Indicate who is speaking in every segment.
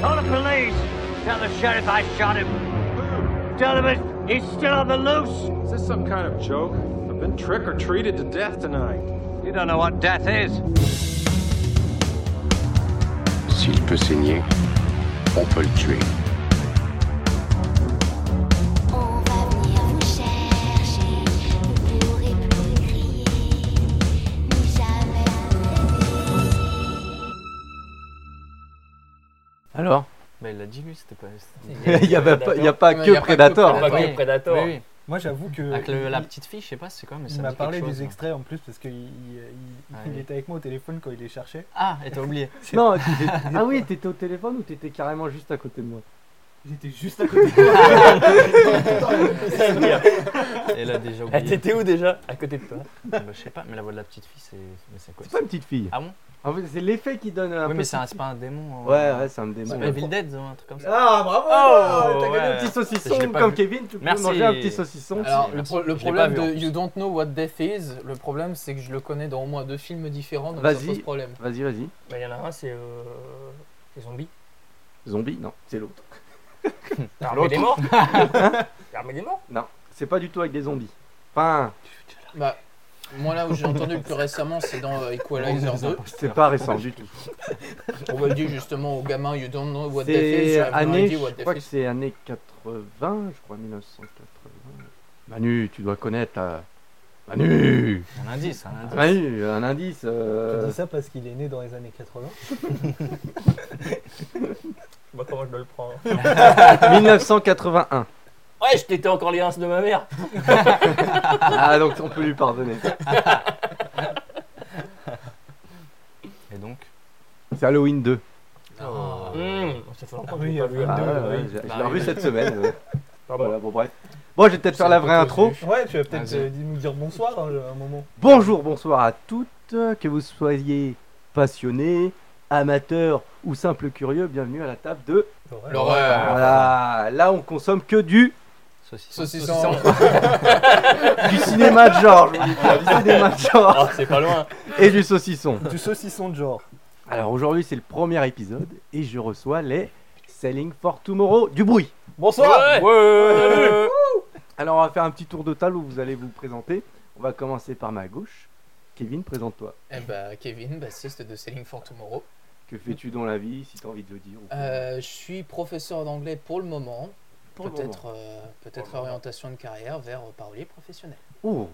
Speaker 1: Call the police. Tell the sheriff I shot him. Tell him he's still on the loose.
Speaker 2: Is this some kind of joke? I've been trick or treated to death tonight.
Speaker 1: You don't know what death is.
Speaker 3: S'il peut saigner, on peut le tuer.
Speaker 4: On va venir vous chercher, vous pourrez plus crier, ni jamais arrêter.
Speaker 5: Alors
Speaker 6: Mais il l'a dit lui, c'était pas. c'était-
Speaker 5: Il n'y a, pas- il y a pas
Speaker 7: Il
Speaker 5: que
Speaker 7: y a pas que
Speaker 5: Predator.
Speaker 7: Predator.
Speaker 6: Pas
Speaker 7: Oui.
Speaker 6: que Predator.
Speaker 7: Oui, oui.
Speaker 8: Moi, j'avoue que.
Speaker 6: Avec le-
Speaker 8: il-
Speaker 6: la petite fille, je sais pas, c'est quoi, mais ça
Speaker 8: Il
Speaker 6: me
Speaker 8: m'a
Speaker 6: dit
Speaker 8: parlé
Speaker 6: quelque
Speaker 8: des
Speaker 6: chose. hein.
Speaker 8: extraits en plus parce qu'il il, il- il
Speaker 6: Ouais.
Speaker 8: était avec moi au téléphone quand il les cherchait.
Speaker 6: Ah, et t'as oublié.
Speaker 5: Non, t'étais- ah oui, t'étais au téléphone ou t'étais carrément juste à côté de moi
Speaker 8: J'étais juste à côté.
Speaker 6: Elle a déjà
Speaker 7: Ah,
Speaker 6: oublié.
Speaker 7: T'étais où déjà À côté de toi.
Speaker 6: Ah, bah, je sais pas, mais la voix de la petite fille, c'est. Mais c'est quoi
Speaker 5: C'est pas une petite fille.
Speaker 6: Ah bon
Speaker 5: En fait, c'est l'effet qui donne un
Speaker 6: Oui,
Speaker 5: peu
Speaker 6: mais c'est
Speaker 5: petite
Speaker 6: un- c'est pas un démon.
Speaker 5: fille.
Speaker 6: hein.
Speaker 5: Ouais, ouais, c'est un démon.
Speaker 6: C'est Evil Dead, hein, un truc comme ça.
Speaker 5: Ah, bravo
Speaker 6: Oh,
Speaker 5: T'as gagné
Speaker 6: ouais.
Speaker 5: un petit
Speaker 6: Je l'ai
Speaker 5: saucisson
Speaker 6: pas
Speaker 5: comme
Speaker 6: vu.
Speaker 5: Kevin, tu peux
Speaker 6: Merci.
Speaker 5: manger un petit saucisson.
Speaker 6: Ah,
Speaker 7: si,
Speaker 6: Alors,
Speaker 7: merci.
Speaker 6: le
Speaker 7: Je
Speaker 6: pro-
Speaker 7: l'ai
Speaker 6: le
Speaker 7: pas
Speaker 6: problème
Speaker 7: vu, en
Speaker 6: de
Speaker 7: plus.
Speaker 6: You
Speaker 7: Don't Know What Death Is, le problème c'est que je le connais dans au moins deux films différents,
Speaker 5: donc ça Vas-y. pose
Speaker 7: problème.
Speaker 5: Vas-y, vas-y.
Speaker 9: Bah, il y en a un, c'est euh, les zombies.
Speaker 5: Zombie Non, c'est l'autre.
Speaker 9: L'armée des morts. Hein L'armée des morts.
Speaker 5: Non, c'est pas du tout avec des zombies. Enfin,
Speaker 7: Bah, moi là où j'ai entendu le plus récemment, c'est dans euh, Equalizer 2.
Speaker 5: c'est pas récent du tout.
Speaker 7: On va le dire justement au gamin You Don't Know What Death Is.
Speaker 5: C'est
Speaker 7: you have no
Speaker 5: année,
Speaker 7: idea what
Speaker 5: je
Speaker 7: death
Speaker 5: crois que
Speaker 7: is.
Speaker 5: c'est année 80, je crois 1980. Manu, tu dois connaître la... Manu
Speaker 6: Un indice, un indice.
Speaker 5: Manu, un indice.
Speaker 8: Je
Speaker 5: euh,
Speaker 8: dis ça parce qu'il est né dans les années 80.
Speaker 9: Bah, comment je dois le prendre
Speaker 5: 1981.
Speaker 9: Ouais, je t'étais encore les rinces de ma mère.
Speaker 5: Ah, donc on peut lui pardonner.
Speaker 6: Et donc
Speaker 5: C'est Halloween 2.
Speaker 7: Non.
Speaker 6: Oh.
Speaker 9: Hum, ça fait longtemps que je l'ai pas
Speaker 8: oui,
Speaker 9: vu.
Speaker 8: oui,
Speaker 5: Ah,
Speaker 8: oui.
Speaker 5: ouais, ouais, j'ai- je l'ai revu cette semaine. euh,
Speaker 9: Pardon.
Speaker 5: voilà, bon, bref. Bon, je vais peut-être faire la vraie
Speaker 7: C'est un peu
Speaker 5: intro.
Speaker 7: connu.
Speaker 8: Ouais, tu vas peut-être
Speaker 6: Vas-y.
Speaker 8: euh, nous dire bonsoir hein, à un moment.
Speaker 5: Bonjour, bonsoir à toutes. Que vous soyez passionnés, amateurs ou simples curieux, bienvenue à la table de.
Speaker 7: L'horreur.
Speaker 5: Voilà, là on consomme que du,
Speaker 6: Saucisson.
Speaker 7: Saucisson.
Speaker 5: du cinéma de genre, je vous dis bien, du cinéma de genre
Speaker 9: Ah, c'est pas loin.
Speaker 5: et du saucisson.
Speaker 8: Du saucisson de genre.
Speaker 5: Alors aujourd'hui c'est le premier épisode et je reçois les Selling for Tomorrow du bruit.
Speaker 8: Bonsoir
Speaker 9: Ouais.
Speaker 5: Alors on va faire un petit tour de table où vous allez vous présenter. On va commencer par ma gauche. Kevin, présente-toi.
Speaker 7: Eh bah, Kevin, bassiste de Selling for Tomorrow.
Speaker 5: Que fais-tu dans la vie, si tu as envie de le dire ou pas.
Speaker 7: Euh, je suis professeur d'anglais pour le moment.
Speaker 5: Pour le
Speaker 7: Peut-être euh, peut-être
Speaker 5: Pour le
Speaker 7: orientation de carrière vers euh, parolier professionnel.
Speaker 5: Oh,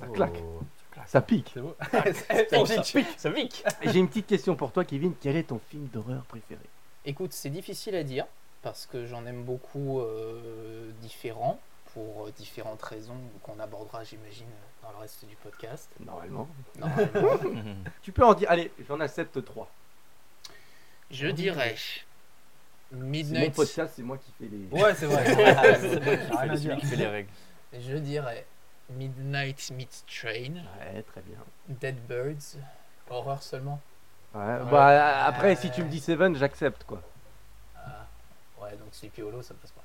Speaker 5: ça claque,
Speaker 6: Oh.
Speaker 5: ça pique.
Speaker 9: Oh, ça pique, ça pique.
Speaker 5: J'ai une petite question pour toi, Kevin. Quel est ton film d'horreur préféré
Speaker 7: Écoute, c'est difficile à dire parce que j'en aime beaucoup euh, différents pour euh, différentes raisons qu'on abordera, j'imagine, dans le reste du podcast.
Speaker 5: Normalement.
Speaker 7: Normalement.
Speaker 5: Tu peux en dire. Allez, j'en accepte trois.
Speaker 7: je dirais
Speaker 5: C'est mon
Speaker 7: Midnight.
Speaker 5: podcast, c'est moi qui fais les.
Speaker 8: Ouais, c'est vrai.
Speaker 7: Ah,
Speaker 6: C'est
Speaker 8: Rien à
Speaker 6: lui
Speaker 8: dire.
Speaker 6: qui fait les règles.
Speaker 7: Je dirais Midnight Meat Train,
Speaker 5: Ouais, très bien.
Speaker 7: Dead Birds, horreur seulement.
Speaker 5: Ouais, Bah, après, si tu me dis Seven, j'accepte quoi.
Speaker 7: Ah, Ouais, donc Sleepy Hollow, ça passe pas.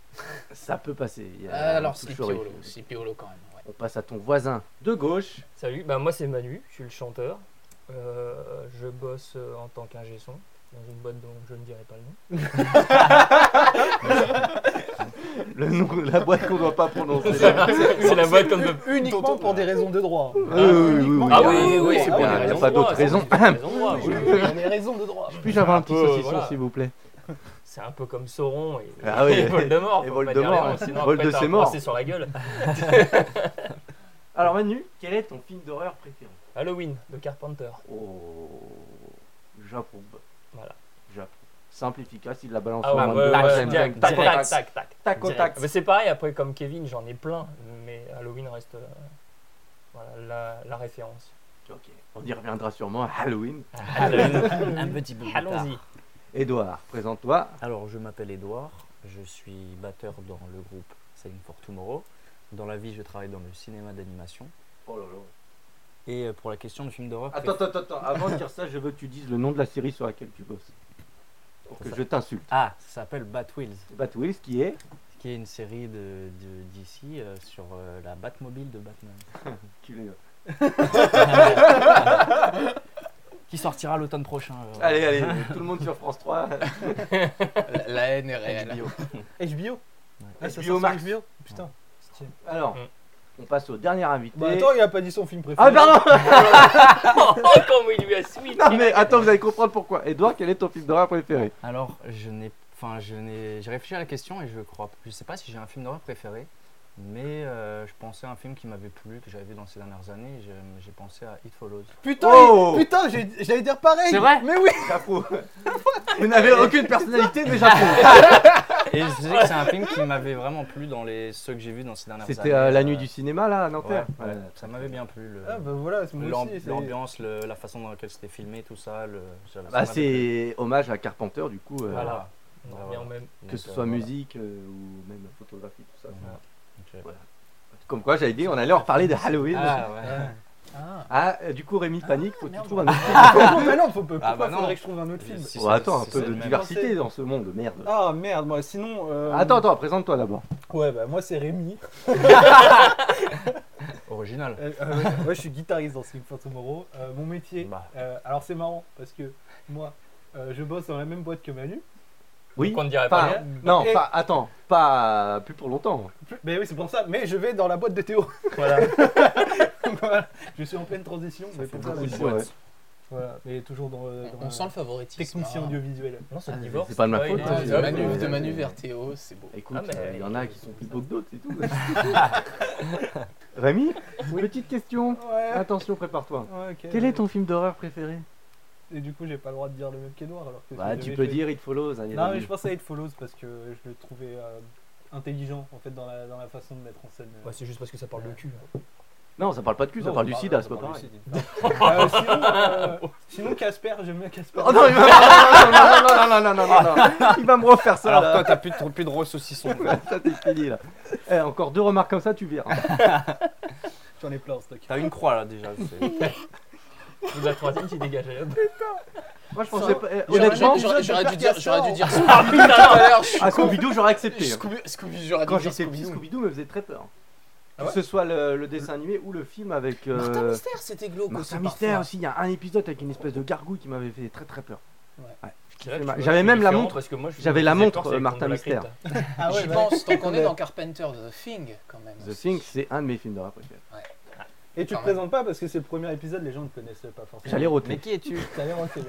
Speaker 5: Ça peut passer. il y a
Speaker 7: Ah,
Speaker 5: un
Speaker 7: alors
Speaker 5: touche
Speaker 7: Sleepy
Speaker 5: horrible.
Speaker 7: Hollow, Sleepy Hollow quand même. ouais.
Speaker 5: On passe à ton voisin de gauche.
Speaker 9: Salut, bah, moi c'est Manu, je suis le chanteur. Euh, je bosse euh, en tant qu'ingé son dans une boîte dont je ne dirai pas le nom.
Speaker 5: Le nom de la boîte qu'on doit pas prononcer.
Speaker 7: Ah,
Speaker 9: C'est la boîte comme
Speaker 8: Uniquement pour des raisons de droit.
Speaker 5: Euh, oui, oui, oui.
Speaker 9: Ah oui, oui, oui,
Speaker 5: Il
Speaker 9: c'est
Speaker 5: y a-
Speaker 9: pour des
Speaker 5: il y a
Speaker 9: raisons
Speaker 5: pas
Speaker 9: de
Speaker 5: d'autres
Speaker 9: droit,
Speaker 5: raisons.
Speaker 9: c'est pour des raisons de droit, oui.
Speaker 7: On est raison de droit.
Speaker 5: Puis-je avoir un petit
Speaker 9: peu, euh,
Speaker 5: saucisson,
Speaker 9: voilà.
Speaker 5: s'il vous plaît
Speaker 9: C'est un peu comme Sauron et,
Speaker 5: Ah oui.
Speaker 9: et Voldemort.
Speaker 5: Et
Speaker 9: faut pas dire
Speaker 5: Voldemort,
Speaker 9: les noms,
Speaker 5: ouais.
Speaker 9: sinon
Speaker 5: Vold
Speaker 9: après,
Speaker 5: de
Speaker 9: t'as
Speaker 5: ses
Speaker 9: un
Speaker 5: morts.
Speaker 9: procès sur la gueule.
Speaker 5: Alors Manu, quel est ton film d'horreur préféré
Speaker 9: Halloween de Carpenter.
Speaker 7: Ah,
Speaker 5: Oh, j'approuve.
Speaker 9: Voilà.
Speaker 5: J'approuve. Simple, efficace, il l'a balancé
Speaker 9: Ah ouais,
Speaker 5: en
Speaker 9: ouais, ouais,
Speaker 5: même temps.
Speaker 9: ouais,
Speaker 5: J'aime
Speaker 9: direct,
Speaker 5: bien.
Speaker 9: tac, tac, tac, tac.
Speaker 5: Tac au tac.
Speaker 7: Ah,
Speaker 9: Direct.
Speaker 7: bah,
Speaker 9: Mais c'est pareil, après, comme Kevin, j'en ai plein, mais Halloween reste euh, voilà, la, la référence.
Speaker 5: Ok, On y reviendra sûrement à Halloween.
Speaker 7: Ah,
Speaker 6: Un petit bout.
Speaker 9: Allons-y.
Speaker 5: Edouard, présente-toi.
Speaker 6: Alors, je m'appelle Edouard, je suis batteur dans le groupe Selling for Tomorrow. Dans la vie, je travaille dans le cinéma d'animation.
Speaker 5: Oh là là.
Speaker 6: Et euh, pour la question du film d'horreur.
Speaker 5: Attends, attends, attends. Avant de dire ça, je veux que tu dises le nom de la série sur laquelle tu bosses. Pour que
Speaker 6: Ça.
Speaker 5: je t'insulte.
Speaker 6: Ah, ça s'appelle Batwheels,
Speaker 5: Batwheels Bah, qui est
Speaker 6: qui est une série de, de- d'ici euh, sur euh, la Batmobile de Batman.
Speaker 5: Tu l'es.
Speaker 1: qui sortira l'automne prochain. euh,
Speaker 5: Allez, allez, tout le monde sur France 3.
Speaker 7: La, la haine est réelle.
Speaker 1: HBO.
Speaker 8: HBO Ah, ça
Speaker 5: HBO
Speaker 8: sort sur
Speaker 5: Max.
Speaker 8: HBO Putain. stylé.
Speaker 5: Alors,
Speaker 6: Mm.
Speaker 5: on passe au dernier invité.
Speaker 8: Bah attends, il a pas dit son film préféré.
Speaker 5: ah, pardon
Speaker 7: Oh, comment il lui a suivi
Speaker 5: Non, mais attends, vous allez comprendre pourquoi. Edouard, quel est ton film d'horreur préféré
Speaker 1: Alors, je n'ai, enfin, je n'ai, j'ai réfléchi à la question et je crois, je sais pas si j'ai un film d'horreur préféré, mais euh, je pensais à un film qui m'avait plu, que j'avais vu dans ces dernières années. et J'ai, j'ai pensé à It Follows.
Speaker 8: Putain,
Speaker 5: Oh.
Speaker 8: il- putain, j'ai- j'allais dire pareil.
Speaker 7: C'est vrai
Speaker 8: Mais oui.
Speaker 5: J'approuve. vous n'avez aucune personnalité, mais j'approuve.
Speaker 1: Et je sais que c'est un film qui m'avait vraiment plu dans les ceux que j'ai vus dans ces dernières années.
Speaker 5: C'était euh, la nuit
Speaker 1: Euh,
Speaker 5: du cinéma, là, à Nanterre.
Speaker 1: ouais, ouais,
Speaker 5: Ouais.
Speaker 1: ça m'avait bien plu. le-
Speaker 8: Ah bah voilà, c'est moi
Speaker 1: l'am-
Speaker 8: aussi. ça y est.
Speaker 1: L'ambiance, le- la façon dans laquelle c'était filmé, tout ça. Le, ça- ça
Speaker 5: Bah,
Speaker 1: m'avait plu.
Speaker 5: c'est hommage à Carpenter, du coup, euh,
Speaker 1: Voilà.
Speaker 6: Non,
Speaker 7: Ah.
Speaker 1: Voilà,
Speaker 6: mais en
Speaker 1: voilà.
Speaker 6: même.
Speaker 5: que
Speaker 1: Donc,
Speaker 5: ce
Speaker 1: euh,
Speaker 5: soit
Speaker 1: voilà.
Speaker 5: musique euh, ou même photographie, tout ça.
Speaker 1: Voilà. Ok.
Speaker 5: Voilà. Comme quoi, j'avais dit, on allait reparler de Halloween. Ah,
Speaker 1: Ah ouais.
Speaker 7: Ah,
Speaker 5: euh, du coup, Rémi panique, faut que tu
Speaker 7: merde.
Speaker 5: trouves un
Speaker 8: Ah,
Speaker 5: autre film.
Speaker 8: Pourquoi mais non, faut, pourquoi
Speaker 1: Ah bah non.
Speaker 8: faudrait que je trouve un autre film
Speaker 1: Si
Speaker 5: Bon,
Speaker 1: c'est-
Speaker 5: attends, un
Speaker 1: si
Speaker 5: peu
Speaker 1: c'est
Speaker 5: de
Speaker 1: le même-
Speaker 5: diversité dans ce monde, merde.
Speaker 8: Ah merde, moi sinon. euh,
Speaker 5: Attends, attends, présente-toi d'abord.
Speaker 8: Ouais, bah moi c'est Rémi.
Speaker 1: Original.
Speaker 8: Euh, euh, ouais, ouais, je suis guitariste dans Sleep for Tomorrow. Euh, mon métier.
Speaker 1: Bah.
Speaker 8: euh, alors c'est marrant parce que moi, euh, je bosse dans la même boîte que Manu.
Speaker 5: Oui.
Speaker 6: Qu'on ne
Speaker 7: Ah,
Speaker 6: dirait
Speaker 5: Enfin,
Speaker 6: pas. rien.
Speaker 5: non,
Speaker 8: Et-
Speaker 5: pas- attends, pas plus pour longtemps.
Speaker 8: Plus- Mais oui, c'est pour ça. Mais je vais dans la boîte de Théo.
Speaker 6: Voilà.
Speaker 8: Voilà. Je suis en pleine transition. mais pour ça,
Speaker 5: beaucoup de
Speaker 8: mais-
Speaker 5: boîtes. Ah, Ouais.
Speaker 8: Voilà. Mais toujours dans. euh, dans
Speaker 7: on
Speaker 8: la-
Speaker 7: sent le favoritisme.
Speaker 8: technicien
Speaker 7: hein.
Speaker 8: audiovisuel.
Speaker 6: Non, ce
Speaker 5: Ah,
Speaker 6: divorce.
Speaker 5: c'est pas de ma
Speaker 6: ouais, il
Speaker 5: faute,
Speaker 6: est-
Speaker 7: Ah,
Speaker 5: c'est
Speaker 6: il
Speaker 7: de
Speaker 6: est-
Speaker 5: pas
Speaker 7: Manu,
Speaker 5: euh,
Speaker 7: de Manu vers Théo, c'est beau.
Speaker 5: Écoute,
Speaker 6: Ah, mais-
Speaker 5: euh, il y en a qui sont plus beaux que d'autres, c'est tout. Rémi, petite question.
Speaker 8: Ouais.
Speaker 5: Attention, prépare-toi.
Speaker 8: ouais, ok.
Speaker 5: Ah. Quel est ton film d'horreur préféré
Speaker 8: Et du coup, j'ai pas le droit de dire le même qu'Edouard alors que.
Speaker 5: Bah,
Speaker 8: je
Speaker 5: tu
Speaker 8: l'avais
Speaker 5: peux
Speaker 8: fait.
Speaker 5: dire It Follows. hein, il y a
Speaker 8: Non,
Speaker 5: des-
Speaker 8: mais je pensais à It Follows parce que je le trouvais euh, intelligent en fait dans la, dans la façon de mettre en scène. euh,
Speaker 7: bah,
Speaker 6: Ouais, c'est juste parce que ça parle de cul.
Speaker 7: hein.
Speaker 5: Non, ça parle pas de cul, ça
Speaker 8: Non,
Speaker 5: parle du
Speaker 8: bah,
Speaker 5: sida,
Speaker 8: non,
Speaker 5: c'est
Speaker 8: ça
Speaker 5: pas
Speaker 8: parle du sida. Euh,
Speaker 5: pareil.
Speaker 8: sinon, euh, sinon, Casper, j'aime bien Casper.
Speaker 5: Oh non, il va- non, non, non, non, non, non, non, non, non, non, il va me refaire ça. là.
Speaker 1: t'as plus de, plus de saucisson.
Speaker 5: Ça, t'es fini là. Eh, encore deux remarques comme ça, tu hein. verras.
Speaker 8: J'en ai plein en stock.
Speaker 1: T'as une croix là déjà. c'est-
Speaker 6: C'est la troisième qui dégage
Speaker 7: hein.
Speaker 6: rien.
Speaker 5: Moi, je pensais pas. eh,
Speaker 7: J'aurais-
Speaker 5: Honnêtement,
Speaker 7: j'aurais j'aurais dû dire, j'aurais dû dire Ah, Scooby
Speaker 6: putain,
Speaker 7: tout à l'heure. je suis
Speaker 5: à
Speaker 7: con.
Speaker 5: Scooby-Doo, j'aurais accepté. hein.
Speaker 7: Scooby, Scooby, j'aurais
Speaker 5: Quand
Speaker 7: dû dire
Speaker 5: j'étais petit,
Speaker 7: Scooby.
Speaker 5: Scooby-Doo me faisait très peur.
Speaker 8: Ah
Speaker 5: que ce soit le, le dessin animé ou le film avec. euh,
Speaker 7: Martin Mystère, c'était glauque aussi.
Speaker 5: Martin
Speaker 7: parfois.
Speaker 5: Mystère aussi, il y a un épisode avec une espèce de gargouille qui m'avait fait très très peur.
Speaker 7: Ouais.
Speaker 5: je kiffais ma- J'avais même la montre. J'avais la montre, euh, Martin Mystère.
Speaker 8: Ah
Speaker 7: J'y pense, tant qu'on est dans Carpenter, The Thing, quand même.
Speaker 5: The Thing, c'est un de mes films d'horreur préférés.
Speaker 8: Et tu
Speaker 7: Quand
Speaker 8: te présentes pas parce que c'est le premier épisode, les gens ne connaissent pas forcément.
Speaker 5: J'allais roter.
Speaker 1: Mais qui es-tu
Speaker 8: T'as l'air en télé.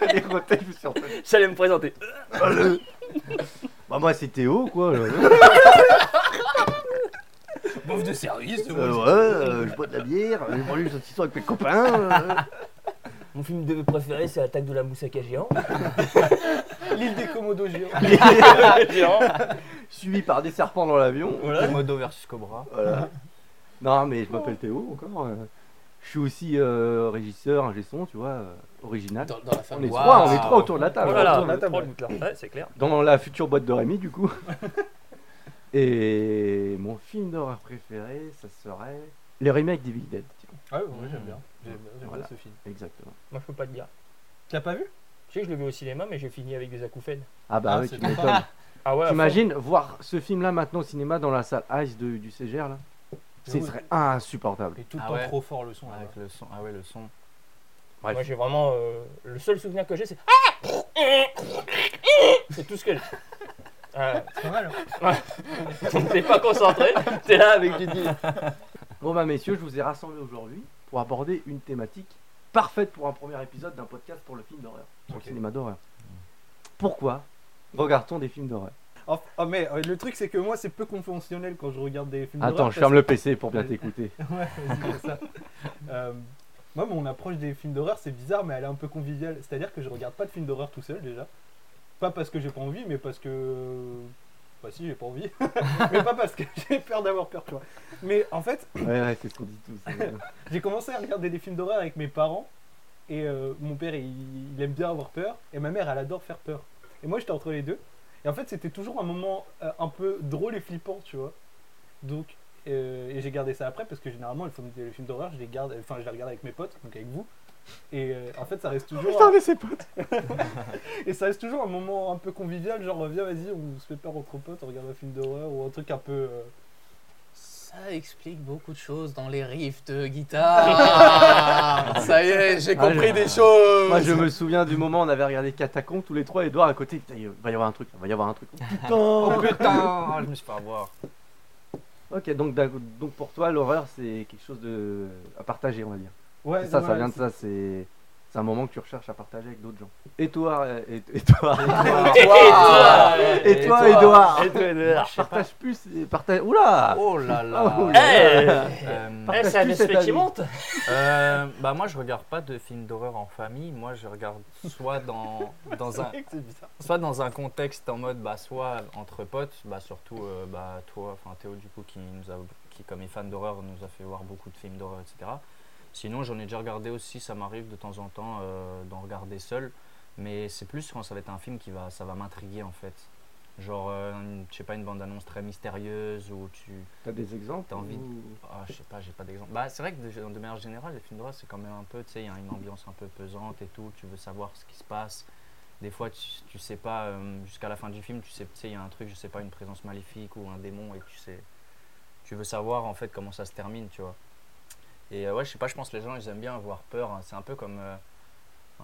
Speaker 5: J'allais roter, je me suis entendu.
Speaker 6: J'allais me présenter.
Speaker 5: Bah, moi, c'est Théo, quoi. euh,
Speaker 6: Bouffe de service.
Speaker 5: euh, ouais, euh, je bois de la bière, euh, j'ai mangé une saucisson avec mes copains. euh,
Speaker 6: Mon film de préféré, c'est Attaque de la moussaka géant.
Speaker 8: L'île des Komodo géants.
Speaker 5: euh. suivi par des serpents dans l'avion.
Speaker 1: Modo versus Cobra.
Speaker 5: Voilà. Non, mais je m'appelle Théo encore. euh. Je suis aussi euh, régisseur, ingé son, tu vois, euh, original.
Speaker 7: Dans, dans
Speaker 5: On
Speaker 7: la
Speaker 5: hein. est
Speaker 7: famille.
Speaker 6: Waouh.
Speaker 5: trois, on est trois autour de la table.
Speaker 6: Oh là là,
Speaker 5: Autour de
Speaker 6: on
Speaker 5: la
Speaker 6: est
Speaker 5: table.
Speaker 6: trois minutes là. Ouais, c'est clair.
Speaker 5: Dans la future boîte de Rémi, du coup. Et mon film d'horreur préféré, ça serait. Les remakes d'Evil Dead, tiens.
Speaker 8: Ah oui, oui, j'aime bien. J'aime bien, j'aime
Speaker 5: Voilà.
Speaker 8: bien ce film.
Speaker 5: exactement.
Speaker 6: Moi, je peux pas te dire.
Speaker 8: Tu l'as pas vu
Speaker 6: Tu sais, je l'ai vu au cinéma, mais j'ai fini avec des acouphènes.
Speaker 5: Ah bah
Speaker 8: Ah,
Speaker 5: oui,
Speaker 8: c'est
Speaker 5: tu
Speaker 8: bon.
Speaker 5: m'étonnes.
Speaker 6: Ah ouais, à fond.
Speaker 5: T'imagines voir ce film-là maintenant au cinéma dans la salle Ice de- du CGR, là Ce
Speaker 8: Ah Oui.
Speaker 5: serait insupportable.
Speaker 8: Il est tout le
Speaker 1: Ah
Speaker 8: temps
Speaker 1: ouais.
Speaker 8: trop fort le son. là.
Speaker 1: Avec le son. Ah ouais, le son.
Speaker 5: Bref.
Speaker 6: Moi, j'ai vraiment. euh, le seul souvenir que j'ai, c'est. C'est tout ce que j'ai. Ah,
Speaker 8: C'est pas mal. hein.
Speaker 6: t'es pas concentré, t'es là avec du deal.
Speaker 5: Bon bah messieurs, je vous ai rassemblés aujourd'hui pour aborder une thématique parfaite pour un premier épisode d'un podcast pour le film d'horreur, pour le cinéma d'horreur. Pourquoi regarde-t-on des films d'horreur
Speaker 8: Oh, oh, mais euh, le truc c'est que moi c'est peu conventionnel quand je regarde des films d'horreur.
Speaker 5: Attends, je ferme le PC pour bien t'écouter.
Speaker 8: Ouais, vas-y, fais ça. Euh, moi, mon approche des films d'horreur, c'est bizarre, mais elle est un peu conviviale. C'est-à-dire que je regarde pas de films d'horreur tout seul déjà. Pas parce que j'ai pas envie, mais parce que. Bah, si, j'ai pas envie. mais pas parce que j'ai peur d'avoir peur, tu vois. Mais en fait,
Speaker 5: Ouais, ouais, c'est ce qu'on dit tous.
Speaker 8: j'ai commencé à regarder des films d'horreur avec mes parents. Et euh, mon père, il, il aime bien avoir peur. Et ma mère, elle adore faire peur. Et moi, j'étais entre les deux. Et en fait, c'était toujours un moment euh, un peu drôle et flippant, tu vois. Donc, euh, et j'ai gardé ça après parce que généralement, les films, les films d'horreur, je les garde, enfin, je les regarde avec mes potes, donc avec vous. Et euh, en fait, ça reste toujours. un-
Speaker 5: mais c'est pas...
Speaker 8: et ça reste toujours un moment un peu convivial, genre viens, vas-y, on se fait peur entre potes, on regarde un film d'horreur ou un truc un peu. euh,
Speaker 7: Ça Ça explique beaucoup de choses dans les riffs de guitare. Ça y est, j'ai
Speaker 5: Ah,
Speaker 7: compris
Speaker 5: je-
Speaker 7: des choses.
Speaker 5: Moi, je me souviens du moment où on avait regardé Catacombe tous les trois, Edouard à côté. Putain, il Eh, va y avoir un truc, il va y avoir un truc.
Speaker 6: Oh putain Ah, Je me suis fait avoir.
Speaker 5: Ok, donc, d'ac- donc pour toi, l'horreur, c'est quelque chose de... à partager, on va dire.
Speaker 8: Ouais,
Speaker 5: C'est ça, ça
Speaker 8: voilà,
Speaker 5: vient de
Speaker 8: c'est-
Speaker 5: ça, c'est. C'est un moment que tu recherches à partager avec d'autres gens. Et toi, euh, et, et toi,
Speaker 7: Et toi
Speaker 5: et toi, Edouard, partage plus, et partage. Oula,
Speaker 6: Oh là là
Speaker 5: Oh
Speaker 1: Eh,
Speaker 6: Euh,
Speaker 5: Partage
Speaker 10: c'est un
Speaker 5: plus cet
Speaker 10: aspect qui
Speaker 5: avis.
Speaker 10: monte
Speaker 6: euh, Bah moi je regarde pas de films d'horreur en famille, moi je regarde soit dans, dans un
Speaker 8: C'est bizarre.
Speaker 6: soit dans un contexte en mode bah soit entre potes, bah surtout euh, bah toi, enfin Théo du coup qui nous a qui comme est fan d'horreur nous a fait voir beaucoup de films d'horreur, etc. Sinon j'en ai déjà regardé aussi, ça m'arrive de temps en temps euh, d'en regarder seul, mais c'est plus quand ça va être un film qui va ça va m'intriguer en fait. Genre euh, une- je sais pas une bande annonce très mystérieuse où tu
Speaker 5: T'as des exemples
Speaker 6: T'as envie de-
Speaker 5: ou-
Speaker 6: Ah, je sais pas, j'ai pas d'exemple. Bah, c'est vrai que de, de manière générale, les films d'horreur, c'est quand même un peu, tu sais, il y a une ambiance un peu pesante et tout, tu veux savoir ce qui se passe. Des fois, tu, tu sais pas, euh, jusqu'à la fin du film, tu sais, tu sais, il y a un truc, je sais pas, une présence maléfique ou un démon et tu sais. Tu veux savoir en fait comment ça se termine, tu vois. Et euh, ouais, je sais pas, je pense que les gens, ils aiment bien avoir peur. hein. C'est un peu comme. euh,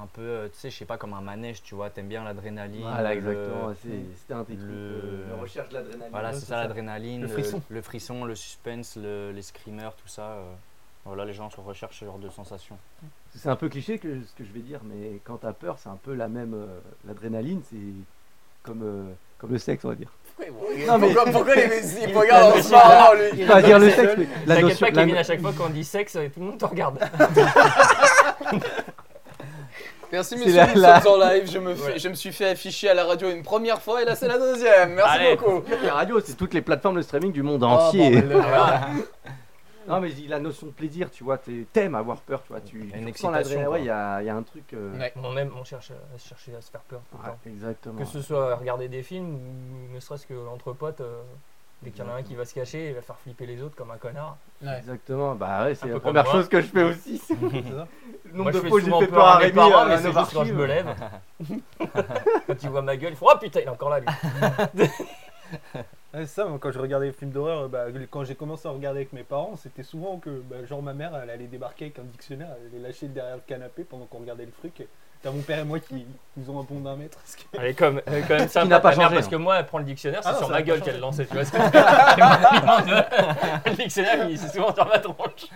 Speaker 6: un peu, euh, tu sais, je sais pas, comme un manège, tu vois, t'aimes bien l'adrénaline.
Speaker 5: Voilà,
Speaker 6: le-
Speaker 5: exactement. c'est- C'était un des trucs.
Speaker 6: euh, le-
Speaker 5: euh, de recherche de l'adrénaline.
Speaker 6: voilà, c'est ça l'adrénaline,
Speaker 8: Le
Speaker 6: le,
Speaker 8: frisson.
Speaker 6: le frisson, le suspense, le- les screamers, tout ça. euh, voilà, les gens se recherchent ce genre de sensations.
Speaker 5: C'est un peu cliché que, ce que je vais dire, mais quand t'as peur, c'est un peu la même. euh, L'adrénaline, c'est comme, euh, comme le sexe, on va dire.
Speaker 7: Pourquoi il me regarde
Speaker 5: Non, mais-
Speaker 7: Pourquoi- Pourquoi les musiques Il me regarde en se marrant, lui.
Speaker 5: Pas dire le sexe, mais la
Speaker 10: T'inquiète
Speaker 5: notion.
Speaker 10: pas,
Speaker 5: la
Speaker 10: Kevin,
Speaker 5: no-
Speaker 10: à chaque fois qu'on dit sexe, euh, tout le monde te regarde.
Speaker 7: Merci,
Speaker 5: C'est
Speaker 7: monsieur,
Speaker 5: la-
Speaker 7: nous
Speaker 5: la-
Speaker 7: sommes en live. Je me, fais- je me suis fait afficher à la radio une première fois et là, c'est la deuxième. Merci
Speaker 10: Allez.
Speaker 7: beaucoup.
Speaker 5: La radio, c'est toutes les plateformes Ah, de streaming du monde
Speaker 7: Oh,
Speaker 10: Ah,
Speaker 5: entier.
Speaker 10: bah,
Speaker 7: bordel de merde.
Speaker 5: non, mais la notion de plaisir, tu vois, t'es- t'aimes avoir peur, tu vois. Tu,
Speaker 6: y a une
Speaker 5: tu ressens
Speaker 6: excitation,
Speaker 5: l'adrénaline.
Speaker 6: quoi.
Speaker 5: Ouais, il y a, il y a un truc. euh,
Speaker 7: Ouais.
Speaker 10: On, même, on cherche à, à se chercher à se faire peur tout le
Speaker 5: ouais,
Speaker 10: temps.
Speaker 5: exactement.
Speaker 10: Que ce soit regarder des films ou ne serait-ce que entre potes, euh, dès qu'il y en a un qui va se cacher, il va faire flipper les autres comme un connard.
Speaker 7: Ouais.
Speaker 5: Exactement, bah ouais, c'est
Speaker 10: Un peu comme
Speaker 5: la première
Speaker 10: moi.
Speaker 5: chose que je fais aussi. c'est-
Speaker 8: C'est ça.
Speaker 5: Le
Speaker 10: Moi, je
Speaker 5: nombre de
Speaker 10: fais
Speaker 5: fois que j'ai
Speaker 10: souvent
Speaker 5: fait
Speaker 10: peur
Speaker 5: peur
Speaker 10: à
Speaker 5: à
Speaker 10: mes
Speaker 5: Rémi euh,
Speaker 10: parents,
Speaker 5: à
Speaker 10: mais c'est
Speaker 5: Nova
Speaker 10: juste quand je me
Speaker 5: Archive.
Speaker 10: lève. quand ils voient ma gueule, ils font Oh putain, il est encore là lui.
Speaker 8: Ouais, Ah, c'est ça, moi, quand je regardais les films d'horreur, bah, quand j'ai commencé à regarder avec mes parents, c'était souvent que, bah, genre, ma mère, elle allait débarquer avec un dictionnaire, elle allait lâcher derrière le canapé pendant qu'on regardait le truc. T'as mon père et moi qui nous ont un pont d'un mètre. parce que-
Speaker 10: Elle est comme, elle est quand même sympa.
Speaker 5: n'a pas
Speaker 10: ta mère,
Speaker 5: changé,
Speaker 10: parce
Speaker 5: hein.
Speaker 10: que moi, elle prend le dictionnaire, c'est
Speaker 8: Ah non,
Speaker 10: sur
Speaker 8: ça
Speaker 10: ma
Speaker 8: n'a pas
Speaker 10: gueule
Speaker 8: changé.
Speaker 10: qu'elle lance. Tu vois ce que Le dictionnaire, il- c'est souvent sur ma tronche.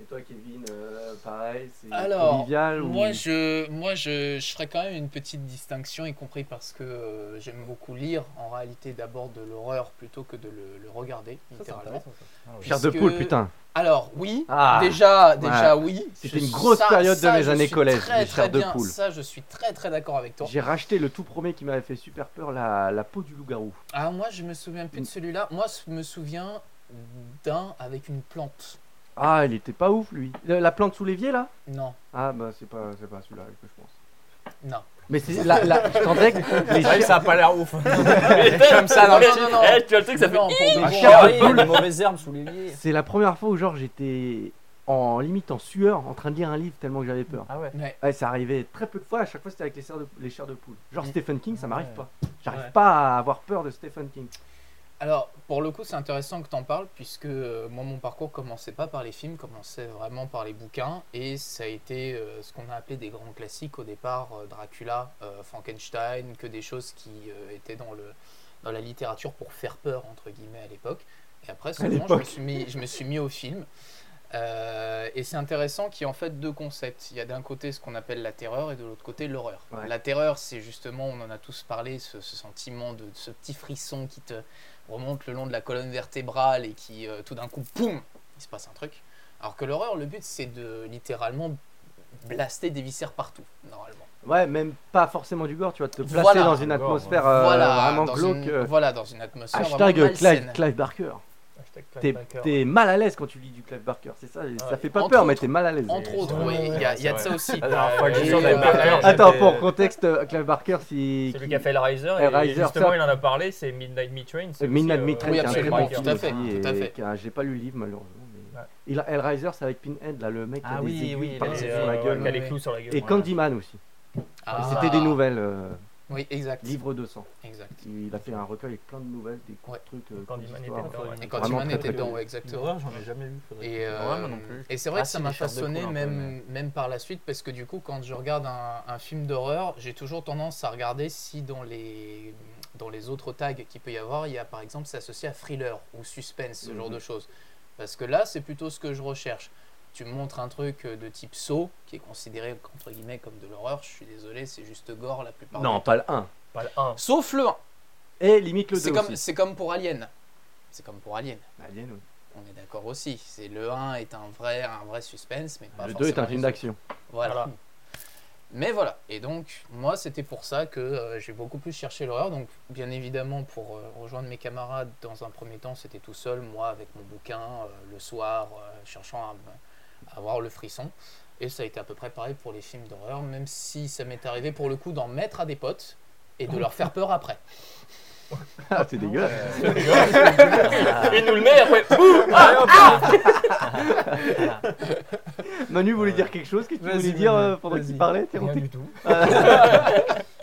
Speaker 5: Et toi, Kevin, euh, pareil, c'est
Speaker 7: Alors,
Speaker 5: convivial ou...
Speaker 7: Moi, je, moi je, je ferais quand même une petite distinction, y compris parce que euh, j'aime beaucoup lire, en réalité, d'abord de l'horreur plutôt que de le, le regarder,
Speaker 8: Ça, c'est
Speaker 7: littéralement.
Speaker 8: intéressant, ça.
Speaker 5: Chair de poule,
Speaker 7: puisque-
Speaker 5: putain.
Speaker 7: Alors, oui,
Speaker 5: Ah,
Speaker 7: déjà, déjà oui.
Speaker 5: C'était
Speaker 7: Je-
Speaker 5: une grosse période de mes
Speaker 7: je
Speaker 5: années
Speaker 7: suis
Speaker 5: collège,
Speaker 7: très,
Speaker 5: les
Speaker 7: très
Speaker 5: chairs de
Speaker 7: bien,
Speaker 5: poule.
Speaker 7: Ça, je suis très, très d'accord avec toi.
Speaker 5: J'ai racheté le tout premier qui m'avait fait super peur, la, la peau du loup-garou.
Speaker 7: Ah, moi, je me souviens plus de celui-là. Moi, je me souviens d'un avec une plante.
Speaker 5: Ah, il était pas ouf, lui. La, la plante sous l'évier, là
Speaker 7: Non,
Speaker 5: Ah, bah, c'est pas, c'est pas celui-là que je pense.
Speaker 7: non.
Speaker 5: Mais c'est la, la, je t'endrais que les
Speaker 6: C'est vrai que
Speaker 5: chiens...
Speaker 6: ça a pas l'air ouf.
Speaker 10: Ah, Comme ça,
Speaker 7: dans le titre.
Speaker 10: Eh, tu vois le truc, ça fait.
Speaker 7: Non, pour de
Speaker 5: Ah,
Speaker 7: bon.
Speaker 5: chère de
Speaker 6: il y a
Speaker 5: poule.
Speaker 6: des mauvaises herbes sous l'évier.
Speaker 5: C'est la première fois où, genre, j'étais en limite en sueur, en train de lire un livre tellement que j'avais peur.
Speaker 6: Ah ouais.
Speaker 7: Ouais.
Speaker 5: Ouais, ça arrivait très peu de fois, à chaque fois c'était avec les chairs de, les chairs de poule. Genre
Speaker 7: Mm.
Speaker 5: Stephen King, ça m'arrive
Speaker 6: Ouais.
Speaker 5: pas. J'arrive
Speaker 8: Ouais.
Speaker 5: pas à avoir peur de Stephen King.
Speaker 7: Alors, pour le coup, c'est intéressant que tu en parles, puisque euh, moi, mon parcours commençait pas par les films, commençait vraiment par les bouquins, et ça a été euh, ce qu'on a appelé des grands classiques au départ, euh, Dracula, euh, Frankenstein, que des choses qui euh, étaient dans, le, dans la littérature pour faire peur, entre guillemets, à l'époque. Et après, seulement, je me
Speaker 5: l'époque.
Speaker 7: suis mis, je me suis mis au film. Euh, et c'est intéressant qu'il y ait en fait deux concepts. Il y a d'un côté ce qu'on appelle la terreur et de l'autre côté l'horreur.
Speaker 5: Ouais.
Speaker 7: La terreur, c'est justement, on en a tous parlé, ce, ce sentiment de, de ce petit frisson qui te remonte le long de la colonne vertébrale et qui euh, tout d'un coup, poum, il se passe un truc. Alors que l'horreur, le but, c'est de littéralement blaster des viscères partout, normalement.
Speaker 5: Ouais, même pas forcément du gore, tu vois, de te placer
Speaker 7: Voilà.
Speaker 5: dans une
Speaker 6: Du gore,
Speaker 5: atmosphère euh, vraiment
Speaker 7: dans
Speaker 5: glauque.
Speaker 7: une,
Speaker 5: euh,
Speaker 7: voilà, dans une atmosphère
Speaker 5: hashtag
Speaker 7: vraiment
Speaker 5: euh, Clive,
Speaker 7: malsaine.
Speaker 5: Clive Barker.
Speaker 10: Hashtag
Speaker 5: T'es
Speaker 10: Clapbacker.
Speaker 5: t'es mal à l'aise quand tu lis du Clive Barker, c'est ça Ça
Speaker 10: Ouais.
Speaker 5: fait pas
Speaker 7: Entre
Speaker 5: peur, mais
Speaker 7: autres.
Speaker 5: t'es mal à l'aise.
Speaker 7: Entre autres,
Speaker 10: Ouais,
Speaker 7: oui,
Speaker 10: ouais,
Speaker 7: il y a,
Speaker 10: ouais,
Speaker 7: il y a de
Speaker 10: c'est
Speaker 7: ça aussi.
Speaker 10: La dernière fois que j'ai vu
Speaker 7: Et,
Speaker 10: Clive
Speaker 7: euh,
Speaker 10: Barker,
Speaker 7: attends,
Speaker 5: Attends,
Speaker 10: j'étais-
Speaker 5: pour contexte, euh, Clive Barker, c'est.
Speaker 10: C'est lui qui a fait Hellraiser,
Speaker 5: Eh,
Speaker 10: et
Speaker 5: Hellraiser,
Speaker 10: justement
Speaker 5: ça-
Speaker 10: il en a parlé, c'est Midnight Meat Train. c'est
Speaker 5: Midnight
Speaker 10: aussi,
Speaker 5: Meat
Speaker 10: euh,
Speaker 5: Train,
Speaker 7: Oui,
Speaker 5: qui est un très
Speaker 7: absolument,
Speaker 5: bon
Speaker 7: tout
Speaker 5: film
Speaker 7: à fait,
Speaker 5: aussi,
Speaker 7: tout à
Speaker 5: et
Speaker 7: fait.
Speaker 5: qui a- J'ai pas lu le livre malheureusement. Mais...
Speaker 10: Ouais.
Speaker 5: Il a Hellraiser, c'est avec Pinhead, là, le mec qui
Speaker 6: Ah
Speaker 5: a des
Speaker 6: oui,
Speaker 5: aiguilles
Speaker 6: oui,
Speaker 10: Et,
Speaker 5: partout
Speaker 6: les-
Speaker 5: sur la
Speaker 10: euh,
Speaker 5: gueule.
Speaker 10: ouais, qui a les
Speaker 7: ouais.
Speaker 10: clous sur la gueule.
Speaker 5: Et
Speaker 10: ouais.
Speaker 5: Candyman aussi.
Speaker 7: Ah.
Speaker 5: C'était des nouvelles. euh,
Speaker 7: Oui, exact.
Speaker 5: Livre 200.
Speaker 7: exact.
Speaker 5: Il a fait un recueil avec plein de nouvelles, des courts
Speaker 7: Ouais.
Speaker 5: trucs. euh,
Speaker 6: Candyman était
Speaker 5: courtes histoires.
Speaker 6: dedans, ouais.
Speaker 7: Et quand
Speaker 5: Vraiment
Speaker 7: Iman
Speaker 5: très,
Speaker 7: était
Speaker 5: très
Speaker 7: dedans,
Speaker 5: cool.
Speaker 7: ouais, exactement.
Speaker 6: Horreur, j'en ai jamais vu. faudrait-
Speaker 7: Et, euh,
Speaker 1: Ouais, moi non plus.
Speaker 7: et c'est vrai
Speaker 1: Ah,
Speaker 7: que ça
Speaker 1: si,
Speaker 7: m'a
Speaker 1: les chairs de
Speaker 7: façonné
Speaker 1: poule un peu,
Speaker 7: même, même par la suite, parce que du coup, quand je regarde un, un film d'horreur, j'ai toujours tendance à regarder si dans les, dans les autres tags qu'il peut y avoir, il y a par exemple, c'est associé à thriller ou suspense, ce
Speaker 1: Mhm.
Speaker 7: genre de choses. Parce que là, c'est plutôt ce que je recherche. Tu me montres un truc euh, de type saut, qui est considéré entre guillemets comme de l'horreur, je suis désolé, c'est juste gore la plupart
Speaker 5: Non,
Speaker 7: du
Speaker 5: pas le 1.
Speaker 6: Pas le 1.
Speaker 7: temps. Sauf le 1.
Speaker 5: Et limite le 2
Speaker 7: C'est comme, Bah,
Speaker 5: aussi. Ah,
Speaker 7: c'est comme pour Alien. C'est comme pour Alien.
Speaker 5: Alien, oui.
Speaker 7: On est d'accord aussi. C'est le 1 est un vrai, un vrai suspense, mais pas
Speaker 5: Le 2 est un
Speaker 7: forcément
Speaker 5: film
Speaker 7: les
Speaker 5: d'action.
Speaker 7: voilà.
Speaker 6: Voilà.
Speaker 7: Mais voilà, et donc moi c'était pour ça que euh, j'ai beaucoup plus cherché l'horreur. Donc bien évidemment pour euh, rejoindre mes camarades dans un premier temps c'était tout seul, moi avec mon bouquin euh, le soir, euh, cherchant à, me- à avoir le frisson. Et ça a été à peu près pareil pour les films d'horreur, même si ça m'est arrivé pour le coup d'en mettre à des potes et de leur faire peur après.
Speaker 5: Ah, c'est dégueulasse.
Speaker 6: Et nous le met, ouais.
Speaker 1: bah,
Speaker 5: Ah Manu voulait
Speaker 1: Ouais.
Speaker 5: dire quelque chose que tu
Speaker 8: Vas-y,
Speaker 5: voulais dire
Speaker 8: Manu,
Speaker 5: euh, pendant qu'il
Speaker 8: vas-y.
Speaker 5: parlait t'es
Speaker 6: Rien
Speaker 5: rentré
Speaker 6: du tout.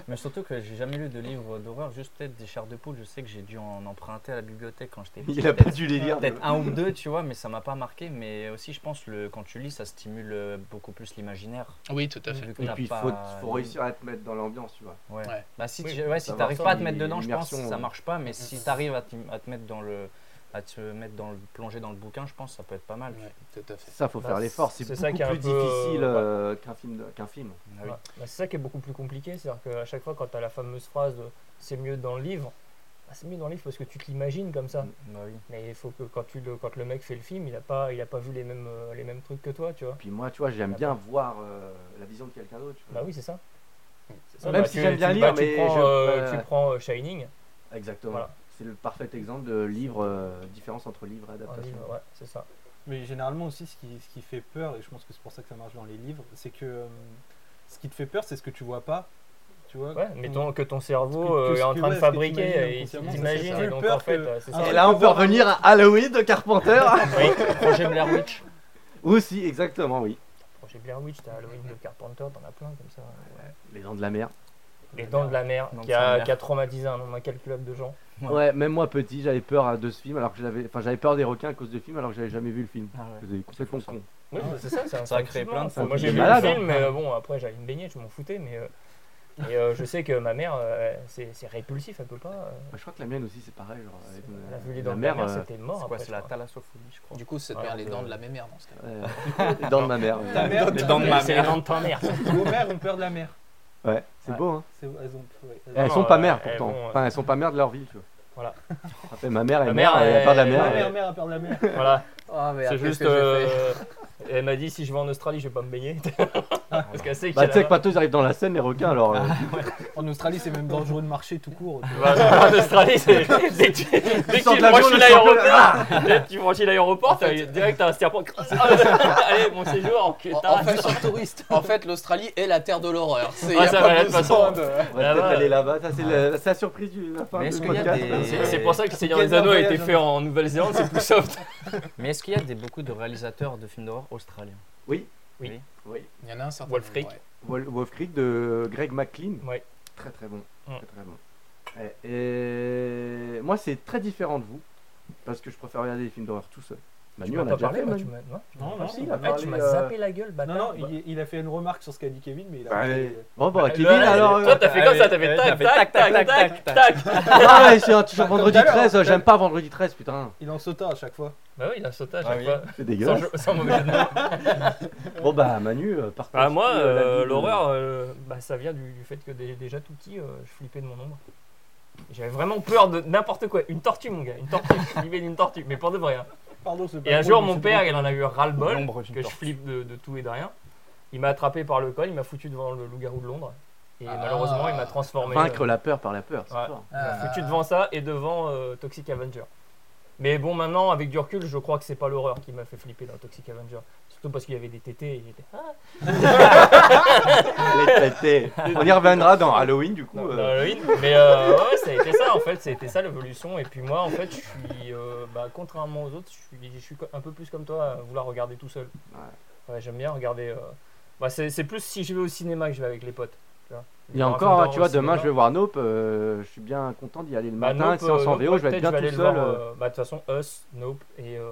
Speaker 1: Mais surtout que j'ai jamais lu de livre d'horreur, juste peut-être des chars de poule. Je sais que j'ai dû en emprunter à la bibliothèque quand j'étais petit.
Speaker 5: Il a pas dû les lire.
Speaker 1: Peut-être un ou deux, tu vois, mais ça m'a pas marqué. Mais aussi, je pense, le, quand tu lis, ça stimule euh, beaucoup plus l'imaginaire.
Speaker 7: Oui, tout à
Speaker 1: Vu que
Speaker 5: Et
Speaker 1: t'as
Speaker 5: puis, il
Speaker 1: pas-
Speaker 5: faut, faut réussir à te mettre dans l'ambiance, tu vois.
Speaker 1: Ouais.
Speaker 7: Ouais.
Speaker 1: Bah, si
Speaker 6: Oui,
Speaker 1: tu ouais, si
Speaker 5: savoir
Speaker 1: t'arrives
Speaker 5: ça,
Speaker 1: pas à te
Speaker 5: mais
Speaker 1: mettre dedans, je pense que
Speaker 5: l'immersion,
Speaker 1: ça
Speaker 5: ouais.
Speaker 1: marche pas. Mais si t'arrives à, t'im- à te mettre dans le à te mettre dans le plonger dans le bouquin, je pense que ça peut être pas mal.
Speaker 7: Ouais, tout à fait.
Speaker 5: Ça, faut
Speaker 6: Bah,
Speaker 5: faire l'effort. C'est
Speaker 6: c'est
Speaker 5: beaucoup
Speaker 6: ça qui est un
Speaker 5: plus
Speaker 6: peu, euh,
Speaker 5: difficile
Speaker 6: ouais.
Speaker 5: euh, qu'un film. de- qu'un film.
Speaker 1: Ah oui.
Speaker 6: Ouais. Bah, c'est ça qui est beaucoup plus compliqué, c'est-à-dire qu'à chaque fois quand tu as la fameuse phrase de c'est mieux dans le livre, bah, c'est mieux dans le livre parce que tu te l'imagines comme ça.
Speaker 5: Mm.
Speaker 1: Bah oui.
Speaker 6: Mais il faut que quand, tu le, quand le mec fait le film, il a pas, il a pas vu les mêmes, euh, les mêmes trucs que toi, tu vois.
Speaker 5: Puis moi, tu vois, j'aime bien voir euh, la vision de quelqu'un d'autre. tu vois.
Speaker 6: Ah Bah oui, c'est ça. C'est
Speaker 5: Même
Speaker 6: bah,
Speaker 5: si
Speaker 6: tu-
Speaker 5: j'aime bien
Speaker 6: tu, bah,
Speaker 5: lire,
Speaker 6: tu
Speaker 5: mais
Speaker 6: prends,
Speaker 5: je-
Speaker 6: euh,
Speaker 5: ouais.
Speaker 6: tu prends euh, Shining,
Speaker 5: Exactement.
Speaker 6: Voilà.
Speaker 5: C'est le parfait exemple de livre, euh, différence entre livre et
Speaker 6: un
Speaker 5: adaptation.
Speaker 6: livre, ouais, c'est ça.
Speaker 8: Mais généralement aussi, ce qui, ce qui fait peur, et je pense que c'est pour ça que ça marche dans les livres, c'est que euh, ce qui te fait peur, c'est ce que tu vois pas. Tu vois
Speaker 6: Ouais, mettons que ton cerveau
Speaker 8: que-
Speaker 6: euh,
Speaker 8: que-
Speaker 6: est en
Speaker 8: que-
Speaker 6: train de
Speaker 8: ouais, ce que t'imagines
Speaker 6: fabriquer et
Speaker 8: inconsciemment,
Speaker 7: c'est
Speaker 6: t'imagines,
Speaker 7: ça.
Speaker 6: et donc
Speaker 8: Plus
Speaker 6: en
Speaker 8: peur
Speaker 6: fait,
Speaker 8: que-
Speaker 6: euh, c'est
Speaker 8: Ah,
Speaker 6: ça.
Speaker 5: Et là, on peut revenir à Halloween de Carpenter.
Speaker 6: Oui,
Speaker 1: Projet Blair Witch.
Speaker 5: Aussi, exactement, oui.
Speaker 6: projet Blair Witch, t'as Halloween de Carpenter, t'en as plein comme ça.
Speaker 5: Les dents de la mer.
Speaker 6: Les Dents de la Mer,
Speaker 1: Non,
Speaker 6: qui
Speaker 1: c'est la
Speaker 6: a,
Speaker 1: mer.
Speaker 6: qui a traumatisé un nombre incalculable de gens.
Speaker 1: Ouais.
Speaker 5: Ouais, même moi petit, j'avais peur hein, de ce film, alors que j'avais, enfin, j'avais peur des requins à cause de ce film, alors que j'avais jamais vu le film.
Speaker 1: Ah ouais.
Speaker 5: C'était complètement con.
Speaker 6: Oui,
Speaker 8: Ah,
Speaker 6: bah, c'est ça, c'est un
Speaker 1: Ça a créé
Speaker 6: sentiment,
Speaker 1: plein de Ah,
Speaker 6: ça.
Speaker 1: phobies
Speaker 6: Moi j'ai
Speaker 5: de
Speaker 6: vu
Speaker 5: malades,
Speaker 6: le
Speaker 5: hein.
Speaker 6: film, mais euh, bon, après j'allais me baigner, je m'en foutais, mais. euh, et euh, je sais que ma mère, euh, c'est c'est répulsif, elle peut pas. euh,
Speaker 5: Bah, je crois que la mienne aussi, c'est pareil. Genre,
Speaker 6: c'est-
Speaker 5: avec,
Speaker 6: elle
Speaker 5: euh,
Speaker 6: a vu les
Speaker 5: la
Speaker 6: dents de
Speaker 5: mer,
Speaker 6: la mer,
Speaker 5: euh,
Speaker 6: c'était mort.
Speaker 1: C'est quoi,
Speaker 6: après,
Speaker 1: c'est
Speaker 6: je
Speaker 1: la
Speaker 6: crois.
Speaker 1: thalassophobie, je crois.
Speaker 7: Du coup, ça te
Speaker 6: Ouais,
Speaker 7: perd les
Speaker 6: de-
Speaker 7: dents de la même herbe dans ce cas.
Speaker 5: euh, les dents de ma mère.
Speaker 8: Ta mère,
Speaker 7: Les
Speaker 8: ta
Speaker 7: dents de ma
Speaker 6: C'est les
Speaker 7: mère.
Speaker 6: dents de ta mère.
Speaker 8: Vos mères ont peur de la mer.
Speaker 5: Ouais, c'est
Speaker 6: Ouais.
Speaker 5: beau, hein.
Speaker 8: C'est- Elles ont, ouais, elles ont-
Speaker 5: Elles
Speaker 6: non,
Speaker 5: sont pas
Speaker 6: euh,
Speaker 5: mères
Speaker 6: elles
Speaker 5: pourtant.
Speaker 6: vont, euh,
Speaker 5: Enfin, elles sont pas mères de leur ville, tu vois.
Speaker 6: Voilà.
Speaker 5: Après, ma mère est
Speaker 6: Ma
Speaker 5: mère,
Speaker 6: mère,
Speaker 5: elle a peur de la
Speaker 6: elle-
Speaker 5: mer.
Speaker 8: Ma
Speaker 5: elle-
Speaker 8: mère, mère Oh, a peur de la mer.
Speaker 6: Voilà,
Speaker 7: Ah, mais
Speaker 6: c'est
Speaker 7: après,
Speaker 6: juste.
Speaker 7: qu'est-ce que j'ai fait
Speaker 6: euh, Elle m'a dit si je vais en Australie, je vais pas me baigner. Parce qu'elle sait qu'il y
Speaker 5: Bah,
Speaker 6: a
Speaker 5: tu sais que
Speaker 6: là-bas.
Speaker 5: maintenant, ils arrivent dans la Seine, les requins, alors. euh,
Speaker 8: En Australie, c'est même dangereux de marcher tout court.
Speaker 6: Voilà, Bah, en Australie, c'est- dès que tu- dès
Speaker 5: sors
Speaker 6: que
Speaker 5: de
Speaker 6: tu
Speaker 5: l'avion, le
Speaker 6: franchis l'aéroport,
Speaker 5: championnat.
Speaker 6: dès que tu franchis l'aéroport, t'as- direct t'as un serpent. Allez, bon séjour, en
Speaker 7: En, en fait, en fait, l'Australie est la terre de l'horreur. C'est y
Speaker 6: Ah,
Speaker 7: a
Speaker 6: ça va,
Speaker 7: pas
Speaker 6: de toute
Speaker 7: besoin
Speaker 6: façon.
Speaker 7: de-
Speaker 5: On va
Speaker 6: Là-bas,
Speaker 5: peut-être aller
Speaker 6: euh,
Speaker 5: là-bas. Ça, c'est la, c'est la surprise du la fin
Speaker 1: Mais
Speaker 5: du
Speaker 1: est-ce qu'il y a
Speaker 5: podcast.
Speaker 1: des-
Speaker 6: C'est c'est pour ça que le Seigneur
Speaker 8: Quel
Speaker 6: des Anneaux a
Speaker 8: voyage,
Speaker 6: été
Speaker 8: hein.
Speaker 6: fait en Nouvelle-Zélande, c'est plus soft.
Speaker 1: Mais est-ce qu'il y a des, beaucoup de réalisateurs de films d'horreur australiens
Speaker 5: Oui.
Speaker 7: Il y en a un certain
Speaker 6: Wolf
Speaker 7: nombre,
Speaker 6: Creek.
Speaker 7: ouais.
Speaker 5: Wol- Wolf Creek de Greg McLean.
Speaker 6: Ouais.
Speaker 5: Très très bon.
Speaker 6: Mm.
Speaker 5: Très, très bon. Et, et moi, c'est très différent de vous parce que je préfère regarder des films d'horreur tout seul. Manu, on a déjà fait,
Speaker 6: moi,
Speaker 5: Manu.
Speaker 6: tu m'as- non, Ah, tu
Speaker 8: Non,
Speaker 6: m'as
Speaker 8: non,
Speaker 6: pas
Speaker 8: si,
Speaker 6: dit.
Speaker 8: il a
Speaker 6: Eh,
Speaker 5: parlé,
Speaker 6: tu m'as
Speaker 5: euh,
Speaker 6: zappé la gueule, bâtard.
Speaker 8: Non, non, il, il a fait une remarque sur ce qu'a dit Kevin, mais il a.
Speaker 5: Bah,
Speaker 8: fait-
Speaker 5: allez. Bon, bah,
Speaker 6: Bah,
Speaker 5: Kevin,
Speaker 6: là,
Speaker 5: alors.
Speaker 6: Toi,
Speaker 5: euh,
Speaker 6: t'as fait comme ça, t'as fait
Speaker 1: euh,
Speaker 6: tac,
Speaker 1: t'as fait
Speaker 6: tac,
Speaker 1: tac,
Speaker 6: tac,
Speaker 1: tac,
Speaker 6: tac, tac.
Speaker 5: Ah, ouais, c'est un- toujours
Speaker 8: Bah, comme
Speaker 5: vendredi
Speaker 8: tout à l'heure,
Speaker 5: 13.
Speaker 8: t'as-
Speaker 5: J'aime pas vendredi 13, putain.
Speaker 8: Il en sauta à chaque fois.
Speaker 6: Bah oui, il a sauté à
Speaker 1: Ah
Speaker 6: chaque
Speaker 1: oui.
Speaker 6: fois.
Speaker 5: C'est
Speaker 6: Sans
Speaker 5: dégueulasse.
Speaker 6: jeu- Sans mauvais jeu de mots.
Speaker 5: Bon, bah, Manu, euh, par
Speaker 6: Bah,
Speaker 5: contre,
Speaker 6: moi,
Speaker 5: euh, la
Speaker 6: euh,
Speaker 5: vie de-
Speaker 6: l'horreur, euh, bah, ça vient du, du fait que dé- déjà tout petit, euh, je flippais de mon ombre. J'avais vraiment peur de n'importe quoi. Une tortue, mon gars, une tortue. je flippais d'une tortue, mais pour de vrai. hein.
Speaker 8: Pardon, c'est
Speaker 6: Et
Speaker 8: pas
Speaker 6: un
Speaker 8: drôle,
Speaker 6: jour,
Speaker 8: mais
Speaker 6: mon
Speaker 8: c'est
Speaker 6: père,
Speaker 8: drôle.
Speaker 6: il en a eu ras-le-bol,
Speaker 1: L'ombre d'une
Speaker 6: que je
Speaker 1: tortue.
Speaker 6: flippe de, de tout et de rien. Il m'a attrapé par le col, il m'a foutu devant le loup-garou de Londres. Et
Speaker 7: Ah.
Speaker 6: malheureusement, il m'a transformé. euh,
Speaker 5: Vaincre la peur par la peur. c'est
Speaker 6: Ouais.
Speaker 5: fort.
Speaker 7: Ah.
Speaker 6: foutu devant ça et devant euh, Toxic Avenger. Mais bon, maintenant, avec du recul, je crois que c'est pas l'horreur qui m'a fait flipper dans Toxic Avenger. Surtout parce qu'il y avait des tétés et j'étais. Ah
Speaker 5: Les tétés. On y reviendra dans Halloween, du coup.
Speaker 6: dans
Speaker 5: euh,
Speaker 6: Halloween. Mais euh, ouais, ça a été ça en fait, ça a été ça l'évolution. Et puis moi, en fait, je suis, euh, bah, contrairement aux autres, je suis, je suis co- un peu plus comme toi à vouloir regarder tout seul. Ouais, j'aime bien regarder. euh, bah, c'est c'est plus si je vais au cinéma que je vais avec les potes. tu vois.
Speaker 5: Il y a
Speaker 6: Voir un film
Speaker 5: encore,
Speaker 6: d'horreur
Speaker 5: tu vois,
Speaker 6: au cinéma.
Speaker 5: demain je vais voir Nope, euh, je suis bien content d'y aller le
Speaker 6: Bah,
Speaker 5: matin,
Speaker 6: Nope,
Speaker 5: c'est en
Speaker 6: euh,
Speaker 5: sans
Speaker 6: Nope,
Speaker 5: VO, je vais
Speaker 6: peut-être
Speaker 5: être bien
Speaker 6: aller
Speaker 5: tout
Speaker 6: le
Speaker 5: seul.
Speaker 6: voir,
Speaker 5: euh.
Speaker 6: euh, Bah, de toute façon, Us, Nope et euh,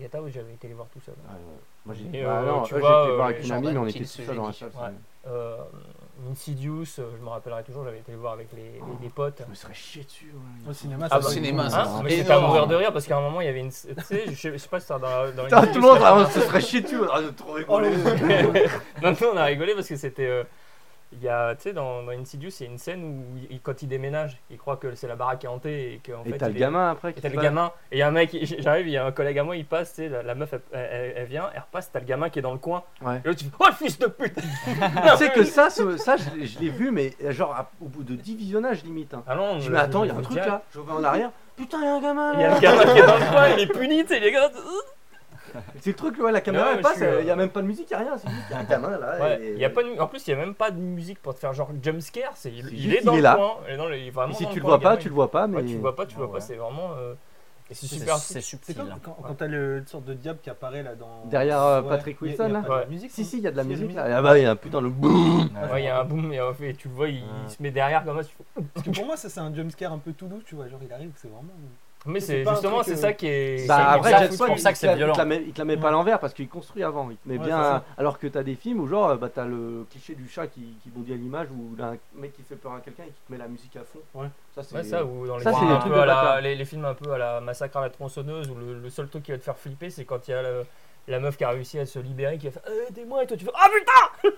Speaker 6: Yata, oui, j'avais été les voir tout seul.
Speaker 5: Ah, euh, Moi j'ai
Speaker 6: Et,
Speaker 5: bah,
Speaker 6: euh,
Speaker 5: non,
Speaker 6: tu
Speaker 5: eux,
Speaker 6: vois,
Speaker 5: j'étais voir
Speaker 6: euh,
Speaker 5: avec une
Speaker 7: Jordan
Speaker 5: amie, mais on
Speaker 7: Peele,
Speaker 5: était tout
Speaker 7: ce
Speaker 5: seul dans la
Speaker 7: génie.
Speaker 5: salle.
Speaker 6: Ouais. Euh, Insidious, euh, je me rappellerai toujours, j'avais été le voir avec les, les- les potes.
Speaker 5: Je me serais chié dessus.
Speaker 8: Au cinéma,
Speaker 6: Ah
Speaker 8: ça
Speaker 6: bah,
Speaker 8: se-
Speaker 7: cinéma, ça,
Speaker 6: Hein
Speaker 7: c'est
Speaker 6: Mais c'était à
Speaker 7: énorme.
Speaker 6: mourir de rire parce qu'à un moment il y avait une. Tu sais, je sais je sais pas si ça dans, dans
Speaker 5: Putain,
Speaker 6: une-
Speaker 5: tout le monde vraiment, se serait chié dessus. Ah, de trop
Speaker 8: Oh,
Speaker 5: rigoler.
Speaker 8: le-
Speaker 6: non, non, on a rigolé parce que c'était. euh, Il y a, tu sais, dans, dans Insidious, il y a une scène où il- il- quand il déménage, il croit que c'est la baraque qui est hantée et qu'en fait.
Speaker 5: Et t'as
Speaker 6: il
Speaker 5: le
Speaker 6: est-
Speaker 5: gamin après
Speaker 6: Et
Speaker 5: qui
Speaker 6: t'as le
Speaker 5: passe.
Speaker 6: gamin, et y a un mec, il- j'arrive, il y a un collègue à moi, il passe, tu sais, la, la meuf elle, elle- elle vient, elle repasse, t'as le gamin qui est dans le coin.
Speaker 5: Ouais.
Speaker 6: Et l'autre tu fais Oh fils de pute
Speaker 5: Tu sais que ça, ce- ça je l'ai- je l'ai vu, mais euh, genre à- au bout de 10 visionnages limite. hein.
Speaker 6: Ah non,
Speaker 5: Je
Speaker 6: on
Speaker 5: me
Speaker 6: l'a-
Speaker 5: attends, il y a
Speaker 6: on
Speaker 5: un
Speaker 6: le
Speaker 5: truc
Speaker 6: dirait.
Speaker 5: là. Je vais en arrière. Putain, il y a un gamin
Speaker 6: Il y a
Speaker 5: là.
Speaker 6: le gamin qui est dans le coin, il est puni, tu sais, les gars.
Speaker 5: C'est le truc, ouais, la caméra
Speaker 6: Non,
Speaker 5: elle
Speaker 6: je
Speaker 5: passe,
Speaker 6: suis,
Speaker 5: euh,
Speaker 6: euh,
Speaker 5: il y a même pas de musique, il y a rien. C'est juste qu'il y a un gamin là.
Speaker 6: Ouais,
Speaker 5: et-
Speaker 6: il y a pas de mu- en plus, il n'y a même pas de musique pour te faire genre jumpscare. c'est- Il,
Speaker 5: C'est
Speaker 6: il
Speaker 5: juste,
Speaker 6: est dans
Speaker 5: il est
Speaker 6: le
Speaker 5: là.
Speaker 6: coin. il est dans le- il est vraiment
Speaker 5: Et si
Speaker 6: dans
Speaker 5: tu le
Speaker 6: coin,
Speaker 5: vois pas,
Speaker 6: gamin,
Speaker 5: tu
Speaker 6: il-
Speaker 5: le vois pas, mais.
Speaker 6: Ouais, tu le vois pas, tu le vois
Speaker 1: Ah
Speaker 6: pas,
Speaker 1: ouais.
Speaker 6: c'est vraiment. euh, et c'est
Speaker 1: C'est-
Speaker 6: super.
Speaker 1: C'est
Speaker 8: C'est
Speaker 1: subtil.
Speaker 7: hein.
Speaker 8: comme quand, quand t'as le- une sorte de diable qui apparaît là dans.
Speaker 5: Derrière, euh, Patrick
Speaker 8: Y a- y a
Speaker 5: Wilson, là
Speaker 8: pas de
Speaker 6: Ouais.
Speaker 8: musique,
Speaker 5: Si,
Speaker 8: non
Speaker 5: si, il y a de la
Speaker 8: Si,
Speaker 5: musique là. Ah bah, il y a un putain le boum.
Speaker 6: Ouais, il y a un boom, et, en fait, tu le vois, il, il se met derrière comme ça. tu fais-
Speaker 8: Parce que pour moi, ça c'est un jumpscare un peu tout doux, tu vois. Genre, il arrive, c'est vraiment.
Speaker 6: Mais
Speaker 8: C'est
Speaker 6: c'est
Speaker 8: pas un
Speaker 6: justement,
Speaker 8: truc,
Speaker 6: c'est
Speaker 8: euh,
Speaker 6: ça qui est.
Speaker 5: Bah
Speaker 1: c'est
Speaker 5: après,
Speaker 1: bien
Speaker 5: James
Speaker 1: foutu,
Speaker 5: Bond,
Speaker 1: c'est pour ça que
Speaker 5: il
Speaker 1: c'est
Speaker 5: te la-
Speaker 1: violent.
Speaker 5: Il te la met, il te la met pas à l'envers parce qu'il construit avant. Il te met
Speaker 8: Ouais, c'est
Speaker 5: bien.
Speaker 8: ça.
Speaker 5: Alors que t'as des films où, genre, bah, t'as le cliché du chat qui, qui bondit à l'image ou d'un mec qui fait peur à quelqu'un et qui te met la musique à fond.
Speaker 8: Ouais.
Speaker 5: Ça, c'est.
Speaker 6: Ouais, ça, ou dans les,
Speaker 5: Ça,
Speaker 6: films,
Speaker 5: c'est des
Speaker 6: un
Speaker 5: trucs
Speaker 6: peu
Speaker 5: de
Speaker 6: à la-
Speaker 5: bâtard.
Speaker 6: les, les films un peu à la massacre à la tronçonneuse, où le, le seul truc qui va te faire flipper, c'est quand il y a le- la meuf qui a réussi à se libérer, qui va faire Eh, Aidez-moi, et toi tu fais Ah putain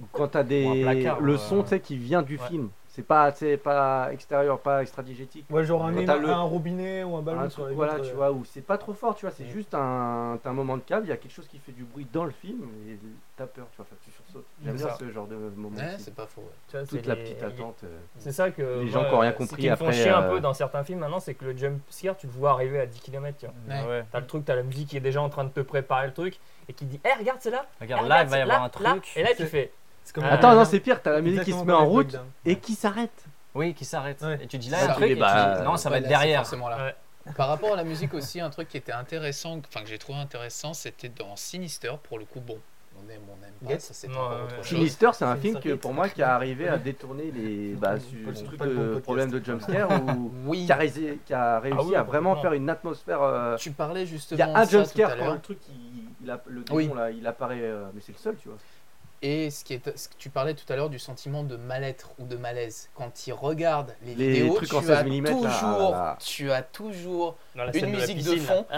Speaker 5: Ou quand t'as
Speaker 1: Ou un
Speaker 5: des.
Speaker 1: placard,
Speaker 5: le
Speaker 1: euh,
Speaker 5: son, tu sais, qui vient du
Speaker 6: ouais.
Speaker 5: film. C'est pas, c'est pas extérieur, pas extradigétique.
Speaker 8: Ouais, genre un,
Speaker 5: Quand t'as
Speaker 8: éma-
Speaker 5: le-
Speaker 8: un robinet ou un ballon
Speaker 5: Un
Speaker 8: sur
Speaker 5: truc,
Speaker 8: la
Speaker 5: voilà,
Speaker 8: vitre,
Speaker 5: tu
Speaker 8: euh,
Speaker 5: vois, où c'est pas trop fort, tu vois, c'est
Speaker 6: Mm.
Speaker 5: juste un, t'as un moment de calme, il y a quelque chose qui fait du bruit dans le film et t'as peur, tu vois, enfin, tu sursautes. J'aime
Speaker 6: C'est
Speaker 5: bien
Speaker 6: ça.
Speaker 5: ce genre de moment.
Speaker 7: Ouais,
Speaker 5: aussi.
Speaker 7: c'est pas faux. ouais.
Speaker 6: Tu vois, c'est
Speaker 5: Toute la
Speaker 6: les-
Speaker 5: petite attente. euh.
Speaker 6: C'est ça que.
Speaker 5: Les
Speaker 6: moi,
Speaker 5: gens qui ont rien
Speaker 6: euh, c'est
Speaker 5: compris
Speaker 6: qu'ils me font
Speaker 5: après,
Speaker 6: chier un
Speaker 5: euh,
Speaker 6: peu dans certains films maintenant, c'est que le jump scare, tu le vois arriver à 10 km. Tu vois.
Speaker 7: Ouais.
Speaker 1: Ouais.
Speaker 6: T'as le truc, t'as la musique qui est déjà en train de te préparer le truc, et qui dit Eh, regarde, c'est là
Speaker 1: Regarde,
Speaker 6: eh,
Speaker 1: là, il
Speaker 6: regarde,
Speaker 1: va y
Speaker 6: c'est
Speaker 1: avoir un
Speaker 6: là,
Speaker 1: truc.
Speaker 6: là. Et là, tu fais
Speaker 8: C'est comme
Speaker 6: Ah,
Speaker 8: un-
Speaker 5: Attends, non, c'est pire, t'as la musique qui
Speaker 8: exactement
Speaker 5: se met
Speaker 8: comme
Speaker 5: en
Speaker 8: le
Speaker 5: route
Speaker 8: breakdown.
Speaker 5: et qui s'arrête.
Speaker 1: Oui, qui s'arrête.
Speaker 8: Ouais.
Speaker 1: Et tu dis là, il y a
Speaker 7: Ça,
Speaker 1: un truc,
Speaker 5: et
Speaker 1: et tu
Speaker 5: bah,
Speaker 1: dis non, ça va
Speaker 7: Ouais,
Speaker 1: être
Speaker 7: là, c'est
Speaker 1: derrière.
Speaker 7: forcément là. Par rapport à la musique aussi, un truc qui était intéressant, enfin que j'ai trouvé intéressant, c'était dans Sinister, pour le coup, bon, on aime, on aime pas,
Speaker 8: Get.
Speaker 7: ça c'est
Speaker 6: Ouais,
Speaker 7: encore
Speaker 6: ouais,
Speaker 7: autre
Speaker 6: ouais.
Speaker 7: chose.
Speaker 5: Sinister, c'est un
Speaker 8: C'est
Speaker 5: film
Speaker 8: une
Speaker 5: que
Speaker 8: sorte
Speaker 5: pour
Speaker 8: de-
Speaker 5: moi qui a arrivé à détourner les
Speaker 8: C'est
Speaker 5: bah,
Speaker 8: pas
Speaker 5: su-
Speaker 8: le bon
Speaker 5: truc
Speaker 8: podcast.
Speaker 5: de problème de jumpscare ou
Speaker 7: Oui,
Speaker 5: qui a, rési- qui a réussi
Speaker 6: oui,
Speaker 5: à vraiment
Speaker 6: complètement.
Speaker 5: faire une atmosphère. euh,
Speaker 7: tu parlais
Speaker 5: Il y
Speaker 7: justement
Speaker 5: a un
Speaker 7: de ça tout à
Speaker 5: jumpscare quand
Speaker 7: l'heure.
Speaker 5: le truc il, il a, le démon
Speaker 7: Oui.
Speaker 5: là, il apparaît, euh, mais c'est le seul, tu vois.
Speaker 7: Et ce qui est, ce que tu parlais tout à l'heure du sentiment de mal-être ou de malaise. Quand ils regardent les,
Speaker 5: Les
Speaker 7: vidéos,
Speaker 5: trucs
Speaker 7: tu,
Speaker 5: en
Speaker 7: as
Speaker 5: 16 mm, là,
Speaker 7: toujours,
Speaker 5: ah là là.
Speaker 7: tu as toujours
Speaker 6: Dans la
Speaker 7: une
Speaker 6: scène de la
Speaker 7: musique de,
Speaker 6: piscine,
Speaker 7: fond. Euh,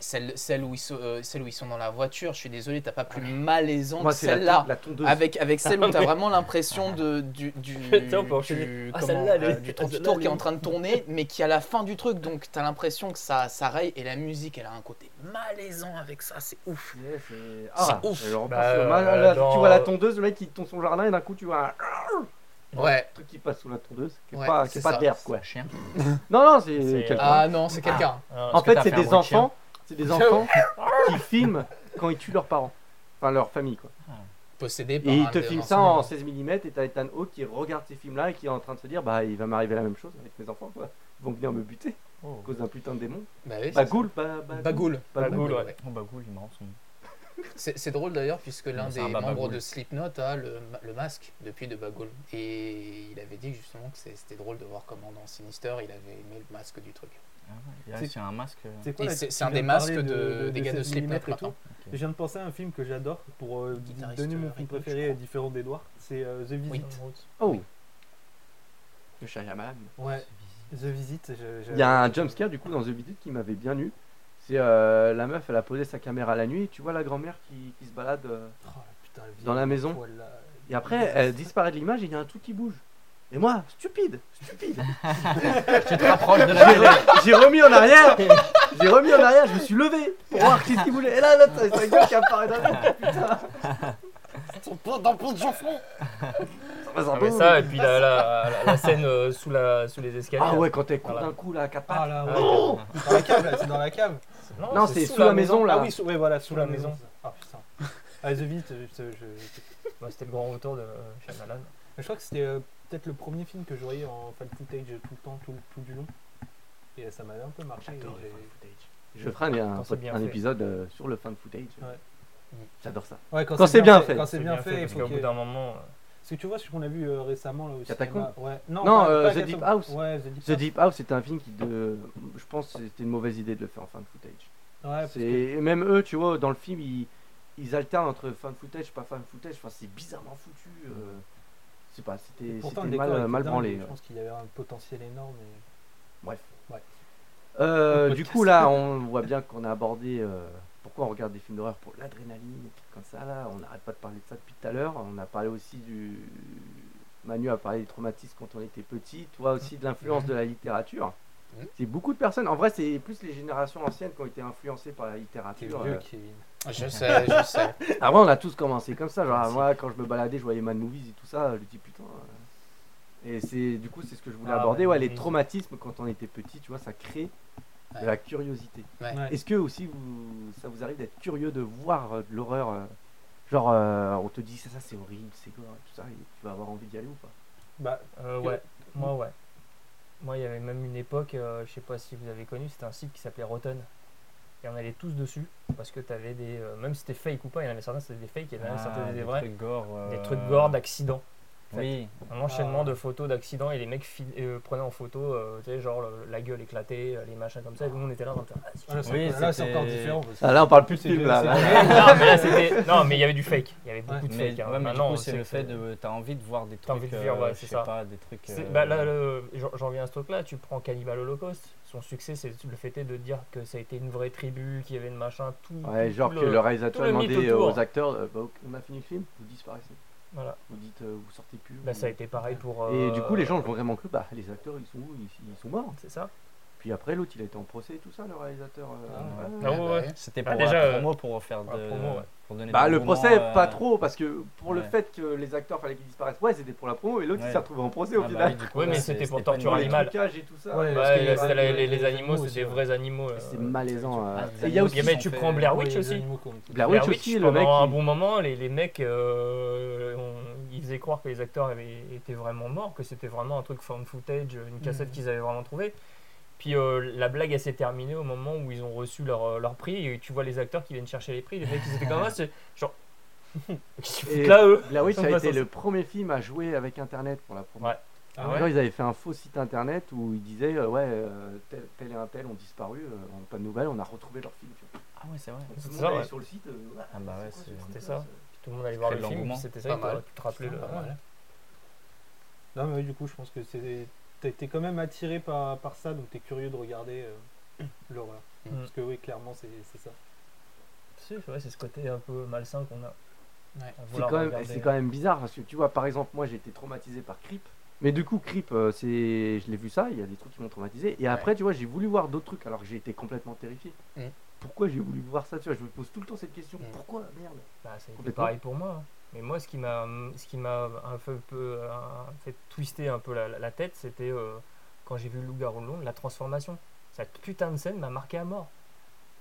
Speaker 7: Celle, celle, où ils sont, euh, celle où ils sont dans la voiture, je suis désolé, t'as pas plus malaisant que
Speaker 5: c'est
Speaker 7: celle-là. ah,
Speaker 5: la, la tondeuse.
Speaker 7: Avec, avec celle où t'as vraiment l'impression de, du, du,
Speaker 6: Putain, on peut enchaîner.
Speaker 7: du-
Speaker 6: Ah,
Speaker 7: comment,
Speaker 6: celle-là, elle est-
Speaker 7: euh, du tour du
Speaker 6: celle-là,
Speaker 7: tour
Speaker 6: elle
Speaker 7: qui est
Speaker 6: est
Speaker 7: en train de tourner, mais qui a la fin du truc. Donc t'as l'impression que ça, ça raye et la musique, elle a un côté malaisant avec ça. C'est ouf.
Speaker 5: Ouais, c'est- ah,
Speaker 7: C'est ouf.
Speaker 5: alors,
Speaker 6: Bah,
Speaker 5: parce que,
Speaker 6: euh,
Speaker 5: mal- là, Tu
Speaker 6: dans-
Speaker 5: vois la tondeuse, le mec il tombe son jardin et d'un coup tu vois un
Speaker 7: Ouais.
Speaker 5: truc qui passe sous la tondeuse. C'est
Speaker 7: Ouais,
Speaker 5: pas,
Speaker 7: c'est
Speaker 5: c'est pas
Speaker 7: ça.
Speaker 5: d'herbe quoi.
Speaker 1: Chien.
Speaker 5: Non, non, c'est
Speaker 6: C'est-
Speaker 5: quelqu'un.
Speaker 7: Ah non, c'est quelqu'un.
Speaker 6: Ah,
Speaker 5: En
Speaker 1: Parce que
Speaker 5: fait,
Speaker 1: t'as
Speaker 5: c'est
Speaker 1: fait un Ah
Speaker 5: des
Speaker 1: bruit de chien.
Speaker 5: enfants, c'est des enfants qui filment quand ils tuent leurs parents, enfin leur famille quoi.
Speaker 7: Possédé par
Speaker 5: Et ils
Speaker 7: un
Speaker 5: te
Speaker 7: Ah, des-
Speaker 5: filment
Speaker 7: un
Speaker 5: ça en
Speaker 7: cinéma.
Speaker 5: 16 mm et t'as Ethan Hawke qui regarde ces films-là et qui est en train de se dire bah il va m'arriver la même chose avec mes enfants quoi. Ils vont venir me buter
Speaker 6: Oh.
Speaker 5: à cause d'un putain de démon.
Speaker 7: Bah oui, c'est
Speaker 5: Bagoul, ba-
Speaker 7: ça.
Speaker 5: ba-
Speaker 1: Bah,
Speaker 7: Bagoul.
Speaker 5: Bagoul.
Speaker 6: Bagoul, ouais.
Speaker 1: Oh, bah, cool, il me rend son-
Speaker 7: C'est c'est drôle d'ailleurs, puisque l'un
Speaker 1: c'est
Speaker 7: des
Speaker 1: un baba
Speaker 7: membres
Speaker 1: Bagoul.
Speaker 7: de Slipknot a le, ma- le masque depuis de Bagoul. Et il avait dit justement que c'est- c'était drôle de voir comment dans Sinister il avait aimé le masque du truc.
Speaker 1: Ah ouais, là,
Speaker 8: C'est-
Speaker 1: c'est un masque. euh,
Speaker 8: C'est quoi,
Speaker 7: Et
Speaker 8: là,
Speaker 7: c'est-
Speaker 8: tu
Speaker 7: c'est un
Speaker 8: viens
Speaker 7: des
Speaker 8: de parler
Speaker 7: masques de- des gars de
Speaker 8: 16 mm
Speaker 7: Slipknot
Speaker 8: et tout.
Speaker 7: maintenant.
Speaker 8: Je viens de penser à un film que j'adore pour euh,
Speaker 7: Guitariste
Speaker 8: donner mon film
Speaker 7: rythmique, je
Speaker 8: préféré
Speaker 7: crois.
Speaker 8: différent d'Edouard, c'est euh, The Visit.
Speaker 7: Oui.
Speaker 5: Oh,
Speaker 1: Le Shyamalan.
Speaker 8: Ouais, The Visit. je- je-
Speaker 5: il y a un jumpscare du coup dans The Visit qui m'avait bien eu. C'est euh, la meuf, elle a posé sa caméra la nuit et tu vois la grand-mère qui, qui se balade euh,
Speaker 8: Oh, putain,
Speaker 7: Ah,
Speaker 8: le vieil
Speaker 5: dans la maison.
Speaker 8: poil, là.
Speaker 5: Et après, elle disparaît de l'image et il y a un tout qui bouge. Et moi, stupide, stupide,
Speaker 1: Tu te rapproches de
Speaker 5: j'ai
Speaker 1: la
Speaker 5: re- j'ai remis en arrière, j'ai remis en arrière, je me suis levé pour voir qu'est-ce qu'il voulait. Et là, l'autre, c'est un gars qui apparaît dans la putain. Ça passe un
Speaker 6: Ah,
Speaker 5: peu.
Speaker 6: mais ça, et puis la, la, la- la scène euh, sous, la, sous les escaliers.
Speaker 5: Ah ouais, quand elle court
Speaker 6: Voilà.
Speaker 5: d'un coup là à quatre
Speaker 8: Ah
Speaker 5: pattes.
Speaker 8: là, ouais.
Speaker 5: Oh
Speaker 8: Dans la cave, là, c'est dans la cave.
Speaker 5: non, c'est sous la maison là.
Speaker 8: Ah oui, sous- ouais, voilà, sous
Speaker 6: Sous
Speaker 8: la
Speaker 6: la
Speaker 8: maison.
Speaker 6: maison.
Speaker 8: Ah putain. Ah, The Visit, je- je- je-
Speaker 6: Bah, C'était le grand retour de euh, Shyamalan.
Speaker 8: Je crois que c'était euh, peut-être le premier film que je voyais en fan footage tout le temps, tout, tout du long. Et euh, ça m'avait un peu marqué. et
Speaker 5: J'adore le
Speaker 8: j'ai-
Speaker 5: fan footage. Je ferai un,
Speaker 6: Quand c'est bien
Speaker 5: un
Speaker 6: fait.
Speaker 5: épisode euh, sur le fan footage.
Speaker 8: Ouais.
Speaker 5: J'adore ça.
Speaker 8: Ouais, quand,
Speaker 5: c'est bien fait.
Speaker 8: Quand c'est bien fait, il
Speaker 6: parce
Speaker 8: faut
Speaker 6: qu'au
Speaker 8: que...
Speaker 6: bout d'un moment. euh,
Speaker 8: Parce que tu vois ce qu'on a vu euh, récemment là au
Speaker 5: Catacombe
Speaker 8: cinéma. Ouais. Non,
Speaker 5: Non,
Speaker 8: pas-
Speaker 5: euh,
Speaker 8: pas
Speaker 5: The
Speaker 8: Catacombe.
Speaker 5: Deep House.
Speaker 8: Ouais, The Deep
Speaker 5: The
Speaker 8: House.
Speaker 5: Deep House, c'était un film qui, de... je pense, que c'était une mauvaise idée de le faire en fin de footage.
Speaker 8: Ouais, parce
Speaker 5: C'est-
Speaker 8: que-
Speaker 5: Et Même eux, tu vois, dans le film, ils, ils alternent entre fan footage, pas fan footage. Enfin, c'est bizarrement foutu. euh, Je sais pas, c'était
Speaker 8: Pourtant, le
Speaker 5: c'était
Speaker 8: décor
Speaker 5: mal,
Speaker 8: était
Speaker 5: mal
Speaker 8: dingue,
Speaker 5: branlé.
Speaker 8: Je
Speaker 5: ouais.
Speaker 8: pense qu'il y avait un potentiel énorme. et-
Speaker 5: Bref.
Speaker 8: Ouais.
Speaker 5: Euh,
Speaker 8: Le
Speaker 5: du
Speaker 8: podcast.
Speaker 5: coup, là, on voit bien qu'on a abordé euh, pourquoi on regarde des films d'horreur pour l'adrénaline, des trucs comme ça. Là, on n'arrête pas de parler de ça depuis tout à l'heure. On a parlé aussi du. Manu a parlé des traumatismes quand on était petit. Toi aussi de l'influence de la littérature.
Speaker 7: Mhm.
Speaker 5: C'est beaucoup de personnes. En vrai, c'est plus les générations anciennes qui ont été influencées par la
Speaker 8: T'es
Speaker 5: littérature.
Speaker 8: vieux,
Speaker 5: Euh,
Speaker 8: Kevin.
Speaker 7: Je sais, je sais.
Speaker 5: Avant, on a tous commencé comme ça. Genre,
Speaker 7: Merci.
Speaker 5: moi, quand je me baladais, je voyais Mad Movies et tout ça. Je me dis putain. euh. Et c'est du coup, c'est ce que je voulais
Speaker 6: Ah,
Speaker 5: aborder.
Speaker 6: Mad
Speaker 5: Ouais, les
Speaker 6: Movies.
Speaker 5: traumatismes quand on était petit, tu vois, ça crée
Speaker 7: Ouais.
Speaker 5: de la curiosité.
Speaker 7: Ouais.
Speaker 8: Ouais.
Speaker 5: Est-ce que aussi vous, ça vous arrive d'être curieux de voir euh, de l'horreur euh, Genre, euh, on te dit ça, ça c'est horrible, c'est gore, et tout ça, et tu vas avoir envie d'y aller ou pas
Speaker 8: Bah,
Speaker 6: Euh, ouais, moi ouais. Moi il y avait même une époque, euh, je sais pas si vous avez connu, c'était un site qui s'appelait Rotten. Et on allait tous dessus parce que t'avais des. euh, même si c'était fake ou pas, il y en avait certains c'était des fakes, il y en avait certains c'était des vrais.
Speaker 1: Ah, trucs gore.
Speaker 6: Des
Speaker 1: euh,
Speaker 6: trucs gore d'accidents.
Speaker 1: Oui.
Speaker 6: Un enchaînement
Speaker 8: Ah.
Speaker 6: de photos d'accidents et les mecs fi- euh, prenaient en photo, euh, tu sais, genre le- la gueule éclatée, euh, les machins comme ça, et nous on était là en train de faire, Ah, c'est
Speaker 8: là, c'est
Speaker 1: Oui,
Speaker 8: encore- là, c'est encore
Speaker 1: c'était-
Speaker 8: différent. parce que-
Speaker 6: Ah,
Speaker 5: Ah, Là, on parle plus
Speaker 8: de film, là, là.
Speaker 6: non, Ah, mais là, c'était- non, mais il y avait du fake. Il y avait beaucoup
Speaker 8: Ouais.
Speaker 6: de
Speaker 1: Mais,
Speaker 6: fake. hein.
Speaker 1: Ah, ouais, mais du
Speaker 6: Maintenant,
Speaker 1: coup,
Speaker 6: on
Speaker 1: c'est
Speaker 6: sait
Speaker 1: le
Speaker 6: que
Speaker 1: fait de. T'as envie de voir des trucs.
Speaker 6: T'as envie de voir,
Speaker 1: euh, je
Speaker 6: ouais, c'est
Speaker 1: sais
Speaker 6: ça.
Speaker 1: pas, des trucs.
Speaker 6: c'est-
Speaker 1: euh,
Speaker 6: bah, là, le- j'en j'en viens à ce truc-là. Tu prends Cannibal Holocaust. Son succès, c'est le fait de dire que ça a été une vraie tribu, qu'il y avait une machin, tout.
Speaker 5: Ouais,
Speaker 6: tout
Speaker 5: genre
Speaker 6: le-
Speaker 5: que le réalisateur
Speaker 6: tout le mythe
Speaker 5: demandait euh,
Speaker 6: autour.
Speaker 5: aux acteurs euh, bah, On a fini le film, vous disparaissez,
Speaker 6: Voilà.
Speaker 5: vous dites euh, vous sortez plus.
Speaker 6: Bah,
Speaker 5: vous-
Speaker 6: ça a été pareil pour.
Speaker 5: Et du coup, les
Speaker 6: euh,
Speaker 5: gens ont vraiment cru Bah, les acteurs ils sont où ils, ils sont morts.
Speaker 6: C'est ça
Speaker 5: Puis après, l'autre il a été en procès et tout ça, le réalisateur. euh,
Speaker 1: Ah, ouais.
Speaker 5: ouais.
Speaker 6: Ah ouais, ouais.
Speaker 1: C'était
Speaker 6: Bah,
Speaker 1: pour
Speaker 6: déjà,
Speaker 1: la
Speaker 6: euh,
Speaker 1: promo pour faire
Speaker 6: la
Speaker 1: de.
Speaker 6: promo, ouais.
Speaker 1: pour donner
Speaker 5: Bah,
Speaker 1: des
Speaker 5: le
Speaker 1: moments,
Speaker 5: procès,
Speaker 1: euh,
Speaker 5: pas trop, parce que pour le
Speaker 1: ouais.
Speaker 5: fait que les acteurs fallait qu'ils disparaissent, ouais, c'était pour la promo, et l'autre
Speaker 1: Ouais.
Speaker 5: il s'est retrouvé en procès
Speaker 1: ah,
Speaker 5: au
Speaker 1: bah
Speaker 5: final.
Speaker 1: oui, du coup,
Speaker 6: Ouais,
Speaker 1: là,
Speaker 6: mais
Speaker 1: c'est-
Speaker 6: c'était pour
Speaker 1: pas une
Speaker 6: torture
Speaker 5: Pour
Speaker 1: bonne
Speaker 5: les
Speaker 6: animale.
Speaker 5: trucages et tout
Speaker 8: Ouais,
Speaker 5: ça.
Speaker 6: Ouais,
Speaker 8: parce qu'il y a
Speaker 6: c'était
Speaker 8: pas
Speaker 6: les,
Speaker 8: de-
Speaker 6: les-
Speaker 8: des
Speaker 6: les animaux, c'est
Speaker 8: aussi,
Speaker 6: des
Speaker 8: ouais.
Speaker 6: vrais animaux. euh,
Speaker 5: C'est malaisant. euh.
Speaker 1: Ah,
Speaker 5: Et il y a
Speaker 1: les
Speaker 5: aussi
Speaker 6: Et mais tu prends Blair
Speaker 8: Ouais, il
Speaker 6: Witch
Speaker 8: y a des
Speaker 6: aussi.
Speaker 8: animaux qui ont été-
Speaker 5: Blair
Speaker 6: Blair
Speaker 5: Witch
Speaker 6: Witch,
Speaker 5: aussi, le
Speaker 6: pendant
Speaker 5: mec.
Speaker 6: un
Speaker 5: il-
Speaker 6: bon moment, les, les mecs, euh, on- ils faisaient croire que les acteurs avaient, étaient vraiment morts, que c'était vraiment un truc found footage, une
Speaker 5: Mm.
Speaker 6: cassette qu'ils avaient vraiment trouvée. Puis euh, la blague, elle s'est terminée au moment où ils ont reçu leur, euh, leur prix, et tu vois les acteurs qui viennent chercher les prix, les mecs, ils étaient comme ça, c'est genre... Qu'est-ce qu'ils
Speaker 5: Et-
Speaker 6: foutent là, eux
Speaker 5: Blair Witch, ça
Speaker 6: Ouais,
Speaker 5: a été
Speaker 6: ça,
Speaker 5: le premier film à jouer avec Internet pour la promo.
Speaker 6: Ouais.
Speaker 8: Ah
Speaker 5: Genre, ils avaient fait un faux site internet où ils disaient euh, ouais euh, tel, tel et un tel ont disparu, euh, on n'a pas de nouvelles, on a retrouvé leur film. Tu vois.
Speaker 1: Ah ouais, c'est vrai.
Speaker 5: Donc, tout le
Speaker 6: C'est
Speaker 5: monde
Speaker 6: ça,
Speaker 5: allait
Speaker 6: ouais.
Speaker 5: sur le site. euh, Ouais,
Speaker 1: Ah bah ouais,
Speaker 5: c'est quoi
Speaker 1: c'est-
Speaker 5: ce
Speaker 6: c'était
Speaker 5: truc-là,
Speaker 6: ça. Tout le monde allait voir
Speaker 1: Crée
Speaker 6: le
Speaker 1: de
Speaker 6: film,
Speaker 1: l'engouement.
Speaker 6: c'était ça,
Speaker 7: Pas
Speaker 6: et
Speaker 7: mal.
Speaker 6: tu te rappelais le...
Speaker 7: Pas mal.
Speaker 8: Non, mais ouais, du coup, je pense que c'est. T'es t'es quand même attiré par, par ça, donc t'es curieux de regarder euh, l'horreur.
Speaker 6: Mm.
Speaker 8: Parce que, oui, clairement, c'est c'est ça.
Speaker 6: Si, ouais, c'est ce côté un peu malsain qu'on a.
Speaker 7: Ouais.
Speaker 6: à
Speaker 5: C'est
Speaker 6: vouloir
Speaker 5: quand, même,
Speaker 6: regarder.
Speaker 5: c'est quand même bizarre parce que tu vois, par exemple, moi j'ai été traumatisé par Creep. Mais du coup, Creep, euh, c'est... je l'ai vu ça, il y a des trucs qui m'ont traumatisé. Et après, tu vois, j'ai voulu voir d'autres trucs alors que j'ai été complètement terrifié.
Speaker 7: Mm.
Speaker 5: Pourquoi j'ai voulu voir ça Tu vois, je me pose tout le temps cette question.
Speaker 7: Mm.
Speaker 5: Pourquoi Merde.
Speaker 6: Bah, ça a été
Speaker 5: Complètement.
Speaker 6: pareil pour moi. hein. Mais moi, ce qui m'a, ce qui m'a un peu, peu, un- fait twister un peu la, la- la tête, c'était euh, quand j'ai vu Lou Garou la transformation. Cette putain de scène m'a marqué à mort.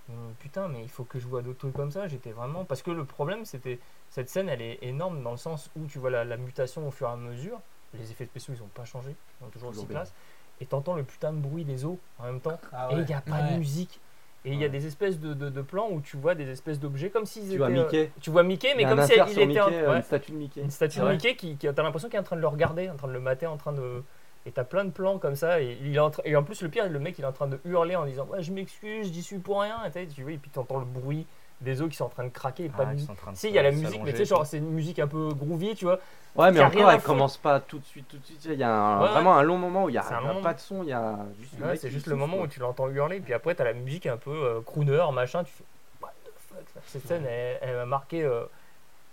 Speaker 6: Hum, Putain, mais il faut que je vois d'autres trucs comme ça. J'étais vraiment. Parce que le problème, c'était. Cette scène, elle est énorme dans le sens où tu vois la, la mutation au fur et à mesure. Les effets spéciaux, ils ont pas changé. Ils sont toujours
Speaker 5: Toujours
Speaker 6: aussi
Speaker 5: bien.
Speaker 6: classe. Et t'entends le putain de bruit des os en même temps.
Speaker 8: Ah
Speaker 6: Et il n'y a pas
Speaker 7: Ouais.
Speaker 6: de musique. Et il y a des espèces de, de- de plans où tu vois des espèces d'objets comme s'ils étaient.
Speaker 5: Tu vois
Speaker 6: euh,
Speaker 5: Mickey
Speaker 6: tu vois Mickey,
Speaker 5: Il y
Speaker 6: mais
Speaker 5: a
Speaker 6: comme
Speaker 5: un
Speaker 6: si
Speaker 5: insert
Speaker 6: il
Speaker 5: sur
Speaker 6: était
Speaker 5: Mickey,
Speaker 6: en-
Speaker 5: euh,
Speaker 6: ouais,
Speaker 5: une statue de Mickey.
Speaker 6: une statue de
Speaker 5: Ouais.
Speaker 6: Mickey qui, qui t'as l'impression qu'il est en train de le regarder, en train de le mater, en train de et t'as plein de plans comme ça et il est en train- et en plus le pire le mec il est en train de hurler en disant ouais je m'excuse, j'y suis pour rien et t'as- tu vois et puis t'entends le bruit des os Ah, qui sont en train de craquer et pas de musique. Si il y a la musique mais tu sais genre c'est une musique un peu groovy tu vois.
Speaker 5: Ouais,
Speaker 6: Qui
Speaker 5: mais
Speaker 6: a rien
Speaker 5: encore,
Speaker 6: à
Speaker 5: elle
Speaker 6: foutre.
Speaker 5: commence pas tout de suite, tout de suite. Il y a un-
Speaker 6: Ouais, ouais.
Speaker 5: vraiment un long moment où il n'y a,
Speaker 6: C'est un
Speaker 5: il y a
Speaker 6: long
Speaker 5: pas de son, il y a juste le
Speaker 6: Ouais,
Speaker 5: mec
Speaker 6: c'est
Speaker 5: qui
Speaker 6: juste le
Speaker 5: souffle,
Speaker 6: moment
Speaker 5: quoi.
Speaker 6: où tu l'entends hurler puis après t'as la musique un peu euh, crooner machin tu fais what the fuck ça cette scène elle, elle m'a marqué euh,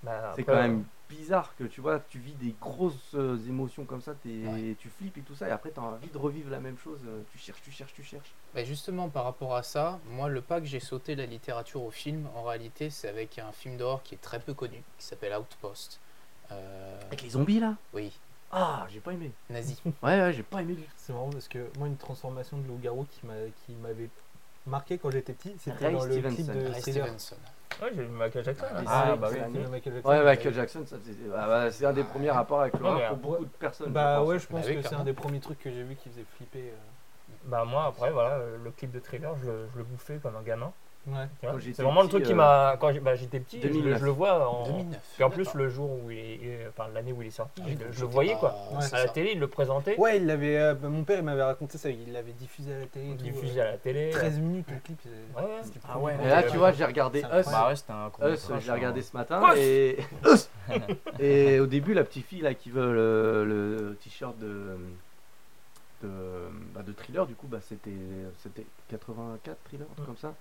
Speaker 6: bah,
Speaker 5: C'est
Speaker 6: après,
Speaker 5: quand même bizarre que tu vois, tu vis des grosses euh, émotions comme ça, t'es-
Speaker 7: Ouais.
Speaker 5: tu flippes et tout ça, et après t'as envie de revivre la même chose. euh, Tu cherches, tu cherches, tu cherches.
Speaker 7: Bah justement, par rapport à ça, moi, le pas que j'ai sauté de la littérature au film, en réalité, c'est avec un film d'horreur qui est très peu connu, qui s'appelle Outpost. Euh,
Speaker 5: Avec les zombies là
Speaker 7: oui,
Speaker 5: Ah, j'ai pas aimé.
Speaker 7: nazi.
Speaker 5: Ouais, ouais, j'ai pas aimé du tout.
Speaker 8: C'est marrant parce que moi, une transformation de loup-garou qui m'a- qui m'avait marqué quand j'étais petit, c'était
Speaker 5: Ray
Speaker 8: dans le clip
Speaker 5: Stevenson.
Speaker 8: de
Speaker 7: Ray
Speaker 8: Thriller.
Speaker 7: Stevenson.
Speaker 6: ouais, j'ai eu Michael Jackson hein.
Speaker 5: Ah, bah
Speaker 8: C'est
Speaker 5: oui.
Speaker 8: la même Michael Jackson.
Speaker 5: Ouais, Michael Jackson, ça faisait- ah, bah, c'est un des premiers rapports avec
Speaker 6: Non, mais
Speaker 5: l'horreur pour
Speaker 8: après-
Speaker 5: beaucoup de personnes. je
Speaker 8: Bah
Speaker 5: pense.
Speaker 8: ouais, je pense
Speaker 7: Bah oui,
Speaker 8: que c'est un
Speaker 7: clairement.
Speaker 8: des premiers trucs que j'ai vu qui faisait flipper. euh.
Speaker 6: Bah moi après voilà euh, le clip de trailer je, le- je le bouffais comme un gamin Tu
Speaker 8: Ouais.
Speaker 6: vois,
Speaker 5: Quand
Speaker 6: C'est
Speaker 5: j'étais
Speaker 6: vraiment le
Speaker 5: petit,
Speaker 6: truc qui
Speaker 5: euh,
Speaker 6: m'a. Quand j'ai- bah, j'étais petit, je le,
Speaker 5: 2009.
Speaker 6: je le vois en.
Speaker 7: 2009.
Speaker 6: Puis en plus,
Speaker 7: d'accord.
Speaker 6: le jour où il est. il est- euh, Enfin, l'année où il est sorti,
Speaker 7: Ah
Speaker 6: je
Speaker 7: oui,
Speaker 6: le-
Speaker 7: donc
Speaker 6: je le
Speaker 7: t'es
Speaker 6: voyais,
Speaker 7: pas-
Speaker 6: quoi.
Speaker 7: ouais,
Speaker 6: À
Speaker 7: c'est
Speaker 6: la
Speaker 7: ça.
Speaker 6: télé, il le présentait.
Speaker 8: Ouais, il l'avait. euh, bah, mon père, il m'avait raconté ça. Il l'avait diffusé à la télé. et
Speaker 6: Il
Speaker 8: tout,
Speaker 6: diffusait
Speaker 8: euh,
Speaker 6: à la télé.
Speaker 8: 13 minutes le clip. c'est-
Speaker 6: Ouais, ouais.
Speaker 8: c'est du
Speaker 1: Ah ouais.
Speaker 8: premier
Speaker 5: Et là,
Speaker 8: plan.
Speaker 5: tu vois, j'ai regardé
Speaker 8: C'est
Speaker 5: Us.
Speaker 8: incroyable.
Speaker 1: Bah ouais, c'était un
Speaker 5: Us,
Speaker 1: court-métrage,
Speaker 5: Euh, je l'ai regardé
Speaker 1: hein.
Speaker 5: ce matin et. Us Et au début, la petite fille là qui veut le, le t-shirt de. De, bah, de thriller, du coup, bah, c'était c'était 84 thriller, un truc comme ça.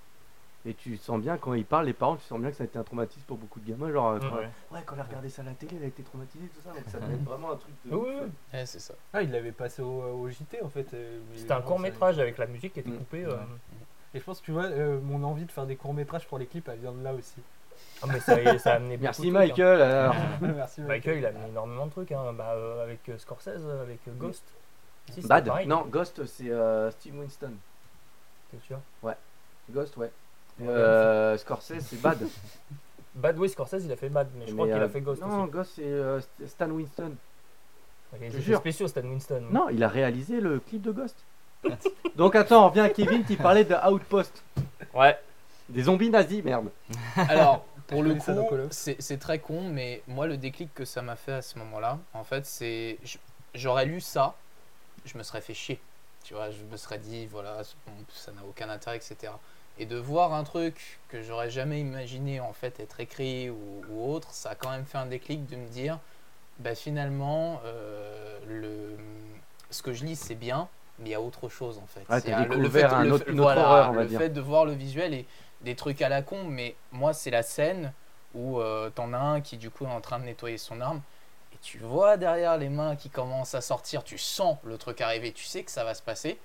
Speaker 5: Et tu sens bien, quand ils parlent, les parents, tu sens bien que ça a été un traumatisme pour beaucoup de gamins. Genre, quand-
Speaker 6: Ouais.
Speaker 5: ouais, quand elle a regardé ça à la télé, elle a été traumatisée, tout ça. Donc ça devait être vraiment un truc de.
Speaker 6: Oui, oui.
Speaker 7: Ouais, c'est ça.
Speaker 8: Ah, il l'avait passé au, au JT en fait. euh, mais
Speaker 6: C'était un
Speaker 8: vraiment,
Speaker 6: court
Speaker 8: ça-
Speaker 6: métrage avec la musique qui était
Speaker 5: Mm.
Speaker 6: coupée. euh.
Speaker 7: Ouais.
Speaker 8: Et je pense que tu vois, euh, mon envie de faire des courts métrages pour les clips, elle vient de là aussi.
Speaker 6: Ah, mais ça, ça a amené beaucoup
Speaker 5: Merci
Speaker 6: de trucs, hein.
Speaker 5: Michael. alors.
Speaker 8: Merci. mec.
Speaker 6: Michael, il a amené énormément de trucs. hein. Bah, euh, avec euh, Scorsese, euh, avec euh, Ghost. Si, c'était
Speaker 5: Bad
Speaker 6: pareil,
Speaker 5: Non, Ghost, c'est euh, Steve Winston.
Speaker 6: t'es sûr
Speaker 5: Ghost, ouais. Euh, Scorsese, c'est Bad.
Speaker 6: Bad, oui, Scorsese, il a fait Bad, mais je crois
Speaker 5: Mais,
Speaker 6: qu'il
Speaker 5: euh,
Speaker 6: a fait Ghost
Speaker 5: Non,
Speaker 6: aussi.
Speaker 5: Ghost, c'est euh, St- Stan Winston.
Speaker 6: Il a
Speaker 5: je
Speaker 6: des effets
Speaker 5: jure.
Speaker 6: spéciaux, Stan Winston.
Speaker 5: Non, il a réalisé le clip de Ghost. Donc attends, on revient à Kevin qui parlait de Outpost.
Speaker 6: Ouais.
Speaker 5: Des zombies nazis, merde.
Speaker 7: Alors, pour le
Speaker 8: connais ça dans Call
Speaker 7: coup,
Speaker 8: of.
Speaker 7: c'est c'est très con, mais moi, le déclic que ça m'a fait à ce moment-là, en fait, c'est. je- J'aurais lu ça, je me serais fait chier. Tu vois, je me serais dit, voilà, c'est bon, ça n'a aucun intérêt, etc. Et de voir un truc que j'aurais jamais imaginé, en fait, être écrit ou, ou autre, ça a quand même fait un déclic de me dire, bah finalement, euh, le, ce que je lis, c'est bien, mais il y a autre chose, en fait.
Speaker 5: Ouais,
Speaker 7: C'est
Speaker 5: t'as
Speaker 7: un- le- le
Speaker 5: découvert
Speaker 7: fait-
Speaker 5: un
Speaker 7: le
Speaker 5: autre-
Speaker 7: fait-
Speaker 5: une autre horreur, on va
Speaker 7: le
Speaker 5: dire.
Speaker 7: fait de voir le visuel et des trucs à la con, mais moi, c'est la scène où euh, t'en as un qui, du coup, est en train de nettoyer son arme. Et tu vois derrière les mains qui commencent à sortir, tu sens le truc arriver, tu sais que ça va se passer.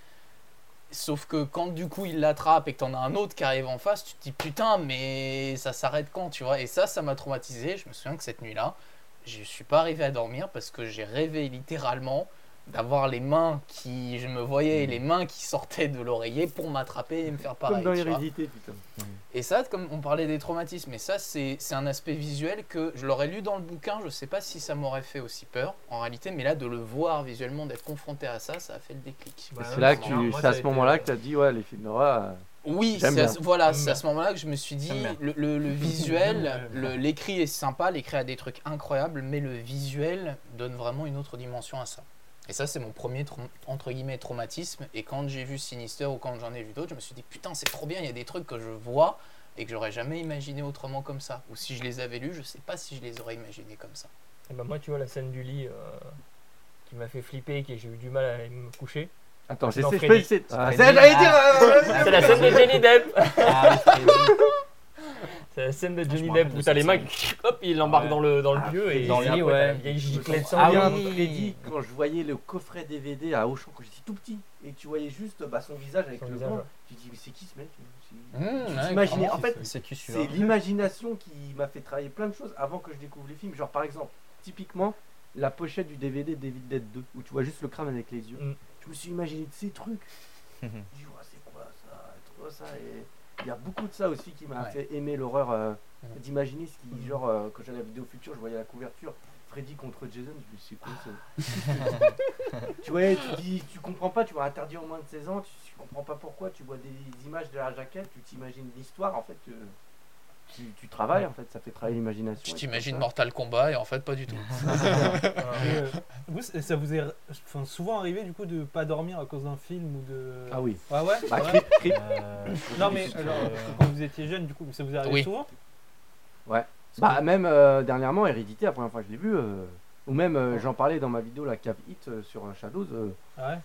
Speaker 7: Sauf que quand du coup il l'attrape et que t'en as un autre qui arrive en face, tu te dis putain, mais ça s'arrête quand, tu vois. Et ça, ça m'a traumatisé. Je me souviens que cette nuit-là, je suis pas arrivé à dormir parce que j'ai rêvé littéralement d'avoir les mains qui. Je me voyais les mains qui sortaient de l'oreiller pour m'attraper et me faire pareil.
Speaker 5: Mm. Comme dans
Speaker 7: tu vois.
Speaker 5: Hérédité, putain.
Speaker 7: Et ça, comme on parlait des traumatismes, mais ça, c'est c'est un aspect visuel que je l'aurais lu dans le bouquin, je sais pas si ça m'aurait fait aussi peur, en réalité, mais là, de le voir visuellement, d'être confronté à ça, ça a fait le déclic.
Speaker 6: Bah,
Speaker 5: C'est là que
Speaker 6: non,
Speaker 5: tu,
Speaker 6: moi, ça
Speaker 5: c'est
Speaker 6: a
Speaker 5: à ce
Speaker 6: été,
Speaker 5: moment-là
Speaker 6: euh,
Speaker 5: que t'as dit ouais les films d'horreur. euh,
Speaker 7: Oui,
Speaker 5: J'aime
Speaker 7: c'est à
Speaker 5: bien.
Speaker 7: ce- voilà,
Speaker 6: J'aime
Speaker 7: c'est
Speaker 6: bien.
Speaker 7: à ce moment-là que je me suis dit,
Speaker 1: J'aime bien.
Speaker 7: le, le- le visuel,
Speaker 8: Ouais.
Speaker 7: le- l'écrit est sympa, l'écrit a des trucs incroyables, mais le visuel donne vraiment une autre dimension à ça. Et ça, c'est mon premier, trau- entre guillemets, traumatisme. Et quand j'ai vu Sinister ou quand j'en ai vu d'autres, je me suis dit, putain, c'est trop bien, il y a des trucs que je vois et que j'aurais jamais imaginé autrement comme ça. Ou si je les avais lus, je sais pas si je les aurais imaginés comme ça.
Speaker 6: Et bah, moi, tu vois, la scène du lit euh, qui m'a fait flipper et que j'ai eu du mal à aller me coucher.
Speaker 5: Attends,
Speaker 6: C'est
Speaker 5: j'essaie
Speaker 6: dans
Speaker 5: de
Speaker 6: Freddy.
Speaker 5: c'est- Ah,
Speaker 1: Freddy.
Speaker 5: c'est- j'allais dire.
Speaker 6: C'est la scène de Johnny Depp
Speaker 1: Ah, oui, c'est-
Speaker 6: C'est la scène de Johnny
Speaker 1: me
Speaker 6: Depp
Speaker 1: rappelle
Speaker 6: où
Speaker 1: de
Speaker 6: t'as les
Speaker 1: cette
Speaker 6: mains, hop, il l'embarque
Speaker 1: Ouais.
Speaker 6: dans le, dans le
Speaker 5: Ah,
Speaker 6: vieux et
Speaker 1: dans le
Speaker 6: après,
Speaker 1: lit,
Speaker 6: t'as la
Speaker 1: ouais.
Speaker 6: vieille
Speaker 5: Je me
Speaker 6: giclée de sang.
Speaker 5: souviens
Speaker 6: Ah
Speaker 5: bien
Speaker 1: oui.
Speaker 5: de Freddy quand je voyais le coffret DVD à Auchan quand j'étais tout petit et tu voyais juste bah, son visage avec
Speaker 6: Son
Speaker 5: le
Speaker 6: visage,
Speaker 5: gant.
Speaker 6: ouais.
Speaker 5: Tu dis mais c'est qui ce mec C'est-
Speaker 7: Mmh, ouais,
Speaker 5: T'imagines,
Speaker 7: clairement.
Speaker 5: en fait,
Speaker 1: C'est qui
Speaker 5: C'est
Speaker 1: celui-là
Speaker 5: l'imagination qui m'a fait travailler plein de choses avant que je découvre les films. Genre par exemple, typiquement, la pochette du DVD David Dead 2, où tu vois juste le crâne avec les yeux.
Speaker 6: Mm.
Speaker 5: Je me suis imaginé de ces trucs. je me dis, Ouais, c'est quoi ça C'est quoi ça Et Il y a beaucoup de ça aussi qui m'a
Speaker 7: Ouais.
Speaker 5: fait aimer l'horreur. euh,
Speaker 7: Mm.
Speaker 5: D'imaginer ce qui, genre, euh, quand j'allais à la vidéo future, je voyais la couverture. Freddy contre Jason, je me suis dit, c'est quoi ça Tu vois, tu dis, tu comprends pas, tu vois, interdit au moins de 16 ans, tu, tu comprends pas pourquoi, tu vois des images de la jaquette, tu t'imagines l'histoire, en fait, euh, tu, tu travailles, en fait, ça fait travailler l'imagination.
Speaker 7: Tu
Speaker 5: et tout
Speaker 7: t'imagines
Speaker 5: ça.
Speaker 7: Mortal Kombat et en fait, pas du tout.
Speaker 8: Et, euh, vous, c- ça vous est enfin, souvent arrivé du coup de pas dormir à cause d'un film ou de.
Speaker 5: Ah oui.
Speaker 8: Ouais, ouais.
Speaker 5: Bah,
Speaker 8: ouais.
Speaker 5: Creep, Creep.
Speaker 1: Euh,
Speaker 8: Non, mais alors,
Speaker 5: Euh,
Speaker 8: euh, quand vous étiez jeune, du coup, ça vous est arrivé
Speaker 7: Oui.
Speaker 8: souvent
Speaker 5: Bah, même euh, dernièrement, Hérédité, la première fois que je l'ai vu, euh, ou même euh, j'en parlais dans ma vidéo La Cave Hit euh, sur euh, Shadows. euh,
Speaker 8: Ah ouais.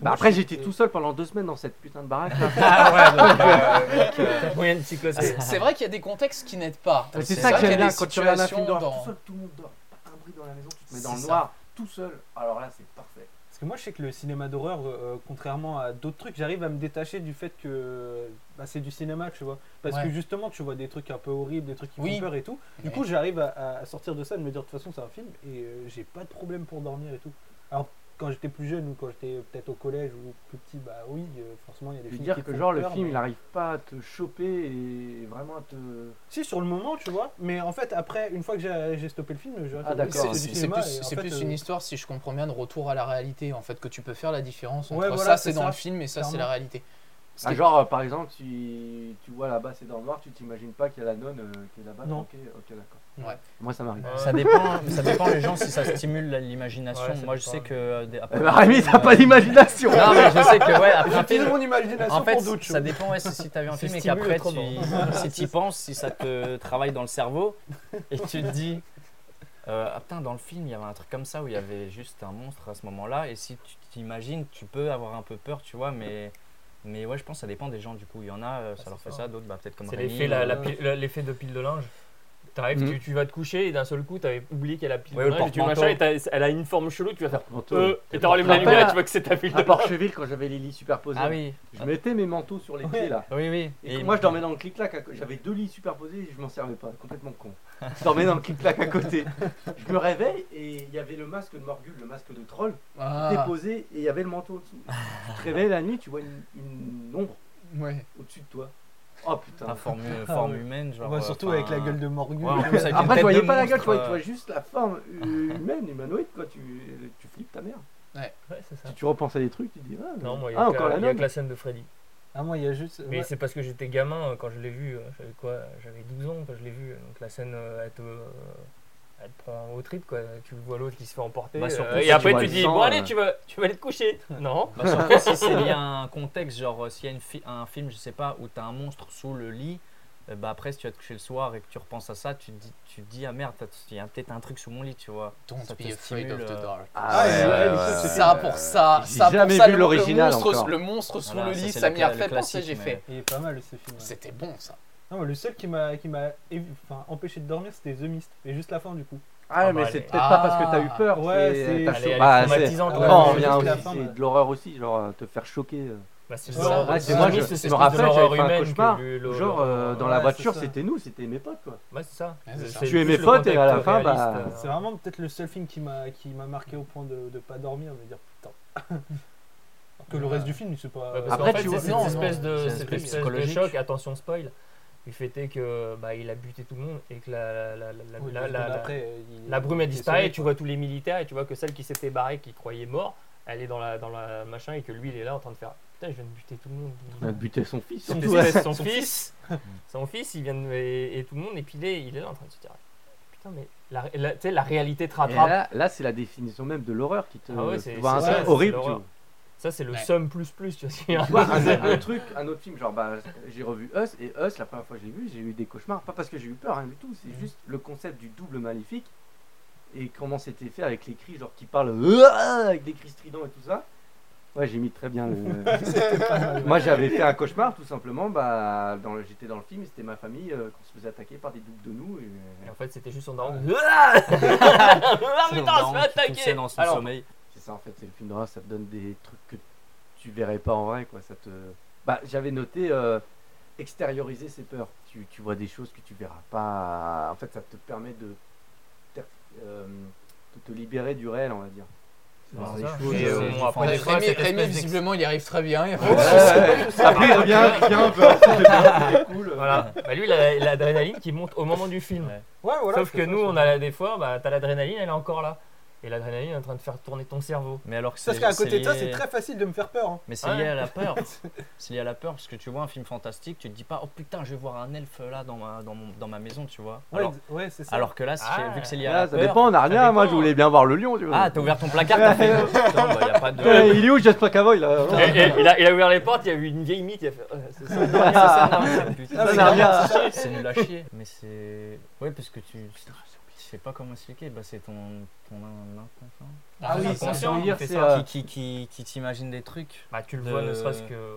Speaker 5: Bah, après, j'étais tout seul pendant deux semaines dans cette putain de baraque. là.
Speaker 6: Ah ouais, donc, euh, donc, euh, moyen de psychoser.
Speaker 7: C'est vrai qu'il y a des contextes qui n'aident pas.
Speaker 5: Mais C'est
Speaker 7: C'est
Speaker 5: ça que
Speaker 7: qu'il y a
Speaker 5: j'aime bien
Speaker 7: des
Speaker 5: quand tu regardes un film
Speaker 7: situations
Speaker 5: d'horreur
Speaker 7: dans-
Speaker 5: tout seul, tout le monde dort. Pas un bruit dans la maison, tu te mets dans
Speaker 7: C'est
Speaker 5: le
Speaker 7: ça.
Speaker 5: noir, tout seul. Alors là, c'est parfait.
Speaker 8: Parce que moi, je sais que le cinéma d'horreur, euh, contrairement à d'autres trucs, j'arrive à me détacher du fait que bah, c'est du cinéma, tu vois. Parce
Speaker 7: Ouais.
Speaker 8: que justement, tu vois des trucs un peu horribles, des trucs qui
Speaker 7: Oui.
Speaker 8: font peur et tout. Du
Speaker 7: Mais-
Speaker 8: coup, j'arrive à, à sortir de ça, de me dire de toute façon, c'est un film et euh, j'ai pas de problème pour dormir et tout. Alors, quand j'étais plus jeune ou quand j'étais peut-être au collège ou plus petit, bah oui, euh, forcément, il y a des
Speaker 5: Je veux
Speaker 8: films.
Speaker 5: dire
Speaker 8: qui
Speaker 5: que
Speaker 8: font
Speaker 5: genre le
Speaker 8: peur,
Speaker 5: film
Speaker 8: mais-
Speaker 5: il arrive pas à te choper et vraiment à te.
Speaker 8: Si, sur le moment, tu vois. Mais en fait, après, une fois que j'ai j'ai stoppé le film, je
Speaker 5: Ah, d'accord.
Speaker 8: C'est
Speaker 7: C'est-
Speaker 8: du
Speaker 7: C'est c'est
Speaker 8: cinéma,
Speaker 7: plus,
Speaker 8: et en
Speaker 7: c'est
Speaker 8: fait,
Speaker 7: plus
Speaker 8: euh,
Speaker 7: une histoire, si je comprends bien, de retour à la réalité, en fait, que tu peux faire la différence entre
Speaker 8: Ouais, voilà,
Speaker 7: ça,
Speaker 8: c'est
Speaker 7: c'est dans
Speaker 8: ça,
Speaker 7: le film, et ça, c'est la
Speaker 8: clairement.
Speaker 7: réalité. Ce
Speaker 5: Ah,
Speaker 7: qui-
Speaker 5: genre, euh, par exemple, tu, tu vois là-bas, c'est dans le noir, tu t'imagines pas qu'il y a la nonne euh, qui est là-bas
Speaker 8: Non.
Speaker 5: Ok, ok, d'accord.
Speaker 7: Ouais.
Speaker 5: Moi, ça m'arrive.
Speaker 6: Ouais.
Speaker 1: Ça dépend, ça dépend les gens si ça stimule la- l'imagination.
Speaker 6: Ah. Ouais, ça
Speaker 1: Moi, je
Speaker 6: dépend.
Speaker 1: sais que. euh, des- après
Speaker 5: Eh
Speaker 1: un
Speaker 5: ben, Rémi,
Speaker 1: film,
Speaker 5: t'as pas
Speaker 1: euh,
Speaker 5: d'imagination
Speaker 1: Non, mais je sais que, ouais, après un
Speaker 8: J'utilise
Speaker 1: film.
Speaker 8: mon imagination
Speaker 1: En fait,
Speaker 8: pour d'autres
Speaker 1: ça
Speaker 8: choses.
Speaker 1: dépend ouais, si- si t'as vu un
Speaker 6: C'est
Speaker 1: film et
Speaker 6: stimulé
Speaker 1: qu'après, tu,
Speaker 6: autrement.
Speaker 1: si t'y penses, si ça te travaille dans le cerveau et tu te dis. euh, ah putain, dans le film, il y avait un truc comme ça où il y avait juste un monstre à ce moment-là. Et si tu t'imagines, tu peux avoir un peu peur, tu vois, mais. Mais ouais, je pense que ça dépend des gens. Du coup, il y en a, euh, ça
Speaker 6: Ah,
Speaker 1: leur
Speaker 6: c'est
Speaker 1: fait
Speaker 6: ça.
Speaker 1: ça, d'autres, bah, peut-être comme
Speaker 6: C'est
Speaker 1: Rémi,
Speaker 6: l'effet la, la
Speaker 1: euh,
Speaker 6: pile- la- l'effet de pile de linge. T'arrives,
Speaker 1: Mhm.
Speaker 6: tu, tu vas te coucher et d'un seul coup, t'avais oublié qu'elle a pile
Speaker 1: Ouais,
Speaker 6: de
Speaker 1: le
Speaker 6: linge. et Tu
Speaker 1: porte-manteau.
Speaker 6: machin, et t'as- elle a une forme chelou, tu vas faire.
Speaker 5: Manteau.
Speaker 6: Euh, et t'as enlevé la
Speaker 5: porte-manteau.
Speaker 6: lumière et tu vois que c'est ta pile de
Speaker 5: À
Speaker 6: linge.
Speaker 5: Porcheville, quand j'avais les lits superposés,
Speaker 1: Ah oui.
Speaker 5: je mettais mes manteaux sur les pieds là.
Speaker 1: Oui, oui.
Speaker 5: Et, moi, je dormais dans le clic-clac. à co- J'avais deux lits superposés et je m'en servais pas. Complètement con. Je dormais dans le clic-clac à côté. Je me réveille et il y avait le masque de Morgul, le masque de troll,
Speaker 7: Ah,
Speaker 5: déposé et il y avait le manteau au-dessous. Tu te réveilles la nuit, tu vois une, une ombre
Speaker 7: ouais.
Speaker 5: au-dessus de toi. Oh putain.
Speaker 1: Ah, forme, euh,
Speaker 8: Ah,
Speaker 1: forme
Speaker 8: ouais.
Speaker 1: humaine, genre.
Speaker 8: Ouais,
Speaker 1: euh,
Speaker 8: surtout
Speaker 1: enfin,
Speaker 8: avec la gueule de Morgul.
Speaker 1: ouais, en plus, avec une
Speaker 5: Après,
Speaker 1: tête
Speaker 5: tu voyais
Speaker 1: de
Speaker 5: pas la gueule,
Speaker 1: monstre,
Speaker 5: tu voyais, tu
Speaker 1: euh,
Speaker 5: voyais juste la forme euh, humaine, humanoïde, quoi. Tu, tu flippes ta mère.
Speaker 6: Ouais, c'est ça.
Speaker 5: Si tu repenses à des trucs, tu te dis ah, mais-
Speaker 6: Non, moi, il y a
Speaker 5: ah
Speaker 6: que
Speaker 5: encore
Speaker 6: la-
Speaker 5: la
Speaker 6: il y a que
Speaker 5: nonne.
Speaker 6: la scène de Freddy.
Speaker 8: Ah, moi, il y a juste.
Speaker 6: Mais
Speaker 8: ouais.
Speaker 6: c'est parce que j'étais gamin euh, quand je l'ai vu. euh, J'avais quoi J'avais 12 ans quand je l'ai vu. Donc la scène, euh, elle te, euh, elle te prend au trip. Quoi. Tu vois l'autre qui se fait emporter.
Speaker 1: Bah,
Speaker 6: euh,
Speaker 1: surtout si
Speaker 6: et
Speaker 1: tu
Speaker 6: après,
Speaker 5: vois
Speaker 6: tu
Speaker 5: le
Speaker 6: dis
Speaker 5: sang,
Speaker 6: Bon,
Speaker 5: euh.
Speaker 6: allez, tu vas, tu vas aller te coucher. non.
Speaker 1: Bah, surtout si c'est lié à un contexte, genre euh, s'il y a une fi- un film, je sais pas, où t'as un monstre sous le lit, euh, bah après, si tu vas te coucher le soir et que tu repenses à ça, tu te dis, tu te dis ah merde, t'as- il y a peut-être un truc sous mon lit, tu vois.
Speaker 7: Don't
Speaker 1: Ça te
Speaker 7: be afraid of
Speaker 1: stimule,
Speaker 7: the
Speaker 1: euh,
Speaker 7: dark.
Speaker 8: Ah, ouais, ouais, ouais, ouais, ouais.
Speaker 7: Ça pour ça,
Speaker 5: euh, J'ai
Speaker 7: ça pour
Speaker 5: jamais
Speaker 7: ça,
Speaker 5: vu
Speaker 7: le-
Speaker 5: l'original
Speaker 7: le monstre,
Speaker 5: encore.
Speaker 7: le monstre sous
Speaker 1: Voilà,
Speaker 7: le
Speaker 1: ça,
Speaker 7: lit,
Speaker 1: c'est
Speaker 7: ça
Speaker 1: le
Speaker 7: m'y a
Speaker 1: cla-
Speaker 7: fait
Speaker 1: le
Speaker 7: penser,
Speaker 1: classique,
Speaker 7: j'ai
Speaker 1: mais-
Speaker 7: fait.
Speaker 8: Il est pas mal ce film. ouais.
Speaker 7: C'était bon ça.
Speaker 8: Non, mais le seul qui m'a qui m'a évi- enfin, empêché de dormir, c'était The Mist. Et juste la fin, du coup.
Speaker 5: Ah,
Speaker 6: Ah,
Speaker 5: mais
Speaker 6: bah,
Speaker 5: c'est
Speaker 6: allez.
Speaker 5: peut-être pas parce que t'as eu
Speaker 7: Ah.
Speaker 5: peur.
Speaker 8: Ouais, c'est-
Speaker 6: Elle
Speaker 5: t'as
Speaker 6: est-
Speaker 5: cho-
Speaker 6: elle est
Speaker 5: bah, c'est-
Speaker 6: traumatisante,
Speaker 8: ouais.
Speaker 5: Non, on
Speaker 8: Ouais,
Speaker 5: vient
Speaker 8: jusqu'à la
Speaker 5: aussi,
Speaker 8: fin, ouais.
Speaker 5: c'est de l'horreur aussi, genre euh, te faire choquer. euh.
Speaker 6: Bah, c'est
Speaker 8: Ouais,
Speaker 6: ça.
Speaker 8: ouais,
Speaker 6: The
Speaker 8: c'est moi,
Speaker 6: Mist,
Speaker 8: je-
Speaker 6: c'est
Speaker 5: je
Speaker 6: cette espèce
Speaker 5: me
Speaker 6: de
Speaker 5: rappelle,
Speaker 6: l'horreur
Speaker 5: j'avais fait un
Speaker 6: humaine que
Speaker 5: cauchemar,
Speaker 6: le- le-
Speaker 5: Genre euh,
Speaker 6: le-
Speaker 5: dans la
Speaker 8: Ouais,
Speaker 5: voiture,
Speaker 8: c'est ça.
Speaker 5: c'était nous, c'était mes potes quoi.
Speaker 6: Ouais, c'est ça.
Speaker 7: Ouais, c'est ça.
Speaker 6: C'est
Speaker 5: Tu es
Speaker 6: juste
Speaker 5: mes
Speaker 6: le
Speaker 5: potes et à la
Speaker 6: contexte
Speaker 5: fin, bah,
Speaker 6: réaliste, euh,
Speaker 8: C'est vraiment peut-être le seul film qui m'a qui m'a marqué au point de ne pas dormir, de dire putain. Alors que le reste du film, c'est pas.
Speaker 6: Ouais, parce
Speaker 5: Après,
Speaker 6: qu'en fait, c'est
Speaker 5: tu vois-
Speaker 6: cette
Speaker 7: non,
Speaker 6: espèce
Speaker 1: non,
Speaker 6: de,
Speaker 1: c'est un
Speaker 6: cette
Speaker 1: truc
Speaker 6: espèce de
Speaker 1: psychologique.
Speaker 6: choc, attention spoil, du fait est que bah, il a buté tout le monde et que la, la, la, la,
Speaker 8: Oui,
Speaker 6: la-
Speaker 8: parce que
Speaker 6: la-
Speaker 8: après, euh, il-
Speaker 6: la brume a
Speaker 8: il est
Speaker 6: disparu,
Speaker 8: sauvé,
Speaker 6: tu
Speaker 8: quoi.
Speaker 6: vois tous les militaires et tu vois que celle qui s'était barrée, qui croyait mort, elle est dans la, dans la machin et que lui il est là en train de faire putain je viens de buter tout le monde.
Speaker 5: On a buté son fils.
Speaker 6: Cette
Speaker 5: surtout, ouais.
Speaker 6: espèce, son fils, son fils, il vient de, et, et tout le monde et puis il est, il est là en train de se dire putain mais la, la- tu sais, la réalité te
Speaker 5: Et
Speaker 6: rattrape.
Speaker 5: là, là, c'est la définition même de l'horreur qui te.
Speaker 6: Ah ouais, c'est-
Speaker 5: tu vois un
Speaker 6: c'est
Speaker 5: truc
Speaker 6: ça, c'est
Speaker 5: horrible.
Speaker 6: l'horreur.
Speaker 5: Tu
Speaker 6: Ça c'est le
Speaker 7: Ouais.
Speaker 6: somme plus plus tu vois. ce qu'il y a.
Speaker 5: tu vois, un, un truc, un autre film, genre bah, j'ai revu Us et Us, la première fois que j'ai vu, j'ai eu des cauchemars. Pas parce que j'ai eu peur, rien du tout. C'est juste le concept du double maléfique et comment c'était fait avec les cris, genre qui parlent Ouah avec des cris stridents et tout ça. Ouais, j'ai mis très bien le. Moi j'avais fait un cauchemar tout simplement, bah dans le- j'étais dans le film et c'était ma famille euh, qu'on se faisait attaquer par des doubles de nous. et-
Speaker 6: Et en fait c'était juste en daron.
Speaker 1: Ah
Speaker 6: putain, on se fait attaquer
Speaker 1: dans son
Speaker 5: Alors-
Speaker 1: sommeil.
Speaker 5: C'est ça en fait, c'est le film d'horreur, ça te donne des trucs que tu verrais pas en vrai quoi, ça te Bah, j'avais noté euh, extérioriser ses peurs. Tu, tu vois des choses que tu verras pas. En fait, ça te permet de ter- euh, de te libérer du réel, on va dire.
Speaker 6: Ouais,
Speaker 5: Voir
Speaker 6: c'est
Speaker 5: des
Speaker 6: ça.
Speaker 5: choses,
Speaker 6: Et,
Speaker 5: euh,
Speaker 6: euh,
Speaker 5: ouais,
Speaker 6: bon, après,
Speaker 7: Ré-
Speaker 6: des fois,
Speaker 7: Rémi,
Speaker 6: cette
Speaker 7: Rémi,
Speaker 6: espèce d'ex-
Speaker 7: visiblement, il y arrive très bien. il y a pas de
Speaker 5: ouais, ouais. Après, reviens, reviens un peu, c'est bien, c'est cool.
Speaker 6: Voilà. Bah, lui, il a l'adrénaline qui monte au moment du film.
Speaker 1: Ouais.
Speaker 8: Ouais, voilà,
Speaker 6: Sauf que
Speaker 8: c'est ça,
Speaker 6: nous,
Speaker 8: c'est
Speaker 6: on
Speaker 8: ça.
Speaker 6: a des fois, bah, t'as l'adrénaline, elle est encore là. Et l'adrénaline est en train de faire tourner ton cerveau.
Speaker 1: Mais alors que
Speaker 8: Parce qu'à côté de ça,
Speaker 1: lié-
Speaker 8: c'est très facile de me faire peur. hein.
Speaker 1: Mais c'est lié
Speaker 6: Ouais.
Speaker 1: à la peur. c'est lié à la peur parce que tu vois un film fantastique, tu te dis pas oh putain, je vais voir un elfe là dans ma, dans mon- dans ma maison, tu vois.
Speaker 8: Ouais,
Speaker 1: Alors,
Speaker 8: d- ouais, c'est ça.
Speaker 1: alors que là, si-
Speaker 6: Ah.
Speaker 1: vu que c'est lié à
Speaker 5: Là,
Speaker 1: la
Speaker 5: ça
Speaker 1: peur.
Speaker 5: dépend, on a rien. Moi, je
Speaker 6: dépend.
Speaker 5: voulais bien voir le lion, tu vois.
Speaker 1: Ah, t'as ouvert ton placard, t'as fait. Putain, bah, y a pas de.
Speaker 5: Ouais, il est où Jasper Cavoy là
Speaker 6: Et- et- il, a, il a ouvert les portes, il y a eu une vieille mythe, il a fait. Ouais, c'est ça.
Speaker 5: Ah, Ça,
Speaker 1: Putain,
Speaker 5: c'est
Speaker 1: c'est
Speaker 5: rien.
Speaker 1: grave. C'est nul à chier. Mais c'est. Ouais, parce que tu. Je sais pas comment expliquer, bah, c'est ton, ton inconscient.
Speaker 5: Ah oui,
Speaker 6: c'est
Speaker 5: ça, ça
Speaker 6: conscient,
Speaker 5: veut dire
Speaker 6: on fait
Speaker 5: c'est
Speaker 6: ça.
Speaker 5: euh,
Speaker 1: Qui, qui, qui, qui t'imagine des trucs.
Speaker 6: Bah, tu le
Speaker 1: De-
Speaker 6: vois, ne serait-ce que. euh,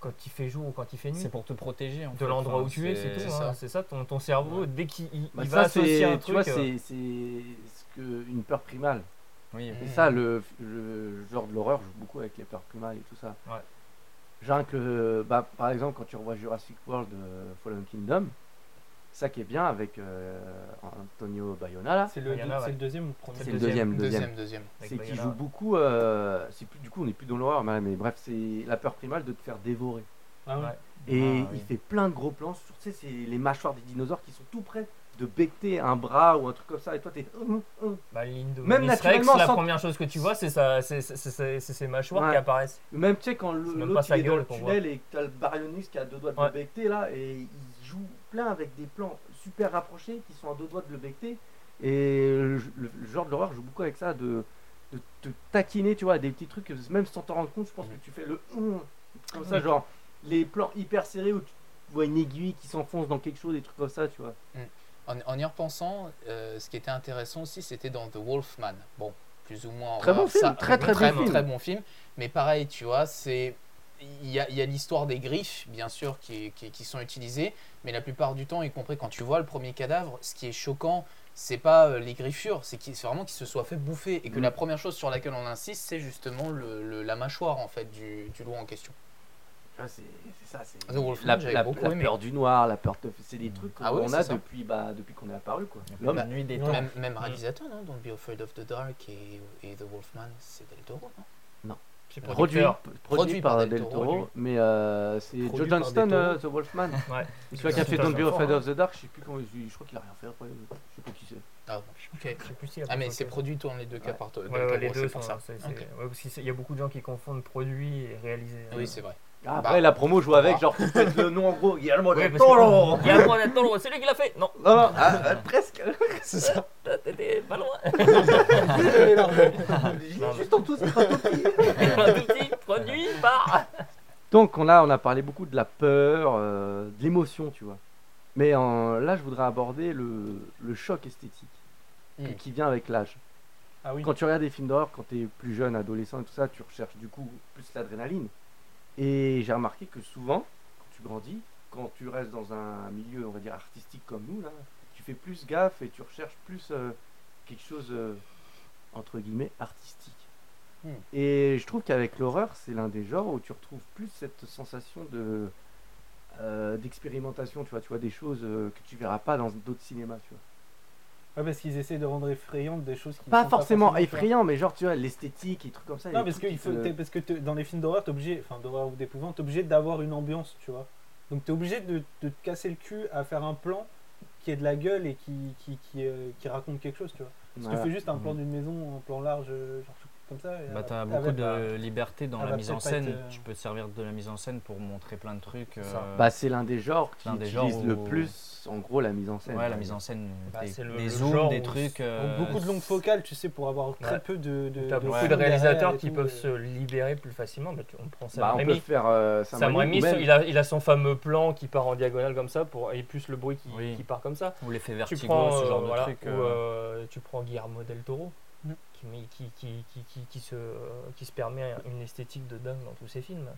Speaker 6: Quand il fait jour ou quand il fait nuit.
Speaker 1: C'est pour te protéger en fait.
Speaker 6: De l'endroit
Speaker 1: Enfin,
Speaker 6: où tu es, c'est tout.
Speaker 7: c'est ça.
Speaker 6: hein. C'est ça, ton, ton cerveau,
Speaker 1: Ouais.
Speaker 6: dès qu'il il-
Speaker 5: bah,
Speaker 6: il va
Speaker 5: ça,
Speaker 6: associer un
Speaker 5: c'est, tu
Speaker 6: truc.
Speaker 5: vois,
Speaker 6: euh,
Speaker 5: c'est, c'est ce que une peur primale.
Speaker 1: Oui,
Speaker 5: Et ça, le, le genre de l'horreur joue beaucoup avec les peurs primales et tout ça.
Speaker 6: Ouais.
Speaker 5: Genre que, euh, bah, par exemple, quand tu revois Jurassic World euh, Fallen Kingdom, ça qui est bien avec euh, Antonio Bayona, là,
Speaker 8: C'est le,
Speaker 6: Il y en a,
Speaker 8: c'est
Speaker 6: ouais.
Speaker 8: le deuxième ou le premier
Speaker 5: c'est
Speaker 6: le
Speaker 5: le deuxième, deuxième.
Speaker 7: Deuxième, deuxième.
Speaker 6: avec
Speaker 5: C'est qu'il
Speaker 6: Bayona.
Speaker 5: joue beaucoup, euh, c'est plus, du coup, on n'est plus dans l'horreur, mais, mais bref, c'est la peur primale de te faire dévorer.
Speaker 8: Ah ouais.
Speaker 6: Ouais.
Speaker 5: Et
Speaker 1: Ah, oui.
Speaker 5: il fait plein de gros plans sur, tu sais, c'est les mâchoires des dinosaures qui sont tout près. de becter un bras ou un truc comme ça, et toi t'es. Hum, hum.
Speaker 6: Bah, Lindo,
Speaker 5: Même
Speaker 6: Miss
Speaker 5: naturellement,
Speaker 6: Rex, la
Speaker 5: sans-
Speaker 6: première chose que tu vois, c'est sa- c'est- c'est- c'est- c'est ses mâchoires
Speaker 5: Ouais.
Speaker 6: qui apparaissent.
Speaker 5: Même tu sais, quand le-
Speaker 6: C'est même
Speaker 5: l'autre
Speaker 6: pas sa
Speaker 5: il est dans
Speaker 6: gueule
Speaker 5: le
Speaker 6: qu'on
Speaker 5: tunnel et que t'as le baryonyx qui a deux doigts de
Speaker 6: Ouais.
Speaker 5: le becter là, et il joue plein avec des plans super rapprochés qui sont à deux doigts de le becter. Et le, le- le genre de l'horreur joue beaucoup avec ça, de, de te taquiner, tu vois, à des petits trucs, que même sans t'en rendre compte, je pense que tu fais le hum comme ça, genre les plans hyper serrés où tu vois une aiguille qui s'enfonce dans quelque chose, des trucs comme ça, tu vois.
Speaker 7: En, en y repensant, euh, ce qui était intéressant aussi, c'était dans The Wolfman. Bon, plus ou moins.
Speaker 5: Très
Speaker 7: horreur,
Speaker 5: bon film, très, très bon film.
Speaker 7: très bon film. Mais pareil, tu vois, c'est il y a, il y a l'histoire des griffes, bien sûr, qui, qui- qui sont utilisées, mais la plupart du temps, y compris quand tu vois le premier cadavre, ce qui est choquant, c'est pas euh, les griffures, c'est qu'il- c'est vraiment qu'il se soit fait bouffer et que
Speaker 5: Mm.
Speaker 7: la première chose sur laquelle on insiste, c'est justement le, le- la mâchoire en fait du, du loup en question.
Speaker 5: Tu vois, Ah, c'est c'est ça, c'est
Speaker 7: The Wolfman,
Speaker 5: la,
Speaker 7: j'avais
Speaker 5: la-
Speaker 7: beaucoup
Speaker 5: la
Speaker 7: aimé.
Speaker 5: peur du noir, la peur de... C'est des trucs qu'on
Speaker 7: Ah oui,
Speaker 5: on
Speaker 7: c'est
Speaker 5: a
Speaker 7: ça.
Speaker 5: depuis, bah, depuis qu'on est apparu, quoi.
Speaker 1: La
Speaker 5: L'homme,
Speaker 1: nuit des
Speaker 8: non,
Speaker 1: temps.
Speaker 7: Même,
Speaker 5: Mm.
Speaker 7: même réalisateur, non Don't Be Afraid of the Dark et, et The Wolfman, c'est Del Toro, hein. non
Speaker 6: Puis
Speaker 5: produit,
Speaker 6: producteur.
Speaker 5: produit
Speaker 7: Produit
Speaker 5: par,
Speaker 7: par Del
Speaker 5: Del Toro,
Speaker 7: Toro, lui.
Speaker 5: mais euh, c'est
Speaker 8: Produit
Speaker 5: Joe
Speaker 8: par
Speaker 5: Johnston,
Speaker 8: Del Toro.
Speaker 5: euh, The Wolfman.
Speaker 6: Ouais.
Speaker 5: Celui qui a fait
Speaker 6: Putain,
Speaker 5: Don't Be
Speaker 6: c'est
Speaker 5: Afraid
Speaker 6: fort,
Speaker 5: of the Dark, je sais plus comment, je je crois qu'il a rien fait après, je sais pas qui c'est.
Speaker 7: Ah, bon, ok.
Speaker 6: hein. Je sais plus si-
Speaker 7: Ah mais ces produits tournent les deux cas par toi.
Speaker 6: Ouais, ouais, les deux
Speaker 7: c'est
Speaker 6: sont
Speaker 7: pour
Speaker 6: ça.
Speaker 7: ça.
Speaker 6: c'est-
Speaker 7: Ok.
Speaker 6: c'est- ouais, parce qu'il y a beaucoup de gens qui confondent produit et réalisé.
Speaker 7: Oui c'est vrai.
Speaker 5: Ah,
Speaker 7: Bah.
Speaker 5: après, la promo joue avec,
Speaker 7: Ah.
Speaker 5: genre, faut peut-être le nom en gros, Guillermo
Speaker 6: Ouais,
Speaker 5: del
Speaker 6: parce que-
Speaker 5: Toro
Speaker 6: Il y a un point d'attendre, c'est lui qui l'a fait Non,
Speaker 5: Non, non, ah, ah, presque
Speaker 6: c'est ça. T'étais pas loin.
Speaker 5: Juste en dessous, c'est pas tout petit
Speaker 6: Un tout petit produit par.
Speaker 5: Donc on a, on a parlé beaucoup de la peur, euh, de l'émotion, tu vois. Mais en- là, je voudrais aborder le, le choc esthétique que-
Speaker 7: Mm.
Speaker 5: qui vient avec l'âge.
Speaker 8: Hmm. Ah oui.
Speaker 5: Quand tu regardes des films d'horreur, quand tu es plus jeune, adolescent et tout ça, tu recherches du coup plus l'adrénaline. Et j'ai remarqué que souvent, quand tu grandis, quand tu restes dans un milieu, on va dire, artistique comme nous, là, tu fais plus gaffe et tu recherches plus euh, quelque chose, euh, entre guillemets, artistique.
Speaker 7: Hmm.
Speaker 5: Et je trouve qu'avec l'horreur, c'est l'un des genres où tu retrouves plus cette sensation de euh, d'expérimentation, tu vois, tu vois des choses euh, que tu verras pas dans d'autres cinémas, tu vois.
Speaker 8: Ouais, parce qu'ils essaient de rendre effrayantes des choses qui.
Speaker 5: Pas
Speaker 8: sont
Speaker 5: forcément
Speaker 8: effrayantes.
Speaker 5: effrayant, mais genre, tu vois, l'esthétique et trucs comme ça.
Speaker 8: Non,
Speaker 5: les
Speaker 8: parce que,
Speaker 5: trucs euh,
Speaker 8: il
Speaker 5: qui
Speaker 8: faut,
Speaker 5: te-
Speaker 8: t'es- parce que t'es- dans les films d'horreur, t'es obligé, enfin d'horreur ou d'épouvante, t'es obligé d'avoir une ambiance, tu vois. Donc t'es obligé de, de te casser le cul à faire un plan qui est de la gueule et qui, qui, qui, euh, qui raconte quelque chose, tu vois. Si
Speaker 1: Euh,
Speaker 5: Voilà. Mmh.
Speaker 8: tu fais juste un plan d'une maison, un plan large, euh, genre comme ça. et
Speaker 1: Bah,
Speaker 8: elle
Speaker 1: t'as
Speaker 8: va-
Speaker 1: beaucoup
Speaker 8: elle va
Speaker 1: de liberté dans
Speaker 8: elle
Speaker 1: la
Speaker 8: va
Speaker 1: mise en
Speaker 8: peut-être pas
Speaker 1: scène.
Speaker 8: être, euh,
Speaker 1: Tu peux te servir de la mise en scène pour montrer plein de trucs.
Speaker 6: C'est ça.
Speaker 1: euh,
Speaker 5: Bah, c'est l'un des genres qui
Speaker 1: L'un des
Speaker 5: utilise
Speaker 1: genres
Speaker 5: le
Speaker 1: où-
Speaker 5: plus, en gros, la mise en scène.
Speaker 1: ouais, la mise en scène.
Speaker 6: Bah,
Speaker 1: des,
Speaker 6: c'est le-
Speaker 1: des
Speaker 6: le
Speaker 1: zooms,
Speaker 6: genre
Speaker 1: des
Speaker 6: où-
Speaker 1: trucs.
Speaker 6: où
Speaker 8: pas-
Speaker 1: euh,
Speaker 8: Donc, bah, beaucoup de longues focales, tu sais, pour avoir très
Speaker 6: Ouais.
Speaker 8: peu de.
Speaker 5: euh,
Speaker 8: de,
Speaker 6: T'as
Speaker 8: de
Speaker 6: beaucoup
Speaker 8: fond
Speaker 6: de
Speaker 8: derrière
Speaker 6: réalisateurs
Speaker 8: et
Speaker 6: qui
Speaker 8: tout,
Speaker 6: peuvent
Speaker 8: euh.
Speaker 6: se libérer plus facilement. Bah, tu- on prend Sam
Speaker 5: Bah, on peut
Speaker 6: Raimi.
Speaker 5: faire euh, Sam
Speaker 6: Sam
Speaker 5: Raimi,
Speaker 6: Raimi,
Speaker 5: ou même-
Speaker 6: il, a, il a son fameux plan qui part en diagonale comme ça, pour, et plus le bruit qui,
Speaker 1: Oui.
Speaker 6: qui part comme ça.
Speaker 1: Ou l'effet vertigo,
Speaker 6: tu prends,
Speaker 1: ce genre
Speaker 6: euh,
Speaker 1: de
Speaker 6: voilà,
Speaker 1: truc.
Speaker 6: ou,
Speaker 1: euh,
Speaker 6: euh, tu prends Guillermo del Toro,
Speaker 7: Mm.
Speaker 6: qui, met- qui, qui, qui, qui, qui se, euh, qui se permet une esthétique de dingue dans tous ses films.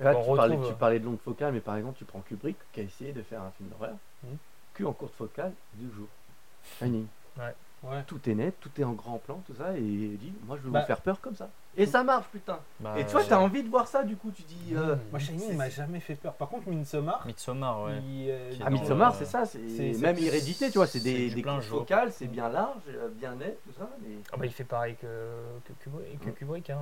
Speaker 5: Là,
Speaker 6: qu'on
Speaker 5: tu, parlais,
Speaker 6: retrouve.
Speaker 5: tu parlais de longue focale, mais par exemple, tu prends Kubrick qui a essayé de faire un film d'horreur
Speaker 8: Mhm.
Speaker 6: Hum.
Speaker 5: que en courte focale, deux jours. Une nuit.
Speaker 8: Ouais.
Speaker 5: Tout est net, tout est en grand plan, tout ça, et il dit Moi, je veux
Speaker 8: Bah.
Speaker 5: vous faire peur comme ça. Et ça marche, putain
Speaker 1: bah,
Speaker 6: Ah,
Speaker 1: Hmm.
Speaker 5: Et tu vois, t'as envie de voir ça, du coup, tu dis euh,
Speaker 8: Moi, Shining, il m'a jamais fait peur. Par contre, Midsommar.
Speaker 1: Midsommar,
Speaker 7: Hmm.
Speaker 1: ouais.
Speaker 8: il, euh,
Speaker 1: Qui est
Speaker 5: Ah,
Speaker 1: dans
Speaker 5: Midsommar,
Speaker 1: le-
Speaker 5: c'est ça, c'est
Speaker 8: c'est- c'est-
Speaker 5: même irrédité, tu vois, c'est
Speaker 1: c'est
Speaker 5: des,
Speaker 1: du
Speaker 5: des
Speaker 1: plein
Speaker 5: courtes
Speaker 1: jour.
Speaker 5: focales, c'est bien large, euh, bien net, tout ça. Mais...
Speaker 6: Ah bah, il fait pareil que, que Kubrick, que
Speaker 5: Mm.
Speaker 6: Kubrick, hein,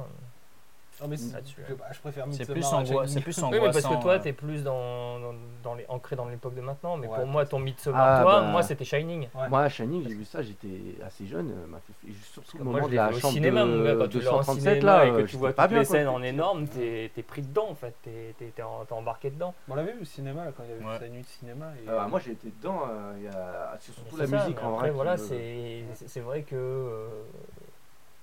Speaker 8: non, mais c'est-
Speaker 6: là-dessus.
Speaker 8: je, bah, je préfère
Speaker 1: C'est
Speaker 8: Midsommar.
Speaker 1: plus,
Speaker 8: à
Speaker 1: angoi...
Speaker 8: Shining.
Speaker 1: c'est plus
Speaker 6: Oui,
Speaker 1: angoissant.
Speaker 6: mais parce que toi,
Speaker 1: euh,
Speaker 6: t'es plus dans, dans, dans les, ancré dans l'époque de maintenant. Mais
Speaker 8: Ouais.
Speaker 6: pour moi, ton Midsommar,
Speaker 5: Ah,
Speaker 6: toi,
Speaker 5: bah.
Speaker 6: moi, c'était Shining.
Speaker 8: Ouais.
Speaker 5: Moi, à Shining, j'ai vu ça, j'étais assez jeune, euh, m'a fait et surtout
Speaker 6: Parce
Speaker 5: le
Speaker 6: que moi,
Speaker 5: moment
Speaker 6: je
Speaker 5: de
Speaker 6: l'ai
Speaker 5: la
Speaker 6: vu au
Speaker 5: chambre
Speaker 6: cinéma, mon gars,
Speaker 5: de
Speaker 6: quand tu l'as en
Speaker 5: 237,
Speaker 6: cinéma
Speaker 5: là,
Speaker 6: et que
Speaker 5: euh,
Speaker 6: tu
Speaker 5: j'étais
Speaker 6: vois
Speaker 5: pas
Speaker 6: toutes
Speaker 5: bien,
Speaker 6: les
Speaker 5: quoi,
Speaker 6: scènes en
Speaker 5: j'étais-
Speaker 6: énorme, t'es t'es pris dedans en fait, t'es t'es- t'es en- t'es embarqué dedans.
Speaker 8: On l'avait vu au cinéma, là, quand il y avait
Speaker 1: Ouais.
Speaker 8: sa nuit de cinéma. Et...
Speaker 5: Euh, moi j'ai été dedans, euh, il y a- c'est surtout
Speaker 6: Mais
Speaker 5: la
Speaker 6: c'est ça,
Speaker 5: musique
Speaker 6: mais
Speaker 5: en
Speaker 6: après,
Speaker 5: vrai. qui
Speaker 6: Voilà,
Speaker 5: me-
Speaker 6: c'est c'est- c'est vrai que euh,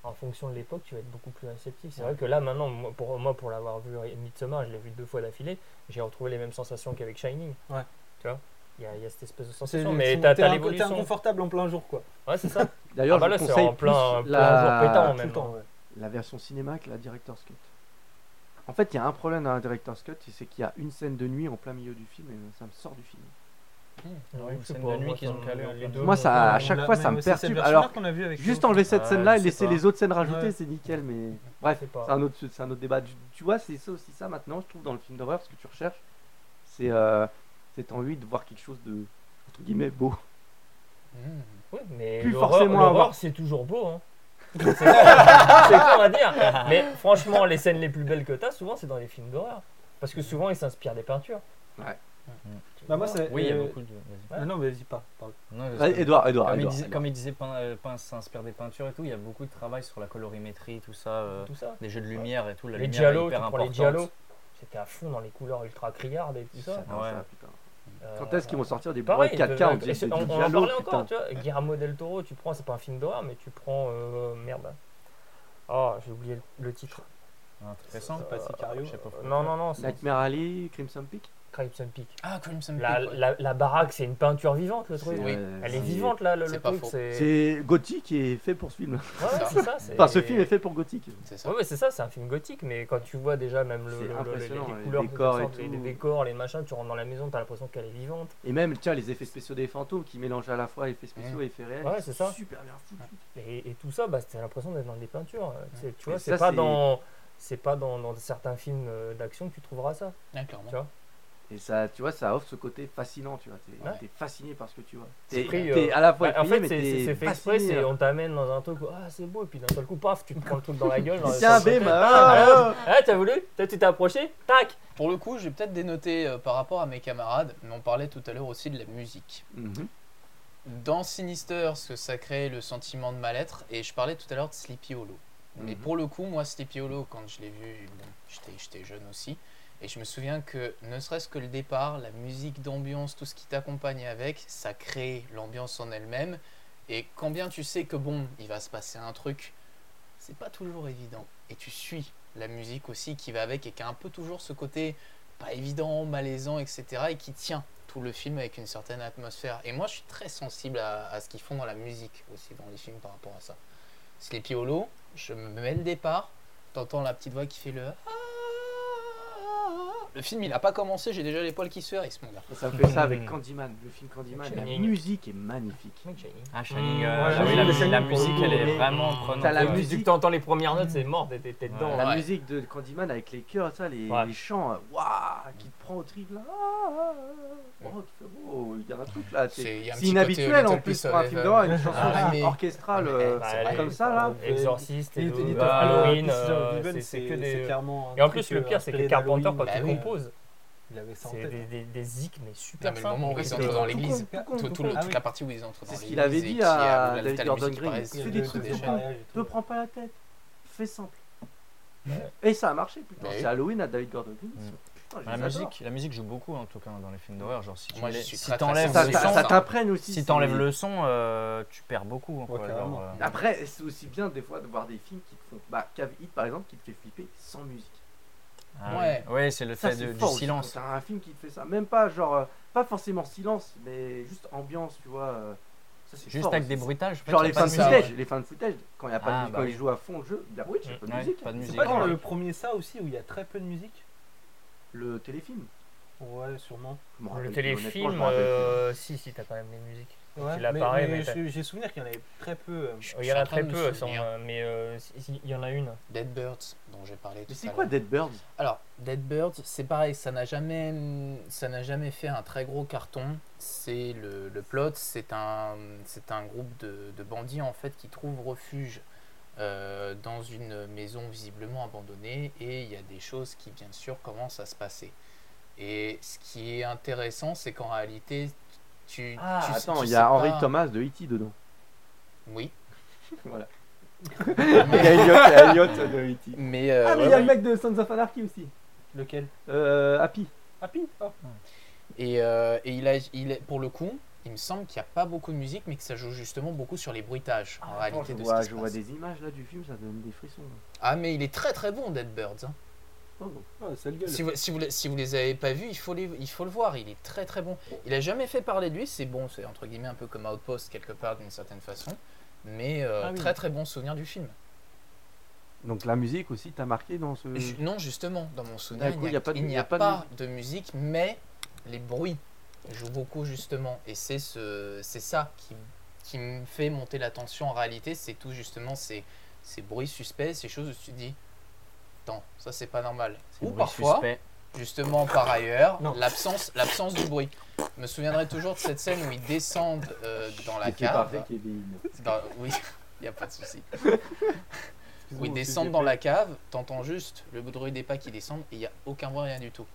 Speaker 6: en fonction de l'époque, tu vas être beaucoup plus réceptif. C'est vrai que là, maintenant, moi, pour moi, pour l'avoir vu Midsommar, je l'ai vu deux fois d'affilée, j'ai retrouvé les mêmes sensations qu'avec Shining.
Speaker 8: Ouais.
Speaker 6: Tu vois il y, a, il y a cette espèce de
Speaker 8: C'est-
Speaker 6: sensation,
Speaker 8: c'est-
Speaker 6: mais
Speaker 8: t'es
Speaker 6: t'as t'as
Speaker 8: un- T'es
Speaker 6: l'évolution.
Speaker 8: inconfortable en plein jour, quoi.
Speaker 6: Ouais, c'est ça.
Speaker 5: D'ailleurs,
Speaker 6: Ah bah
Speaker 5: je
Speaker 6: là,
Speaker 5: vous
Speaker 6: c'est
Speaker 5: conseille
Speaker 6: en plein,
Speaker 5: plus
Speaker 6: plein jour pétant
Speaker 5: la...
Speaker 6: même.
Speaker 8: temps, ouais.
Speaker 5: la version cinéma que la director's cut. En fait, il y a un problème dans la director's cut, c'est qu'il y a une scène de nuit en plein milieu du film et ça me sort du film.
Speaker 6: Ouais,
Speaker 1: une
Speaker 6: je sais
Speaker 1: scène
Speaker 6: pas,
Speaker 1: de nuit
Speaker 6: moi,
Speaker 1: qu'ils
Speaker 6: ça
Speaker 1: ont
Speaker 6: me-
Speaker 1: calée en
Speaker 6: hein, les
Speaker 1: plein
Speaker 6: deux
Speaker 5: Moi,
Speaker 6: m'ont-
Speaker 5: ça, à
Speaker 8: On
Speaker 5: chaque
Speaker 8: l'a-
Speaker 5: fois, ça
Speaker 8: mais
Speaker 5: me
Speaker 8: c'est cette
Speaker 5: perturbe.
Speaker 8: version-là
Speaker 5: Alors,
Speaker 8: qu'on a vu avec
Speaker 5: Juste
Speaker 8: nous.
Speaker 5: enlever cette
Speaker 6: Ouais,
Speaker 5: scène-là et
Speaker 6: je sais
Speaker 5: laisser
Speaker 6: pas.
Speaker 5: les autres scènes rajoutées,
Speaker 8: Ouais.
Speaker 5: c'est nickel, mais bref,
Speaker 6: Je sais pas.
Speaker 5: c'est un autre, c'est un autre débat. Tu, tu vois, c'est ça aussi ça maintenant, je trouve, dans le film d'horreur, ce que tu recherches, c'est euh, cette envie de voir quelque chose de entre guillemets beau.
Speaker 7: Mmh.
Speaker 6: Oui, mais
Speaker 5: Plus
Speaker 6: l'horreur-
Speaker 5: forcément
Speaker 6: l'horreur,
Speaker 5: avoir.
Speaker 6: c'est toujours beau. Hein. c'est c'est con à dire. Mais franchement, les scènes les plus belles que t'as, souvent, c'est dans les films d'horreur. Parce que souvent, ils s'inspirent des peintures.
Speaker 5: Ouais.
Speaker 8: Bah, moi, c'est.
Speaker 1: Oui, il y a
Speaker 8: euh,
Speaker 1: beaucoup de. vas-y.
Speaker 8: Ah non, mais vas-y, pas. parle.
Speaker 1: Non, parce que-
Speaker 5: Vas-y, Edouard, Edouard,
Speaker 1: Comme il,
Speaker 5: Edouard,
Speaker 1: disait,
Speaker 5: Edouard.
Speaker 1: comme il disait, pein- euh, peint- s'inspire des peintures et tout, il y a beaucoup de travail sur la colorimétrie, tout ça, euh,
Speaker 6: tout ça.
Speaker 1: les jeux de lumière et tout. La
Speaker 6: les
Speaker 1: lumière est
Speaker 6: Giallo, tu
Speaker 1: hyper
Speaker 6: prends les
Speaker 1: importante.
Speaker 6: Giallo, c'était à fond dans les couleurs ultra criardes et tout ça.
Speaker 5: J'adore
Speaker 1: Ouais.
Speaker 5: ça, putain.
Speaker 6: Euh,
Speaker 5: Quand est-ce qu'ils vont sortir des boîtes
Speaker 6: Pareil,
Speaker 5: 4K
Speaker 6: de-
Speaker 5: On dirait
Speaker 6: et
Speaker 5: que c'est
Speaker 6: c'est-
Speaker 5: du
Speaker 6: on, on en
Speaker 5: dialogue,
Speaker 6: parlait
Speaker 5: putain.
Speaker 6: encore, tu vois. Guillermo del Toro, tu prends, c'est pas un film d'horreur, mais tu prends. euh, merde. Oh, j'ai oublié le- le titre.
Speaker 1: Un truc récent.
Speaker 8: C'est pas Sicario.
Speaker 1: je sais pas.
Speaker 6: Euh, Non, non, non, c'est
Speaker 5: Nightmare Alley, Crimson Peak
Speaker 6: Crimson Peak.
Speaker 7: Ah, Crimson
Speaker 6: La,
Speaker 7: Peak, ouais.
Speaker 6: la- la baraque, c'est une peinture vivante, le truc.
Speaker 5: C'est,
Speaker 7: Oui.
Speaker 5: euh,
Speaker 6: Elle est
Speaker 5: c'est-
Speaker 6: vivante, là, le, le
Speaker 7: c'est pas
Speaker 6: truc.
Speaker 7: faux.
Speaker 6: C'est
Speaker 5: C'est gothique et fait pour ce film.
Speaker 6: Ouais, ouais, c'est ça. c'est-
Speaker 5: Enfin, ce film est fait pour gothique.
Speaker 7: C'est ça.
Speaker 6: Ouais, ouais, c'est ça, c'est un film gothique, mais quand tu vois déjà même le,
Speaker 5: C'est
Speaker 6: le- le-
Speaker 5: impressionnant, hein,
Speaker 6: les,
Speaker 5: les
Speaker 6: couleurs,
Speaker 5: décors et
Speaker 6: sortes, les,
Speaker 5: tout.
Speaker 6: les décors, les machins, tu rentres dans la maison, t'as l'impression qu'elle est vivante.
Speaker 5: Et même, tiens, les effets spéciaux des fantômes qui mélangent à la fois effets spéciaux et effets réels.
Speaker 6: Ouais, c'est ça.
Speaker 5: Super bien foutu.
Speaker 6: Et, et tout ça, bah, t'as l'impression d'être dans des peintures. euh, tu sais, Tu
Speaker 5: Mais
Speaker 6: vois,
Speaker 5: ça,
Speaker 6: c'est pas
Speaker 5: c'est-
Speaker 6: dans. C'est pas dans, dans certains films euh, d'action que tu trouveras ça.
Speaker 7: Ouais, clairement.
Speaker 6: Tu vois.
Speaker 5: Et ça, tu vois, ça offre ce côté fascinant, tu vois. T'es
Speaker 6: Ouais.
Speaker 5: t'es fasciné par ce que tu vois.
Speaker 6: C'est
Speaker 5: T'es
Speaker 6: pris,
Speaker 5: t'es
Speaker 6: euh,
Speaker 5: à la fois
Speaker 6: Bah, en
Speaker 5: effrayé,
Speaker 6: fait, c'est-
Speaker 5: mais
Speaker 6: c'est
Speaker 5: t'es hein.
Speaker 6: c'est fait exprès,
Speaker 5: fasciné.
Speaker 6: c'est on t'amène dans un truc, où, ah c'est beau, et puis d'un seul coup, paf, tu te prends le truc dans la gueule. dans le
Speaker 5: Tiens,
Speaker 6: sens de- Ah,
Speaker 5: bim bah, ah, ah.
Speaker 6: Ah, t'as voulu Toi, tu t'es approché Tac
Speaker 7: Pour le coup, j'ai peut-être dénoté euh, par rapport à mes camarades, mais on parlait tout à l'heure aussi de la musique.
Speaker 5: Mhm.
Speaker 7: Dans Sinister, ce que ça crée le sentiment de mal-être, et je parlais tout à l'heure de Sleepy Hollow. Mais
Speaker 5: Mhm.
Speaker 7: pour le coup, moi, Sleepy Hollow, quand je l'ai vu, bon, j'étais- j'étais jeune aussi, et je me souviens que ne serait-ce que le départ, la musique d'ambiance, tout ce qui t'accompagne avec, ça crée l'ambiance en elle-même. Et quand bien tu sais que bon, il va se passer un truc, c'est pas toujours évident. Et tu suis la musique aussi qui va avec et qui a un peu toujours ce côté pas évident, malaisant, etc. et qui tient tout le film avec une certaine atmosphère. Et moi, je suis très sensible à, à ce qu'ils font dans la musique aussi, dans les films par rapport à ça. Sleepy Hollow, je me mets le départ, t'entends la petite voix qui fait le. ah, Le film, il a pas commencé, j'ai déjà les poils qui se hérissent, mon gars.
Speaker 5: Ça me fait ça avec Candyman, le film Candyman. La
Speaker 6: Shining.
Speaker 5: musique est magnifique.
Speaker 1: Ah, Shining. euh,
Speaker 6: Mmh, ouais,
Speaker 1: ah oui,
Speaker 6: Shining,
Speaker 1: la,
Speaker 6: le
Speaker 1: mu- la
Speaker 6: Shining,
Speaker 1: musique, elle est
Speaker 5: mais-
Speaker 1: vraiment prenante.
Speaker 5: T'as la
Speaker 1: ouais.
Speaker 5: musique.
Speaker 6: Dès que t'entends les premières notes, c'est mort, t'es- t'es t'es dedans.
Speaker 5: La
Speaker 7: Ouais.
Speaker 5: musique de Candyman avec les chœurs, ça, les,
Speaker 6: Ouais.
Speaker 5: les chants, waouh, qui te prend au trip là. Ah, ah, ah. Oh, tu fais, oh, il y a un truc là.
Speaker 7: C'est-
Speaker 5: C'est
Speaker 7: il y a
Speaker 5: c'est
Speaker 7: un petit côté,
Speaker 5: inhabituel
Speaker 7: euh,
Speaker 5: en
Speaker 7: Little
Speaker 5: plus
Speaker 7: Piece
Speaker 5: pour un
Speaker 7: of
Speaker 5: film
Speaker 7: Heaven.
Speaker 5: d'horreur, une chanson
Speaker 7: Ah,
Speaker 5: aussi
Speaker 7: mais-
Speaker 5: orchestrale
Speaker 7: mais-
Speaker 5: euh,
Speaker 7: bah,
Speaker 6: elle est-
Speaker 5: comme ça là.
Speaker 6: Euh, Exorciste, et
Speaker 8: Little
Speaker 6: tout,
Speaker 8: Little
Speaker 6: Halloween,
Speaker 8: Pieces of
Speaker 6: euh,
Speaker 8: Heaven,
Speaker 6: c'est- c'est que des.
Speaker 8: clairement un
Speaker 6: Et en
Speaker 8: truc,
Speaker 6: plus, le
Speaker 8: euh,
Speaker 6: pire, c'est que
Speaker 8: inspiré
Speaker 6: Carpenter,
Speaker 8: d'Halloween,
Speaker 6: quand
Speaker 7: Bah
Speaker 6: il
Speaker 7: oui.
Speaker 6: compose,
Speaker 8: il avait ça en
Speaker 6: c'est
Speaker 8: tête.
Speaker 6: des, des, des zik, mais
Speaker 7: Non,
Speaker 6: super
Speaker 7: mais le
Speaker 6: simples.
Speaker 7: moment où
Speaker 6: Et
Speaker 7: ils
Speaker 6: c'est-
Speaker 7: entrent dans l'église,
Speaker 5: Tout con,
Speaker 7: tout,
Speaker 5: tout
Speaker 7: tout
Speaker 5: con.
Speaker 7: le-
Speaker 8: Ah
Speaker 7: toute
Speaker 8: oui.
Speaker 7: la partie où ils entrent dans
Speaker 5: C'est ce
Speaker 7: l'église.
Speaker 5: qu'il avait
Speaker 7: et
Speaker 5: dit
Speaker 7: qui
Speaker 5: à
Speaker 7: allume la
Speaker 5: David
Speaker 7: telle
Speaker 5: Gordon
Speaker 7: musique qui
Speaker 5: Green.
Speaker 7: paraît-
Speaker 5: C'est
Speaker 8: Le-
Speaker 5: des
Speaker 8: le
Speaker 5: trucs
Speaker 8: décharnage
Speaker 5: de con.
Speaker 8: et tout.
Speaker 5: Te prends pas la tête, fais simple. Et ça a marché, putain.
Speaker 7: Ouais.
Speaker 5: C'est Halloween à David Gordon Green.
Speaker 1: Mm.
Speaker 5: Putain, je
Speaker 1: La
Speaker 5: les adore.
Speaker 1: musique, la musique joue beaucoup en tout cas dans les films d'horreur. Genre si tu
Speaker 7: Moi, je
Speaker 1: les-
Speaker 7: suis
Speaker 1: si
Speaker 7: très, très
Speaker 1: t'enlèves
Speaker 5: Ça,
Speaker 1: le
Speaker 7: sensible.
Speaker 5: ça-
Speaker 1: son,
Speaker 5: ça
Speaker 7: hein.
Speaker 5: t'imprègne aussi.
Speaker 1: si
Speaker 5: c'est-
Speaker 1: t'enlèves le son, euh, tu perds beaucoup. hein,
Speaker 8: Ouais,
Speaker 1: quoi,
Speaker 8: carrément.
Speaker 1: genre, euh,
Speaker 5: Après, c'est aussi bien des fois de voir des films qui te font. Bah, Cave Hit par exemple, qui te fait flipper sans musique.
Speaker 1: ah
Speaker 7: Ouais.
Speaker 1: ouais, c'est le
Speaker 5: Ça,
Speaker 1: fait
Speaker 5: c'est
Speaker 1: de- du
Speaker 5: fort aussi,
Speaker 1: silence.
Speaker 5: quand T'as un film qui te fait ça. Même pas genre. euh, Pas forcément silence, mais juste ambiance, tu vois. euh, Ça, c'est
Speaker 1: Juste
Speaker 5: fort
Speaker 1: avec
Speaker 5: aussi.
Speaker 1: des bruitages. en fait,
Speaker 5: Genre
Speaker 1: y a
Speaker 5: les
Speaker 1: pas
Speaker 5: fins de
Speaker 1: de
Speaker 7: ça,
Speaker 5: footage, les fins de footage, quand il y a pas de
Speaker 1: Ah,
Speaker 5: musique,
Speaker 1: bah
Speaker 5: quand
Speaker 1: oui. Mm,
Speaker 5: ils jouent à fond le jeu, bah oui, j'ai pas de
Speaker 1: Ouais,
Speaker 5: musique.
Speaker 1: pas de
Speaker 8: C'est
Speaker 1: musique.
Speaker 8: pas dans
Speaker 1: ouais.
Speaker 8: le premier ça aussi où il y a très peu de musique
Speaker 5: Le téléfilm.
Speaker 8: Ouais, sûrement.
Speaker 5: Je m'en
Speaker 6: Le
Speaker 5: rappelle plus, honnêtement, je
Speaker 6: téléfilm,
Speaker 5: m'en rappelle plus.
Speaker 6: euh, si, si, t'as quand même les musiques.
Speaker 8: Ouais,
Speaker 6: Il apparaît, mais t'as-
Speaker 8: j'ai j'ai souvenir qu'il y en avait très peu. euh.
Speaker 6: Il
Speaker 7: Je- je
Speaker 6: y en
Speaker 7: suis
Speaker 6: a
Speaker 7: train
Speaker 6: très
Speaker 7: de me
Speaker 6: peu, sans,
Speaker 7: souvenir.
Speaker 6: euh, mais euh, si- si, il y en a une.
Speaker 7: Dead Birds, dont j'ai parlé tout
Speaker 5: Mais c'est
Speaker 7: à
Speaker 5: quoi
Speaker 7: l'heure.
Speaker 5: Dead Birds
Speaker 7: Alors, Dead Birds, c'est pareil, ça n'a jamais, ça n'a jamais fait un très gros carton. C'est le, le plot, c'est un, c'est un groupe de, de bandits en fait qui trouvent refuge euh, dans une maison visiblement abandonnée et il y a des choses qui bien sûr commencent à se passer. Et ce qui est intéressant, c'est qu'en réalité, tu,
Speaker 5: Ah,
Speaker 7: tu-
Speaker 5: attends,
Speaker 7: tu
Speaker 5: il y
Speaker 7: sais
Speaker 5: a Henry
Speaker 7: pas-
Speaker 5: Thomas de E.T. dedans.
Speaker 7: Oui,
Speaker 5: voilà. Il y a Elliot, il y a Elliot de E.T.
Speaker 7: mais euh,
Speaker 5: Ah, mais il
Speaker 7: ouais,
Speaker 5: y a
Speaker 7: ouais.
Speaker 5: le mec de Sons of Anarchy aussi.
Speaker 8: Lequel
Speaker 5: Euh, Happy.
Speaker 8: Happy oh.
Speaker 7: Et, euh, et il a, il est- pour le coup, il me semble qu'il n'y a pas beaucoup de musique, mais que ça joue justement beaucoup sur les bruitages en
Speaker 1: Ah,
Speaker 5: Attends,
Speaker 7: réalité
Speaker 5: Ah, Oh, je
Speaker 7: de
Speaker 5: vois,
Speaker 7: ce qui
Speaker 5: je
Speaker 7: se
Speaker 5: vois
Speaker 7: passe.
Speaker 5: des images là du film, ça donne des frissons.
Speaker 7: Ah, mais il est très très bon, Dead Birds. hein.
Speaker 5: Oh.
Speaker 8: Oh, sale gueule.
Speaker 7: Si, vous, si, vous, les- si vous les avez pas vus, il faut, les, il faut le voir. Il est très très bon. Il a jamais fait parler de lui. C'est bon, c'est entre guillemets un peu comme Outpost quelque part d'une certaine façon. Mais euh,
Speaker 1: Ah oui.
Speaker 7: très très bon souvenir du film.
Speaker 5: Donc la musique aussi t'a marqué dans ce.
Speaker 7: Ju- Non, justement, dans mon souvenir,
Speaker 5: D'un coup,
Speaker 7: Mm. il n'y a, il n'y a pas, de, musique, mais les bruits jouent beaucoup, justement. Et c'est ce, c'est ça qui, qui me fait monter la tension en réalité. C'est tout, justement, ces, ces bruits suspects, ces choses où tu te dis, attends, ça, c'est pas normal.
Speaker 1: C'est
Speaker 7: Ou
Speaker 1: bruit
Speaker 7: parfois,
Speaker 1: suspect.
Speaker 7: justement, par ailleurs,
Speaker 8: Non.
Speaker 7: l'absence l'absence du bruit. Je me souviendrai toujours de cette scène où ils descendent euh, dans la
Speaker 5: Et c'est parfait
Speaker 7: cave.
Speaker 5: qu'il y ait des-
Speaker 7: Dans- oui, il n'y a pas de souci.
Speaker 8: Excuse-moi,
Speaker 7: Où
Speaker 1: Oh,
Speaker 7: ils
Speaker 8: monsieur,
Speaker 7: descendent
Speaker 8: j'ai
Speaker 7: dans
Speaker 8: fait-
Speaker 7: la cave, t'entends juste le bruit des pas qui descendent et il n'y a aucun bruit, rien du tout.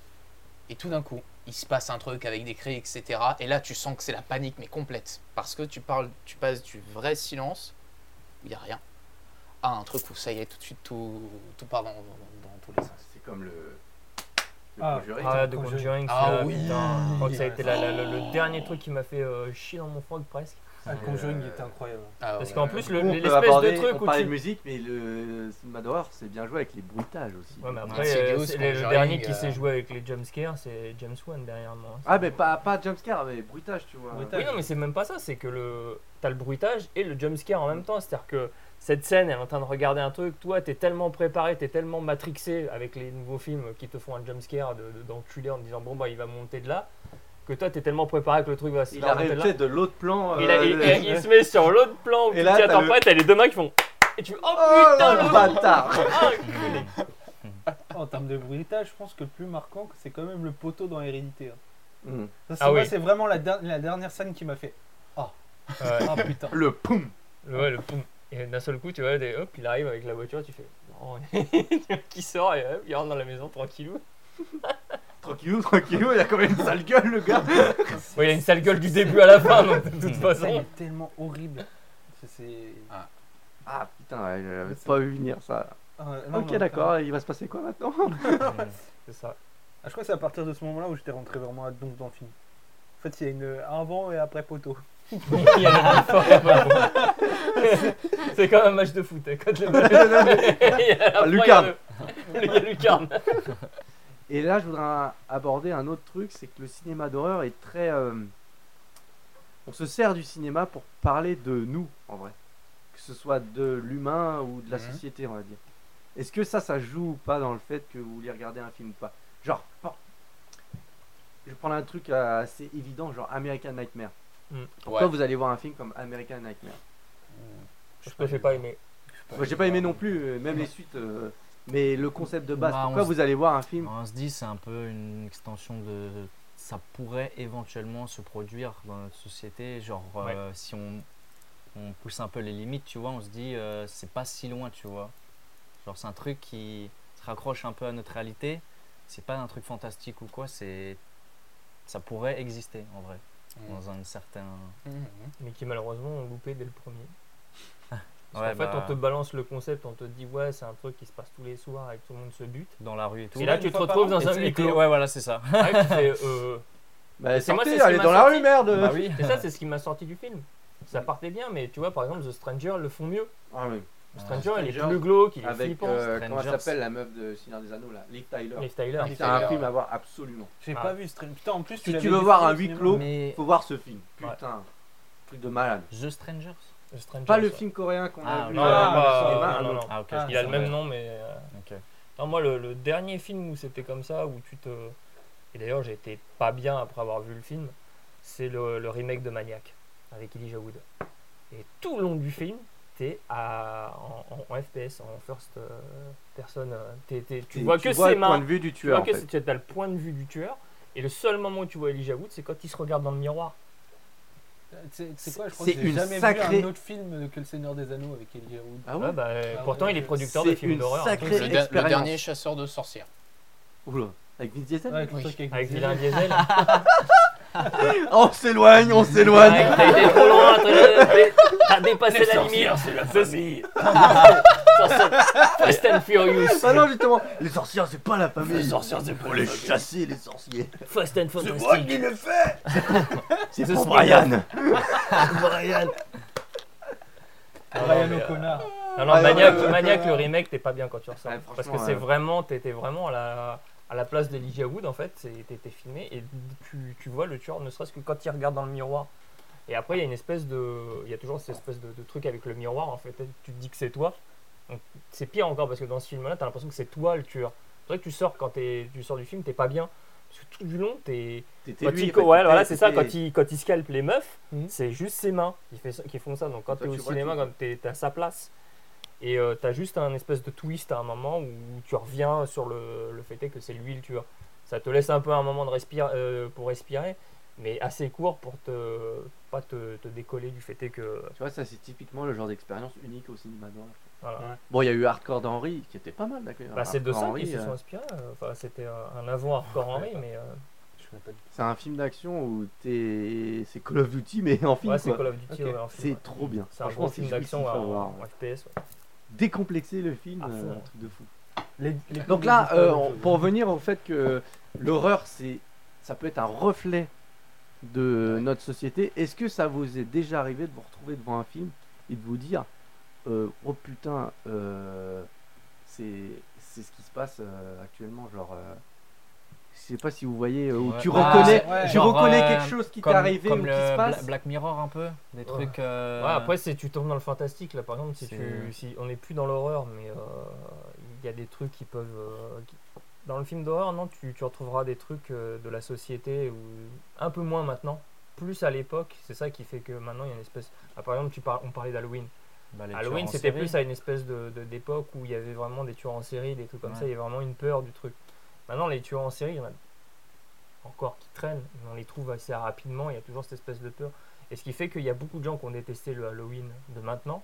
Speaker 7: Et tout d'un coup, il se passe un truc avec des cris, etc. Et là, tu sens que c'est la panique, mais complète. Parce que tu parles, tu passes du vrai silence, où il n'y a rien, à un truc où ça y est, tout de suite, tout, tout part dans, dans- dans tous les sens.
Speaker 5: C'est comme le. le
Speaker 8: Ah.
Speaker 5: Conjuring.
Speaker 6: Ah, de
Speaker 8: Conjuring.
Speaker 6: Conjuring,
Speaker 7: Ah
Speaker 6: celui-là,
Speaker 7: oui.
Speaker 6: putain. Je crois que ça a été la- la- le, le
Speaker 4: Oh.
Speaker 6: dernier truc qui m'a fait euh, chier dans mon froc presque.
Speaker 8: Ah, le Conjuring était incroyable.
Speaker 7: Ah
Speaker 6: Parce
Speaker 7: ouais.
Speaker 6: qu'en plus, le-
Speaker 5: Du coup, on peut
Speaker 6: l'espèce
Speaker 5: aborder-
Speaker 6: de truc
Speaker 5: on
Speaker 6: où
Speaker 5: parlait
Speaker 6: tu.
Speaker 5: de musique, mais le Madhorror, c'est bien joué avec les bruitages aussi.
Speaker 6: Ouais, mais
Speaker 7: Ouais,
Speaker 6: après,
Speaker 7: c'est
Speaker 6: euh,
Speaker 7: Deus,
Speaker 6: c'est le- le
Speaker 7: Conjuring,
Speaker 6: dernier qui
Speaker 7: euh.
Speaker 6: s'est joué avec les jumpscares, c'est James Wan derrière moi.
Speaker 5: Ah, mais pas, pas jumpscare, mais bruitage, tu vois.
Speaker 8: Bruitage.
Speaker 6: Oui, non, mais c'est même pas ça, c'est que le t'as le bruitage et le jumpscare en même temps. C'est-à-dire que cette scène, elle est en train de regarder un truc, toi, t'es tellement préparé, t'es tellement matrixé avec les nouveaux films qui te font un jumpscare de- de- d'enculé en te disant bon, bah, il va monter de là, que toi, t'es tellement préparé que le truc va se
Speaker 5: Il
Speaker 6: faire monter
Speaker 5: arrive
Speaker 6: de là.
Speaker 5: peut-être de l'autre plan.
Speaker 6: Il, a-
Speaker 5: euh,
Speaker 6: il-
Speaker 5: le-
Speaker 6: il- il se met sur l'autre plan où
Speaker 5: Et
Speaker 6: tu
Speaker 5: là,
Speaker 6: t'y
Speaker 5: t'as
Speaker 6: attends
Speaker 5: le-
Speaker 6: pas, t'as les deux mains qui font et tu fais oh
Speaker 5: Oh
Speaker 6: putain,
Speaker 5: le
Speaker 6: le
Speaker 5: bâtard
Speaker 6: Ah, Oh,
Speaker 8: En termes de bruitage, je pense que le plus marquant, c'est quand même le poteau dans Hérédité. hein.
Speaker 5: Hmm.
Speaker 8: Ça, c'est
Speaker 6: Ah
Speaker 8: moi,
Speaker 6: oui.
Speaker 8: c'est vraiment la, der- la dernière scène qui m'a fait.
Speaker 6: Ouais.
Speaker 8: Ah putain.
Speaker 5: Le poum
Speaker 6: Ouais, le poum. Et d'un seul coup, tu vois, des- hop, il arrive avec la voiture, tu fais. Non, qui sort et hop, il rentre dans la maison tranquillou.
Speaker 5: Tranquillou, tranquillou, il a quand même une sale gueule, le gars
Speaker 6: Ouais, il a une sale gueule du début à la fin, donc de toute
Speaker 8: Cette scène
Speaker 6: façon.
Speaker 8: est tellement horrible. C'est- C'est.
Speaker 5: Ah putain, ouais, je l'avais pas vu venir ça.
Speaker 8: Ah, non,
Speaker 5: ok,
Speaker 8: non,
Speaker 5: d'accord, il va se passer quoi maintenant
Speaker 6: C'est ça.
Speaker 8: Ah, je crois que c'est à partir de ce moment-là où j'étais rentré vraiment à donc dans le film. En fait, il y a une un avant et après poteau.
Speaker 6: Il y a le fort et le bon. C'est comme un match de foot. hein, Quand le... il y a la fin, il y a
Speaker 5: Lucarne.
Speaker 6: le- Il y a Lucarne.
Speaker 5: Et là, je voudrais aborder un autre truc, c'est que le cinéma d'horreur est très. euh, on se sert du cinéma pour parler de nous, en vrai. Que ce soit de l'humain ou de la
Speaker 7: Mhm.
Speaker 5: société, on va dire. Est-ce que ça, ça joue ou pas dans le fait que vous voulez regarder un film ou pas Genre, bon, je vais prendre un truc euh, assez évident, genre American Nightmare.
Speaker 7: Ouais.
Speaker 5: Pourquoi vous allez voir un film comme American Nightmare
Speaker 6: Je peux, j'ai pas aimé.
Speaker 5: Moi, j'ai pas aimé non plus, euh, même les suites. euh, mais le concept de base,
Speaker 1: Bah, on
Speaker 5: pourquoi
Speaker 1: se-
Speaker 5: vous allez voir un film
Speaker 1: On se dit, c'est un peu une extension de. Ça pourrait éventuellement se produire dans notre société. Genre, euh, si on, on pousse un peu les limites, tu vois, on se dit, euh, c'est pas si loin, tu vois. Genre, c'est un truc qui se raccroche un peu à notre réalité. C'est pas un truc fantastique ou quoi, c'est. Ça pourrait exister en vrai,
Speaker 6: Mm.
Speaker 7: Mhm.
Speaker 1: dans un certain.
Speaker 7: Mhm.
Speaker 6: Mais qui malheureusement ont loupé dès le premier. Parce
Speaker 1: Ouais,
Speaker 6: qu'en fait,
Speaker 1: bah,
Speaker 6: on te balance le concept, on te dit ouais, c'est un truc qui se passe tous les soirs et que tout le monde se bute.
Speaker 1: Dans la rue et tout.
Speaker 6: Et là,
Speaker 8: une
Speaker 6: tu te
Speaker 8: fois par
Speaker 6: retrouves
Speaker 8: an.
Speaker 6: dans un
Speaker 1: Et- et-
Speaker 6: huis clos.
Speaker 1: Ouais, voilà, c'est ça.
Speaker 6: Ouais, tu fais, euh,
Speaker 5: bah,
Speaker 6: c'est moi,
Speaker 5: Sortez,
Speaker 6: c'est ce qui
Speaker 5: allez
Speaker 6: m'a
Speaker 5: dans la
Speaker 6: sorti.
Speaker 5: rue, merde
Speaker 1: Bah oui.
Speaker 6: Et ça, c'est ce qui m'a sorti du film. Ça partait bien, mais tu vois, par exemple, The Stranger le font mieux.
Speaker 5: Ah oui.
Speaker 6: The Stranger, il est
Speaker 5: Stranger.
Speaker 6: plus glauque, il est
Speaker 5: Avec,
Speaker 6: flippant.
Speaker 5: euh,
Speaker 1: Strangers.
Speaker 5: comment elle s'appelle la meuf de Seigneur des Anneaux là Liv Tyler.
Speaker 6: Les Styler.
Speaker 7: Liv
Speaker 5: C'est un
Speaker 7: Tyler.
Speaker 5: film à voir absolument.
Speaker 8: J'ai
Speaker 6: Ah.
Speaker 8: pas vu ce stream. Putain, en plus,
Speaker 5: Si
Speaker 8: l'avais
Speaker 5: tu veux
Speaker 8: vu
Speaker 5: voir
Speaker 8: au
Speaker 5: un huis
Speaker 8: cinéma.
Speaker 5: clos,
Speaker 1: Mais
Speaker 5: faut voir ce film.
Speaker 6: Ouais.
Speaker 5: Putain, truc de malade.
Speaker 1: The Strangers
Speaker 6: The Stranger,
Speaker 5: Pas le
Speaker 6: ça.
Speaker 5: film coréen qu'on a
Speaker 1: Ah,
Speaker 5: vu
Speaker 6: Non,
Speaker 5: euh,
Speaker 6: non,
Speaker 5: au
Speaker 6: pas-
Speaker 5: cinéma,
Speaker 6: non,
Speaker 5: un
Speaker 6: non, non.
Speaker 5: autre.
Speaker 1: Ah, ok.
Speaker 8: Ah,
Speaker 1: je
Speaker 6: Il a le
Speaker 1: savais.
Speaker 6: même nom, mais. euh,
Speaker 1: Ok.
Speaker 6: Non, moi, le, le dernier film où c'était comme ça, où tu te. Et d'ailleurs, j'ai été pas bien après avoir vu le film, c'est le, le remake de Maniac, avec Elijah Wood. Et tout le long du film, t'es à... en, en- en FPS, en first euh, person. euh, t'es- t'es- tu
Speaker 5: Et
Speaker 6: vois que ses
Speaker 5: le point
Speaker 6: mains,
Speaker 5: de vue du
Speaker 6: tu vois
Speaker 5: tueur. en
Speaker 6: que
Speaker 5: fait.
Speaker 6: c'est- t'as le point de vue du tueur, et le seul moment où tu vois Elijah Wood, c'est quand il se regarde dans le miroir.
Speaker 8: C'est c'est quoi Je crois
Speaker 5: C'est
Speaker 8: que j'ai
Speaker 5: une
Speaker 8: jamais
Speaker 5: sacrée-
Speaker 8: vu un autre film que Le Seigneur des Anneaux avec Elijah Wood.
Speaker 5: Ah ouais
Speaker 6: Ouais, bah, euh,
Speaker 8: Ah
Speaker 6: pourtant,
Speaker 8: ouais,
Speaker 6: il est
Speaker 8: c'est
Speaker 6: producteur de films
Speaker 5: une
Speaker 6: d'horreur.
Speaker 5: sacrée-
Speaker 6: un
Speaker 7: Le,
Speaker 6: peu.
Speaker 7: de- le
Speaker 5: Expérience.
Speaker 7: dernier chasseur de sorcières.
Speaker 5: Oula. Avec Vin Diesel
Speaker 8: Ouais, avec
Speaker 7: Oui.
Speaker 8: le truc
Speaker 6: hein. Avec
Speaker 8: des
Speaker 6: Villain
Speaker 8: yeux.
Speaker 6: Diesel.
Speaker 5: On s'éloigne, on s'éloigne
Speaker 6: Ouais, T'as été Ah, trop loin, t'as- t'as- t'as dépassé la limite. C'est la famille. Fast and Furious.
Speaker 5: Ah non, justement, les sorcières, c'est pas la famille. Les sorcières, c'est pas les chasser, les sorciers.
Speaker 6: Fast and Fantastic.
Speaker 5: le fait C'est
Speaker 6: The
Speaker 5: pour
Speaker 6: Spin-off.
Speaker 5: Brian
Speaker 6: Brian. Ah,
Speaker 8: Brian
Speaker 6: non, mais, euh, Non,
Speaker 8: O'Connor.
Speaker 6: non,
Speaker 5: Ah,
Speaker 6: Maniac,
Speaker 5: ouais, ouais, ouais.
Speaker 6: Maniac, le remake, t'es pas bien quand tu ressors.
Speaker 5: Ouais,
Speaker 6: Parce que
Speaker 5: franchement,
Speaker 6: c'est
Speaker 5: ouais.
Speaker 6: vraiment, t'étais vraiment à la, à la place d'Elijah Wood en fait. c'est- T'étais filmé et tu, tu vois le tueur ne serait-ce que quand il regarde dans le miroir. Et après, il y a une espèce de. Il y a toujours cette espèce de, de truc avec le miroir en fait. Tu te dis que c'est toi. Donc, C'est pire encore parce que dans ce film-là, t'as l'impression que c'est toi le tueur. C'est vrai que tu sors quand t'es- tu sors du film, t'es pas bien. Parce que tout du long, t'es.
Speaker 5: T'étais
Speaker 6: Quand
Speaker 5: lui,
Speaker 6: il-
Speaker 5: en fait,
Speaker 6: ouais, voilà,
Speaker 5: t'étais-
Speaker 6: c'est ça. Quand il, quand il scalpe les meufs,
Speaker 5: Hmm.
Speaker 8: Mhm.
Speaker 6: c'est juste ses mains qui, fait ça- qui font ça. Donc quand
Speaker 5: Toi,
Speaker 6: t'es au
Speaker 5: tu vois
Speaker 6: cinéma,
Speaker 5: tout.
Speaker 6: quand t'es t'as sa place. Et euh, t'as juste un espèce de twist à un moment où tu reviens sur le, le fait est que c'est lui le tueur. Ça te laisse un peu un moment de respire, euh, pour respirer, mais assez court pour te pas te, te décoller du fait est que
Speaker 5: Tu vois, ça, c'est typiquement le genre d'expérience unique au cinéma d'horreur.
Speaker 6: voilà.
Speaker 5: Bon, il y a eu Hardcore d'Henry qui était pas mal d'accueil.
Speaker 6: Bah, c'est de ça
Speaker 5: Hardcore
Speaker 6: qu'ils
Speaker 5: Henry,
Speaker 6: se
Speaker 5: euh,
Speaker 6: sont inspirés. Enfin, c'était un, un avant Hardcore Henry, mais euh,
Speaker 8: Je
Speaker 7: connais pas du tout.
Speaker 5: C'est un film d'action où t'es. C'est Call of Duty, mais en film.
Speaker 6: Ouais, c'est
Speaker 5: quoi.
Speaker 6: Call of Duty.
Speaker 8: Ok.
Speaker 6: ouais, en film, ouais.
Speaker 5: C'est trop bien.
Speaker 6: C'est un
Speaker 5: Franchement,
Speaker 6: bon film
Speaker 5: c'est jouissif
Speaker 6: d'action
Speaker 5: à
Speaker 6: ouais,
Speaker 5: voir.
Speaker 6: en, en FPS. ouais.
Speaker 5: Décomplexer le film,
Speaker 6: À fond.
Speaker 5: euh, un truc de fou.
Speaker 8: Les- les-
Speaker 5: Donc là, euh, on- pour revenir au fait que l'horreur, c'est, ça peut être un reflet de notre société. Est-ce que ça vous est déjà arrivé de vous retrouver devant un film et de vous dire, euh, oh putain, euh, c'est, c'est ce qui se passe euh, actuellement, genre. euh, je sais pas si vous voyez, euh, où
Speaker 1: Ouais.
Speaker 5: tu
Speaker 1: Ah,
Speaker 5: reconnais,
Speaker 8: ouais.
Speaker 5: tu
Speaker 1: Genre,
Speaker 5: reconnais
Speaker 1: euh,
Speaker 5: quelque chose qui t'est
Speaker 1: Comme,
Speaker 5: arrivé
Speaker 1: comme
Speaker 5: ou qui
Speaker 1: le
Speaker 5: se
Speaker 1: Bla-
Speaker 5: passe.
Speaker 1: Black Mirror un peu, des trucs. euh,
Speaker 6: Ouais, après, c'est tu tombes dans le fantastique. Là, par exemple, si, tu,
Speaker 1: c'est-
Speaker 6: si on n'est plus dans l'horreur, mais euh, il y a des trucs qui peuvent. euh, qui- Dans le film d'horreur, non, tu, tu retrouveras des trucs euh, de la société ou un peu moins maintenant, plus à l'époque. C'est ça qui fait que maintenant il y a une espèce. Ah, par exemple, tu par- on parlait d'Halloween.
Speaker 1: bah, les
Speaker 6: Halloween,
Speaker 1: tueurs en
Speaker 6: c'était
Speaker 1: série.
Speaker 6: plus à une espèce de de- d'époque où il y avait vraiment des tueurs en série, des trucs comme ça,
Speaker 1: Ouais.
Speaker 6: il y avait vraiment une peur du truc. Maintenant, les tueurs en série, il y en a encore qui traînent, mais on les trouve assez rapidement, il y a toujours cette espèce de peur. Et ce qui fait qu'il y a beaucoup de gens qui ont détesté le Halloween de maintenant,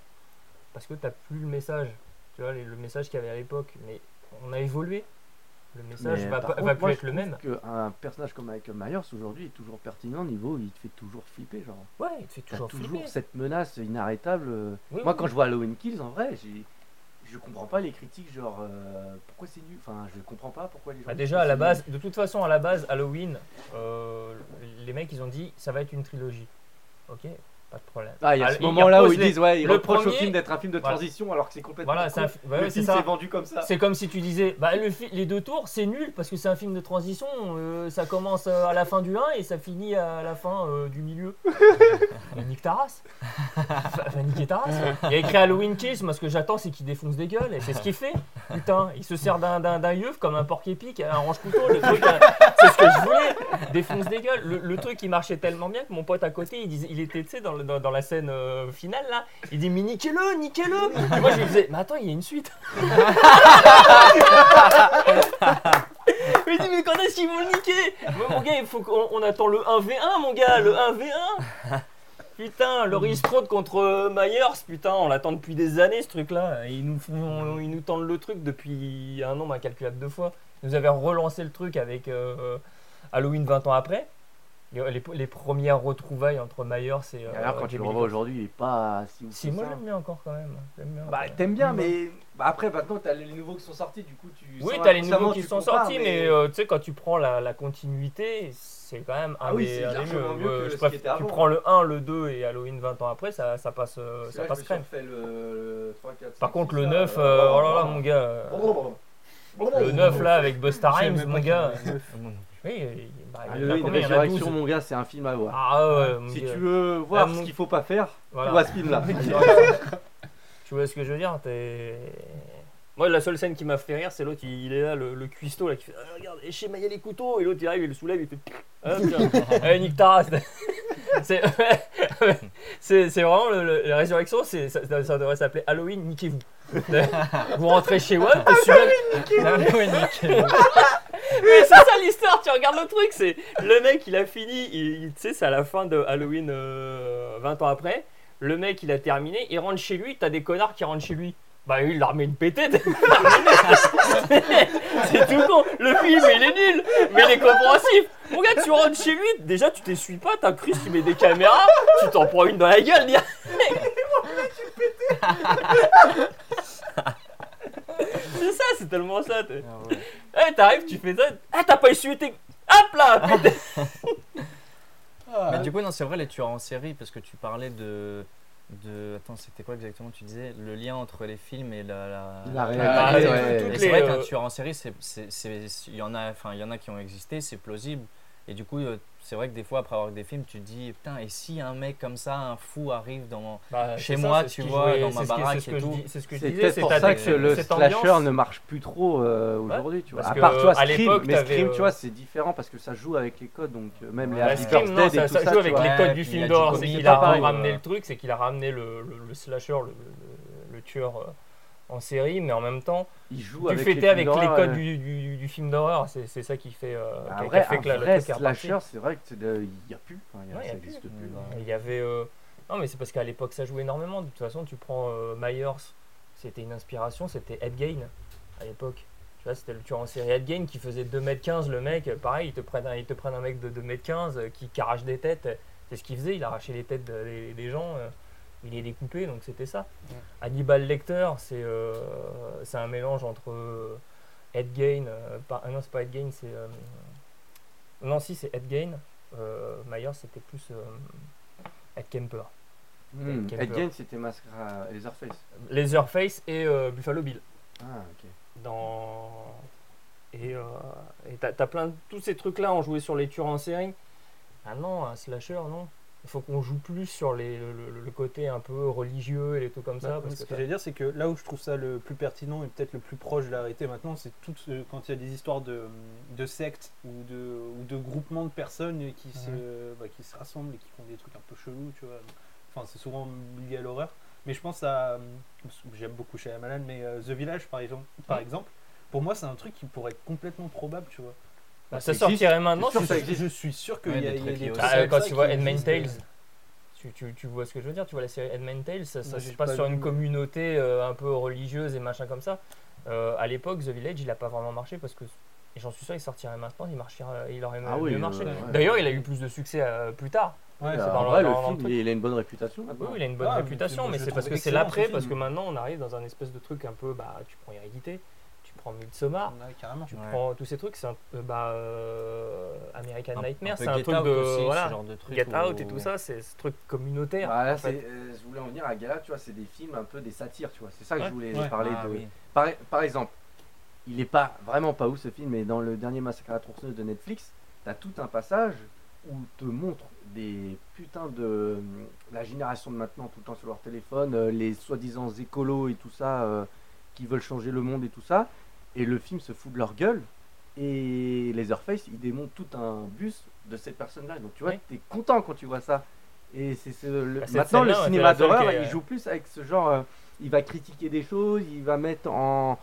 Speaker 6: parce que tu n'as plus le message, tu vois, les- le message qu'il y avait à l'époque, mais on a évolué. Le message
Speaker 5: Mais
Speaker 6: va,
Speaker 5: par
Speaker 6: pas-
Speaker 5: contre,
Speaker 6: va
Speaker 5: moi,
Speaker 6: plus
Speaker 5: je
Speaker 6: être le
Speaker 5: trouve
Speaker 6: même.
Speaker 5: que un personnage comme Michael Myers aujourd'hui est toujours pertinent au niveau où il te fait toujours flipper, genre.
Speaker 6: Ouais, il te fait
Speaker 5: T'as
Speaker 6: toujours, flipper.
Speaker 5: toujours cette menace inarrêtable. euh.
Speaker 6: Oui,
Speaker 5: Moi,
Speaker 6: oui.
Speaker 5: quand je vois Halloween Kills, en vrai, j'ai- je comprends pas les critiques, genre euh, pourquoi c'est nul. Enfin, je comprends pas pourquoi les gens.
Speaker 6: Bah
Speaker 5: disent
Speaker 6: déjà
Speaker 5: que
Speaker 6: à la
Speaker 5: c'est
Speaker 6: base, de toute façon à la base Halloween, euh, les mecs ils ont dit ça va être une trilogie. Ok, pas de problème.
Speaker 5: nul. Ah, il y a
Speaker 6: Ah,
Speaker 5: ce
Speaker 6: ils
Speaker 5: moment-là où
Speaker 6: reposent
Speaker 5: ils
Speaker 6: les-
Speaker 5: disent ouais, ils
Speaker 6: le
Speaker 5: reprochent au
Speaker 6: premier-
Speaker 5: film d'être un film de
Speaker 6: Voilà.
Speaker 5: transition alors que c'est complètement.
Speaker 6: Voilà, c'est un
Speaker 5: con.
Speaker 6: fi- bah
Speaker 5: le
Speaker 6: ouais, c'est
Speaker 5: film
Speaker 6: ça.
Speaker 5: s'est vendu comme ça.
Speaker 6: C'est comme si tu disais bah le fi- les deux tours c'est nul parce que c'est un film de transition, euh, ça commence euh, à la fin du 1 et ça finit à la fin euh, du milieu. bah, nique ta race. Va- va niquer ta race. Il y a écrit Halloween Kills, moi ce que j'attends c'est qu'il défonce des gueules et c'est ce qu'il fait. Putain, il se sert d'un d'un d'un yeuf comme un porc épic, un range couteau, le truc, euh, c'est ce que je voulais. défonce des gueules. Le, le truc, il marchait tellement bien que mon pote à côté, il, disait, il était, tu sais, dans, le- dans, dans la scène euh, finale, là. Il dit, mais niquez-le, niquez-le. Et moi, je lui disais, mais attends, il y a une suite. Il dit, mais quand est-ce qu'ils vont le niquer Mais mon gars, il faut qu'on on attend le 1v1, mon gars, le 1v1. Putain, Laurie Strode contre euh, Myers, putain, on l'attend depuis des années ce truc-là. Ils nous, font- ils nous tendent le truc depuis un nombre incalculable de fois. Ils nous avaient relancé le truc avec euh, Halloween 20 ans après. Et, euh, Les, les premières retrouvailles entre Myers et. euh,
Speaker 5: Alors quand tu le
Speaker 6: Jamie
Speaker 5: revois
Speaker 6: Lee-
Speaker 5: aujourd'hui, il est pas si ouf.
Speaker 6: Si,
Speaker 5: que
Speaker 6: moi
Speaker 5: ça.
Speaker 6: j'aime bien encore quand même. J'aime bien.
Speaker 5: Bah, t'aimes bien, mais bah, après maintenant t'as les nouveaux qui sont sortis, du coup tu.
Speaker 6: Oui,
Speaker 5: sens
Speaker 6: t'as les
Speaker 5: inconsciemment,
Speaker 6: nouveaux qui
Speaker 5: tu
Speaker 6: sont
Speaker 5: compares,
Speaker 6: sortis, mais euh, tu sais, quand tu prends la, la continuité, c'est quand même un
Speaker 5: Ah oui,
Speaker 6: des,
Speaker 5: c'est
Speaker 6: un des Euh,
Speaker 5: largement mieux que
Speaker 6: je
Speaker 5: ce qui
Speaker 6: préfère-
Speaker 5: était avant. hein.
Speaker 6: Tu prends le 1, le 2 et Halloween 20 ans après, ça, ça passe, euh,
Speaker 5: Parce que
Speaker 6: ça
Speaker 5: là,
Speaker 6: passe
Speaker 5: je me
Speaker 6: crème.
Speaker 5: suis refait le- le 3, 4,
Speaker 6: Par
Speaker 5: 5,
Speaker 6: contre,
Speaker 5: 6,
Speaker 6: le
Speaker 5: là,
Speaker 6: 9,
Speaker 5: euh,
Speaker 6: euh, oh là là,
Speaker 5: oh,
Speaker 6: mon gars. euh,
Speaker 5: oh, oh, oh,
Speaker 6: Le 9 là avec Busta
Speaker 8: Je savais
Speaker 6: Rhymes,
Speaker 8: même pas
Speaker 6: mon
Speaker 8: qu'il
Speaker 6: gars. euh,
Speaker 8: y avait
Speaker 1: Ah, bon, non.
Speaker 6: Oui, bah, il y en a combien Il
Speaker 5: Halloween
Speaker 6: y en a
Speaker 5: Résurrection,
Speaker 6: 12.
Speaker 5: mon gars, c'est un film à voir.
Speaker 6: Ah ouais, mon
Speaker 5: Si
Speaker 6: gars.
Speaker 5: tu veux voir
Speaker 6: Ah,
Speaker 5: ce
Speaker 6: mon-
Speaker 5: qu'il faut pas faire,
Speaker 6: Voilà.
Speaker 5: vois ce film-là.
Speaker 6: Tu vois ce que je veux dire T'es- Moi, la seule scène qui m'a fait rire, c'est l'autre, il il est là, le, le cuistot, là, qui fait Ah, Regarde, chez il y a les couteaux. Et l'autre, il arrive, il le soulève, il fait Ah, tiens, eh, nique ta race. C'est c'est- c'est vraiment le- le- la résurrection, c'est- ça, ça- ça devrait s'appeler Halloween, niquez-vous. vous rentrez chez Watt, Halloween, niquez-vous. Mais c'est ça l'histoire, tu regardes le truc, c'est le mec il a fini, il, il- tu sais, c'est à la fin de Halloween euh, 20 ans après, le mec, il a terminé, il rentre chez lui, t'as des connards qui rentrent chez lui. Bah il leur met une pétette C'est tout con Le film il est nul Mais il est compréhensif Mon gars tu rentres chez lui, déjà tu t'essuies pas, t'as Chris qui met des caméras, tu t'en prends une dans la gueule direct. C'est ça, c'est tellement ça t'es-
Speaker 1: Ah ouais.
Speaker 6: Eh t'arrives, tu fais ça, ah t'as pas essuyé tes... Hop là putain.
Speaker 8: Ah,
Speaker 1: Mais du coup, non, c'est vrai, les tueurs en série, parce que tu parlais de. de... Attends, c'était quoi exactement Tu disais le lien entre les films et la. la-
Speaker 5: La
Speaker 6: Ah,
Speaker 5: réalité, ouais.
Speaker 6: toutes
Speaker 1: Et
Speaker 6: les,
Speaker 1: c'est vrai qu'un
Speaker 6: euh,
Speaker 1: tueur en série, c'est- c'est- c'est- il y, en a- enfin, il y en a qui ont existé, c'est plausible. Et du coup, euh, c'est vrai que des fois, après avoir vu des films, tu te dis euh, Putain, et si un mec comme ça, un fou, arrive dans mon.
Speaker 6: Bah,
Speaker 1: Chez
Speaker 6: c'est
Speaker 1: moi,
Speaker 6: c'est ce
Speaker 1: tu
Speaker 6: qui
Speaker 1: vois,
Speaker 6: jouait,
Speaker 1: dans
Speaker 6: c'est
Speaker 1: ma
Speaker 6: ce qui-
Speaker 1: baraque
Speaker 6: c'est ce
Speaker 1: et
Speaker 6: que je
Speaker 1: tout.
Speaker 6: dis- C'est ce que je
Speaker 5: C'est
Speaker 6: disais,
Speaker 5: peut-être
Speaker 6: c'est
Speaker 5: pour
Speaker 6: ta-
Speaker 5: ça que le
Speaker 6: cette
Speaker 5: slasher
Speaker 6: ambiance.
Speaker 5: ne marche plus trop euh, aujourd'hui, tu vois.
Speaker 6: parce
Speaker 5: À
Speaker 6: que,
Speaker 5: part, tu vois,
Speaker 6: à
Speaker 5: Scream,
Speaker 6: l'époque,
Speaker 5: mais
Speaker 6: t'avais,
Speaker 5: Scream,
Speaker 6: euh,
Speaker 5: tu vois, c'est différent parce que ça joue avec les codes, donc euh, même les
Speaker 6: La
Speaker 5: Happy
Speaker 6: Scream, Bah, non,
Speaker 5: Birthday
Speaker 6: ça,
Speaker 5: et tout
Speaker 6: ça
Speaker 5: ça,
Speaker 6: joue
Speaker 5: tu
Speaker 6: avec
Speaker 5: vois.
Speaker 6: les
Speaker 1: Ouais,
Speaker 6: codes
Speaker 1: puis
Speaker 6: du
Speaker 1: il y
Speaker 6: film
Speaker 1: a du
Speaker 6: d'horreur. C'est
Speaker 1: comique,
Speaker 6: qu'il a
Speaker 5: c'est pareil,
Speaker 6: ramené
Speaker 5: ouais.
Speaker 6: le truc, c'est qu'il a ramené le, le- le slasher, le, le- le tueur euh, en série, mais en même temps,
Speaker 5: Ils jouent
Speaker 6: tu
Speaker 5: avec
Speaker 6: fêtais avec les
Speaker 5: films
Speaker 6: codes
Speaker 5: d'horreur,
Speaker 6: du, du- du film d'horreur. C'est c'est ça qui fait, euh,
Speaker 5: euh,
Speaker 6: qui a-
Speaker 5: bah,
Speaker 6: qui a
Speaker 5: vrai,
Speaker 6: fait que là,
Speaker 5: un
Speaker 6: le
Speaker 5: vrai
Speaker 6: truc est reparti.
Speaker 5: slasher, c'est vrai que c'est de- il y a plus, enfin, il y a-
Speaker 6: Ouais, il y a
Speaker 5: ça
Speaker 6: plus.
Speaker 5: n'existe plus.
Speaker 1: Mm.
Speaker 5: ouais.
Speaker 6: Il y avait. euh, Non, mais c'est parce qu'à l'époque, ça jouait énormément. De toute façon, tu prends euh, Myers, c'était une inspiration, c'était Ed Gein à l'époque. Là, c'était le tueur en série Game qui faisait 2m15, le mec, euh, pareil, ils te prennent un, ils te prennent un mec de 2m15 euh, qui, qui arrache des têtes. C'est ce qu'il faisait, il arrachait les têtes de- des, des gens, euh, il les découpait, donc c'était ça.
Speaker 7: Mm.
Speaker 6: Hannibal Lecter, c'est euh, c'est un mélange entre euh, Ed Gein, euh, pas- ah non, c'est pas Ed Gein, c'est. euh, non, si, c'est Ed Gein. Euh, Myers, c'était plus euh, Ed Kemper.
Speaker 5: Hmm.
Speaker 6: Quelle
Speaker 5: Ed
Speaker 6: peur.
Speaker 5: Gein, c'était Masque à Leatherface.
Speaker 6: Leatherface et euh, Buffalo Bill.
Speaker 5: Ah, ok.
Speaker 6: dans et euh, et t'as t'as plein de tous ces trucs là on jouait sur les tueurs en série ah non un slasher non il faut qu'on joue plus sur les, le, le- le côté un peu religieux et les trucs comme ça
Speaker 8: Bah,
Speaker 6: parce
Speaker 8: ce
Speaker 6: que
Speaker 8: que
Speaker 6: t'as-
Speaker 8: j'allais dire, c'est que là où je trouve ça le plus pertinent et peut-être le plus proche de la réalité maintenant, c'est tout ce- quand il y a des histoires de, de sectes ou de, ou de groupements de personnes qui, se, bah, qui se rassemblent et qui font des trucs un peu chelous, tu vois. Enfin, c'est souvent lié à l'horreur. Mais je pense à. euh, J'aime beaucoup Shyamalan, mais euh, The Village, par exemple, par exemple pour moi, c'est un truc qui pourrait être complètement probable, tu vois.
Speaker 6: Bah, ça
Speaker 5: ça
Speaker 6: sortirait maintenant
Speaker 5: C'est sûr,
Speaker 6: tu-
Speaker 5: ça
Speaker 8: Je,
Speaker 5: existe.
Speaker 8: je suis sûr qu'il
Speaker 1: Ouais,
Speaker 8: y a
Speaker 1: des
Speaker 8: il y a
Speaker 1: trucs liés
Speaker 8: des
Speaker 1: au
Speaker 8: trucs
Speaker 6: Ah,
Speaker 8: comme
Speaker 6: quand
Speaker 8: ça
Speaker 6: tu vois
Speaker 8: qui
Speaker 6: Edmund
Speaker 8: existent,
Speaker 6: Tales tu, tu- tu vois ce que je veux dire tu vois la série Edmund Tales ça, ça
Speaker 8: Non,
Speaker 6: se
Speaker 8: j'ai
Speaker 6: passe
Speaker 8: pas
Speaker 6: sur
Speaker 8: vu.
Speaker 6: une communauté euh, un peu religieuse et machin comme ça Euh, à l'époque The Village il a pas vraiment marché parce que et j'en suis sûr il sortirait maintenant il marchera il aurait
Speaker 5: Ah oui,
Speaker 6: mieux
Speaker 5: euh,
Speaker 6: marché
Speaker 5: ouais.
Speaker 6: d'ailleurs il a eu plus de succès euh, plus tard
Speaker 8: mais- Ouais,
Speaker 5: Ah,
Speaker 8: c'est
Speaker 6: dans
Speaker 5: en
Speaker 6: le-
Speaker 5: vrai,
Speaker 6: dans-
Speaker 5: le
Speaker 6: dans le
Speaker 5: film,
Speaker 6: truc.
Speaker 5: il a une bonne réputation maintenant.
Speaker 6: Oui, il a une bonne
Speaker 8: Ah, mais
Speaker 6: réputation,
Speaker 8: c'est- moi,
Speaker 6: mais
Speaker 8: je
Speaker 6: c'est
Speaker 8: le
Speaker 6: parce
Speaker 8: trouve
Speaker 6: que c'est
Speaker 8: excellent,
Speaker 6: l'après,
Speaker 8: ce
Speaker 6: parce
Speaker 8: film.
Speaker 6: que maintenant on arrive dans un espèce de truc un peu, bah, tu prends Hérédité, tu prends Midsommar,
Speaker 8: pas- ouais, carrément.
Speaker 6: tu
Speaker 1: Ouais.
Speaker 6: prends tous ces trucs, c'est un euh, bah, euh, American Nightmare, c'est
Speaker 1: peu
Speaker 6: un
Speaker 1: Get
Speaker 6: truc
Speaker 1: Out
Speaker 6: de
Speaker 1: aussi, ce
Speaker 6: voilà,
Speaker 1: genre de truc
Speaker 6: Get Out et
Speaker 1: où-
Speaker 6: tout ça, c'est ce truc communautaire.
Speaker 8: Ah,
Speaker 5: Bah, là,
Speaker 6: en fait.
Speaker 5: c'est- euh, je voulais en venir à Gala, tu vois, c'est des films un peu des satires, tu vois. C'est ça que
Speaker 8: Ouais,
Speaker 5: je voulais
Speaker 8: ouais.
Speaker 5: parler
Speaker 1: Ah
Speaker 5: de.
Speaker 1: oui.
Speaker 5: Par, par exemple, il est pas vraiment pas ouf ce film, mais dans le dernier Massacre à la tronçonneuse de Netflix, t'as tout un passage où te montre des putains de euh, la génération de maintenant tout le temps sur leur téléphone, euh, les soi-disant écolos et tout ça euh, qui veulent changer le monde et tout ça, et le film se fout de leur gueule. Et Leatherface, il démonte tout un bus de cette personne-là. Donc tu vois,
Speaker 6: Oui.
Speaker 5: t'es content quand tu vois ça. Et c'est ce, le-
Speaker 6: Bah, cette
Speaker 5: maintenant le
Speaker 6: scène-là, ouais,
Speaker 5: cinéma
Speaker 6: c'est la seule
Speaker 5: d'horreur,
Speaker 6: qui est-
Speaker 5: il joue plus avec ce genre. euh, il va critiquer des choses, il va mettre en,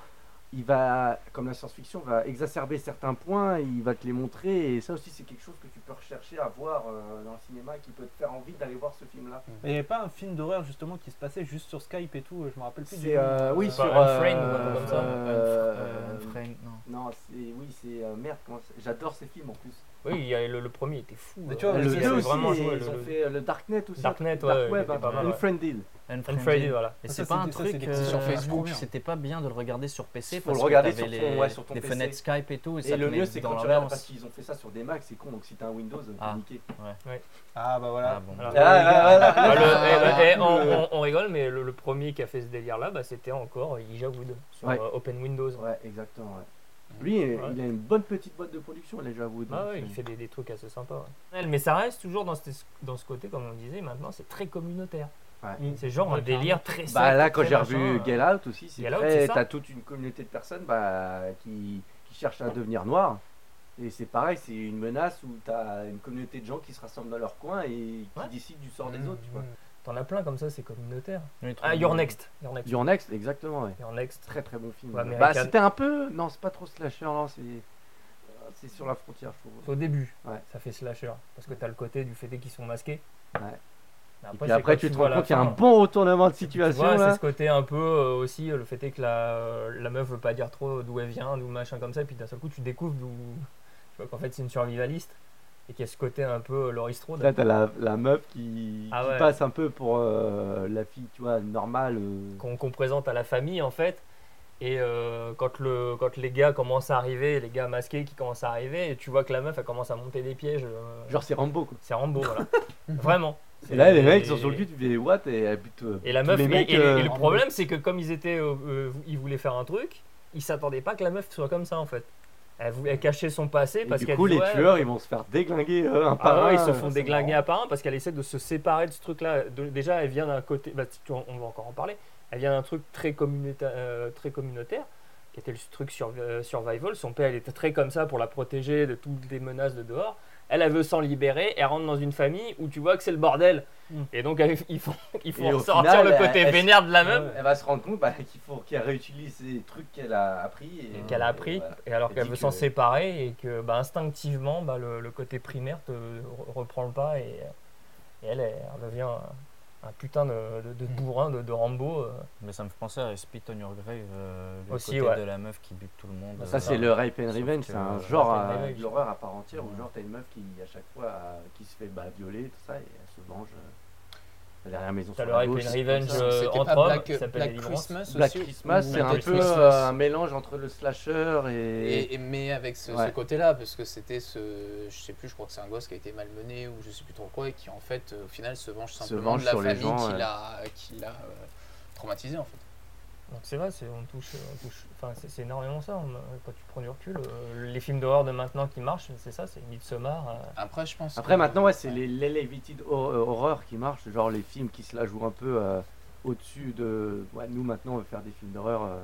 Speaker 5: il va, comme la science-fiction, va exacerber certains points, il va te les montrer, et ça aussi c'est quelque chose que tu peux rechercher à voir euh, dans le cinéma, qui peut te faire envie d'aller voir ce film-là.
Speaker 8: Il n'y avait pas un film d'horreur justement qui se passait juste sur Skype et tout, je me rappelle plus du
Speaker 5: C'est,
Speaker 8: nom.
Speaker 5: euh, oui,
Speaker 6: pas
Speaker 5: sur...
Speaker 6: Unfriend
Speaker 5: euh,
Speaker 6: ou un truc comme ça,
Speaker 5: euh,
Speaker 1: Unfriend, non.
Speaker 5: non, c'est, oui, c'est, euh, merde, comment c'est- j'adore ces films en plus.
Speaker 6: Oui, il y a- le, le premier était fou.
Speaker 8: Mais
Speaker 6: euh,
Speaker 8: tu vois,
Speaker 6: il
Speaker 8: le
Speaker 6: avait
Speaker 8: deux
Speaker 5: aussi,
Speaker 6: vraiment
Speaker 5: et
Speaker 6: joué
Speaker 5: ils
Speaker 6: le-
Speaker 5: ont
Speaker 6: le-
Speaker 5: fait euh, le Darknet aussi.
Speaker 6: Darknet,
Speaker 5: Dark
Speaker 6: ouais, il
Speaker 5: Web, hein.
Speaker 6: était pas mal, ouais.
Speaker 5: Unfriended.
Speaker 6: Unfriended, voilà.
Speaker 1: Et
Speaker 8: Ça,
Speaker 1: c'est
Speaker 8: c'était
Speaker 1: pas un
Speaker 8: ça, c'est
Speaker 1: truc
Speaker 8: des petits
Speaker 1: euh,
Speaker 8: sur
Speaker 7: Facebook.
Speaker 1: C'était pas bien de le regarder sur PC
Speaker 5: Ah. Faut
Speaker 1: parce
Speaker 5: le
Speaker 1: que
Speaker 5: regarder
Speaker 1: t'avais
Speaker 5: sur ton-
Speaker 1: les,
Speaker 5: ouais, sur ton
Speaker 1: les
Speaker 5: PC.
Speaker 1: fenêtres Skype et tout. Et,
Speaker 5: Et
Speaker 1: ça
Speaker 5: le
Speaker 1: te
Speaker 5: mieux
Speaker 1: met
Speaker 5: c'est
Speaker 1: dans
Speaker 5: quand tu regardes,
Speaker 1: l'ambiance.
Speaker 5: parce qu'ils ont fait ça sur des Macs, c'est con, donc si t'as un Windows, t'es
Speaker 1: Ah.
Speaker 5: niqué.
Speaker 8: Ah bah voilà.
Speaker 1: Ah bon.
Speaker 6: Voilà.
Speaker 5: Ah,
Speaker 6: Bah, le-
Speaker 7: Ah.
Speaker 6: eh, eh, on, on- on rigole, mais le, le premier qui a fait ce délire-là, bah, c'était encore Elijah Wood sur
Speaker 5: Ouais.
Speaker 6: euh, Open Windows.
Speaker 5: Ouais, exactement. ouais. Lui, il a une bonne petite boîte de production, là, j'avoue.
Speaker 6: Ah
Speaker 5: donc,
Speaker 6: ouais, il
Speaker 5: euh,
Speaker 6: fait des, des trucs assez sympas. ouais. Ouais, Mais ça reste toujours dans, cette- dans ce côté, comme on disait, maintenant c'est très communautaire.
Speaker 5: Ouais.
Speaker 6: Mm. C'est genre un
Speaker 7: Ouais,
Speaker 6: délire très
Speaker 5: Bah
Speaker 6: simple,
Speaker 5: là, quand
Speaker 6: très
Speaker 5: j'ai
Speaker 6: machin,
Speaker 5: revu
Speaker 6: euh.
Speaker 5: Get Out aussi, c'est
Speaker 6: Get Out,
Speaker 5: très.
Speaker 6: c'est ça.
Speaker 5: T'as toute une communauté de personnes bah, qui, qui cherchent à devenir noires. Et c'est pareil, c'est une menace où t'as une communauté de gens qui se rassemblent dans leur coin et qui
Speaker 6: Ouais.
Speaker 5: décident du sort des
Speaker 6: Mm,
Speaker 5: autres, tu vois.
Speaker 6: mm. T'en as plein comme ça, c'est communautaire.
Speaker 1: Oui,
Speaker 6: Ah, Your Next. Your Next.
Speaker 5: Your Next, exactement, ouais.
Speaker 6: Your Next.
Speaker 5: Très très bon film.
Speaker 6: Ouais,
Speaker 5: bah,
Speaker 6: American-
Speaker 5: c'était un peu. Non, c'est pas trop slasher, non, c'est. C'est sur la frontière, je
Speaker 6: C'est
Speaker 5: trouve.
Speaker 6: Au début,
Speaker 5: Ouais.
Speaker 6: ça fait slasher. Parce que t'as le côté du fait qu'ils sont masqués.
Speaker 5: Ouais.
Speaker 6: Mais
Speaker 5: Et puis
Speaker 6: c'est
Speaker 5: après,
Speaker 6: quand
Speaker 5: tu te
Speaker 6: vois
Speaker 5: rends
Speaker 6: la
Speaker 5: compte qu'il y a un
Speaker 6: fin,
Speaker 5: bon retournement de
Speaker 6: tu vois,
Speaker 5: situation. là.
Speaker 6: c'est ce côté un peu euh, aussi euh, le fait est que la, euh, la meuf veut pas dire trop d'où elle vient, d'où machin comme ça, et puis d'un seul coup tu découvres d'où. Tu vois qu'en fait c'est une survivaliste et qu'il y a ce côté un peu euh, Laurie Strode.
Speaker 5: Là, t'as la, la meuf qui,
Speaker 6: Ah
Speaker 5: qui
Speaker 6: ouais.
Speaker 5: passe un peu pour euh, la fille, tu vois, normale. euh.
Speaker 6: qu'on qu'on présente à la famille en fait. Et euh, quand, le, quand les gars commencent à arriver, les gars masqués qui commencent à arriver, et tu vois que la meuf elle commence à monter des pièges. euh,
Speaker 5: Genre, c'est Rambo, quoi.
Speaker 6: c'est Rambo, voilà. Vraiment.
Speaker 5: Et là, les mecs sont sur le cul, tu fais what et elle bute. euh,
Speaker 6: Et la
Speaker 5: tous
Speaker 6: meuf,
Speaker 5: les
Speaker 6: et-
Speaker 5: mecs,
Speaker 6: et,
Speaker 5: euh,
Speaker 6: et le problème c'est que comme ils étaient, euh, euh, ils voulaient faire un truc, ils s'attendaient pas que la meuf soit comme ça en fait. Elle, voulait cacher son passé
Speaker 5: et
Speaker 6: parce
Speaker 5: du
Speaker 6: qu'elle
Speaker 5: coup, les
Speaker 6: disait, ouais,
Speaker 5: tueurs, ils vont se faire déglinguer euh, un par
Speaker 6: Ah
Speaker 5: un.
Speaker 6: ouais, ils se
Speaker 5: euh,
Speaker 6: font
Speaker 5: c'est
Speaker 6: déglinguer
Speaker 5: marrant.
Speaker 6: à part un parce qu'elle essaie de se séparer de ce truc-là. De- Déjà, elle vient d'un côté, bah, tu- on va encore en parler, elle vient d'un truc très communautaire, euh, très communautaire qui était le truc sur, euh, survival. Son père, il était très comme ça pour la protéger de toutes les menaces de dehors. Elle, elle veut s'en libérer, elle rentre dans une famille où tu vois que c'est le bordel.
Speaker 8: Mm.
Speaker 6: Et donc, elle- il faut, il
Speaker 5: Hmm. Et
Speaker 6: faut
Speaker 5: au
Speaker 6: ressortir
Speaker 5: final,
Speaker 6: le côté
Speaker 5: elle- elle-
Speaker 6: vénère de la meuf
Speaker 5: Elle va se rendre compte bah, qu'il faut qu'elle réutilise les trucs qu'elle a appris. Et,
Speaker 6: et qu'elle a appris,
Speaker 5: et
Speaker 6: et,
Speaker 5: voilà.
Speaker 6: alors
Speaker 5: Elle
Speaker 6: qu'elle
Speaker 5: dit
Speaker 6: veut s'en
Speaker 5: que-
Speaker 6: séparer, et que bah, instinctivement, bah, le, le côté primaire te re- reprend le pas, et, et elle, elle, devient un putain de, de- de
Speaker 5: Mm.
Speaker 6: bourrin de, de Rambo. euh.
Speaker 1: Mais ça me fait penser à Spit on Your Grave, euh, le
Speaker 6: Aussi,
Speaker 1: côté
Speaker 6: ouais.
Speaker 1: de la meuf qui bute tout le monde.
Speaker 5: Bah, Ça,
Speaker 1: euh,
Speaker 5: c'est le rape and
Speaker 1: Sauf
Speaker 5: revenge,
Speaker 1: que,
Speaker 5: c'est un
Speaker 1: euh,
Speaker 5: genre
Speaker 6: rape and
Speaker 5: euh,
Speaker 6: revenge.
Speaker 5: de l'horreur à part entière où
Speaker 1: Ouais.
Speaker 5: genre t'as une meuf qui à chaque fois euh, qui se fait bah, violer tout ça et elle se venge. euh, la dernière maison
Speaker 6: T'as
Speaker 5: sur
Speaker 6: le
Speaker 5: la
Speaker 6: Rape
Speaker 5: gauche,
Speaker 6: and
Speaker 5: c'est comme
Speaker 6: Revenge
Speaker 5: ça.
Speaker 6: euh,
Speaker 7: C'était
Speaker 6: entre
Speaker 7: pas
Speaker 6: hommes
Speaker 7: Black,
Speaker 6: qui s'appelle
Speaker 7: Black
Speaker 6: Délivrance.
Speaker 7: Christmas aussi
Speaker 5: Black Christmas,
Speaker 7: ou
Speaker 5: c'est un
Speaker 7: Black
Speaker 5: peu
Speaker 7: Christmas.
Speaker 5: euh, un mélange entre le slasher et,
Speaker 7: Et, et- mais avec ce, ce
Speaker 5: Ouais.
Speaker 7: côté-là, parce que c'était ce. Je sais plus, je crois que c'est un gosse qui a été malmené ou je sais plus trop quoi, et qui en fait, euh, au final, se venge simplement
Speaker 5: venge
Speaker 7: de la
Speaker 5: sur les
Speaker 7: famille
Speaker 5: gens,
Speaker 7: qui
Speaker 5: ouais.
Speaker 7: l'a qui l'a, euh, traumatisé en fait.
Speaker 6: Donc c'est vrai, c'est- on touche, on touche. Enfin, c'est c'est énormément ça. on- quand tu prends du recul, euh, les films d'horreur de maintenant qui marchent, c'est ça, c'est Midsommar. euh,
Speaker 7: Après, je pense.
Speaker 5: Après
Speaker 7: que-
Speaker 5: maintenant ouais c'est les l'elevated hor- euh, horror qui marche, genre les films qui se la jouent un peu euh, au-dessus de ouais, nous maintenant on veut faire des films d'horreur euh,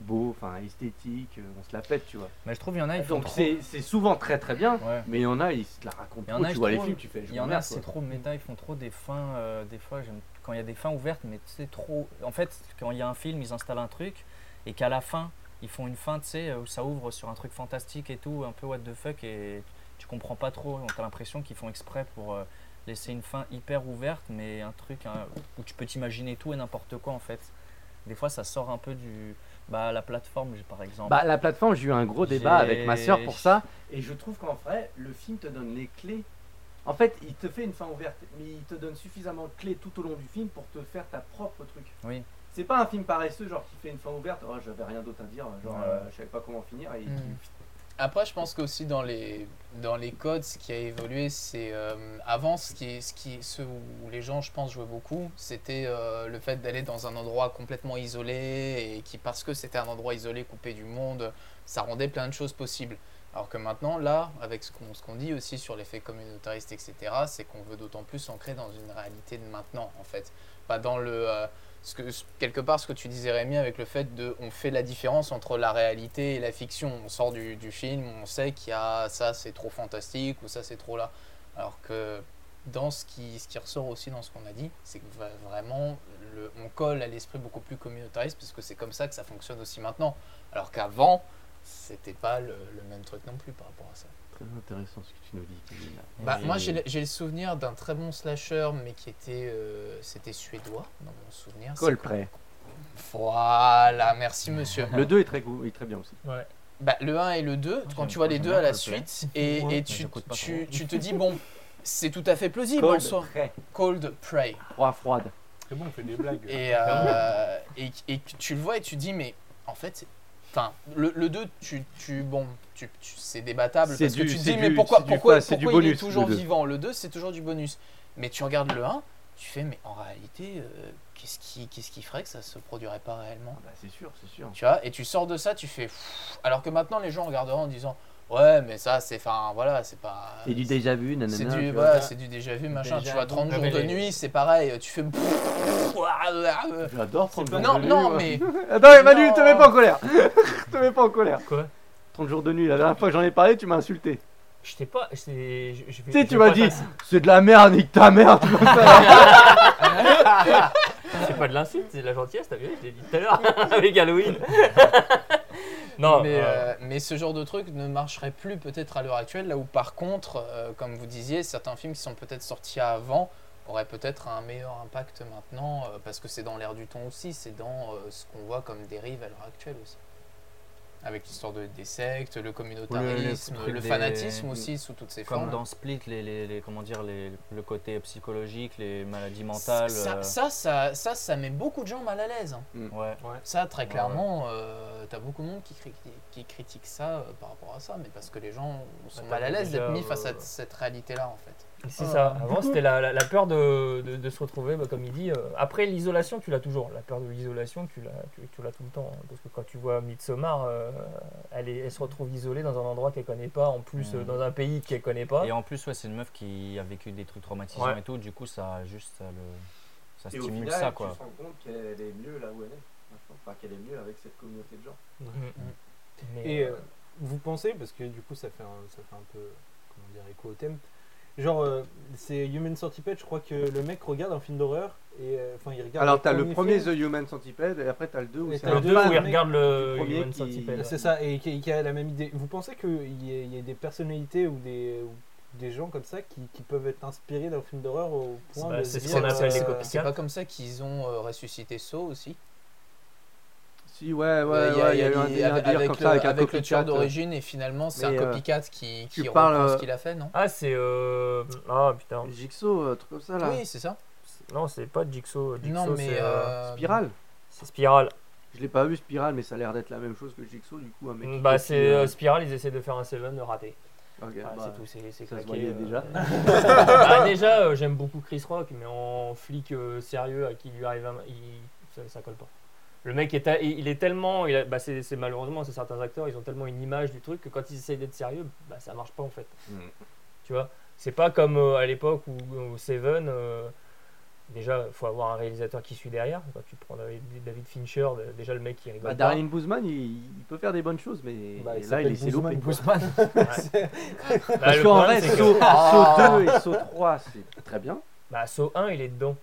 Speaker 5: beaux, enfin esthétiques, euh, on se la pète tu vois.
Speaker 1: Mais je trouve qu'il y en a, Ah, ils font
Speaker 5: Donc
Speaker 1: trop.
Speaker 5: c'est c'est souvent très très bien,
Speaker 1: Ouais.
Speaker 5: mais il y en a ils se la racontent.
Speaker 1: Il y en
Speaker 5: trop,
Speaker 1: a,
Speaker 5: tu
Speaker 1: je
Speaker 5: vois les
Speaker 1: trouve,
Speaker 5: films, tu fais je
Speaker 1: Il y en
Speaker 5: m'emmerde,
Speaker 1: a,
Speaker 5: quoi.
Speaker 1: c'est trop méta, ils font trop des fins. euh, des fois, j'aime quand il y a des fins ouvertes, mais c'est trop. En fait, quand il y a un film, ils installent un truc et qu'à la fin, ils font une fin, tu sais, euh, où ça ouvre sur un truc fantastique et tout, un peu what the fuck, et tu comprends pas trop. T'as l'impression qu'ils font exprès pour euh, laisser une fin hyper ouverte, mais un truc hein, où tu peux t'imaginer tout et n'importe quoi en fait. Des fois, ça sort un peu du. Bah, la plateforme, j'ai- par exemple.
Speaker 5: Bah, la plateforme, j'ai eu un gros débat
Speaker 1: J'ai-
Speaker 5: avec ma soeur pour ça. Et je trouve qu'en vrai, le film te donne les clés. En fait, il te fait une fin ouverte, mais il te donne suffisamment de clés tout au long du film pour te faire ta propre truc.
Speaker 1: Oui.
Speaker 5: C'est pas un film paresseux, genre qui fait une fin ouverte, oh j'avais rien d'autre à dire, genre
Speaker 1: Ouais.
Speaker 5: euh, je savais pas comment finir. Et...
Speaker 7: Mm. Après, je pense qu'aussi dans les, dans les codes, ce qui a évolué, c'est euh, avant, ce, qui, ce, qui, ce où les gens, je pense, jouaient beaucoup, c'était euh, le fait d'aller dans un endroit complètement isolé et qui, parce que c'était un endroit isolé, coupé du monde, ça rendait plein de choses possibles. Alors que maintenant, là, avec ce qu'on ce qu'on dit aussi sur l'effet communautariste, etc., c'est qu'on veut d'autant plus ancrer dans une réalité de maintenant, en fait. Pas dans le. euh, ce que, ce- quelque part ce que tu disais Rémi avec le fait de on fait la différence entre la réalité et la fiction. On sort du, du film, on sait qu'il y a ça c'est trop fantastique ou ça c'est trop là. Alors que dans ce qui, ce qui ressort aussi dans ce qu'on a dit, c'est que va- vraiment le- on colle à l'esprit beaucoup plus communautariste parce que c'est comme ça que ça fonctionne aussi maintenant. Alors qu'avant c'était pas le, le même truc non plus par rapport à ça.
Speaker 5: Très intéressant ce que tu nous dis.
Speaker 7: Bah,
Speaker 1: Et-
Speaker 7: moi j'ai le- j'ai le souvenir d'un très bon slasher mais qui était euh, c'était suédois dans mon souvenir.
Speaker 5: Col prêt.
Speaker 7: Voilà, merci monsieur.
Speaker 5: Le 2 est très, go- est très bien aussi.
Speaker 6: ouais.
Speaker 7: Bah, le 1 et le 2, quand
Speaker 1: j'aime-
Speaker 7: tu vois les
Speaker 1: j'aime
Speaker 7: deux
Speaker 1: bien
Speaker 7: à la
Speaker 1: Coldplay.
Speaker 7: suite, et, et
Speaker 1: mais
Speaker 7: tu,
Speaker 1: j'écoute pas
Speaker 7: tu,
Speaker 1: trop.
Speaker 7: tu te dis, bon, c'est tout à fait plausible en
Speaker 5: Cold
Speaker 7: soi.
Speaker 5: prêt.
Speaker 7: Cold Prey.
Speaker 5: Froid froide.
Speaker 8: C'est bon, on fait des blagues.
Speaker 7: Et,
Speaker 5: Ah
Speaker 7: euh, et, et que tu le vois et tu te dis, mais en fait, c'est- enfin, le, le 2, tu, tu, bon, tu, tu- c'est débattable
Speaker 5: C'est
Speaker 7: parce
Speaker 5: du-
Speaker 7: que tu te
Speaker 5: c'est
Speaker 7: dis, mais
Speaker 5: du-
Speaker 7: pourquoi,
Speaker 5: c'est du
Speaker 7: pourquoi,
Speaker 5: quoi, c'est du
Speaker 7: pourquoi il est
Speaker 5: bonus, le
Speaker 7: toujours
Speaker 5: deux.
Speaker 7: vivant Le 2, c'est toujours du bonus. Mais tu regardes le 1, tu fais, mais en réalité, euh, qu'est-ce qui, qu'est-ce qui ferait que ça se produirait pas réellement
Speaker 5: Ah bah, c'est sûr, c'est sûr.
Speaker 7: Tu vois, et tu sors de ça, tu fais. pfff. Alors que maintenant, les gens regarderont en disant Ouais, mais ça, c'est. Enfin, voilà, c'est pas.
Speaker 5: C'est du déjà vu, nanana.
Speaker 7: C'est
Speaker 5: tu
Speaker 7: du, bah,
Speaker 5: vois.
Speaker 7: voilà, c'est du déjà vu, machin.
Speaker 6: Déjà
Speaker 7: tu vois,
Speaker 6: vu.
Speaker 7: 30
Speaker 6: Ah,
Speaker 7: jours
Speaker 6: mais
Speaker 7: de
Speaker 6: les-
Speaker 7: nuit, c'est pareil. Tu fais. pfff.
Speaker 5: J'adore prendre
Speaker 8: pas-
Speaker 5: le
Speaker 7: non,
Speaker 5: jeu,
Speaker 7: non,
Speaker 5: moi.
Speaker 7: mais.
Speaker 5: Attends, Emmanuel,
Speaker 7: Non.
Speaker 5: bah te mets pas en colère. te mets pas en colère.
Speaker 6: Quoi
Speaker 5: 30 jours de nuit, la dernière fois que j'en ai parlé, tu m'as insulté.
Speaker 6: Je t'ai pas. Je, t'ai- je, je vais-
Speaker 5: Tu sais,
Speaker 6: je
Speaker 5: tu
Speaker 6: vais
Speaker 5: m'as
Speaker 6: pas
Speaker 5: dit,
Speaker 6: t'ins-
Speaker 5: c'est de la merde, nique ta merde.
Speaker 6: C'est pas de l'insulte, c'est de la gentillesse, t'as vu Je l'ai dit tout à l'heure avec Halloween. non,
Speaker 7: Mais,
Speaker 6: euh,
Speaker 7: euh, mais ce genre de truc ne marcherait plus peut-être à l'heure actuelle, là où par contre, euh, comme vous disiez, certains films qui sont peut-être sortis avant auraient peut-être un meilleur impact maintenant, euh, parce que c'est dans l'air du temps aussi, c'est dans euh, ce qu'on voit comme dérive à l'heure actuelle aussi. Avec l'histoire de, des sectes, le communautarisme,
Speaker 1: Oui, le-
Speaker 7: le,
Speaker 1: le truc des-
Speaker 7: fanatisme aussi sous toutes ses
Speaker 1: Comme
Speaker 7: formes.
Speaker 1: dans Split, les, les, les- comment dire, les, le côté psychologique, les maladies
Speaker 7: ça,
Speaker 1: mentales.
Speaker 7: ça,
Speaker 1: euh,
Speaker 7: ça, ça, ça, ça met beaucoup de gens mal à l'aise. hein.
Speaker 6: Mm.
Speaker 1: ouais.
Speaker 7: Ça, très
Speaker 1: Ouais.
Speaker 7: clairement, euh, t'as beaucoup de monde qui, cri- qui critique ça euh, par rapport à ça, mais parce que les gens sont
Speaker 6: Bah,
Speaker 7: mal à
Speaker 6: t'as
Speaker 7: l'aise d'être
Speaker 6: déjà,
Speaker 7: mis
Speaker 6: euh,
Speaker 7: face à cette réalité-là, en fait.
Speaker 6: C'est ça. Avant, c'était la, la- la peur de, de- de se retrouver, bah, comme il dit. euh, après, l'isolation, tu l'as toujours. La peur de l'isolation, tu l'as tu, tu l'as tout le temps. hein, parce que quand tu vois Midsommar, euh, elle, est- elle se retrouve isolée dans un endroit qu'elle connaît pas, en plus
Speaker 1: Mhm.
Speaker 6: euh, dans un pays qu'elle connaît pas.
Speaker 1: Et en plus, ouais, c'est une meuf qui a vécu des trucs traumatisants
Speaker 6: Ouais.
Speaker 1: et tout. Du coup, ça juste ça, le, ça
Speaker 5: Et au
Speaker 1: stimule
Speaker 5: final,
Speaker 1: ça, quoi.
Speaker 5: Tu te rends compte qu'elle est mieux là où elle est. maintenant. Enfin, qu'elle est mieux avec cette communauté de gens.
Speaker 6: Mhm. Mais,
Speaker 8: Et
Speaker 6: euh,
Speaker 8: euh, vous pensez, parce que du coup ça fait un, ça fait un peu comment dire, écho au thème, genre euh, c'est Human Centipede, je crois que le mec regarde un film d'horreur et euh, enfin il regarde.
Speaker 5: Alors, t'as le premier
Speaker 8: film,
Speaker 5: The Human Centipede, et après, t'as le 2 où
Speaker 8: Et
Speaker 5: c'est
Speaker 8: t'as
Speaker 6: le
Speaker 5: un
Speaker 8: deux
Speaker 6: 2 où
Speaker 8: mec
Speaker 6: il regarde le
Speaker 5: du premier
Speaker 6: Human
Speaker 5: qui-
Speaker 6: Centipede.
Speaker 8: C'est ça, et qui, qui a la même idée. Vous pensez qu'il y, ait- il y ait des personnalités ou des, ou des gens comme ça qui, qui peuvent être inspirés d'un film d'horreur au point
Speaker 6: Bah,
Speaker 8: de
Speaker 6: c'est
Speaker 8: se
Speaker 6: ce
Speaker 8: dire,
Speaker 6: qu'on appelle les
Speaker 8: euh,
Speaker 6: copycats.
Speaker 7: C'est pas comme ça qu'ils ont euh, ressuscité Saw aussi.
Speaker 5: Si, ouais, ouais,
Speaker 7: Euh,
Speaker 5: ouais, il y a eu un délire- un délire
Speaker 7: avec
Speaker 5: comme
Speaker 7: le-
Speaker 5: ça avec un
Speaker 7: avec le
Speaker 5: copycat. euh.
Speaker 7: tueur d'origine et finalement c'est un
Speaker 5: Mais, euh,
Speaker 7: copycat qui,
Speaker 5: tu
Speaker 7: qui
Speaker 5: parles,
Speaker 7: reprend
Speaker 5: euh,
Speaker 7: ce qu'il a fait, non
Speaker 6: Ah, c'est. euh, Ah putain.
Speaker 5: euh, Jigsaw, euh, truc comme ça là.
Speaker 7: Oui, c'est ça.
Speaker 6: Non, c'est pas Jigsaw. Jigsaw
Speaker 7: non, mais
Speaker 6: c'est, euh,
Speaker 7: euh,
Speaker 5: Spiral.
Speaker 6: c'est Spiral.
Speaker 5: Je l'ai pas vu Spiral, mais ça a l'air d'être la même chose que Jigsaw du coup. Un mec qui
Speaker 6: Bah,
Speaker 5: copie,
Speaker 6: c'est
Speaker 5: euh,
Speaker 6: euh, Spiral, ils essaient de faire un Seven raté.
Speaker 5: ok,
Speaker 6: Voilà,
Speaker 5: bah,
Speaker 6: c'est tout, c'est, c'est
Speaker 5: ça se
Speaker 6: claqué,
Speaker 5: voyait
Speaker 6: euh.
Speaker 5: déjà.
Speaker 6: Bah, déjà, euh, j'aime beaucoup Chris Rock, mais en flic euh, sérieux à qui lui arrive un. il- Ça, ça colle pas. Le mec, est à- il est tellement. il a- bah, c'est, c'est malheureusement, c'est certains acteurs, ils ont tellement une image du truc que quand ils essayent d'être sérieux, bah, ça marche pas en fait.
Speaker 5: Mm.
Speaker 6: Tu vois C'est pas comme euh, à l'époque où, où Seven. euh, Déjà, faut avoir un réalisateur qui suit derrière. Quand tu prends David David Fincher, euh, déjà le mec qui rigole.
Speaker 5: Bah,
Speaker 6: pas.
Speaker 5: Darren Boozman, il, il peut faire des bonnes choses, mais
Speaker 8: Bah, il
Speaker 5: là, il
Speaker 8: s'appelle
Speaker 5: s'est loupé. quoi.
Speaker 8: Guzman.
Speaker 6: Bah,
Speaker 5: Parce
Speaker 6: le
Speaker 5: qu'en
Speaker 6: problème,
Speaker 5: vrai,
Speaker 6: c'est que-
Speaker 5: Saw
Speaker 8: Ah.
Speaker 5: Saw 2 et Saw 3, c'est très bien.
Speaker 6: Bah, Saw 1, il est dedans.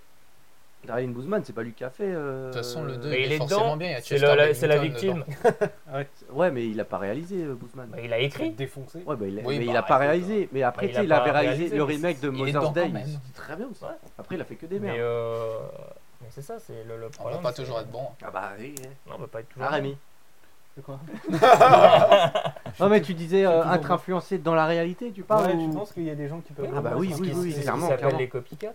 Speaker 5: Darren Boozman, c'est pas lui qui a fait. euh,
Speaker 7: de toute façon, le 2
Speaker 6: mais
Speaker 7: il
Speaker 6: il est
Speaker 7: est forcément
Speaker 6: dedans,
Speaker 7: bien. il y a
Speaker 6: C'est
Speaker 7: Chester
Speaker 6: la, la- c'est la
Speaker 7: Bennington
Speaker 6: victime.
Speaker 7: dedans.
Speaker 5: Ouais, mais il a pas réalisé euh, Boozman.
Speaker 6: Bah, il a écrit.
Speaker 8: Défoncé.
Speaker 5: Ouais, bah, il a,
Speaker 7: Oui,
Speaker 5: mais
Speaker 7: bah,
Speaker 5: il a pas
Speaker 7: écoute,
Speaker 5: réalisé. Mais après,
Speaker 6: il
Speaker 5: tu sais,
Speaker 6: a
Speaker 5: il avait
Speaker 6: pas
Speaker 5: réalisé,
Speaker 6: réalisé,
Speaker 5: le
Speaker 6: mais
Speaker 5: remake de
Speaker 7: il est
Speaker 5: Mother's
Speaker 7: dedans quand
Speaker 5: Day.
Speaker 7: même.
Speaker 5: C'était très bien aussi.
Speaker 6: Ouais.
Speaker 5: Après, il a fait que des
Speaker 6: Mais,
Speaker 5: merdes.
Speaker 6: euh, mais c'est ça, c'est le, le
Speaker 7: On va
Speaker 6: problème.
Speaker 7: pas
Speaker 6: c'est-
Speaker 7: toujours être bon.
Speaker 5: Ah bah oui. hein.
Speaker 6: Non, on va pas être toujours. Ah,
Speaker 5: Ah, Rémi.
Speaker 8: De quoi
Speaker 5: Non, mais tu disais euh,
Speaker 8: toujours
Speaker 5: être
Speaker 8: bon.
Speaker 5: influencé dans la réalité, tu parles
Speaker 8: Ouais,
Speaker 5: ou-
Speaker 8: je pense qu'il y a des gens qui peuvent.
Speaker 5: Ah bah oui,
Speaker 8: vraiment
Speaker 5: oui,
Speaker 8: s'inspirer.
Speaker 5: oui,
Speaker 6: C'est
Speaker 5: clairement,
Speaker 6: Ce qui s'appelle
Speaker 5: clairement.
Speaker 6: les copycats.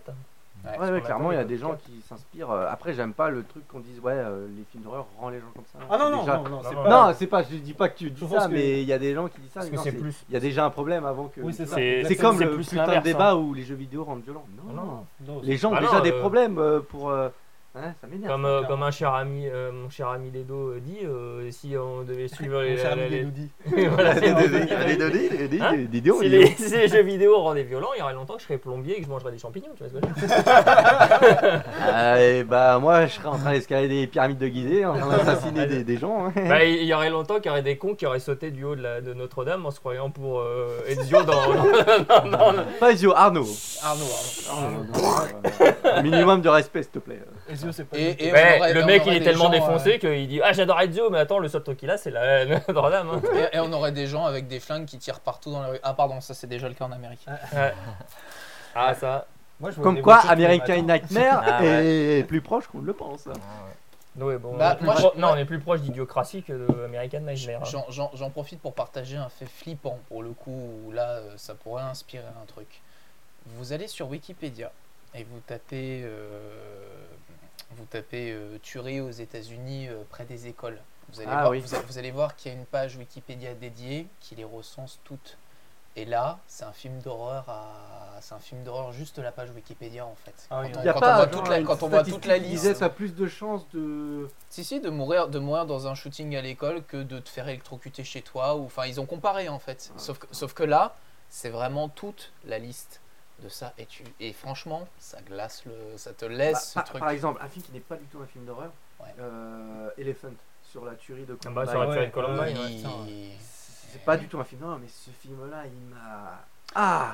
Speaker 5: Ouais, ouais,
Speaker 6: Parce qu'on
Speaker 5: clairement, il y a
Speaker 6: appelle
Speaker 5: des
Speaker 6: les
Speaker 5: gens
Speaker 6: copycats.
Speaker 5: qui s'inspirent. euh, Après, j'aime pas le truc qu'on dise, ouais, euh, les films d'horreur rend les gens comme ça.
Speaker 8: Ah non,
Speaker 5: C'est
Speaker 8: non,
Speaker 5: déjà-
Speaker 8: non, non, c'est
Speaker 6: Non,
Speaker 8: pas.
Speaker 5: Non, c'est pas, je dis pas que tu dis
Speaker 8: Je pense
Speaker 5: ça,
Speaker 8: que-
Speaker 5: mais il y a des gens qui disent ça.
Speaker 6: Parce
Speaker 5: mais
Speaker 6: que
Speaker 5: non,
Speaker 6: c'est plus.
Speaker 5: Il y a déjà un problème avant que.
Speaker 8: Oui, c'est ça.
Speaker 6: C'est-
Speaker 5: C'est comme
Speaker 6: c'est
Speaker 5: le
Speaker 6: plus
Speaker 5: putain de
Speaker 6: l'inverse, hein.
Speaker 5: débat où les jeux vidéo rendent violents. Non,
Speaker 6: Non, non.
Speaker 8: Non,
Speaker 5: Les gens ont
Speaker 6: Ah non,
Speaker 5: déjà des
Speaker 6: euh,
Speaker 5: problèmes euh, pour. euh, hein, ça m'énerve.
Speaker 6: Comme, euh, comme un cher ami, euh, mon cher ami Dedo euh, dit, euh, si on devait suivre les.
Speaker 8: Mon cher
Speaker 6: la-
Speaker 8: ami
Speaker 6: la-
Speaker 8: nous dit.
Speaker 6: les- voilà, c'est- Hein
Speaker 5: Oh,
Speaker 6: si les, si les jeux vidéo rendaient violents, il y aurait longtemps que je serais plombier et que je mangerais des champignons, tu vois ce que je veux dire
Speaker 5: et bah, moi, je serais en train d'escalader les pyramides de Gizeh, en train d'assassiner des, des gens. hein.
Speaker 6: Bah, Il y aurait longtemps qu'il y aurait des cons qui auraient sauté du haut de, la- de Notre-Dame en se croyant pour euh, Ezio dans, dans- dans- dans-
Speaker 5: Pas Ezio, Arnaud.
Speaker 7: Arnaud, Arnaud.
Speaker 5: Minimum de respect, s'il te plaît.
Speaker 8: Ezio, c'est pas.
Speaker 7: Et, et on
Speaker 6: Ouais,
Speaker 7: aurait-
Speaker 6: Ben, le
Speaker 7: on
Speaker 6: mec
Speaker 7: aurait
Speaker 6: il est
Speaker 7: des
Speaker 6: tellement
Speaker 7: gens, euh,
Speaker 6: défoncé qu'il dit Ah j'adore Ezio, mais attends, le seul truc qu'il a c'est la la Notre-Dame. hein.
Speaker 7: euh, Et, et on aurait des gens avec des flingues qui tirent partout dans la rue. Ah pardon, ça c'est déjà le cas en Amérique.
Speaker 6: Ah ça.
Speaker 8: Moi, je vois
Speaker 5: Comme
Speaker 8: des
Speaker 5: quoi,
Speaker 8: voitures tous les
Speaker 5: American
Speaker 8: matins.
Speaker 5: Nightmare
Speaker 1: Ah
Speaker 5: est plus proche qu'on ne le pense.
Speaker 7: Ah,
Speaker 6: Ouais, bon,
Speaker 7: Bah,
Speaker 6: on est plus
Speaker 7: moi, je-
Speaker 6: pro- Non, on est plus proche d'idiocratie que de American Nightmare. hein.
Speaker 7: J'en- J'en j'en profite pour partager un fait flippant pour le coup où là euh, ça pourrait inspirer un truc. Vous allez sur Wikipédia et vous tapez euh, vous tapez euh, tuerie aux États-Unis euh, près des écoles. Vous allez
Speaker 5: Ah
Speaker 7: voir,
Speaker 5: oui.
Speaker 7: vous a- vous allez voir qu'il y a une page Wikipédia dédiée qui les recense toutes. Et là, c'est un film d'horreur à c'est un film d'horreur juste la page Wikipédia en fait.
Speaker 8: Ah oui,
Speaker 7: quand on,
Speaker 8: il y a
Speaker 7: quand on
Speaker 5: pas,
Speaker 7: voit
Speaker 5: genre,
Speaker 7: toute la,
Speaker 5: une
Speaker 7: quand on voit toute la
Speaker 5: statistique qui disait
Speaker 7: liste.
Speaker 5: ça a plus de chances de.
Speaker 7: Si, si, de mourir, de mourir dans un shooting à l'école que de te faire électrocuter chez toi. ou Enfin, ils ont comparé en fait. Sauf que, sauf que là, c'est vraiment toute la liste de ça. Et, tu, et franchement, ça glace le. Ça te laisse
Speaker 5: Bah,
Speaker 7: ce
Speaker 5: par,
Speaker 7: truc.
Speaker 5: par exemple, un film qui n'est pas du tout un film d'horreur,
Speaker 7: Ouais.
Speaker 5: euh, Elephant, sur la tuerie de
Speaker 6: Ah bah,
Speaker 5: Columbine.
Speaker 6: ça aurait pu
Speaker 8: ouais,
Speaker 6: être Columbine.
Speaker 7: Il-
Speaker 6: ouais.
Speaker 5: C'est pas du tout un film d'horreur, mais ce film-là, il m'a. Ah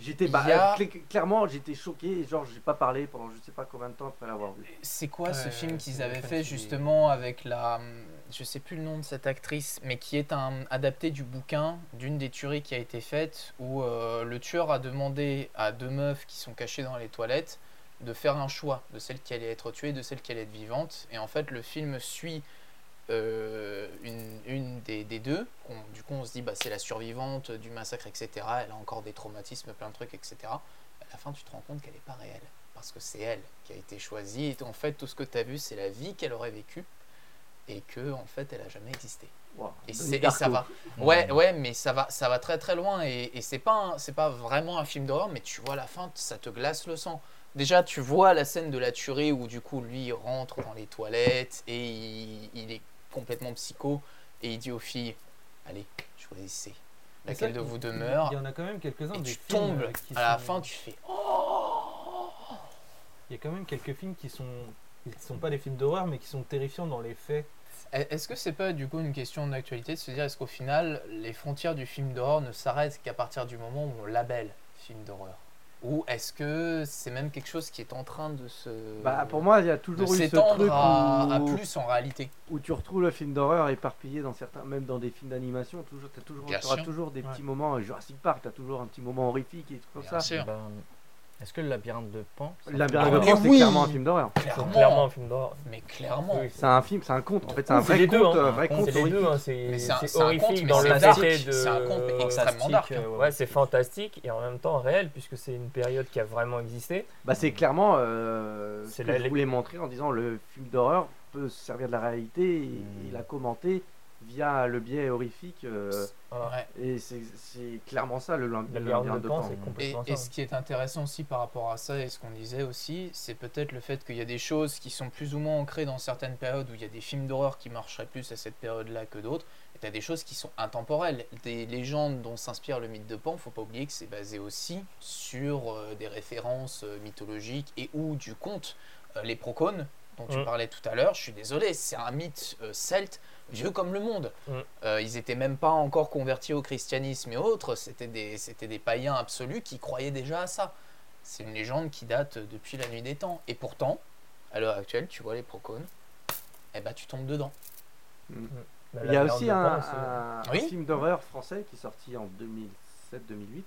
Speaker 5: J'étais. Bah,
Speaker 7: Il y a-
Speaker 5: euh, cl- clairement, j'étais choqué. et Genre, j'ai pas parlé pendant je sais pas combien de temps après l'avoir vu.
Speaker 7: C'est quoi ce
Speaker 8: Ouais,
Speaker 7: film qu'ils
Speaker 8: c'est
Speaker 7: avaient
Speaker 8: Elephant
Speaker 7: fait
Speaker 8: qui-
Speaker 7: justement avec la. hum, Je sais plus le nom de cette actrice, mais qui est un adapté du bouquin d'une des tueries qui a été faite où euh, le tueur a demandé à deux meufs qui sont cachées dans les toilettes de faire un choix de celle qui allait être tuée, de celle qui allait être vivante. Et en fait, le film suit euh, une, une des, des deux. On- du coup, on se dit, bah, c'est la survivante du massacre, etc. Elle a encore des traumatismes, plein de trucs, etc. À la fin, tu te rends compte qu'elle n'est pas réelle. Parce que c'est elle qui a été choisie. Et en fait, tout ce que tu as vu, c'est la vie qu'elle aurait vécue. Et que, en fait, elle a jamais existé.
Speaker 5: Wow.
Speaker 7: Et,
Speaker 5: Donnie
Speaker 7: c'est- et
Speaker 5: Darko.
Speaker 7: ça va.
Speaker 8: Mmh.
Speaker 7: Ouais, ouais, mais ça va, ça va très très loin. Et, et c'est pas, un- c'est pas vraiment un film d'horreur, mais tu vois la fin, ça te glace le sang. Déjà, tu vois la scène de la tuerie où du coup lui il rentre dans les toilettes et il, il est complètement psycho et il dit aux filles, allez, choisissez
Speaker 8: Mais
Speaker 7: laquelle
Speaker 8: ça,
Speaker 7: de vous
Speaker 8: il- il-
Speaker 7: demeure.
Speaker 8: Il y en a quand même quelques-uns
Speaker 7: Et
Speaker 8: des
Speaker 7: tu
Speaker 8: films,
Speaker 7: tombes
Speaker 8: euh, qui
Speaker 7: à la
Speaker 8: sont-
Speaker 7: fin, tu fais.
Speaker 8: Il y a quand même quelques films qui sont. Qui ne sont pas des films d'horreur, mais qui sont terrifiants dans les faits.
Speaker 7: Est-ce que c'est pas du coup une question d'actualité de se dire est-ce qu'au final les frontières du film d'horreur ne s'arrêtent qu'à partir du moment où on labelle film d'horreur Ou est-ce que c'est même quelque chose qui est en train de se.
Speaker 5: Bah, pour moi, il y a
Speaker 7: de
Speaker 5: toujours eu ce truc
Speaker 7: s'étendre à, à
Speaker 5: où,
Speaker 7: plus en réalité.
Speaker 5: où tu retrouves le film d'horreur éparpillé dans certains, même dans des films d'animation. Toujours, t'as toujours,
Speaker 7: Bien
Speaker 5: t'auras
Speaker 7: sûr.
Speaker 5: toujours des
Speaker 8: Ouais.
Speaker 5: petits moments. euh, Jurassic Park, t'as toujours un petit moment horrifique et tout comme ça.
Speaker 7: Bien sûr.
Speaker 1: Ben, Est-ce que le labyrinthe de Pan c'est un
Speaker 5: La
Speaker 7: Ah,
Speaker 5: Berge de
Speaker 7: mais
Speaker 5: France, c'est
Speaker 7: oui.
Speaker 5: clairement un film d'horreur.
Speaker 6: C'est
Speaker 7: Clairement.
Speaker 6: clairement un film d'horreur.
Speaker 7: Mais clairement.
Speaker 6: Oui,
Speaker 5: C'est un film, c'est un conte. En fait, c'est
Speaker 6: Oui,
Speaker 5: un vrai
Speaker 6: les
Speaker 5: conte,
Speaker 6: deux, hein.
Speaker 5: euh, vrai
Speaker 6: C'est
Speaker 5: conte
Speaker 6: les deux,
Speaker 5: horrifique.
Speaker 6: hein, c'est
Speaker 7: Mais c'est un-
Speaker 6: c'est
Speaker 7: c'est un conte,
Speaker 6: horrifique
Speaker 7: mais
Speaker 6: dans
Speaker 7: c'est
Speaker 6: le
Speaker 7: dark.
Speaker 6: côté de...
Speaker 7: C'est un conte, mais extrêmement
Speaker 1: fantastique,
Speaker 7: dark, hein.
Speaker 1: euh,
Speaker 6: Ouais, c'est fantastique et en même temps réel puisque c'est une période qui a vraiment existé.
Speaker 5: Bah, c'est clairement euh, ce
Speaker 6: C'est
Speaker 5: que
Speaker 6: la-
Speaker 5: je voulais montrer en disant le film d'horreur peut se servir de la réalité et,
Speaker 1: Mm.
Speaker 5: et
Speaker 7: Hmm.
Speaker 5: la commenter via le biais horrifique. euh,
Speaker 6: Voilà.
Speaker 7: Ouais.
Speaker 5: et c'est c'est clairement ça le lin-
Speaker 6: La
Speaker 5: le
Speaker 6: garde
Speaker 5: lien
Speaker 6: de
Speaker 5: de
Speaker 6: Pan,
Speaker 5: temps.
Speaker 6: c'est
Speaker 7: Et,
Speaker 6: complètement ça.
Speaker 7: et ce qui est intéressant aussi par rapport à ça et ce qu'on disait aussi, c'est peut-être le fait qu'il y a des choses qui sont plus ou moins ancrées dans certaines périodes où il y a des films d'horreur qui marcheraient plus à cette période-là que d'autres. Et tu as des choses qui sont intemporelles. Des légendes dont s'inspire le mythe de Pan, faut pas oublier que c'est basé aussi sur euh, des références euh, mythologiques et ou du conte. Euh, les procones dont tu
Speaker 6: Mm.
Speaker 7: parlais tout à l'heure, je suis désolé, c'est un mythe euh, celte vieux comme le monde.
Speaker 6: Mm.
Speaker 7: Euh, ils n'étaient même pas encore convertis au christianisme et autres, c'était des, c'était des païens absolus qui croyaient déjà à ça. C'est une légende qui date depuis la nuit des temps. Et pourtant, à l'heure actuelle, tu vois les procones, eh ben tu tombes dedans.
Speaker 6: Bah,
Speaker 5: Il y a
Speaker 6: la
Speaker 5: aussi
Speaker 6: garde de
Speaker 5: un,
Speaker 6: Pan, c'est-
Speaker 5: un-
Speaker 7: Oui.
Speaker 5: euh, un film d'horreur français qui est sorti en 2007-2008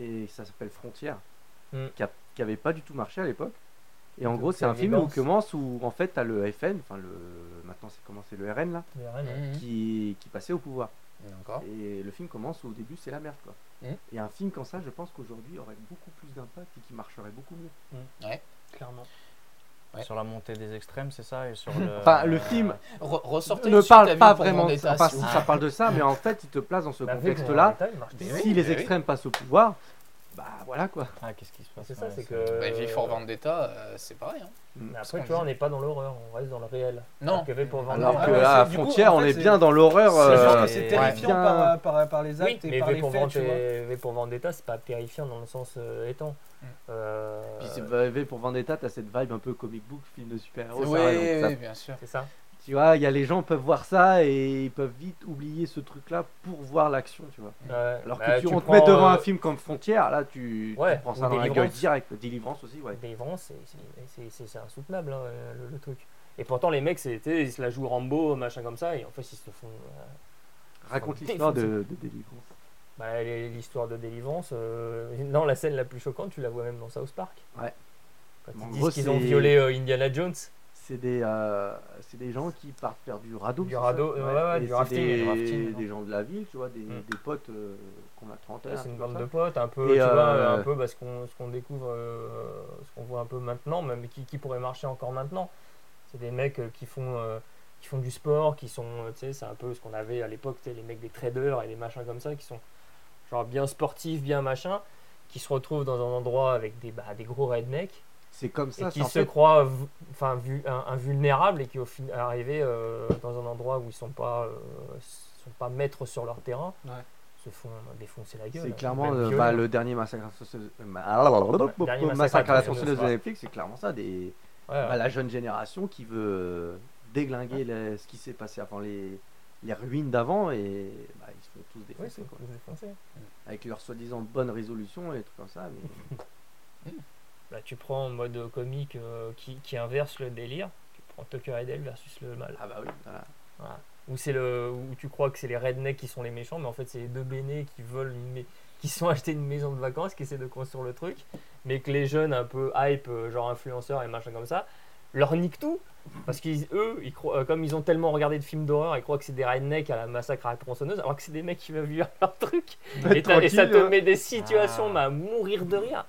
Speaker 5: et ça s'appelle Frontières,
Speaker 6: Mm.
Speaker 5: qui, a- qui avait pas du tout marché à l'époque. Et en
Speaker 6: De
Speaker 5: gros, c'est un
Speaker 6: Xavier
Speaker 5: film où
Speaker 6: Lorz.
Speaker 5: commence où en fait t'as le FN, enfin le maintenant c'est comment c'est le RN là,
Speaker 6: mais rien, hein. ouais.
Speaker 5: Mm. Mmh.
Speaker 7: Mhm.
Speaker 5: qui, qui passait au pouvoir.
Speaker 7: D'accord.
Speaker 5: Et le film commence où au début c'est la merde quoi.
Speaker 7: Mm.
Speaker 5: Et un film comme ça, je pense qu'aujourd'hui aurait beaucoup plus d'impact et qui marcherait beaucoup mieux.
Speaker 8: clairement.
Speaker 7: Ouais.
Speaker 1: Sur la montée des extrêmes, c'est ça et sur le,
Speaker 5: Enfin, le film
Speaker 7: Re- ressortez
Speaker 5: ne
Speaker 7: dessus, t'as
Speaker 5: parle
Speaker 7: vu
Speaker 5: pas
Speaker 7: pour
Speaker 5: vraiment de
Speaker 7: Vendetta,
Speaker 5: ça. Enfin,
Speaker 7: si
Speaker 5: si
Speaker 7: vous-
Speaker 5: ça parle de ça, mais en fait, il te place dans ce
Speaker 6: Bah, vu qu'on est en
Speaker 5: contexte-là.
Speaker 6: détail, il marche bien.
Speaker 8: Eh
Speaker 7: oui,
Speaker 5: si les
Speaker 7: mais oui.
Speaker 5: extrêmes passent au pouvoir, bah voilà quoi.
Speaker 1: Ah, qu'est-ce qui se passe
Speaker 6: C'est ça,
Speaker 1: Ouais,
Speaker 6: c'est que.
Speaker 7: Bah, V for Vendetta, euh, c'est pareil. hein.
Speaker 6: Mais
Speaker 7: ce qu'on
Speaker 6: Après, tu vois, on
Speaker 7: disait.
Speaker 6: n'est pas dans l'horreur, on reste dans le réel.
Speaker 7: Non.
Speaker 6: Que V pour Vendetta-
Speaker 5: Alors
Speaker 8: Ah
Speaker 5: que
Speaker 8: ouais,
Speaker 5: à
Speaker 8: c'est- du coup,
Speaker 5: Frontière,
Speaker 8: en
Speaker 5: on
Speaker 8: fait,
Speaker 5: est
Speaker 8: c'est-
Speaker 5: bien dans l'horreur.
Speaker 8: C'est genre
Speaker 5: euh,
Speaker 8: que c'est
Speaker 5: ouais,
Speaker 8: terrifiant
Speaker 5: bien-
Speaker 8: par, euh, par- par les actes
Speaker 6: Oui,
Speaker 8: et
Speaker 6: mais
Speaker 8: par
Speaker 6: V
Speaker 8: les
Speaker 6: pour,
Speaker 8: faits, tu vois.
Speaker 6: Vendetta- V pour Vendetta, c'est pas terrifiant dans le sens euh, étant.
Speaker 7: Mm.
Speaker 6: Euh,
Speaker 5: Puis c'est bah, V pour Vendetta, t'as cette vibe un peu comic book, film de
Speaker 6: Ah,
Speaker 5: super-héros.
Speaker 7: Oui,
Speaker 5: ça va, donc ça-
Speaker 7: oui, bien sûr.
Speaker 6: c'est ça.
Speaker 5: Tu vois, il y a les gens peuvent voir ça et ils peuvent vite oublier ce truc-là pour voir l'action, tu vois.
Speaker 6: Ouais.
Speaker 5: Alors que
Speaker 6: Bah,
Speaker 5: tu, on te met
Speaker 6: prends,
Speaker 5: devant
Speaker 6: euh,
Speaker 5: un film comme Frontière, là, tu, tu
Speaker 6: Ouais,
Speaker 5: prends
Speaker 6: ou
Speaker 5: ça dans la gueule
Speaker 6: Délivrance.
Speaker 5: direct. Délivrance aussi, ouais.
Speaker 6: Délivrance, c'est- c'est- c'est- c'est c'est insoutenable hein, le, le truc. Et pourtant, les mecs, c'était, ils se la jouent Rambo, machin comme ça, et en fait, ils se font. euh,
Speaker 5: Raconte
Speaker 6: Faut
Speaker 5: l'histoire de,
Speaker 6: défoncer.
Speaker 5: de Délivrance.
Speaker 6: bah, les- l'histoire de délivrance. euh, non, la scène la plus choquante, tu la vois même dans South Park.
Speaker 5: Ouais.
Speaker 6: Quand
Speaker 5: En
Speaker 6: ils
Speaker 5: gros,
Speaker 6: disent qu'ils ont
Speaker 5: c'est-
Speaker 6: violé euh, Indiana Jones.
Speaker 5: C'est des, euh, c'est des gens qui partent faire du radeau.
Speaker 6: Du
Speaker 5: c'est ça
Speaker 6: radeau, euh, ouais, ouais,
Speaker 5: Et
Speaker 6: du
Speaker 5: c'est
Speaker 6: rafting,
Speaker 5: Des,
Speaker 6: du rafting,
Speaker 5: des gens de la ville, tu vois, des,
Speaker 6: Mm.
Speaker 5: des potes euh, qu'on a 30
Speaker 6: Ouais, c'est une
Speaker 5: comme
Speaker 6: bande
Speaker 5: ça.
Speaker 6: de potes, un peu, tu
Speaker 5: Et,
Speaker 6: vois,
Speaker 5: euh,
Speaker 6: un peu bah, ce qu'on ce qu'on découvre, euh, ce qu'on voit un peu maintenant, même qui, qui pourrait marcher encore maintenant. C'est des mecs euh, qui font, euh, qui font du sport, qui sont, euh, tu sais, c'est un peu ce qu'on avait à l'époque, tu sais, les mecs des traders et les machins comme ça, qui sont genre bien sportifs, bien machin, qui se retrouvent dans un endroit avec des, bah, des gros rednecks
Speaker 5: C'est comme ça.
Speaker 6: et
Speaker 5: c'est
Speaker 6: qui
Speaker 5: en
Speaker 6: se
Speaker 5: fait-
Speaker 6: croient v- enfin vu, un- invulnérables et qui au final arrivés euh, dans un endroit où ils sont pas euh, sont pas maîtres sur leur terrain
Speaker 8: Ouais.
Speaker 6: se font défoncer la gueule
Speaker 5: C'est clairement
Speaker 6: même
Speaker 5: euh,
Speaker 6: violer.
Speaker 5: bah, le dernier massacre à la sorceuse- euh, ma- massacre, à la sorceuse de Netflix, c'est clairement ça. Des,
Speaker 6: Ouais, ouais.
Speaker 5: bah, la jeune génération qui veut euh, déglinguer
Speaker 6: Ah.
Speaker 5: les- ce qui s'est passé avant les, les ruines d'avant et bah, ils se font tous
Speaker 6: Oui,
Speaker 5: défoncer
Speaker 6: c'est
Speaker 5: quoi.
Speaker 6: cool, je vais foncer.
Speaker 5: avec leurs soi-disant bonnes résolutions et des trucs comme ça. Mais...
Speaker 6: Là, Bah, tu prends en mode comique euh, qui, qui inverse le délire tu prends Tucker et Dale versus le mal
Speaker 5: Ah bah oui, voilà.
Speaker 6: où c'est le où tu crois que c'est les rednecks qui sont les méchants mais en fait c'est les deux bénés qui veulent une mai- qui se sont achetés une maison de vacances qui essaient de construire le truc mais que les jeunes un peu hype euh, genre influenceurs et machin comme ça leur niquent tout parce qu'ils eux ils croient, euh, comme ils ont tellement regardé de films d'horreur ils croient que c'est des rednecks à la massacre à la tronçonneuse alors que c'est des mecs qui veulent vivre leur truc et, t'as- et ça te
Speaker 5: Tranquille, hein.
Speaker 6: met des situations
Speaker 1: Ah.
Speaker 6: mais à mourir de rire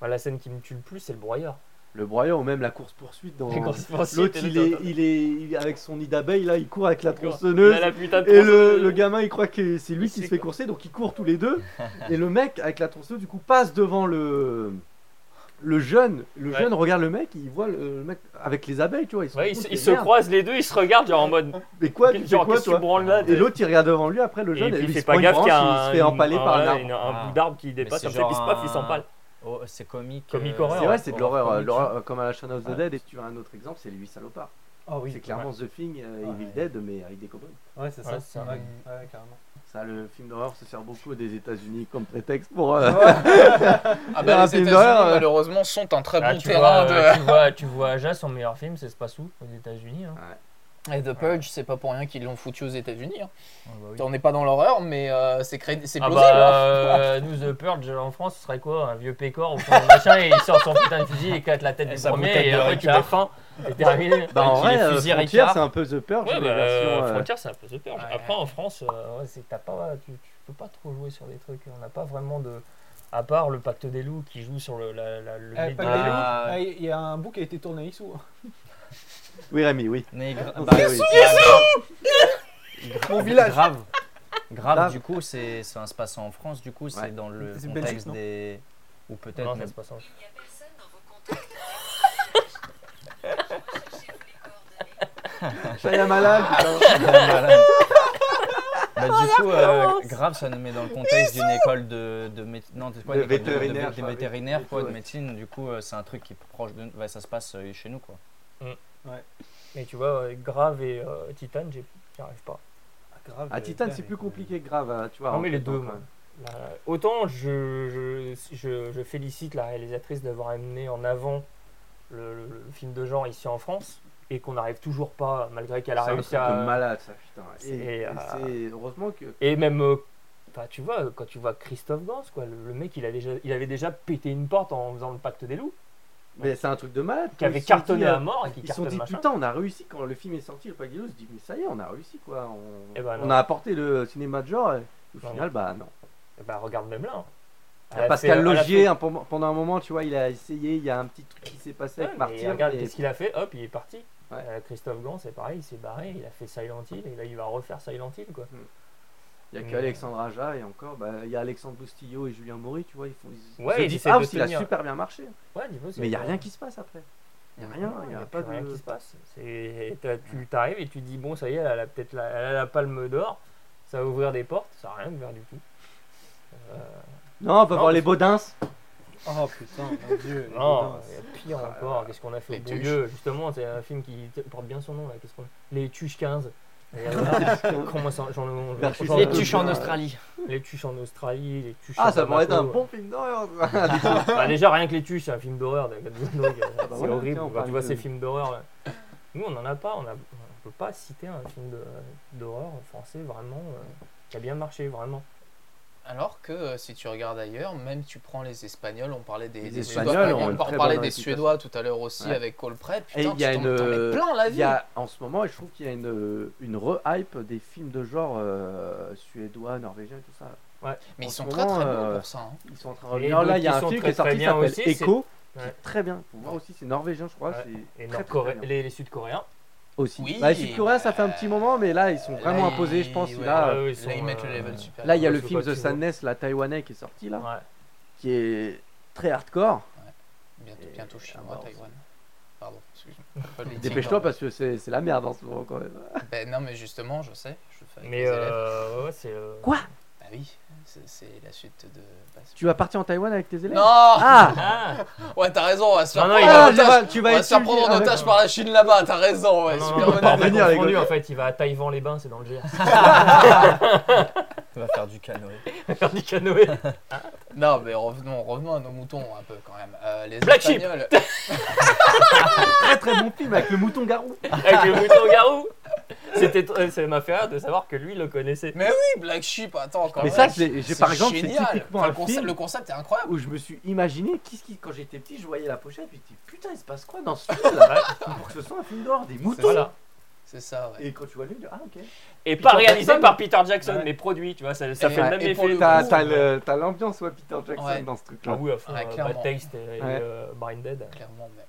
Speaker 6: Enfin, la scène qui me tue le plus c'est le broyeur
Speaker 5: Le broyeur ou même la course poursuite dans
Speaker 6: Les grosses pensées,
Speaker 5: l'autre
Speaker 6: t'es
Speaker 5: il
Speaker 6: là,
Speaker 5: est,
Speaker 6: t'entends-
Speaker 5: il est il est avec son nid d'abeille là, il court avec la
Speaker 6: Il a
Speaker 5: tronçonneuse
Speaker 6: la putain de
Speaker 5: et le,
Speaker 6: tronçonneuse.
Speaker 5: le gamin il croit que c'est lui
Speaker 6: Il
Speaker 5: qui se
Speaker 6: sait
Speaker 5: fait
Speaker 6: quoi.
Speaker 5: courser donc ils courent tous les deux et le mec avec la tronçonneuse du coup passe devant le le jeune, le
Speaker 6: Ouais.
Speaker 5: jeune regarde le mec, il voit le, le mec avec les abeilles, tu vois, ils, sont
Speaker 6: Ouais, ils,
Speaker 5: tous,
Speaker 6: se-
Speaker 5: mais
Speaker 6: ils se
Speaker 5: merde,
Speaker 6: croisent les deux, ils se regardent genre en mode
Speaker 5: Mais quoi, tu fais
Speaker 6: genre
Speaker 5: quoi
Speaker 6: qu'est-ce que tu
Speaker 5: toi
Speaker 6: branles là
Speaker 5: Et l'autre il regarde devant lui après le
Speaker 6: Et
Speaker 5: jeune
Speaker 6: puis, il
Speaker 5: il
Speaker 6: fait
Speaker 5: se prend
Speaker 6: pas
Speaker 5: une
Speaker 6: gaffe
Speaker 5: branche,
Speaker 6: qu'il y a
Speaker 5: il
Speaker 6: un,
Speaker 5: se fait empaler
Speaker 6: un-
Speaker 5: par un
Speaker 6: voilà,
Speaker 5: arbre.
Speaker 6: une- un
Speaker 1: Ah.
Speaker 6: bout d'arbre qui dépasse,
Speaker 1: c'est
Speaker 6: comme ça, il se
Speaker 1: genre
Speaker 6: paf, il
Speaker 1: un-
Speaker 6: s'empale.
Speaker 1: Oh, c'est comique.
Speaker 6: Comique
Speaker 1: euh,
Speaker 6: horreur. hein.
Speaker 5: C'est vrai, c'est de l'horreur, euh,
Speaker 1: comique.
Speaker 5: l'horreur euh, comme à la Shaun of the
Speaker 1: Ouais.
Speaker 5: Dead et tu as un autre exemple, c'est les huit salopards.
Speaker 8: Oh oui,
Speaker 5: c'est clairement The Thing euh,
Speaker 8: Ouais.
Speaker 5: Evil Dead, mais avec des cowboys.
Speaker 8: Ouais, c'est
Speaker 6: Ouais,
Speaker 8: ça.
Speaker 6: c'est
Speaker 8: Ouais,
Speaker 6: un-
Speaker 8: ouais, carrément.
Speaker 5: Ça, le film d'horreur se sert beaucoup des États-Unis comme prétexte pour. euh,
Speaker 7: Ah
Speaker 5: Il y a
Speaker 7: bah
Speaker 5: un
Speaker 7: les
Speaker 5: film
Speaker 7: États-Unis
Speaker 5: d'horreur, euh.
Speaker 7: malheureusement sont un très
Speaker 6: Là,
Speaker 7: bon
Speaker 6: tu, vois,
Speaker 7: terrain
Speaker 6: euh,
Speaker 7: de.
Speaker 6: tu vois, tu vois Aja, son meilleur film, c'est Spasou aux États-Unis. hein.
Speaker 7: Et The Purge, c'est pas pour rien qu'ils l'ont foutu aux États-Unis. hein.
Speaker 6: Ah bah oui.
Speaker 7: On n'est pas dans l'horreur, mais euh, c'est cré... c'est
Speaker 6: Ah
Speaker 7: plausible. hein.
Speaker 6: bah, euh, nous, The Purge, en France, ce serait quoi Un vieux pécor au fond du machin et il sort son putain de fusil, il éclate la tête
Speaker 1: Et
Speaker 6: du
Speaker 1: sa
Speaker 6: premier
Speaker 1: bouteille
Speaker 6: et
Speaker 1: de
Speaker 6: après, tu as
Speaker 1: récup.
Speaker 6: faim. C'est terminé.
Speaker 5: bah, en
Speaker 1: Qui
Speaker 5: vrai,
Speaker 1: les
Speaker 5: euh,
Speaker 1: fusille
Speaker 5: Frontier,
Speaker 1: Ricard.
Speaker 5: c'est un peu The Purge,
Speaker 6: Ouais,
Speaker 5: mais
Speaker 6: bah,
Speaker 5: version, euh,
Speaker 6: Frontier, c'est un peu The Purge.
Speaker 7: ouais.
Speaker 6: Après, en France, euh, ouais, c'est que t'as pas, tu, tu peux pas trop jouer sur des trucs. On n'a pas vraiment de. À part le Pacte des Loups qui joue sur le. La, la- le
Speaker 8: Eh,
Speaker 6: mythe
Speaker 8: pas
Speaker 6: de-
Speaker 8: que des loups.
Speaker 1: Ah.
Speaker 8: Ah, Il y a un bout qui a été tourné à Issou.
Speaker 5: Oui, Rémi, oui.
Speaker 1: Mais gra-
Speaker 5: On
Speaker 1: bah,
Speaker 5: s'est
Speaker 1: oui. Gra-
Speaker 5: Mon village.
Speaker 1: Grave. Grave,
Speaker 5: Grave.
Speaker 1: du coup, c'est c'est un se passant en France, du coup, c'est
Speaker 5: Ouais.
Speaker 1: dans le
Speaker 8: C'est Belgique,
Speaker 1: contexte
Speaker 8: non
Speaker 1: des. Ou peut-être
Speaker 6: Non, ça
Speaker 1: même.
Speaker 6: se passe en-
Speaker 5: Shyamalan, putain.
Speaker 1: Bah,
Speaker 8: Ah,
Speaker 1: du coup, euh, grave, ça nous met dans le contexte d'une école de, de méde- Non, c'est quoi
Speaker 5: De
Speaker 1: une école
Speaker 5: vétérinaire,
Speaker 1: de- de-
Speaker 5: quoi,
Speaker 1: des vétérinaires,
Speaker 5: oui,
Speaker 1: quoi, de
Speaker 5: ouais.
Speaker 1: médecine. Du coup, euh, c'est un truc qui est proche de. ouais, ça se passe euh, chez nous, quoi.
Speaker 6: Mais tu vois, euh, Grave et euh, Titan, j'y j'y arrive pas.
Speaker 8: grave.
Speaker 5: Ah, Titan, c'est plus compliqué que grave, hein, tu vois.
Speaker 6: Non, mais
Speaker 5: en
Speaker 6: les
Speaker 5: fait,
Speaker 6: deux,
Speaker 5: quand
Speaker 6: moi.
Speaker 5: même.
Speaker 6: La- autant je, je, je- je félicite la réalisatrice d'avoir amené en avant le, le- le film de genre ici en France et qu'on n'arrive toujours pas, malgré qu'elle a
Speaker 5: C'est un
Speaker 6: réussi
Speaker 5: truc de
Speaker 6: à.
Speaker 5: malade, ça, putain. Et,
Speaker 6: c'est,
Speaker 5: et
Speaker 6: euh,
Speaker 5: c'est heureusement que.
Speaker 6: Et même, euh, enfin, tu vois, euh, quand tu vois Christophe Gans, quoi, le, le mec, il, a déjà, il avait déjà pété une porte en faisant le pacte des loups,
Speaker 5: Mais c'est un truc de malade.
Speaker 6: qui avait
Speaker 5: Ils se sont
Speaker 6: cartonné
Speaker 5: dit,
Speaker 6: à
Speaker 5: euh,
Speaker 6: mort et qui
Speaker 5: Ils se sont
Speaker 6: cartonne
Speaker 5: dit,
Speaker 6: machin.
Speaker 5: putain, on a réussi quand le film est sorti, le Paguilo se dit, mais ça y est, on a réussi, quoi. On,
Speaker 6: Eh ben,
Speaker 5: on
Speaker 6: non.
Speaker 5: a apporté le cinéma de genre, et au
Speaker 6: Non,
Speaker 5: final, bah non.
Speaker 6: Et Bah, regarde même là. hein. Elle
Speaker 5: Ah,
Speaker 6: a
Speaker 5: Pascal
Speaker 6: fait- elle a
Speaker 5: Logier,
Speaker 6: fait-
Speaker 5: hein, pendant pendant un moment, tu vois, il a essayé, il y a un petit truc qui s'est passé
Speaker 6: Ouais,
Speaker 5: avec
Speaker 6: mais
Speaker 5: Martyr.
Speaker 6: regarde,
Speaker 5: mais-
Speaker 6: qu'est-ce qu'il a fait Hop, il est parti.
Speaker 5: hein. Ouais.
Speaker 6: Euh, Christophe Gans, c'est pareil, il s'est barré, il a fait Silent Hill et là, il va refaire Silent Hill, quoi.
Speaker 5: Il n'y a
Speaker 6: Mais-
Speaker 5: qu'Alexandre Aja et encore, bah, il y a Alexandre Bustillo et Julien Maury, tu vois, ils font. Ils
Speaker 6: Ouais,
Speaker 5: se
Speaker 6: ils
Speaker 5: disent,
Speaker 6: essaient
Speaker 5: ah,
Speaker 6: de
Speaker 5: il a
Speaker 6: tenir.
Speaker 5: super bien marché.
Speaker 6: Ouais, du coup, c'est-
Speaker 5: Mais il n'y a rien qui se passe après.
Speaker 7: hein.
Speaker 5: Il n'y a rien,
Speaker 6: Non,
Speaker 5: il n'y
Speaker 6: y
Speaker 5: a,
Speaker 6: a
Speaker 5: pas
Speaker 6: plus rien
Speaker 5: de.
Speaker 6: qui se passe. C'est- t'as- Tu t'arrives et tu te dis, bon, ça y est, elle a peut-être la, elle a la palme d'or, ça va ouvrir des portes, ça n'a rien ouvert du tout.
Speaker 5: Non, on va
Speaker 6: Non,
Speaker 5: voir
Speaker 6: mais-
Speaker 5: les Baudins.
Speaker 8: Oh putain, mon dieu.
Speaker 6: Non,
Speaker 8: évidence.
Speaker 6: il y a pire encore, qu'est-ce qu'on a fait
Speaker 7: les
Speaker 6: au bon
Speaker 7: tuches.
Speaker 6: Dieu Justement, c'est un film qui t- porte bien son nom, là. qu'est-ce qu'on Les Tuches 15. Et voilà, Comment ça j'en- j'en-
Speaker 5: Versus
Speaker 6: j'en-
Speaker 5: les
Speaker 6: j'en-
Speaker 5: Tuches en Australie.
Speaker 6: Les Tuches en Australie, les Tuches
Speaker 5: Ah,
Speaker 6: en
Speaker 5: ça pourrait être un
Speaker 6: Monaco.
Speaker 5: bon film d'horreur. quoi.
Speaker 6: Bah, déjà, rien que les tues, c'est un film d'horreur. donc, donc, euh, c'est
Speaker 5: Ah, bah voilà,
Speaker 6: horrible.
Speaker 5: tiens, on
Speaker 6: quand
Speaker 5: parle
Speaker 6: tu vois
Speaker 5: de-
Speaker 6: ces films d'horreur, là. nous, on n'en a pas. On ne peut pas citer un film de- d'horreur français vraiment euh, qui a bien marché, vraiment.
Speaker 7: Alors que euh, si tu regardes ailleurs, même tu prends les Espagnols, on parlait des,
Speaker 5: Les
Speaker 7: des
Speaker 5: Espagnols
Speaker 7: Suédois, par
Speaker 5: ont
Speaker 7: exemple,
Speaker 5: une
Speaker 7: on
Speaker 5: très
Speaker 7: parlait
Speaker 5: bonne
Speaker 7: des
Speaker 5: réputation.
Speaker 7: Suédois tout à l'heure aussi
Speaker 5: Ouais.
Speaker 7: avec Colprep.
Speaker 5: Et
Speaker 7: Putain,
Speaker 5: il y a
Speaker 7: tu t'en-
Speaker 5: une.
Speaker 7: t'en mets plein la
Speaker 5: il
Speaker 7: vie.
Speaker 5: y a- en ce moment, je trouve qu'il y a une, euh, une re-hype des films de genre euh, suédois, norvégiens, tout ça.
Speaker 7: Mais
Speaker 5: en
Speaker 7: ils
Speaker 5: ce
Speaker 7: sont très
Speaker 5: moment,
Speaker 7: très
Speaker 5: euh,
Speaker 7: bons pour ça. hein.
Speaker 5: Ils sont en train de
Speaker 6: Et
Speaker 5: revenir. Là, il y
Speaker 6: d'autres
Speaker 5: a un
Speaker 6: qui sont
Speaker 5: film qui
Speaker 6: très,
Speaker 5: est sorti
Speaker 6: très
Speaker 5: qui
Speaker 6: bien
Speaker 5: s'appelle
Speaker 6: aussi, c'est-
Speaker 5: Echo. qui
Speaker 6: Ouais.
Speaker 5: est Très bien. Faut voir aussi, c'est norvégien, je crois.
Speaker 6: Ouais.
Speaker 5: C'est
Speaker 6: Et
Speaker 5: très, très,
Speaker 6: Nord-Coré-
Speaker 5: très bien.
Speaker 6: les, les Sud-Coréens.
Speaker 5: aussi.
Speaker 7: Oui,
Speaker 5: Bah, les Sud-Coréens, ça fait un
Speaker 7: bah,
Speaker 5: petit moment, mais là, ils sont
Speaker 7: Là,
Speaker 5: vraiment
Speaker 7: ils-
Speaker 5: imposés, je pense.
Speaker 7: ouais,
Speaker 5: là,
Speaker 6: ouais, ouais, ils
Speaker 7: Là, ils
Speaker 6: sont,
Speaker 7: mettent
Speaker 6: euh,
Speaker 7: le level super.
Speaker 5: là, il y a
Speaker 6: Ouais,
Speaker 5: le
Speaker 6: je
Speaker 5: film
Speaker 6: sais pas
Speaker 5: The
Speaker 6: si vous-
Speaker 5: Sadness, la taïwanais, qui est sorti là,
Speaker 6: Ouais.
Speaker 5: qui est très hardcore.
Speaker 7: Bientôt,
Speaker 5: Et-
Speaker 7: bientôt
Speaker 5: Ah,
Speaker 7: chinois,
Speaker 5: bah, on-
Speaker 7: Taïwan. Pardon, excuse-moi.
Speaker 5: Dépêche-toi parce que c'est c'est la merde en ce moment quand même.
Speaker 7: Ben non, mais justement, je sais. Je fais avec
Speaker 6: Mais
Speaker 7: les élèves.
Speaker 6: euh, ouais, c'est. euh,
Speaker 5: Quoi
Speaker 7: Bah oui, c'est- c'est la suite de. bah, c'est-
Speaker 5: Tu vas partir en Taïwan avec tes élèves
Speaker 7: Non
Speaker 5: Ah
Speaker 6: Ah
Speaker 7: Ouais, t'as raison, on va se faire
Speaker 6: Non, non,
Speaker 7: prendre
Speaker 6: il
Speaker 7: en
Speaker 5: Ah,
Speaker 7: otage.
Speaker 5: Jamal, tu
Speaker 7: On
Speaker 5: vas
Speaker 7: va se faire prendre en
Speaker 5: suivi.
Speaker 7: otage par la Chine là-bas, t'as raison, ouais,
Speaker 6: non, non,
Speaker 7: super
Speaker 6: non,
Speaker 7: bonne
Speaker 6: non,
Speaker 7: idée.
Speaker 5: revenir,
Speaker 6: confondu,
Speaker 5: les gars.
Speaker 6: En fait, il va à Taïwan-les-Bains, c'est dans le Gers.
Speaker 1: On va faire du canoë.
Speaker 6: Faire du canoë.
Speaker 7: Non, mais revenons, revenons à nos moutons un peu quand même. Euh, les
Speaker 6: Black Sheep.
Speaker 7: Espagnols.
Speaker 5: Très très bon film avec le mouton garou.
Speaker 6: Avec le mouton garou. C'était, euh, ça m'a fait rire de savoir que lui, il le connaissait.
Speaker 7: Mais oui, Black Sheep, attends, quand
Speaker 5: Mais
Speaker 7: même.
Speaker 5: ça, c'est- j'ai
Speaker 7: C'est
Speaker 5: par exemple, c'est
Speaker 7: génial.
Speaker 5: typiquement
Speaker 7: Enfin,
Speaker 5: un
Speaker 7: le, concept, le
Speaker 5: film
Speaker 7: concept est incroyable.
Speaker 5: où je me suis imaginé, qu'est-ce qui, quand j'étais petit, je voyais la pochette, je me dis putain, il se passe quoi dans ce film là Pour que ce soit un film d'or, des moutons.
Speaker 6: Voilà.
Speaker 7: C'est ça, ouais.
Speaker 5: Et quand tu vois le film, tu dis, ah ok.
Speaker 6: Et pas
Speaker 5: Peter
Speaker 6: réalisé
Speaker 5: Jackson.
Speaker 6: par Peter Jackson,
Speaker 8: Ouais.
Speaker 6: mais produit, tu vois, ça, ça
Speaker 7: Et-
Speaker 6: fait le même
Speaker 7: et pour
Speaker 6: effet.
Speaker 7: le
Speaker 5: T'as
Speaker 7: coup,
Speaker 5: t'as le- t'as l'ambiance, ouais, Peter Jackson
Speaker 7: Ouais.
Speaker 5: dans ce truc
Speaker 6: Oh, Ah
Speaker 5: là.
Speaker 6: oui, à fond,
Speaker 7: Ouais,
Speaker 6: euh,
Speaker 7: clairement.
Speaker 6: Bad Taste et, et,
Speaker 5: Ouais.
Speaker 6: euh, Brain Dead.
Speaker 7: Clairement, mais.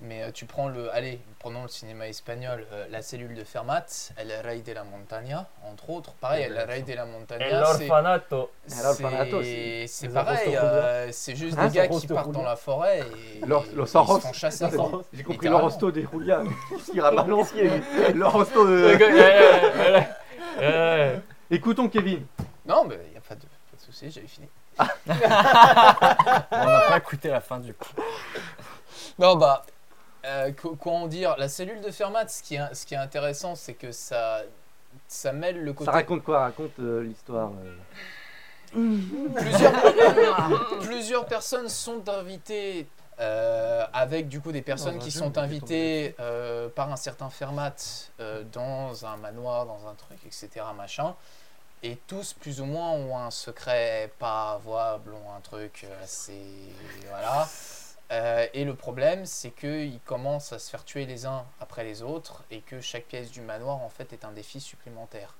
Speaker 7: Mais euh, tu prends le. Allez, prenons le cinéma espagnol. euh, la cellule de Fermat, El Rey de la Montaña, entre autres. Pareil, El Rey de la
Speaker 6: Et
Speaker 7: Montaña, c'est.
Speaker 6: l'orfanato.
Speaker 5: El Orfanato,
Speaker 7: C'est c'est
Speaker 6: Les
Speaker 7: pareil,
Speaker 6: Orfanato
Speaker 7: euh, c'est juste
Speaker 5: Hein,
Speaker 7: des gars
Speaker 5: Soros
Speaker 7: qui
Speaker 5: de
Speaker 7: partent dans
Speaker 5: Roulia.
Speaker 7: la forêt et, et
Speaker 5: L'or-
Speaker 7: ils
Speaker 5: le
Speaker 7: se
Speaker 5: Soros.
Speaker 7: font chasser.
Speaker 5: J'ai
Speaker 7: quoi.
Speaker 5: j'ai compris l'Orosto des Roulia. Qu'est-ce qu'il rabalance euh, L'Orosto
Speaker 6: Le
Speaker 5: de.
Speaker 6: gars- ouais, ouais, ouais, ouais.
Speaker 5: Écoutons Kevin.
Speaker 7: Non, mais y a pas de, pas de souci, j'avais fini.
Speaker 1: On n'a pas écouté la fin du coup.
Speaker 7: Non, bah, euh, qu- quoi en dire La cellule de Fermat, ce qui est, ce qui est intéressant, c'est que ça, ça mêle le côté.
Speaker 5: Ça raconte quoi Raconte euh, l'histoire. euh.
Speaker 7: plusieurs, plusieurs personnes sont invitées. euh, avec du coup des personnes
Speaker 5: Dans un
Speaker 7: qui
Speaker 5: jeu,
Speaker 7: sont
Speaker 5: mais
Speaker 7: invitées euh, par un certain Fermat euh, dans un manoir, dans un truc, etc. Machin. Et tous plus ou moins ont un secret pas avouable, ont un truc euh, assez... Voilà. Euh, et le problème, c'est qu'ils commencent à se faire tuer les uns après les autres et que chaque pièce du manoir, en fait, est un défi supplémentaire.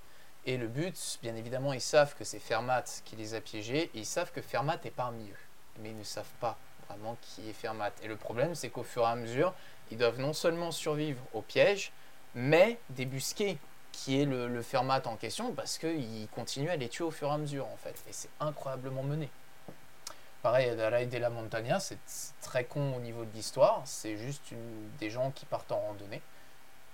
Speaker 7: Et le but, bien évidemment, ils savent que c'est Fermat qui les a piégés, et ils savent que Fermat est parmi eux. Mais ils ne savent pas vraiment qui est Fermat. Et le problème, c'est qu'au fur et à mesure, ils doivent non seulement survivre au piège, mais débusquer qui est le, le Fermat en question, parce qu'il continue à les tuer au fur et à mesure, en fait. Et c'est incroyablement mené. Pareil, à la de la Montagna, c'est c'est très con au niveau de l'histoire. C'est juste une- des gens qui partent en randonnée.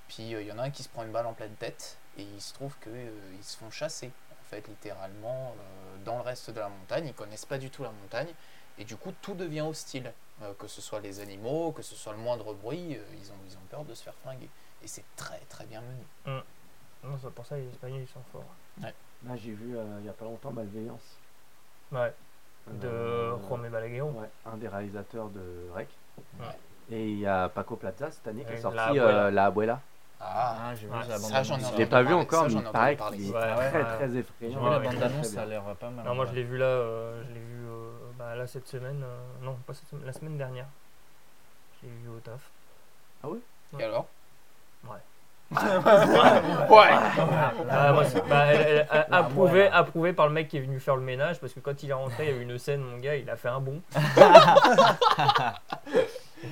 Speaker 7: Puis euh, il y en a un qui se prend une balle en pleine tête et il se trouve qu'ils se font chasser, en fait, littéralement, euh, dans le reste de la montagne. Ils connaissent pas du tout la montagne et du coup tout devient hostile. Euh, que ce soit les animaux, que ce soit le moindre bruit, euh, ils, ont, ils ont peur de se faire flinguer. Et c'est très très bien mené.
Speaker 6: Non, c'est pour ça les Espagnols ils sont forts.
Speaker 5: Là, j'ai vu euh, il y a pas longtemps Malveillance.
Speaker 6: Ouais, de
Speaker 5: Euh,
Speaker 6: Juan Balaguerro.
Speaker 5: Ouais, un des réalisateurs de Rec.
Speaker 6: Ouais.
Speaker 5: Et il y a Paco Plaza cette année qui
Speaker 6: Et
Speaker 5: est
Speaker 6: La
Speaker 5: sorti
Speaker 6: Abuela.
Speaker 5: euh, La Abuela.
Speaker 7: Ah,
Speaker 1: Ah, j'ai vu
Speaker 6: Ouais,
Speaker 1: la
Speaker 7: ça j'en
Speaker 1: bande-annonce.
Speaker 7: ai
Speaker 5: Je
Speaker 7: entendu
Speaker 5: l'ai pas vu
Speaker 7: parler,
Speaker 5: encore,
Speaker 7: ça,
Speaker 5: mais
Speaker 7: j'en ai
Speaker 5: il
Speaker 7: entendu
Speaker 5: paraît
Speaker 7: parler.
Speaker 5: qu'il est
Speaker 6: Ouais,
Speaker 5: très
Speaker 6: ouais.
Speaker 5: très
Speaker 1: J'ai
Speaker 5: effrayant.
Speaker 1: vu la
Speaker 5: Très, très
Speaker 1: bande-annonce, ça
Speaker 5: bien.
Speaker 1: a l'air pas mal.
Speaker 6: Non, moi je
Speaker 1: ouais.
Speaker 6: l'ai vu là, euh, je l'ai vu euh, bah, là cette semaine, euh, non pas cette semaine, la semaine dernière. Je l'ai vu au taf.
Speaker 7: Et alors
Speaker 6: Ah, moi, c'est- bah, elle- elle- elle- approuvé, approuvé par le mec qui est venu faire le ménage parce que quand il est rentré, il y a eu une scène, mon gars, il a fait un bond.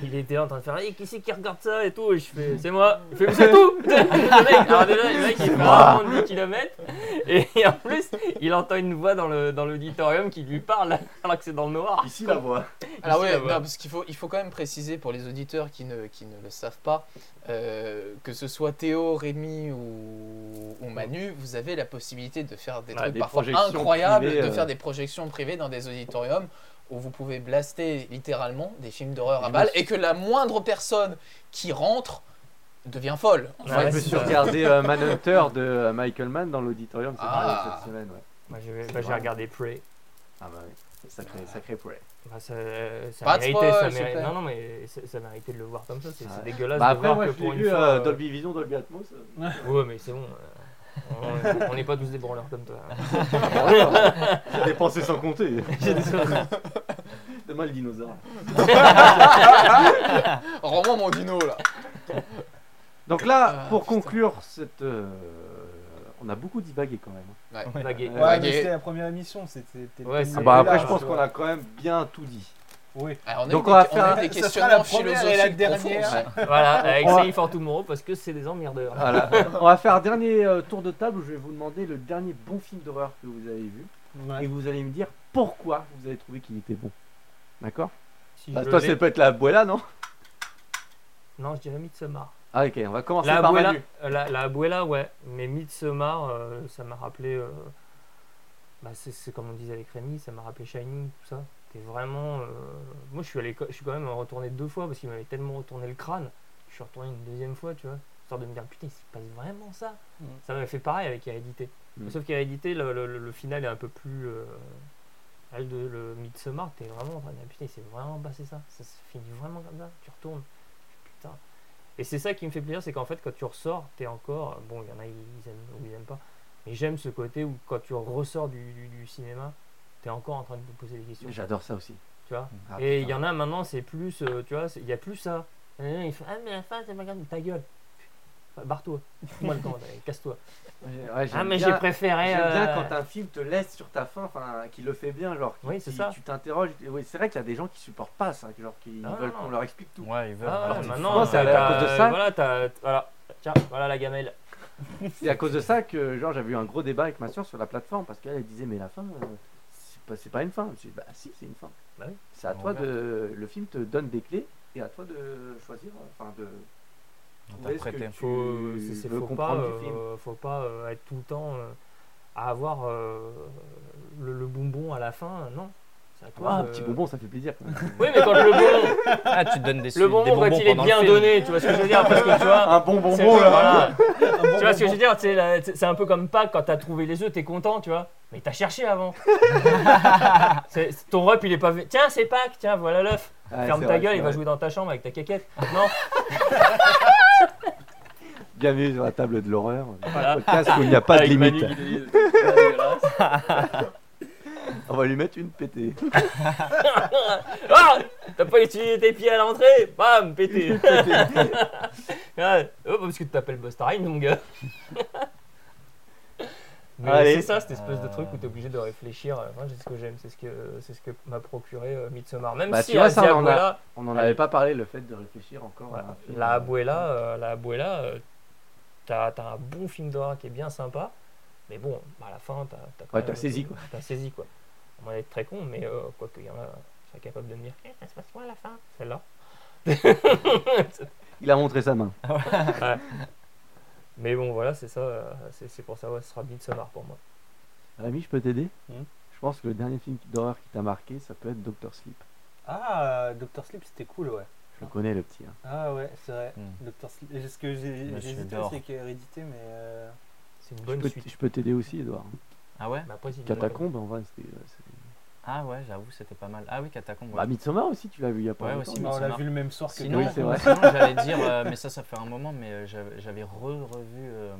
Speaker 6: il était là en train de faire hey, qui c'est qui regarde ça et tout et je fais c'est moi il fait mais c'est tout le mec, alors déjà, le mec, il fait un bond de 10 km et en plus il entend une voix dans le dans l'auditorium qui lui parle alors que c'est dans le noir
Speaker 5: Ici la voix.
Speaker 7: Alors
Speaker 6: Ici,
Speaker 7: ouais,
Speaker 6: là,
Speaker 7: non,
Speaker 6: voilà.
Speaker 7: parce qu'il faut, il faut quand même préciser pour les auditeurs qui ne, qui ne le savent pas, euh, que ce soit Théo, Rémi ou, ou Manu, vous avez la possibilité de faire des
Speaker 5: Ouais,
Speaker 7: trucs
Speaker 5: des
Speaker 7: parfois
Speaker 5: projections
Speaker 7: incroyables,
Speaker 5: privées,
Speaker 7: de
Speaker 5: euh.
Speaker 7: faire des projections privées dans des auditoriums où vous pouvez blaster littéralement des films d'horreur à
Speaker 5: Je me
Speaker 7: balles
Speaker 5: suis-
Speaker 7: et que la moindre personne qui rentre devient folle. en
Speaker 6: Ouais,
Speaker 7: fait.
Speaker 5: je me suis regardé euh, Manhunter de euh, Michael Mann dans l'auditorium c'est
Speaker 7: Ah.
Speaker 5: pareil, cette semaine. Ouais.
Speaker 6: Moi, j'ai bah, j'ai regardé Prey.
Speaker 5: Ah bah oui. Sacré, sacré poulet.
Speaker 6: Bah, ça, euh, ça
Speaker 7: Pas de
Speaker 6: méritait, ça
Speaker 7: spoil,
Speaker 6: méritait-
Speaker 7: s'il te
Speaker 6: Non, non, mais ça, ça méritait de le voir comme ça. C'est
Speaker 5: Ah
Speaker 6: c'est
Speaker 5: ouais.
Speaker 6: dégueulasse
Speaker 5: Bah
Speaker 6: de
Speaker 5: après,
Speaker 6: voir
Speaker 5: moi
Speaker 6: que
Speaker 5: je l'ai
Speaker 6: pour une
Speaker 5: vu
Speaker 6: fois. euh,
Speaker 5: euh, Dolby Vision, Dolby Atmos. euh,
Speaker 6: Ouais, mais c'est bon. euh, on- on n'est pas tous des branleurs comme toi. hein.
Speaker 5: J'ai dépensé sans compter. Demain le dinosaure.
Speaker 7: Rends-moi mon dino là.
Speaker 5: Donc là,
Speaker 7: Ah,
Speaker 5: pour
Speaker 7: putain.
Speaker 5: conclure cette... euh, On a beaucoup divagué quand même.
Speaker 6: Baguette.
Speaker 8: Ouais,
Speaker 7: Ouais,
Speaker 8: mais
Speaker 7: et-
Speaker 8: c'était la première émission, c'était. c'était
Speaker 6: Ouais, c'est-
Speaker 5: Ah
Speaker 8: le
Speaker 5: bah
Speaker 8: thème
Speaker 5: après
Speaker 8: large,
Speaker 5: je pense
Speaker 8: tu
Speaker 5: qu'on
Speaker 8: vois.
Speaker 5: a quand même bien tout dit.
Speaker 8: Oui.
Speaker 7: Alors, on a
Speaker 5: Donc,
Speaker 7: eu
Speaker 5: on va
Speaker 7: des,
Speaker 5: faire
Speaker 7: a eu
Speaker 5: un-
Speaker 7: des
Speaker 8: ça sera
Speaker 7: questionnements
Speaker 8: la première et la
Speaker 7: philosophiques profonds.
Speaker 8: dernière.
Speaker 7: aussi.
Speaker 6: Voilà, avec
Speaker 5: On va-
Speaker 6: Save for Tomorrow parce que c'est des emmerdeurs.
Speaker 5: Voilà. On va faire un dernier euh, tour de table où je vais vous demander le dernier bon film d'horreur que vous avez vu. Et
Speaker 8: Ouais.
Speaker 5: vous allez me dire pourquoi vous avez trouvé qu'il était bon. D'accord
Speaker 6: Si
Speaker 5: Bah,
Speaker 6: je
Speaker 5: Toi,
Speaker 6: l'ai-
Speaker 5: c'est peut-être la Abuela, non
Speaker 6: Non, je dirais Midsommar.
Speaker 5: Ah, ok, on va commencer
Speaker 6: La
Speaker 5: par
Speaker 6: Abuela,
Speaker 5: Manu.
Speaker 6: euh, la, la Abuela, ouais. Mais Midsommar, euh, ça m'a rappelé. euh, bah, c'est c'est comme on disait avec Rémi, ça m'a rappelé Shining, tout ça. T'es vraiment. euh, Moi, je suis, allé, co- je suis quand même retourné deux fois parce qu'il m'avait tellement retourné le crâne. Je suis retourné une deuxième fois, tu vois. Histoire de me dire, putain, il se passe vraiment ça.
Speaker 7: Mm.
Speaker 6: Ça m'avait fait pareil avec Hérédité.
Speaker 5: Mm.
Speaker 6: Sauf qu'Hérédité, le, le, le- le final est un peu plus. euh, elle de le Midsommar, t'es vraiment en train de dire, putain, il s'est vraiment passé ça. Ça se finit vraiment comme ça. Tu retournes. Putain. Et c'est ça qui me fait plaisir, c'est qu'en fait, quand tu ressors, t'es encore. Bon, il y en a, ils ils aiment ou ils aiment pas. Mais j'aime ce côté où quand tu ressors du, du, du cinéma, t'es encore en train de te poser des questions.
Speaker 5: J'adore ça aussi.
Speaker 6: Tu vois
Speaker 5: Ah,
Speaker 6: Et il
Speaker 5: putain.
Speaker 6: y en a maintenant, c'est plus. euh, tu vois, c'est- il y a plus ça. Il y en a, Ils font Ah, mais la fin, c'est pas grave, ta gueule. Enfin, Barre-toi. Moi le temps, allez, casse-toi.
Speaker 5: Ouais, ouais, j'aime
Speaker 6: Ah, mais
Speaker 5: bien-
Speaker 6: j'ai préféré.
Speaker 5: J'aime bien
Speaker 6: euh,
Speaker 5: quand un film te laisse sur ta faim, enfin, qui le fait bien, genre. qui-
Speaker 6: Oui, c'est
Speaker 5: qui-
Speaker 6: ça.
Speaker 5: Tu t'interroges. Oui, c'est vrai qu'il y a des gens qui supportent pas ça, genre qui
Speaker 6: Non,
Speaker 5: veulent
Speaker 6: Ah, non,
Speaker 5: qu'on
Speaker 6: non.
Speaker 5: leur explique tout.
Speaker 1: Ouais, ils veulent.
Speaker 6: Ah,
Speaker 1: avoir des
Speaker 6: maintenant,
Speaker 5: c'est à
Speaker 6: t'as-
Speaker 5: cause de
Speaker 6: t'as-
Speaker 5: ça.
Speaker 6: Voilà, t'as- voilà. Tiens, voilà la gamelle.
Speaker 5: C'est à cause de ça que, genre, j'avais eu un gros débat avec ma soeur sur la plateforme parce qu'elle elle disait, mais la fin, euh, c'est pas, c'est pas une fin. Je dis, bah si, c'est une fin.
Speaker 6: Bah oui.
Speaker 5: C'est à
Speaker 1: On
Speaker 5: toi
Speaker 1: regarde.
Speaker 5: de. Le film te donne des clés et à toi de choisir, euh, enfin, de. trouver ce que
Speaker 1: Interpréter.
Speaker 5: tu
Speaker 6: faut, euh, c'est- c'est-
Speaker 5: veux
Speaker 6: faut pas,
Speaker 5: comprendre du film.
Speaker 6: euh, faut pas euh, être tout le temps euh, à avoir euh, le, le bonbon à la fin, non. C'est à toi
Speaker 5: Ah, un
Speaker 6: de-
Speaker 5: petit bonbon, ça fait plaisir. quand même.
Speaker 6: Oui, mais quand le bonbon,
Speaker 1: Ah, tu te donnes des
Speaker 6: le bonbon,
Speaker 1: des
Speaker 6: quand il est
Speaker 1: pendant le
Speaker 6: bien
Speaker 1: film.
Speaker 6: donné, tu vois ce que je veux dire Parce que tu vois.
Speaker 5: un bon
Speaker 6: c'est-
Speaker 5: bonbon, là.
Speaker 6: voilà.
Speaker 8: Un bon
Speaker 6: Tu vois ce que je
Speaker 8: bonbon.
Speaker 6: veux dire C'est la- c'est- c'est un peu comme Pâques, quand t'as trouvé les œufs, t'es content, tu vois. Mais t'as cherché avant. C'est- c'est- ton rep, il est pas. venu. Tiens, c'est Pâques, tiens, voilà l'œuf.
Speaker 5: Ouais,
Speaker 6: Ferme
Speaker 5: Ah, c'est
Speaker 6: ta
Speaker 5: vrai,
Speaker 6: gueule,
Speaker 5: c'est
Speaker 6: il va
Speaker 5: vrai.
Speaker 6: jouer dans ta chambre avec ta caquette. Non,
Speaker 5: Bien vu sur la table de l'horreur. Un podcast où il n'y a pas de
Speaker 6: Avec
Speaker 5: limite.
Speaker 6: Manu Guidez. C'est dégueulasse.
Speaker 5: On va lui mettre une pétée.
Speaker 6: Ah T'as pas utilisé tes pieds à l'entrée Bam, pété Ah, oh, Parce que tu t'appelles Bostarine, mon gars Mais
Speaker 5: Allez. Euh.
Speaker 6: c'est ça, cette espèce de truc où t'es obligé de réfléchir. Enfin, c'est ce que j'aime, c'est ce que, c'est ce que m'a procuré euh, Midsommar. Même
Speaker 5: Bah,
Speaker 6: si
Speaker 5: tu vois,
Speaker 6: euh,
Speaker 5: ça,
Speaker 6: The
Speaker 5: on en a-
Speaker 6: Abuela-
Speaker 5: On n'en
Speaker 6: Allez.
Speaker 5: avait pas parlé, le fait de réfléchir encore. à
Speaker 6: voilà,
Speaker 5: un film.
Speaker 6: la Abuela, euh, la Abuela, euh, t'as t'as un bon film d'horreur qui est bien sympa, mais bon, bah, à la fin, t'as t'as quand
Speaker 5: Ouais,
Speaker 6: même
Speaker 5: t'as
Speaker 6: le-
Speaker 5: saisi, quoi.
Speaker 6: T'as saisi quoi. On va être très con, mais euh, quoi qu'il y en a, je serais capable de me dire, Eh, ça se passe quoi à la fin Celle-là.
Speaker 5: Il a montré sa main.
Speaker 6: Mais bon, voilà, c'est ça. euh, C'est c'est pour ça, ouais, ce sera Midsommar pour moi.
Speaker 5: Rémi, je peux t'aider
Speaker 1: Mmh.
Speaker 8: Hmm.
Speaker 5: Je pense que le dernier film d'horreur qui t'a marqué, ça peut être Doctor Sleep.
Speaker 8: Ah, Dr. Sleep, c'était cool, ouais.
Speaker 5: Je le connais, le petit. hein.
Speaker 8: Ah ouais, c'est vrai.
Speaker 1: Hmm.
Speaker 8: Dr. Sleep. Et Ce que j'ai
Speaker 1: Monsieur
Speaker 8: j'hésite
Speaker 1: Dor.
Speaker 8: aussi avec Hérédité, mais. euh,
Speaker 6: C'est une
Speaker 5: Je
Speaker 6: bonne
Speaker 5: peux,
Speaker 6: suite.
Speaker 5: je peux t'aider aussi, Edouard.
Speaker 1: Ah ouais
Speaker 6: Mais après, c'est une
Speaker 5: Catacombe, en vrai. c'était- c'est-
Speaker 1: Ah ouais, j'avoue, c'était pas mal. Ah oui, Catacombe. ouais.
Speaker 5: Bah, Midsommar aussi, tu l'as vu il y a pas
Speaker 1: Ouais,
Speaker 5: longtemps.
Speaker 1: aussi,
Speaker 8: on l'a
Speaker 1: Midsommar.
Speaker 8: vu le même soir que
Speaker 1: Sinon,
Speaker 5: Oui, c'est vrai.
Speaker 1: sinon, j'allais dire, euh, mais ça, ça fait un moment, mais euh, j'avais j'avais re-revu euh,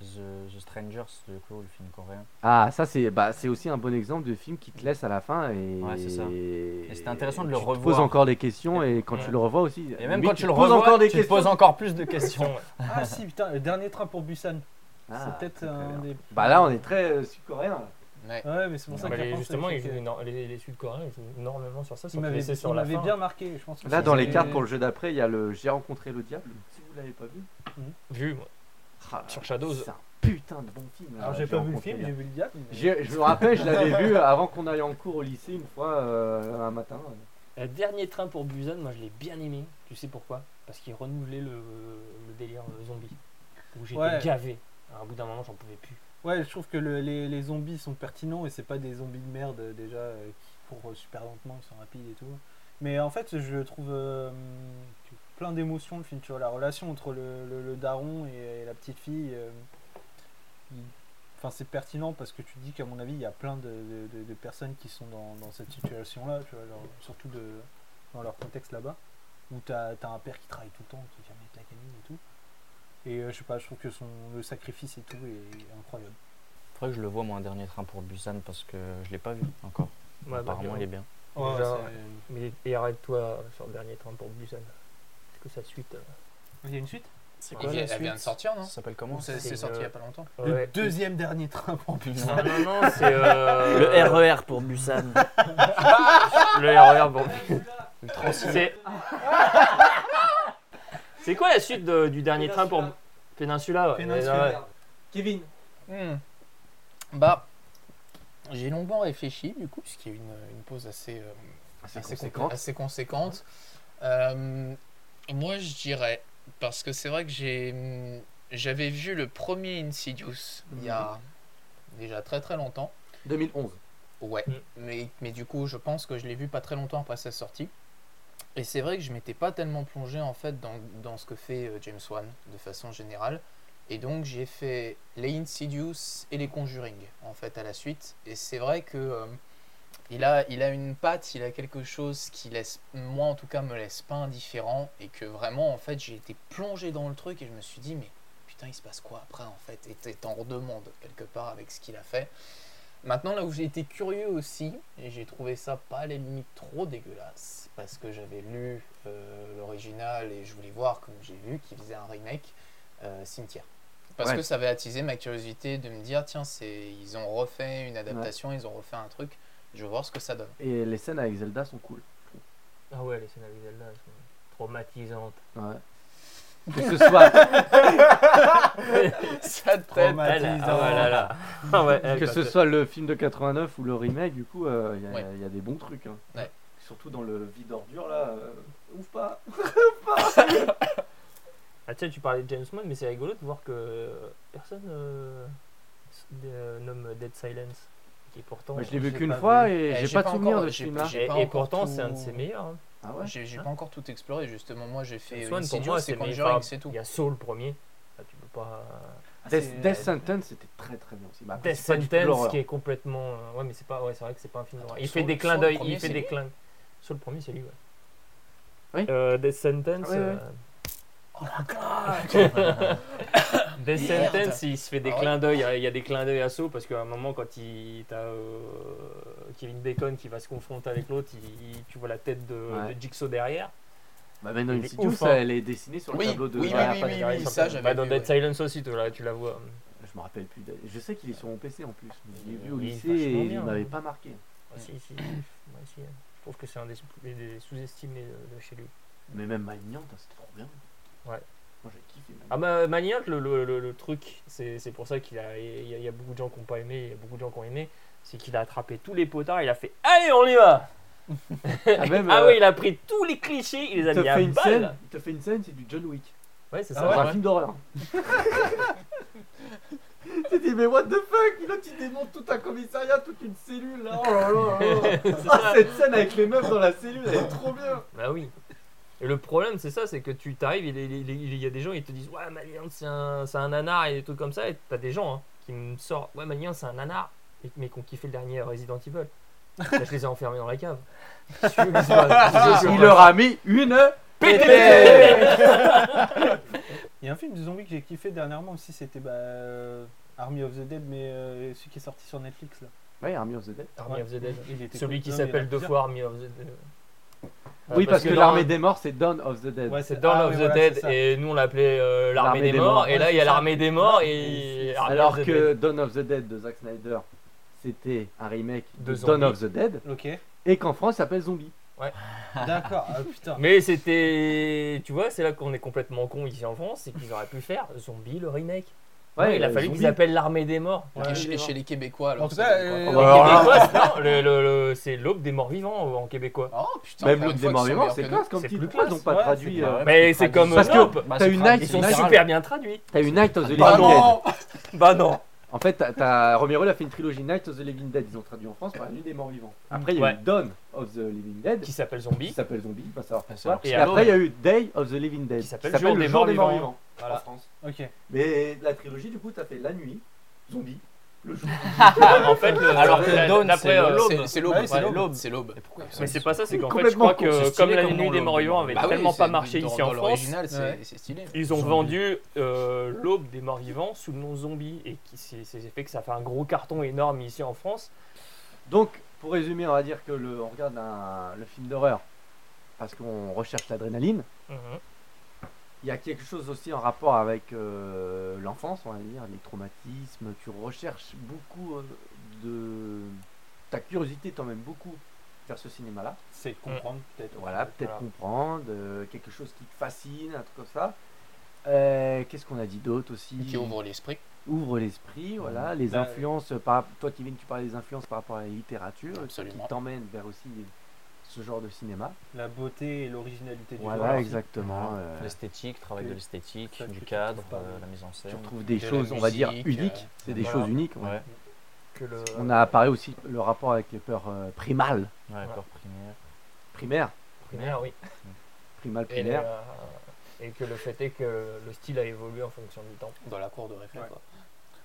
Speaker 1: The, The Strangers de Clo, le film coréen.
Speaker 5: Ah, ça, c'est bah, c'est aussi un bon exemple de film qui te laisse à la fin. Et,
Speaker 1: Ouais, c'est ça.
Speaker 5: Et
Speaker 1: c'était intéressant de le
Speaker 5: tu te
Speaker 1: revoir.
Speaker 5: poses encore des questions et quand
Speaker 6: Ouais.
Speaker 5: tu le revois aussi.
Speaker 1: Et même
Speaker 5: limite,
Speaker 1: quand tu, le
Speaker 5: poses
Speaker 1: revois,
Speaker 5: encore des
Speaker 1: tu te
Speaker 5: questions.
Speaker 1: poses encore plus de questions.
Speaker 8: Ah si, putain, le dernier train pour Busan.
Speaker 5: Ah,
Speaker 8: c'est peut-être
Speaker 5: très,
Speaker 1: euh,
Speaker 5: très
Speaker 8: un
Speaker 5: bien.
Speaker 8: des.
Speaker 5: Bah là, on est très euh, sud-coréen. là.
Speaker 7: Ouais.
Speaker 8: Ouais, mais c'est pour ça que la France,
Speaker 6: justement,
Speaker 8: elle
Speaker 6: ils
Speaker 8: fait
Speaker 6: jouent
Speaker 8: que-
Speaker 6: éno- les, les Sud-Coréens ils jouent énormément sur ça.
Speaker 8: Il
Speaker 6: Sur
Speaker 8: m'avait
Speaker 6: laissé
Speaker 8: il
Speaker 6: sur la
Speaker 8: m'avait
Speaker 6: fin.
Speaker 8: bien marqué, je pense. que
Speaker 5: Là, dans les
Speaker 8: c'était-
Speaker 5: cartes pour le jeu d'après, il y a le J'ai rencontré le diable. Si vous l'avez pas vu.
Speaker 6: vu. moi.
Speaker 5: Ah,
Speaker 6: Sur Shadows.
Speaker 5: C'est un putain de bon film.
Speaker 8: Alors,
Speaker 5: là,
Speaker 8: j'ai pas vu le
Speaker 5: rencontré
Speaker 8: film,
Speaker 5: le
Speaker 8: j'ai
Speaker 5: diable.
Speaker 8: vu le diable. mais-
Speaker 5: J'ai- Je me rappelle, je l'avais vu avant qu'on aille en cours au lycée une fois euh, un matin.
Speaker 6: Le Euh, dernier train pour Busan, moi je l'ai bien aimé. Tu sais pourquoi Parce qu'il renouvelait le, le délire euh, zombie. Où j'étais
Speaker 8: Ouais.
Speaker 6: gavé. À un bout d'un moment, j'en pouvais plus.
Speaker 8: Ouais, je trouve que le- les, les zombies sont pertinents et c'est pas des zombies de merde euh, déjà euh, qui courent euh, super lentement, qui sont rapides et tout. Mais en fait, je trouve euh, plein d'émotions le film. Tu vois, la relation entre le, le- le daron et, la petite fille. euh, il- Enfin, c'est pertinent parce que tu te dis qu'à mon avis, il y a plein de, de- de- de personnes qui sont dans, dans cette situation-là, tu vois, genre, surtout de, dans leur contexte là-bas, où t'as as un père qui travaille tout le temps, qui vient mettre la gamine et tout. Et euh, je sais pas, je trouve que son, le sacrifice et tout est incroyable.
Speaker 1: Faudrait que je le vois, moi, un dernier train pour Busan, parce que je l'ai pas vu encore.
Speaker 6: Ouais, bah,
Speaker 1: Apparemment, il est bien.
Speaker 8: Ouais,
Speaker 6: Déjà,
Speaker 8: c'est-
Speaker 6: Mais et arrête-toi euh, sur le dernier train pour Busan. Parce que sa suite. euh,
Speaker 8: Il y a une suite
Speaker 1: C'est
Speaker 7: Il vient- elle vient de sortir,
Speaker 1: Ça
Speaker 7: non
Speaker 1: s'appelle comment
Speaker 7: C'est
Speaker 6: c'est
Speaker 7: c'est sorti
Speaker 6: le-
Speaker 7: il y a pas longtemps.
Speaker 6: ouais.
Speaker 8: Le deuxième dernier train pour Busan.
Speaker 6: Non, non, non, c'est. euh,
Speaker 1: RER E pour Busan.
Speaker 6: Le RER bon. C'est. C'est quoi la suite de- du dernier train pour Péninsula ouais. Ouais, ouais.
Speaker 5: Kevin.
Speaker 7: Hmm. Bah, j'ai longuement réfléchi, du coup, puisqu'il y a eu une, une pause assez, euh,
Speaker 5: Assez
Speaker 7: assez complé-
Speaker 5: conséquente.
Speaker 7: assez conséquente. Euh, moi, je dirais, parce que c'est vrai que j'ai, hum, j'avais vu le premier Insidious il y a
Speaker 5: Mhm.
Speaker 7: déjà très très longtemps.
Speaker 5: 2011.
Speaker 7: Ouais,
Speaker 6: Mm.
Speaker 7: mais, mais du coup, je pense que je l'ai vu pas très longtemps après sa sortie. Et c'est vrai que je m'étais pas tellement plongé en fait dans, dans ce que fait euh, James Wan de façon générale. Et donc j'ai fait les Insidious et les Conjuring en fait à la suite. Et c'est vrai que euh, il, a, il a une patte, il a quelque chose qui laisse, moi en tout cas, me laisse pas indifférent. Et que vraiment en fait j'ai été plongé dans le truc et je me suis dit mais putain il se passe quoi après en fait Et t'es- t'en redemandes quelque part avec ce qu'il a fait. Maintenant, là où j'ai été curieux aussi, et j'ai trouvé ça pas à la limite trop dégueulasse, parce que j'avais lu euh, l'original et je voulais voir, comme j'ai vu, qu'il faisait un remake euh, Cimetière. Parce
Speaker 5: Ouais.
Speaker 7: que ça avait attisé ma curiosité de me dire, tiens, c'est ils ont refait une adaptation, ils ont refait un truc, je veux voir ce que ça donne.
Speaker 5: Et les scènes avec Zelda sont cool.
Speaker 6: Ah ouais, les scènes avec Zelda, elles sont traumatisantes.
Speaker 5: Ouais. Que ce soit,
Speaker 7: ça
Speaker 6: Ah là,
Speaker 8: Traumatisant.
Speaker 6: ah ouais, là, là. Ah ouais, elle,
Speaker 5: que
Speaker 6: quand
Speaker 5: ce
Speaker 6: elle-
Speaker 5: soit le film de 89 ou le remake, du coup, euh, il y a- il
Speaker 7: Ouais.
Speaker 5: y, a des bons trucs. hein.
Speaker 7: Ouais.
Speaker 5: Surtout dans le vide ordure, là. euh, ouf pas.
Speaker 6: Ah, tiens, tu parlais de James Bond, mais c'est rigolo de voir que personne euh, s- euh, nomme euh, Dead Silence. Et pourtant,
Speaker 5: Moi, je l'ai vu
Speaker 6: j'ai
Speaker 5: qu'une
Speaker 6: pas
Speaker 5: fois
Speaker 6: vu.
Speaker 5: et
Speaker 7: Eh,
Speaker 5: j'ai
Speaker 7: j'ai
Speaker 5: pas de
Speaker 7: pas
Speaker 5: souvenir
Speaker 7: encore-
Speaker 5: de ce
Speaker 7: j'ai
Speaker 5: film-là.
Speaker 7: pas- j'ai-
Speaker 6: Et, et
Speaker 7: encore
Speaker 6: pourtant,
Speaker 7: tout-
Speaker 6: c'est un de ses meilleurs. hein.
Speaker 5: Ah ouais
Speaker 7: J'ai j'ai pas encore tout exploré, justement. Moi, j'ai fait
Speaker 6: Swan, pour
Speaker 7: Insidious
Speaker 6: moi,
Speaker 7: et
Speaker 6: c'est le meilleur.
Speaker 7: Conjuring,
Speaker 6: Enfin,
Speaker 7: c'est tout.
Speaker 6: Il y a Saul le premier. Ah, tu peux pas.
Speaker 5: Death, Death Sentence, c'était très très bien aussi.
Speaker 7: Ah,
Speaker 5: Bah, après,
Speaker 6: Death
Speaker 5: c'est pas du tout de
Speaker 6: Sentence
Speaker 5: l'horreur.
Speaker 6: qui est complètement. euh, Ouais, mais c'est pas. Ouais, c'est vrai que c'est pas un film d'horreur. Il
Speaker 7: Attends,
Speaker 6: fait
Speaker 7: Saul-
Speaker 6: des clins
Speaker 7: Saul,
Speaker 6: d'œil.
Speaker 7: le premier,
Speaker 6: Il fait
Speaker 7: c'est
Speaker 6: des
Speaker 7: lui
Speaker 6: clins. Saul le premier, c'est lui. Ouais.
Speaker 5: Oui.
Speaker 6: Euh, Death Sentence.
Speaker 5: Ah, oui, oui.
Speaker 6: euh, Death
Speaker 7: Merde.
Speaker 6: Sentence, il se fait des
Speaker 7: Ah ouais.
Speaker 6: clins d'œil. Il y a des clins d'œil à Saul parce qu'à un moment, quand il t'as euh, Kevin Bacon qui va se confronter avec l'autre, il- il- tu vois la tête de,
Speaker 5: Ouais.
Speaker 6: de Jigsaw derrière.
Speaker 5: Bah, maintenant,
Speaker 6: Il est
Speaker 5: Insidious,
Speaker 6: ouf, hein.
Speaker 5: elle est dessinée sur le
Speaker 7: Oui,
Speaker 5: tableau de.
Speaker 7: oui,
Speaker 6: Ouais,
Speaker 5: Ah,
Speaker 6: pas
Speaker 7: oui,
Speaker 6: derrière,
Speaker 7: oui,
Speaker 6: il
Speaker 7: ça,
Speaker 6: s'appelle.
Speaker 7: j'avais
Speaker 6: Bah, Dans
Speaker 7: vu,
Speaker 6: Dead
Speaker 7: ouais.
Speaker 6: Silence aussi, tu la, tu la vois.
Speaker 5: Je me rappelle plus. de- Je sais qu'il est sur mon PC en plus. mais Je l'ai
Speaker 6: Il
Speaker 5: vu au
Speaker 6: est
Speaker 5: lycée
Speaker 6: vachement
Speaker 5: et
Speaker 6: bien,
Speaker 5: il m'avait
Speaker 6: hein.
Speaker 5: pas marqué.
Speaker 6: Ah, si, si, si. Ouais, si, euh, Je trouve que c'est un des, des- des sous-estimés de, de chez lui.
Speaker 5: Mais même Magnant, hein, c'était trop bien.
Speaker 6: Ouais.
Speaker 5: Moi, j'ai kiffé. Magnan.
Speaker 6: Ah bah Maniac, le, le, le- le truc, c'est c'est pour ça qu'il a, il y a, il y a beaucoup de gens qui n'ont pas aimé, il y a beaucoup de gens qui ont aimé, c'est qu'il a attrapé tous les potards, il a fait Allez, on y va
Speaker 5: Ah, même,
Speaker 6: Ah
Speaker 5: euh,
Speaker 6: ouais, il a pris tous les clichés, il les
Speaker 5: il
Speaker 6: a
Speaker 5: te
Speaker 6: mis à
Speaker 5: fait une
Speaker 6: balle
Speaker 5: scène. Ah Il te fait une scène, c'est du John Wick.
Speaker 6: Ouais, c'est
Speaker 5: C'est
Speaker 6: ça.
Speaker 5: un film d'horreur. tu dis, mais what the fuck L'autre, il démonte tout un commissariat, toute une cellule. là. Oh là là là là. Ah, cette scène avec les meufs dans la cellule, elle est trop bien.
Speaker 6: Bah oui. Et le problème, c'est ça, c'est que tu t'arrives, il, il- il- il y a des gens, ils te disent Ouais, Maniac, c'est un, c'est un nanar et des trucs comme ça, et t'as des gens hein, qui me sortent Ouais, Maniac, c'est un nanar, et- mais qui ont kiffé le dernier Resident Evil. Là, je les ai enfermés dans la cave. Je suis- je suis- je suis-
Speaker 5: Il leur a mis une pétée.
Speaker 8: Il y a un film de zombie que j'ai kiffé dernièrement aussi, c'était bah, euh, Army of the Dead, mais euh, celui qui est sorti sur Netflix là.
Speaker 5: Ouais, Army of the Dead.
Speaker 6: Army of the Dead.
Speaker 8: Il était
Speaker 6: Celui
Speaker 8: cool.
Speaker 6: qui
Speaker 8: Non, mais il y en a
Speaker 6: s'appelle deux
Speaker 8: plusieurs.
Speaker 6: fois Army of the Dead. Ah,
Speaker 5: Oui, parce que,
Speaker 6: dans-
Speaker 5: l'armée des morts, c'est Dawn of the Dead.
Speaker 8: Ouais,
Speaker 6: C'est Dawn
Speaker 8: ah
Speaker 6: of
Speaker 8: oui,
Speaker 6: the
Speaker 8: voilà, c'est
Speaker 6: Dead
Speaker 8: ça.
Speaker 6: et nous on l'appelait euh, l'armée des, morts, et là il y a l'armée des morts et Army
Speaker 5: Alors
Speaker 6: of the
Speaker 5: que
Speaker 6: Dead.
Speaker 5: Dawn of the Dead de Zack Snyder, c'était un remake de,
Speaker 6: De
Speaker 5: Dawn
Speaker 6: zombies.
Speaker 5: of the Dead,
Speaker 8: Ok,
Speaker 5: et qu'en France, ça s'appelle Zombie.
Speaker 8: d'accord, ah, putain.
Speaker 6: mais c'était tu vois c'est là qu'on est complètement con ici en France c'est qu'ils auraient pu faire zombie le remake ouais, il a
Speaker 5: euh,
Speaker 6: fallu
Speaker 5: Zombie.
Speaker 6: qu'ils appellent l'armée des morts
Speaker 8: Ouais,
Speaker 7: Et
Speaker 8: il
Speaker 7: chez-
Speaker 8: est
Speaker 7: Et
Speaker 8: mort.
Speaker 7: chez les Québécois, alors.
Speaker 8: En tout
Speaker 7: ça
Speaker 8: cas,
Speaker 7: veut dire quoi
Speaker 5: euh, alors là-
Speaker 6: Québécois, c'est- non, le- le- le- c'est l'aube des morts vivants euh, en québécois
Speaker 7: Oh putain,
Speaker 5: Même
Speaker 7: encore
Speaker 5: le
Speaker 7: une fois,
Speaker 5: démon
Speaker 7: qu'ils sont
Speaker 5: vivant,
Speaker 7: meilleurs
Speaker 5: c'est
Speaker 7: que
Speaker 5: classe comme
Speaker 6: C'est
Speaker 5: titre.
Speaker 6: plus
Speaker 5: Pourquoi ils n'ont
Speaker 8: classe,
Speaker 5: pas
Speaker 8: ouais,
Speaker 5: traduit.
Speaker 8: c'est
Speaker 5: euh,
Speaker 6: mais c'est comme
Speaker 5: Parce
Speaker 6: Nope,
Speaker 5: que
Speaker 11: Bah,
Speaker 5: t'as
Speaker 11: c'est
Speaker 5: une
Speaker 11: traduit
Speaker 5: Night,
Speaker 6: ils sont
Speaker 11: littéral.
Speaker 6: super bien traduits
Speaker 5: t'as une Night of the
Speaker 7: nous.
Speaker 5: Living
Speaker 7: Bah
Speaker 5: Dead.
Speaker 7: non
Speaker 6: bah non
Speaker 5: En fait, t'as- t'as- Romero il a fait une trilogie Night of the Living Dead. Ils ont traduit en France par la Nuit des Morts Vivants. Après, il y a
Speaker 6: Ouais.
Speaker 5: eu Dawn of the Living Dead
Speaker 6: qui s'appelle
Speaker 5: qui
Speaker 6: zombie
Speaker 5: s'appelle Zombie, pas savoir
Speaker 11: Pas
Speaker 5: pourquoi.
Speaker 11: savoir
Speaker 5: Et,
Speaker 6: pourquoi.
Speaker 5: après, il y a eu Day of the Living Dead
Speaker 6: Qui s'appelle Jour
Speaker 5: le
Speaker 6: des Morts Vivants.
Speaker 5: en
Speaker 6: Voilà.
Speaker 5: France.
Speaker 8: Ok.
Speaker 5: Mais la trilogie, du coup, t'as fait la nuit, Zombie, le jour.
Speaker 6: en fait le-
Speaker 11: Alors que
Speaker 6: la-
Speaker 11: Dawn,
Speaker 6: d'après
Speaker 11: c'est
Speaker 6: euh, l'aube
Speaker 7: C'est- C'est l'aube,
Speaker 8: Ouais, c'est
Speaker 7: ouais,
Speaker 8: l'aube.
Speaker 7: C'est l'aube.
Speaker 6: Mais c'est pas ça, c'est qu'en fait, je
Speaker 5: Complètement
Speaker 6: crois
Speaker 5: con.
Speaker 11: C'est
Speaker 6: que
Speaker 11: stylé
Speaker 6: comme la
Speaker 11: comme dans
Speaker 6: nuit des
Speaker 11: le-
Speaker 6: morts vivants avait
Speaker 7: Bah oui,
Speaker 6: tellement
Speaker 7: c'est-
Speaker 6: pas marché
Speaker 7: dans-
Speaker 6: ici en
Speaker 7: dans
Speaker 6: France,
Speaker 7: l'original,
Speaker 8: Ouais.
Speaker 7: c'est c'est stylé.
Speaker 6: ils ont
Speaker 11: Zombie.
Speaker 6: vendu euh, l'aube des morts vivants sous le nom zombie. Et qui c'est c'est fait que ça fait un gros carton énorme ici en France.
Speaker 5: Donc, pour résumer, on va dire que le, on regarde un- le film d'horreur parce qu'on recherche l'adrénaline. Il y a quelque chose aussi en rapport avec euh, l'enfance, on va dire, les traumatismes. Tu recherches beaucoup euh, de. Ta curiosité t'emmène beaucoup vers ce cinéma-là.
Speaker 8: C'est de comprendre peut-être.
Speaker 5: Voilà, peut-être
Speaker 6: Voilà.
Speaker 5: comprendre, euh, quelque chose qui te fascine, un truc comme ça. Euh, Qu'est-ce qu'on a dit d'autre aussi
Speaker 7: Qui ouvre Mmh. l'esprit.
Speaker 5: Ouvre l'esprit, voilà, les
Speaker 8: Bah,
Speaker 5: influences, euh, par, toi Kevin, tu parlais des influences par rapport à la littérature,
Speaker 7: Absolument.
Speaker 5: qui t'emmène vers aussi ce genre de cinéma.
Speaker 8: La beauté et l'originalité du
Speaker 5: Voilà,
Speaker 8: genre.
Speaker 5: exactement. euh,
Speaker 11: L'esthétique, travail de
Speaker 8: que-
Speaker 11: l'esthétique,
Speaker 8: ça, tu
Speaker 11: du
Speaker 8: trouves
Speaker 11: cadre,
Speaker 8: pas,
Speaker 11: euh,
Speaker 8: ouais.
Speaker 11: la mise en scène.
Speaker 5: tu retrouves des
Speaker 7: de la
Speaker 5: choses, on va dire,
Speaker 7: musique, euh,
Speaker 5: uniques, c'est des
Speaker 6: voilà.
Speaker 5: choses uniques. ouais.
Speaker 11: Ouais,
Speaker 6: Que le-
Speaker 5: On a apparu aussi le rapport avec les peurs euh, primales,
Speaker 11: ouais, corps primaire.
Speaker 5: primaires,
Speaker 6: primaire, oui.
Speaker 5: primales,
Speaker 6: Et,
Speaker 5: primaires.
Speaker 6: euh, et que le fait est que le style a évolué en fonction du temps.
Speaker 7: Dans la cour de récré,
Speaker 8: Ouais.
Speaker 7: quoi.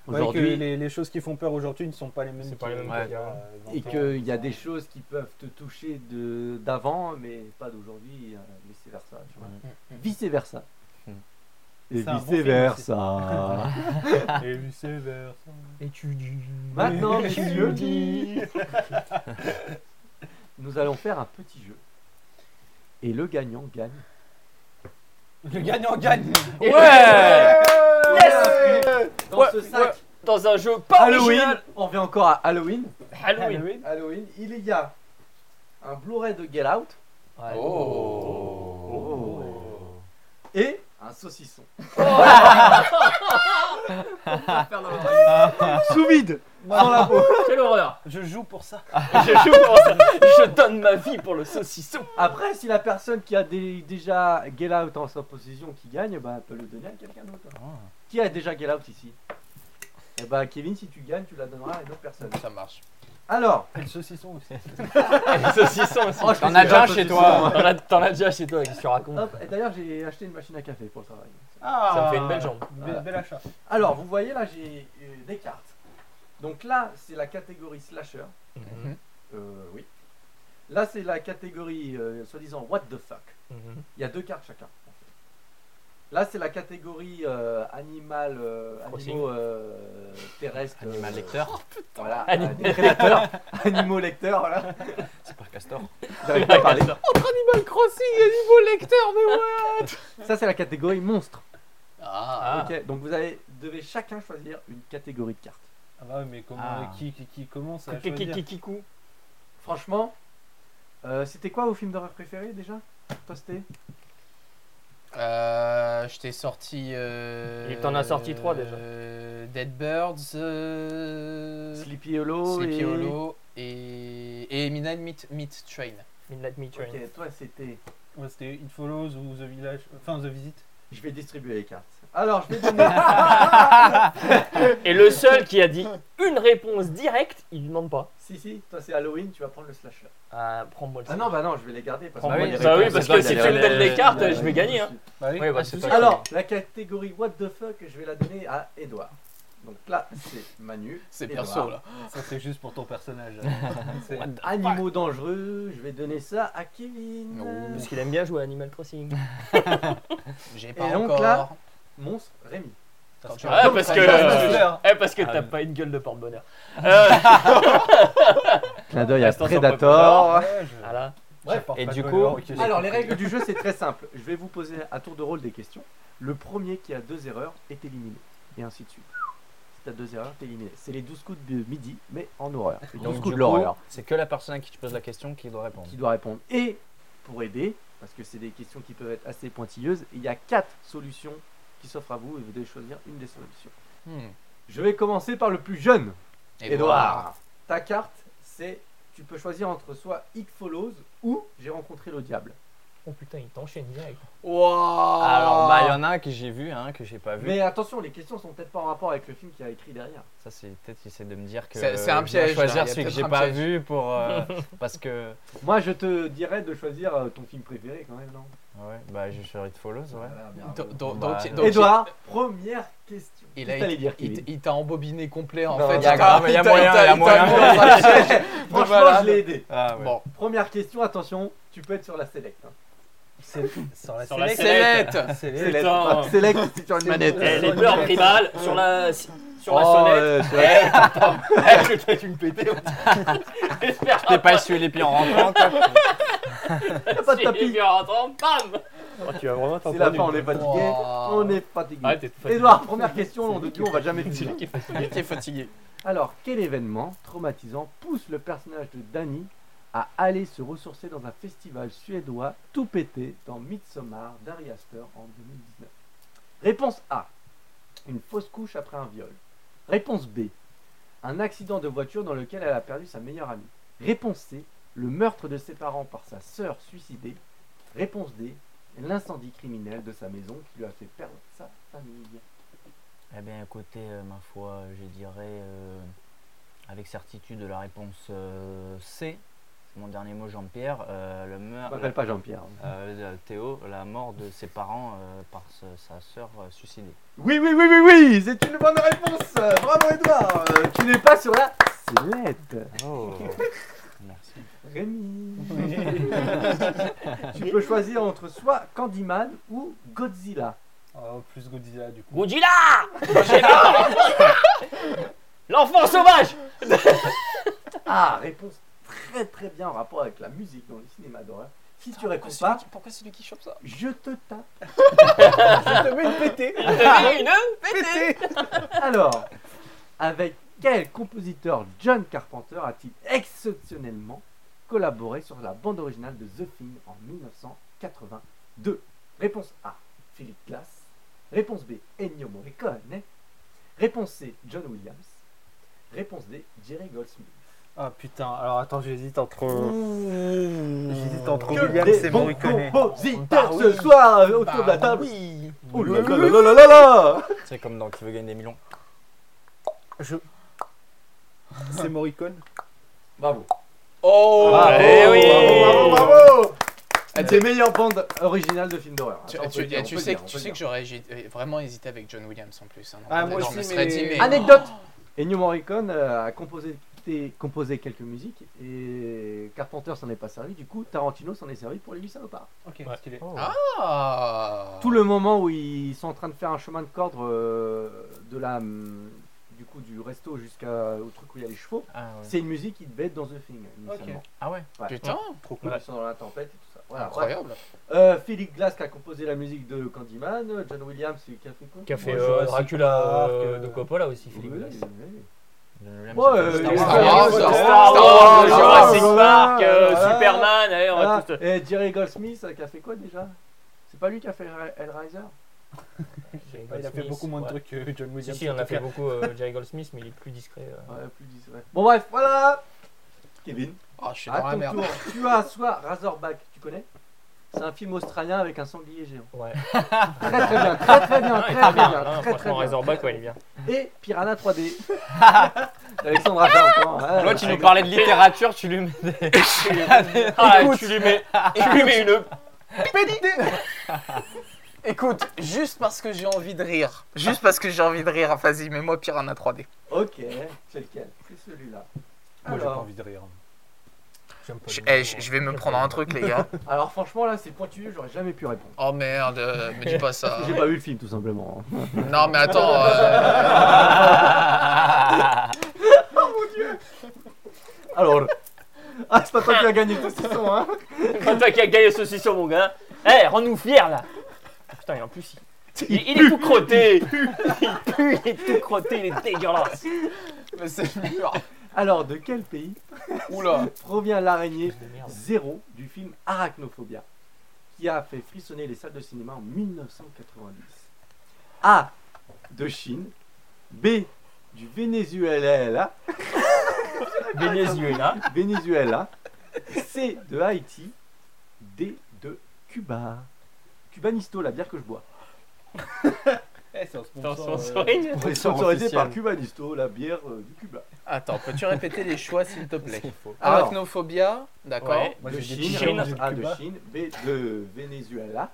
Speaker 8: Ouais, que
Speaker 5: Aujourd'hui,
Speaker 8: les, les choses qui font peur aujourd'hui ne sont pas les mêmes.
Speaker 6: C'est pas les
Speaker 8: que-
Speaker 6: mêmes
Speaker 8: ouais.
Speaker 6: qu'il y a avant.
Speaker 8: euh, vingt
Speaker 5: Et
Speaker 8: ans,
Speaker 5: qu'il y a
Speaker 8: trente ans.
Speaker 5: des choses qui peuvent te toucher de- d'avant, mais pas d'aujourd'hui, euh, vice versa. Tu vois.
Speaker 7: Mm,
Speaker 5: Vice versa.
Speaker 11: Mm.
Speaker 5: Et
Speaker 8: C'est un bon
Speaker 5: vice
Speaker 8: film aussi.
Speaker 5: versa.
Speaker 8: Et vice versa.
Speaker 6: Et tu dis.
Speaker 5: Maintenant,
Speaker 8: Et tu
Speaker 5: messieurs,
Speaker 8: dis.
Speaker 5: nous allons faire un petit jeu. Et le gagnant gagne.
Speaker 8: Le gagnant gagne.
Speaker 6: Ouais
Speaker 5: Dans
Speaker 6: Ouais,
Speaker 5: ce
Speaker 6: ouais.
Speaker 5: sac
Speaker 6: Dans un jeu pas
Speaker 5: Halloween,
Speaker 6: original.
Speaker 5: on revient encore à Halloween.
Speaker 6: Halloween
Speaker 8: Halloween.
Speaker 5: Halloween, il y a un Blu-ray de Get Out
Speaker 6: Ouais.
Speaker 5: et un saucisson. Sous vide, dans la peau.
Speaker 6: Quelle horreur
Speaker 8: Je joue pour ça.
Speaker 6: Je joue pour ça. Je donne ma vie pour le saucisson
Speaker 5: Après, si la personne qui a dé- déjà Get Out en sa possession qui gagne, bah, peut le donner à quelqu'un d'autre. Qui a déjà Get Out ici Eh bah, Kevin, si tu gagnes, tu la donneras à une autre personne.
Speaker 7: Ça marche.
Speaker 5: Alors,
Speaker 8: Et le saucisson aussi.
Speaker 1: saucisson aussi.
Speaker 5: Oh, je
Speaker 1: T'en
Speaker 5: pensais
Speaker 1: as déjà
Speaker 5: pas
Speaker 1: chez
Speaker 5: saucisson,
Speaker 1: toi.
Speaker 5: ouais.
Speaker 1: T'en as- T'en as déjà chez toi. Qu'est-ce que tu racontes
Speaker 5: hop, et d'ailleurs j'ai acheté une machine à café pour le travail.
Speaker 8: Ah,
Speaker 1: Ça me fait une belle jambe.
Speaker 8: Be-
Speaker 5: Voilà.
Speaker 8: Bel achat.
Speaker 5: Alors, vous voyez là, j'ai euh, des cartes. Donc là, c'est la catégorie slasher.
Speaker 6: Mhm.
Speaker 5: Euh, oui. Là, c'est la catégorie euh, soi-disant what the fuck.
Speaker 6: Mhm.
Speaker 5: Il y a deux cartes chacun. en fait. Là, c'est la catégorie euh, animal, euh,
Speaker 1: Crossing.
Speaker 5: animaux euh, terrestres. euh,
Speaker 1: Animal lecteur,
Speaker 5: Voilà,
Speaker 1: Anim-
Speaker 5: animaux créateurs, animaux lecteurs, voilà.
Speaker 1: c'est pas castor.
Speaker 5: J'arrive pas à parler.
Speaker 1: Animal Crossing, animal lecteur, mais ouais.
Speaker 5: Ça, c'est la catégorie monstre.
Speaker 7: Ah,
Speaker 5: Ok, donc vous avez, devez chacun choisir une catégorie de cartes.
Speaker 8: Ah bah ouais, mais comment,
Speaker 1: Ah.
Speaker 8: qui, qui, qui commence à
Speaker 6: Qui- qui-
Speaker 8: choisir
Speaker 6: qui- qui cou
Speaker 5: Franchement, euh, c'était quoi vos films d'horreur préférés déjà Toi, c'était
Speaker 7: Euh, je t'ai sorti. Euh,
Speaker 6: Il t'en a sorti trois, déjà.
Speaker 7: euh, Dead Birds, euh,
Speaker 5: Sleepy Hollow
Speaker 7: Sleepy
Speaker 5: et-
Speaker 7: Hollow et, et Midnight Meat, Meat Train.
Speaker 6: Midnight Meat Train.
Speaker 5: Ok, toi, c'était.
Speaker 8: Ouais, C'était It Follows ou The Village, enfin The Visit.
Speaker 5: Je vais distribuer les cartes. Alors, je vais donner.
Speaker 6: Et le seul qui a dit une réponse directe, il ne demande pas.
Speaker 5: si, si, toi, c'est Halloween, tu vas prendre le slasher.
Speaker 6: Ah, prends-moi le
Speaker 5: Ah non, bah non, je vais les garder. Parce
Speaker 6: Prends-moi les
Speaker 5: que moi,
Speaker 6: Bah oui,
Speaker 5: réponses,
Speaker 6: parce
Speaker 5: c'est
Speaker 6: que
Speaker 5: pas
Speaker 6: si
Speaker 5: les-
Speaker 6: tu me donnes les
Speaker 5: les-
Speaker 6: cartes,
Speaker 5: les-
Speaker 6: je vais gagner. Hein.
Speaker 8: Bah oui.
Speaker 6: Oui, bah,
Speaker 7: pas
Speaker 6: c'est
Speaker 7: de
Speaker 6: pas
Speaker 7: souci.
Speaker 5: Alors, la catégorie What the fuck, je vais la donner à Edouard. Donc là, c'est Manu.
Speaker 7: C'est
Speaker 5: Edouard.
Speaker 1: bah.
Speaker 7: perso là.
Speaker 8: Ça c'est juste pour ton personnage. C'est-
Speaker 5: Animaux dangereux, je vais donner ça à Kevin.
Speaker 7: Non.
Speaker 6: Parce qu'il aime bien jouer à Animal Crossing.
Speaker 7: J'ai pas
Speaker 5: Et donc,
Speaker 7: encore.
Speaker 5: là- Monstre, Rémi.
Speaker 7: Quand tu
Speaker 6: Ah,
Speaker 7: racontes,
Speaker 6: parce
Speaker 7: ça
Speaker 6: que,
Speaker 7: y est.
Speaker 6: euh,
Speaker 8: Slasher.
Speaker 6: eh, parce que t'as pas une gueule de porte-bonheur. Euh,
Speaker 5: Clin d'œil
Speaker 6: à Restons sur Predator.
Speaker 8: Ouais, je-
Speaker 6: voilà.
Speaker 8: Bref,
Speaker 1: Et
Speaker 8: pas
Speaker 1: du
Speaker 8: de
Speaker 1: coup,
Speaker 8: valeur, ok.
Speaker 5: Alors, les règles du jeu, c'est très simple. Je vais vous poser à tour de rôle des questions. Le premier qui a deux erreurs est éliminé. Et ainsi de suite. Si t'as deux erreurs, t'es éliminé. C'est les 12 coups de midi, mais en horreur. Les 12
Speaker 1: Donc,
Speaker 5: coups
Speaker 1: du
Speaker 5: de
Speaker 1: coup,
Speaker 5: l'horreur
Speaker 1: c'est que la personne à qui tu poses la question qui doit répondre.
Speaker 5: qui doit répondre. Et pour aider, parce que c'est des questions qui peuvent être assez pointilleuses, il y a quatre solutions qui s'offrent à vous et vous devez choisir une des solutions.
Speaker 7: Hmm.
Speaker 5: Je vais commencer par le plus jeune.
Speaker 7: Edouard.
Speaker 5: Edouard, ta carte, c'est tu peux choisir entre soit It Follows ou J'ai rencontré le diable.
Speaker 6: Oh putain, il t'enchaîne direct.
Speaker 7: Wow.
Speaker 1: Alors, bah, il y en a un que j'ai vu, un que j'ai pas vu.
Speaker 5: Mais attention, les questions sont peut-être pas en rapport avec le film qu'il y a écrit derrière.
Speaker 1: Ça, c'est peut-être qu'il essaie de me dire que.
Speaker 7: C'est- c'est un
Speaker 1: je dois
Speaker 7: piège, là,
Speaker 1: choisir
Speaker 7: il y a
Speaker 1: celui que
Speaker 7: peut-être
Speaker 1: j'ai
Speaker 7: un
Speaker 1: pas
Speaker 7: piège.
Speaker 1: vu pour. euh, parce que.
Speaker 5: Moi, je te dirais de choisir euh, ton film préféré quand même, non Ah,
Speaker 1: Ouais, bah, je suis It Follows, ouais.
Speaker 7: Do- do-
Speaker 1: Bah,
Speaker 7: donc-
Speaker 1: non.
Speaker 7: donc,
Speaker 5: Edouard, première question.
Speaker 7: Il
Speaker 5: Qu'est-ce
Speaker 7: a, Bah,
Speaker 5: que t'allais dire,
Speaker 7: il,
Speaker 5: Kevin
Speaker 7: il t'a embobiné complet en
Speaker 5: Non,
Speaker 7: fait.
Speaker 5: non,
Speaker 7: Il t'a-
Speaker 5: non,
Speaker 1: mais il y a
Speaker 7: il t'a-
Speaker 1: moyen,
Speaker 7: il t'a-
Speaker 1: il y a
Speaker 7: il t'a
Speaker 1: moyen.
Speaker 7: mis dans
Speaker 5: bah,
Speaker 7: un piège.
Speaker 5: Franchement,
Speaker 7: malade.
Speaker 5: je l'ai aidé.
Speaker 1: Ah, ouais.
Speaker 7: Bon,
Speaker 5: Première question, attention, tu peux être sur la select. hein.
Speaker 8: C'est sur la
Speaker 6: Sur la
Speaker 8: sélection.
Speaker 7: Céleste.
Speaker 8: C'est-
Speaker 5: Select,
Speaker 6: Putain.
Speaker 5: pas- select, c'est sur une manette.
Speaker 6: Eh, les beurres primales sur la, sur la
Speaker 5: Oh,
Speaker 6: sonnette.
Speaker 5: euh,
Speaker 6: Eh, attends. Eh, je vais te- tu me pétais. J'espère
Speaker 1: T'es pas essuyé les pieds en rentrant, toi
Speaker 5: y a Oh, pas de
Speaker 6: tapis.
Speaker 5: tapis.
Speaker 6: Tu en rentrant, bam Tu vas vraiment
Speaker 5: C'est la fin, on est fatigué.
Speaker 7: Wow.
Speaker 5: On est fatigué.
Speaker 6: Ah, t'es tout fatigué.
Speaker 5: Edouard, première question, nom de Dieu, on va jamais finir.
Speaker 7: il était fatigué.
Speaker 5: Alors, quel événement traumatisant pousse le personnage de Danny à aller se ressourcer dans un festival suédois tout pété dans Midsommar d'Ari Aster en 2019 Réponse A. Une fausse couche après un viol. Réponse B. Un accident de voiture dans lequel elle a perdu sa meilleure amie. Réponse C. Le meurtre de ses parents par sa sœur suicidée. Réponse D. L'incendie criminel de sa maison qui lui a fait perdre sa famille.
Speaker 1: Eh bien, écoutez, euh, ma foi, je dirais euh, avec certitude la réponse euh, C. C'est mon dernier mot, Jean-Pierre. Euh, le
Speaker 5: Je
Speaker 1: meurtre.
Speaker 5: m'appelle pas Jean-Pierre.
Speaker 1: euh, Théo, la mort de ses parents euh, par ce- sa sœur euh, suicidée.
Speaker 5: Oui, oui, oui, oui, oui, c'est une bonne réponse. Euh, Bravo, Edouard. Euh, tu n'es pas sur la sellette.
Speaker 1: Oh Merci.
Speaker 5: Rémi. tu peux choisir entre soit Candyman ou Godzilla.
Speaker 8: Oh, plus Godzilla du coup.
Speaker 6: Godzilla Godzilla L'enfant sauvage
Speaker 5: Ah, réponse très très bien en rapport avec la musique dans le cinéma d'horreur. Si tu réponds pas,
Speaker 7: Pourquoi c'est lui qui chope ça
Speaker 5: je te tape.
Speaker 8: Je te mets une pétée.
Speaker 6: Il t'a mis une
Speaker 5: Alors, avec quel compositeur John Carpenter a-t-il exceptionnellement collaboré sur la bande originale de The Thing en 1982 Réponse A, Philip Glass. Réponse B, Ennio Morricone. Réponse C, John Williams. Réponse D, Jerry Goldsmith.
Speaker 8: Ah putain, alors attends, j'hésite entre. J'hésite entre
Speaker 5: Que
Speaker 8: Williams
Speaker 5: des
Speaker 8: et
Speaker 5: bons
Speaker 8: Morricone.
Speaker 5: compositeurs
Speaker 7: Bah
Speaker 5: ce
Speaker 7: oui.
Speaker 5: soir euh, autour de la
Speaker 7: Bah
Speaker 5: table.
Speaker 7: oui.
Speaker 5: Oh là là là là là là
Speaker 1: C'est comme dans Qui veut gagner des millions.
Speaker 8: C'est Morricone
Speaker 5: Bravo.
Speaker 7: Oh
Speaker 6: Ah,
Speaker 1: eh oui.
Speaker 5: bravo, bravo, bravo Un des meilleurs bandes originales de films d'horreur.
Speaker 7: Tu,
Speaker 5: Ça, on
Speaker 7: tu-
Speaker 5: peut le dire, on
Speaker 7: tu
Speaker 5: peut le
Speaker 7: sais,
Speaker 5: dire, on
Speaker 7: tu
Speaker 5: peut
Speaker 7: sais
Speaker 5: le
Speaker 7: que j'aurais hésité- euh, vraiment hésité avec John Williams en plus. hein, non,
Speaker 8: Ah, moi
Speaker 7: je
Speaker 8: aussi,
Speaker 7: me serais
Speaker 8: mais-
Speaker 7: dit, mais.
Speaker 5: dire. Anecdote Ennio Morricone euh, a composé, des- composé quelques musiques et Carpenter s'en est pas servi. Du coup, Tarantino s'en est servi pour les huit salopards.
Speaker 8: Ok,
Speaker 6: Ouais.
Speaker 8: stylé.
Speaker 7: Ah. Ah.
Speaker 5: Tout le moment où ils sont en train de faire un chemin de corde euh, de la, hum, du coup, du resto jusqu'au truc où il y a les chevaux,
Speaker 1: Ah, ouais.
Speaker 5: c'est une musique qui bête dans The Thing. Initialement.
Speaker 1: Ah ouais.
Speaker 7: Putain,
Speaker 5: Trop cool,
Speaker 6: Ouais.
Speaker 5: ils sont dans la tempête et tout ça. Voilà, voilà.
Speaker 7: incroyable.
Speaker 5: Euh, Philip Glass qui a composé la musique de Candyman, John Williams c'est qui a fait quoi
Speaker 6: Qui a fait
Speaker 8: Ouais,
Speaker 6: euh,
Speaker 8: Jurassic
Speaker 6: Dracula
Speaker 8: Park,
Speaker 6: euh,
Speaker 8: euh,
Speaker 6: de Coppola aussi,
Speaker 5: Oui,
Speaker 6: Philippe Glass.
Speaker 5: oui.
Speaker 1: John
Speaker 5: Ouais,
Speaker 1: Williams,
Speaker 5: euh,
Speaker 1: c'est-
Speaker 5: Star
Speaker 7: Star
Speaker 5: Wars,
Speaker 7: Wars, Ah, Star
Speaker 5: Wars,
Speaker 7: Wars,
Speaker 5: Jurassic
Speaker 1: Jurassic
Speaker 5: Park,
Speaker 1: Park,
Speaker 5: euh, voilà.
Speaker 1: Superman, allez, on va
Speaker 5: Ah,
Speaker 1: tous. euh,
Speaker 5: et Jerry Goldsmith euh, qui a fait quoi déjà C'est pas lui qui a fait Hell- Hellraiser
Speaker 8: Ouais, il a fait beaucoup moins de trucs que John
Speaker 6: Si,
Speaker 8: Williams.
Speaker 6: si, il en a
Speaker 8: tout
Speaker 6: fait
Speaker 8: cas.
Speaker 6: beaucoup, euh, Jerry Goldsmith, mais il est plus discret. euh.
Speaker 5: Ouais, plus dix, ouais. Bon bref, voilà Kevin,
Speaker 7: Ah, je suis dans
Speaker 5: à
Speaker 7: la
Speaker 5: ton
Speaker 7: merde.
Speaker 5: tour, tu as soit Razorback, tu connais C'est un film australien avec un sanglier géant.
Speaker 6: Ouais.
Speaker 1: Ah,
Speaker 5: Très très bien, très très bien,
Speaker 6: Ah,
Speaker 5: très
Speaker 6: il est
Speaker 5: très
Speaker 6: bien,
Speaker 5: bien,
Speaker 6: hein,
Speaker 5: très très
Speaker 6: franchement,
Speaker 5: bien.
Speaker 6: Razorback, ouais, il est bien.
Speaker 5: Et Piranha 3D Alexandre Aja encore. hein.
Speaker 1: L'autre, Ah, il nous parlait de littérature, tu lui mets des. Ah, tu lui mets, tu lui mets une.
Speaker 7: Écoute, juste parce que j'ai envie de rire. Juste parce que j'ai envie de rire, vas-y, mets-moi Piranha 3D.
Speaker 5: Ok, c'est lequel C'est celui-là.
Speaker 8: Moi, j'ai pas
Speaker 5: Alors,
Speaker 8: envie de rire.
Speaker 6: J'aime pas
Speaker 7: Je,
Speaker 6: les
Speaker 7: eh,
Speaker 6: gens.
Speaker 7: je- je vais me prendre un truc, les gars.
Speaker 5: alors franchement là c'est pointu, j'aurais jamais pu répondre.
Speaker 7: Oh merde, euh, me dis pas ça.
Speaker 5: J'ai pas vu le film tout simplement. hein.
Speaker 7: Non, mais attends. euh,
Speaker 5: Alors, ah c'est pas toi qui as gagné tout saison hein
Speaker 1: C'est toi qui as gagné ce saucisson, mon gars. Eh, rends-nous fiers, là. Ah,
Speaker 6: Putain, et en plus, il-
Speaker 1: Il, il est tout crotté. Il pue, il est tout crotté, il est dégueulasse.
Speaker 7: Mais c'est mûr.
Speaker 5: Alors de quel pays
Speaker 7: Oula.
Speaker 5: provient l'araignée
Speaker 6: de merde.
Speaker 5: Zéro du film Arachnophobia qui a fait frissonner les salles de cinéma en 1990 A de Chine, B du Venezuela,
Speaker 6: Venezuela.
Speaker 5: Venezuela, C de Haïti, D de Cuba. Cubanisto, la bière que je bois.
Speaker 8: Eh, c'est un
Speaker 1: Dans
Speaker 8: sponsor.
Speaker 1: son
Speaker 8: euh,
Speaker 1: sourire.
Speaker 5: est sponsorisé par Cubanisto, la bière euh, du Cuba.
Speaker 7: Attends, peux-tu répéter les choix, s'il te plaît
Speaker 5: Alors.
Speaker 7: Arachnophobia, d'accord.
Speaker 1: Ouais.
Speaker 8: Moi,
Speaker 5: de
Speaker 8: j'ai
Speaker 5: Chine,
Speaker 8: dit
Speaker 6: Chine.
Speaker 8: Chine,
Speaker 5: A Ah, de
Speaker 8: Cuba.
Speaker 5: Chine, B de Venezuela,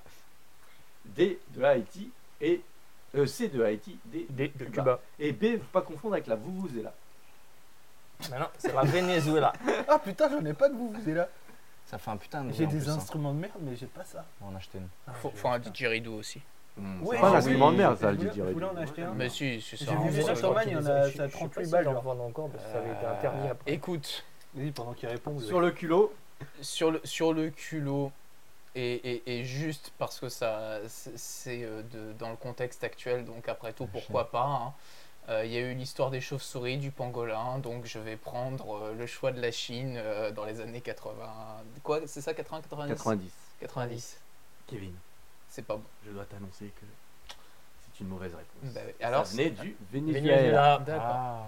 Speaker 5: D de Haïti et euh, C de Haïti, D de,
Speaker 6: Des- De
Speaker 5: Cuba.
Speaker 6: Cuba.
Speaker 8: Bah,
Speaker 5: Et B, faut pas confondre avec la Vuvuzela.
Speaker 6: Mais non, c'est la Venezuela.
Speaker 8: Ah putain, j'en ai pas de vous, vous êtes là.
Speaker 1: Ça fait un putain de.
Speaker 8: J'ai
Speaker 1: bruit en
Speaker 8: des
Speaker 1: plus, hein.
Speaker 8: instruments de merde, mais j'ai pas ça.
Speaker 1: On va en acheter une.
Speaker 7: Faut, faut un didgeridoo aussi.
Speaker 5: c'est pas
Speaker 8: ah
Speaker 5: un instrument de merde, ça, le
Speaker 8: Je voulais-
Speaker 5: didgeridoo.
Speaker 8: Je voulais en acheter un.
Speaker 7: Mais si, c'est ça.
Speaker 8: J'ai vu
Speaker 7: en
Speaker 8: les
Speaker 7: vrai,
Speaker 8: gens sur
Speaker 7: quoi.
Speaker 8: Mac. il y en a-
Speaker 6: Je sais
Speaker 8: ça a
Speaker 6: pas
Speaker 8: 38
Speaker 6: si
Speaker 8: balles,
Speaker 6: j'en
Speaker 8: genre.
Speaker 6: vends encore parce que ça avait été interdit
Speaker 7: Euh,
Speaker 6: après.
Speaker 7: Écoute,
Speaker 8: Vas-y, pendant qu'il répond.
Speaker 5: Sur le culot,
Speaker 7: sur le, sur le culot, et, et- et juste parce que ça c'est- c'est euh, de- dans le contexte actuel, donc après tout, pourquoi pas. hein. Euh, Il y a eu l'histoire des chauves-souris, du pangolin, donc je vais prendre euh, le choix de la Chine euh, dans les années 80. Quoi C'est ça, 80, 90
Speaker 5: 90.
Speaker 7: 90.
Speaker 5: Kevin,
Speaker 7: C'est pas bon.
Speaker 5: je dois t'annoncer que c'est une mauvaise réponse.
Speaker 7: Bah, alors, Ah.
Speaker 5: ça venait
Speaker 7: c'est-
Speaker 5: du Venezuela.
Speaker 6: Venezuela.
Speaker 7: D'accord.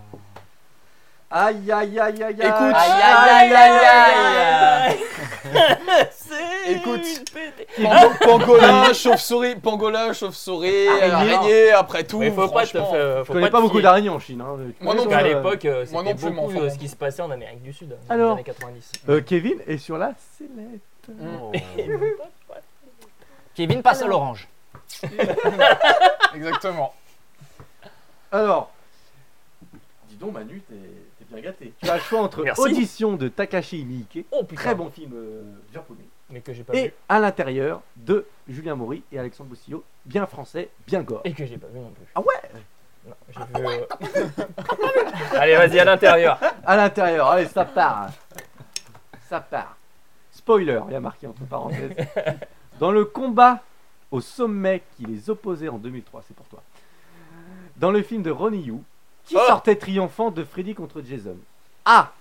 Speaker 5: Aïe aïe aïe aïe aïe
Speaker 7: Écoute,
Speaker 5: aïe
Speaker 7: aïe, aïe,
Speaker 1: Écoute.
Speaker 7: Pan- pangolin, chauve-souris, pangolin, chauve-souris,
Speaker 5: Araignée.
Speaker 7: araignée, après tout.
Speaker 6: Ah, Mais faut pas te
Speaker 7: franchement.
Speaker 6: faire-
Speaker 5: Je
Speaker 6: faut
Speaker 5: connais pas
Speaker 6: te
Speaker 5: beaucoup
Speaker 6: fier.
Speaker 5: d'araignées en Chine. hein. Tu
Speaker 7: Moi non
Speaker 5: connais,
Speaker 6: À
Speaker 7: plus,
Speaker 5: toi,
Speaker 6: l'époque, euh,
Speaker 7: Moi
Speaker 6: c'était
Speaker 7: non plus,
Speaker 6: beaucoup
Speaker 7: mais enfin,
Speaker 6: euh,
Speaker 7: bon.
Speaker 6: ce qui se passait en Amérique du Sud, dans
Speaker 5: Alors.
Speaker 6: les années 90.
Speaker 5: Euh, Kevin est sur la sellette.
Speaker 7: Mm,
Speaker 1: Kevin passe à l'orange.
Speaker 7: Exactement.
Speaker 5: Alors, dis donc Manu, t'es t'es bien gâté. Tu as le choix entre
Speaker 6: Merci.
Speaker 5: Audition de Takashi Miike,
Speaker 6: Oh putain,
Speaker 5: très bon film euh, japonais,
Speaker 6: mais que j'ai pas
Speaker 5: et
Speaker 6: vu.
Speaker 5: À l'intérieur de Julien Maury et Alexandre Bossillo, bien français, bien gore.
Speaker 6: Et que j'ai pas vu non plus.
Speaker 5: Ah ouais
Speaker 6: Non, j'ai vu. euh, Allez, vas-y, à l'intérieur.
Speaker 5: À l'intérieur, allez, ça part. Ça part. Spoiler, il y a marqué entre parenthèses. Dans le combat au sommet qui les opposait en 2003, c'est pour toi. Dans le film de Ronnie Yu, qui
Speaker 7: Oh.
Speaker 5: sortait triomphant de Freddy contre Jason A.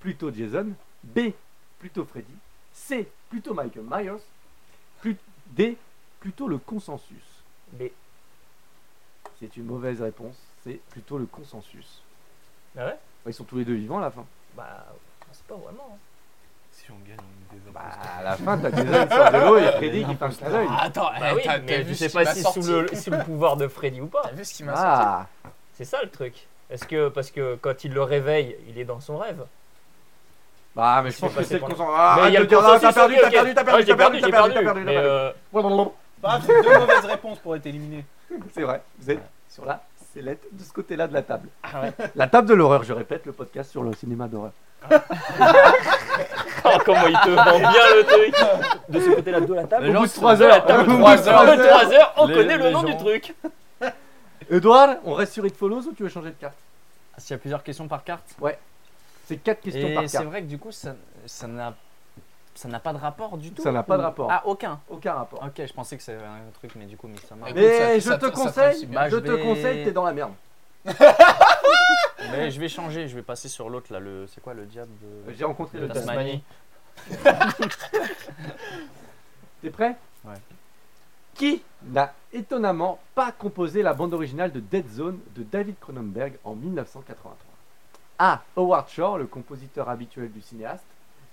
Speaker 5: Plutôt Jason. B. Plutôt Freddy. C. Plutôt Michael Myers. Plus- D. Plutôt le consensus.
Speaker 6: B.
Speaker 5: C'est une mauvaise réponse. C'est plutôt le consensus.
Speaker 6: Ah ouais
Speaker 5: Ils sont tous les deux vivants à la fin.
Speaker 6: Bah, c'est pas vraiment. hein.
Speaker 8: Si on gagne, on est des
Speaker 5: Bah, à la fin, t'as Jason qui sort de l'eau et Freddy qui pince l'œil.
Speaker 7: Attends,
Speaker 6: Bah
Speaker 7: eh,
Speaker 6: oui,
Speaker 7: t'as- t'as
Speaker 6: mais
Speaker 7: vu
Speaker 6: je
Speaker 7: ce
Speaker 6: sais
Speaker 7: qu'il
Speaker 6: pas
Speaker 7: m'a
Speaker 6: si
Speaker 7: sorti
Speaker 6: sous le, sous le pouvoir de Freddy ou pas.
Speaker 7: T'as vu ce qui m'a sorti
Speaker 5: Ah,
Speaker 6: C'est ça le truc. Est-ce que, parce que quand il le réveille, il est dans son rêve.
Speaker 5: Bah, mais je
Speaker 6: Je
Speaker 5: pense
Speaker 6: pense
Speaker 5: que
Speaker 6: pas,
Speaker 5: c'est le
Speaker 6: c'est
Speaker 5: content. Ah,
Speaker 6: Mais il y a
Speaker 5: t'as
Speaker 6: le
Speaker 5: perdu,
Speaker 6: consensus,
Speaker 5: t'as perdu,
Speaker 6: ok,
Speaker 5: t'as
Speaker 6: ok.
Speaker 5: perdu, t'as
Speaker 6: Ouais,
Speaker 5: perdu,
Speaker 6: j'ai
Speaker 5: t'as perdu, t'as
Speaker 6: j'ai
Speaker 5: perdu, t'as perdu,
Speaker 6: mais,
Speaker 5: t'as
Speaker 6: euh,
Speaker 5: perdu.
Speaker 8: Bah, c'est deux mauvaises réponses pour être éliminé.
Speaker 5: C'est vrai, vous êtes sur la sellette de ce côté-là de la table.
Speaker 6: Ah ouais.
Speaker 5: La table de l'horreur, je répète, le podcast sur le cinéma d'horreur.
Speaker 6: Oh, comment il te vend bien le truc De ce côté-là de la table.
Speaker 5: Les
Speaker 6: au
Speaker 5: gens
Speaker 6: bout de
Speaker 5: se
Speaker 6: 3
Speaker 5: font
Speaker 6: heures,
Speaker 5: la
Speaker 6: la table,
Speaker 5: table au
Speaker 6: 3
Speaker 5: bout de
Speaker 6: heures,
Speaker 5: trois heures.
Speaker 6: 3 heures, on
Speaker 1: Les-
Speaker 6: connaît le
Speaker 1: les
Speaker 6: nom
Speaker 1: gens.
Speaker 6: du truc.
Speaker 5: Edouard, on reste sur It Follows ou tu veux changer de carte
Speaker 1: S'il y a plusieurs questions par carte.
Speaker 5: C'est 4 questions
Speaker 1: Et
Speaker 5: par
Speaker 1: c'est
Speaker 5: carte.
Speaker 1: vrai que du coup, ça ça n'a ça n'a pas de rapport du tout.
Speaker 5: Ça n'a pas de rapport.
Speaker 1: Ah, aucun.
Speaker 5: Aucun rapport.
Speaker 1: Ok, je pensais que c'était un truc, mais du coup, mais ça marche.
Speaker 7: Écoute, ça-
Speaker 5: Mais Eh, je
Speaker 7: ça-
Speaker 5: te
Speaker 7: ça
Speaker 5: conseille,
Speaker 7: principe. Bah,
Speaker 5: je
Speaker 1: je
Speaker 5: te
Speaker 1: vais-
Speaker 5: conseille, t'es dans la merde.
Speaker 1: Mais je vais changer, je vais passer sur l'autre là. Le... C'est quoi le diable de,
Speaker 5: J'ai rencontré
Speaker 1: de
Speaker 5: le Tasman.
Speaker 1: Tasmanie
Speaker 5: T'es prêt
Speaker 1: Ouais.
Speaker 5: Qui n'a étonnamment pas composé la bande originale de Dead Zone de David Cronenberg en 1983 A. Howard Shore, le compositeur habituel du cinéaste.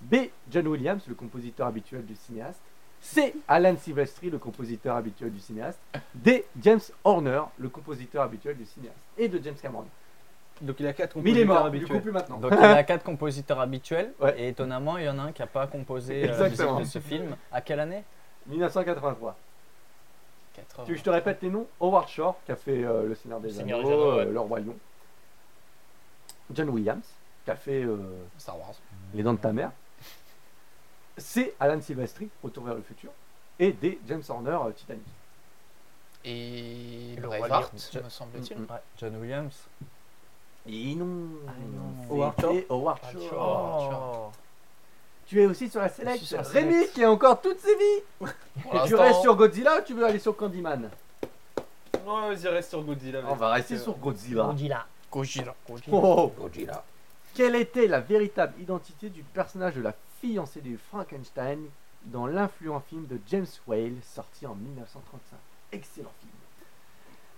Speaker 5: B. John Williams, le compositeur habituel du cinéaste. C. Alan Silvestri, le compositeur habituel du cinéaste. D. James Horner, le compositeur habituel du cinéaste. Et de James Cameron.
Speaker 8: Donc il a 4
Speaker 5: Mais il est
Speaker 8: compositeurs
Speaker 5: mort, du coup
Speaker 8: habituels.
Speaker 5: plus maintenant.
Speaker 1: Donc il y a quatre compositeurs habituels,
Speaker 5: Ouais.
Speaker 1: et étonnamment, il y en a un qui n'a pas composé euh, la musique
Speaker 5: Exactement.
Speaker 1: de ce film. À quelle année
Speaker 5: 1983.
Speaker 7: Quatre
Speaker 5: Tu veux
Speaker 7: heures.
Speaker 5: que je te répète les noms Howard Shore, qui a fait euh, Le Seigneur des
Speaker 6: Seigneur
Speaker 5: Anneaux,
Speaker 6: des Anneaux,
Speaker 5: euh,
Speaker 6: ouais.
Speaker 5: Le Roi Lion. John Williams, qui a fait euh,
Speaker 7: Star Wars.
Speaker 5: Les Dents de ta mère. C'est Alan Silvestri, Retour vers le futur. Et D. James Horner, euh, Titanic.
Speaker 7: Et
Speaker 6: Le
Speaker 7: le
Speaker 6: Roi
Speaker 7: Braveheart,
Speaker 6: Lion.
Speaker 7: me semble-t-il.
Speaker 5: Mm.
Speaker 1: Ouais, John Williams.
Speaker 5: Et non
Speaker 1: non.
Speaker 5: Howard Shore. Et Howard
Speaker 7: Howard
Speaker 5: Shore.
Speaker 7: Shore.
Speaker 5: Tu es aussi sur la
Speaker 1: Je
Speaker 5: select.
Speaker 1: suis sur la
Speaker 5: Rémi,
Speaker 1: select.
Speaker 5: qui a encore toutes ses vies
Speaker 7: Pour
Speaker 5: Tu
Speaker 7: l'instant,
Speaker 5: restes sur Godzilla ou tu veux aller sur Candyman
Speaker 8: Ouais, vas-y, reste sur Godzilla.
Speaker 5: On va rester sur Godzilla.
Speaker 7: Gojira.
Speaker 5: Oh.
Speaker 7: Gojira.
Speaker 5: Quelle était la véritable identité du personnage de la fiancée du Frankenstein dans l'influent film de James Whale sorti en 1935 Excellent film.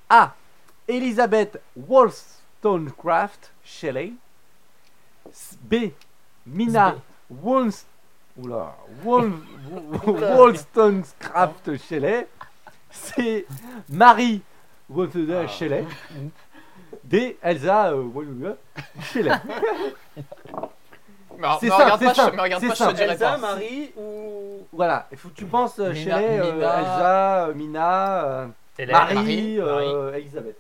Speaker 5: A. Elizabeth Wollstonecraft Shelley. S- B. Mina Wollst- Oula, Wol- Wollstonecraft Shelley. C. Marie Wollstonecraft Shelley. D. Elsa euh, Wollstonecraft Shelley.
Speaker 7: Mais alors,
Speaker 5: C'est
Speaker 7: me
Speaker 5: simple,
Speaker 7: regarde
Speaker 5: c'est
Speaker 7: pas, je-
Speaker 5: simple,
Speaker 7: me regarde
Speaker 5: c'est
Speaker 7: pas, je te
Speaker 5: simple.
Speaker 7: dirai
Speaker 8: Elsa,
Speaker 7: pas.
Speaker 8: Marie ou.
Speaker 5: Voilà, il faut que tu penses euh,
Speaker 7: Mina-
Speaker 5: Shelley, euh,
Speaker 7: Mina-
Speaker 5: Elsa, euh, Mina, euh,
Speaker 6: Hélène.
Speaker 5: Marie,
Speaker 7: Marie,
Speaker 5: euh, Elisabeth.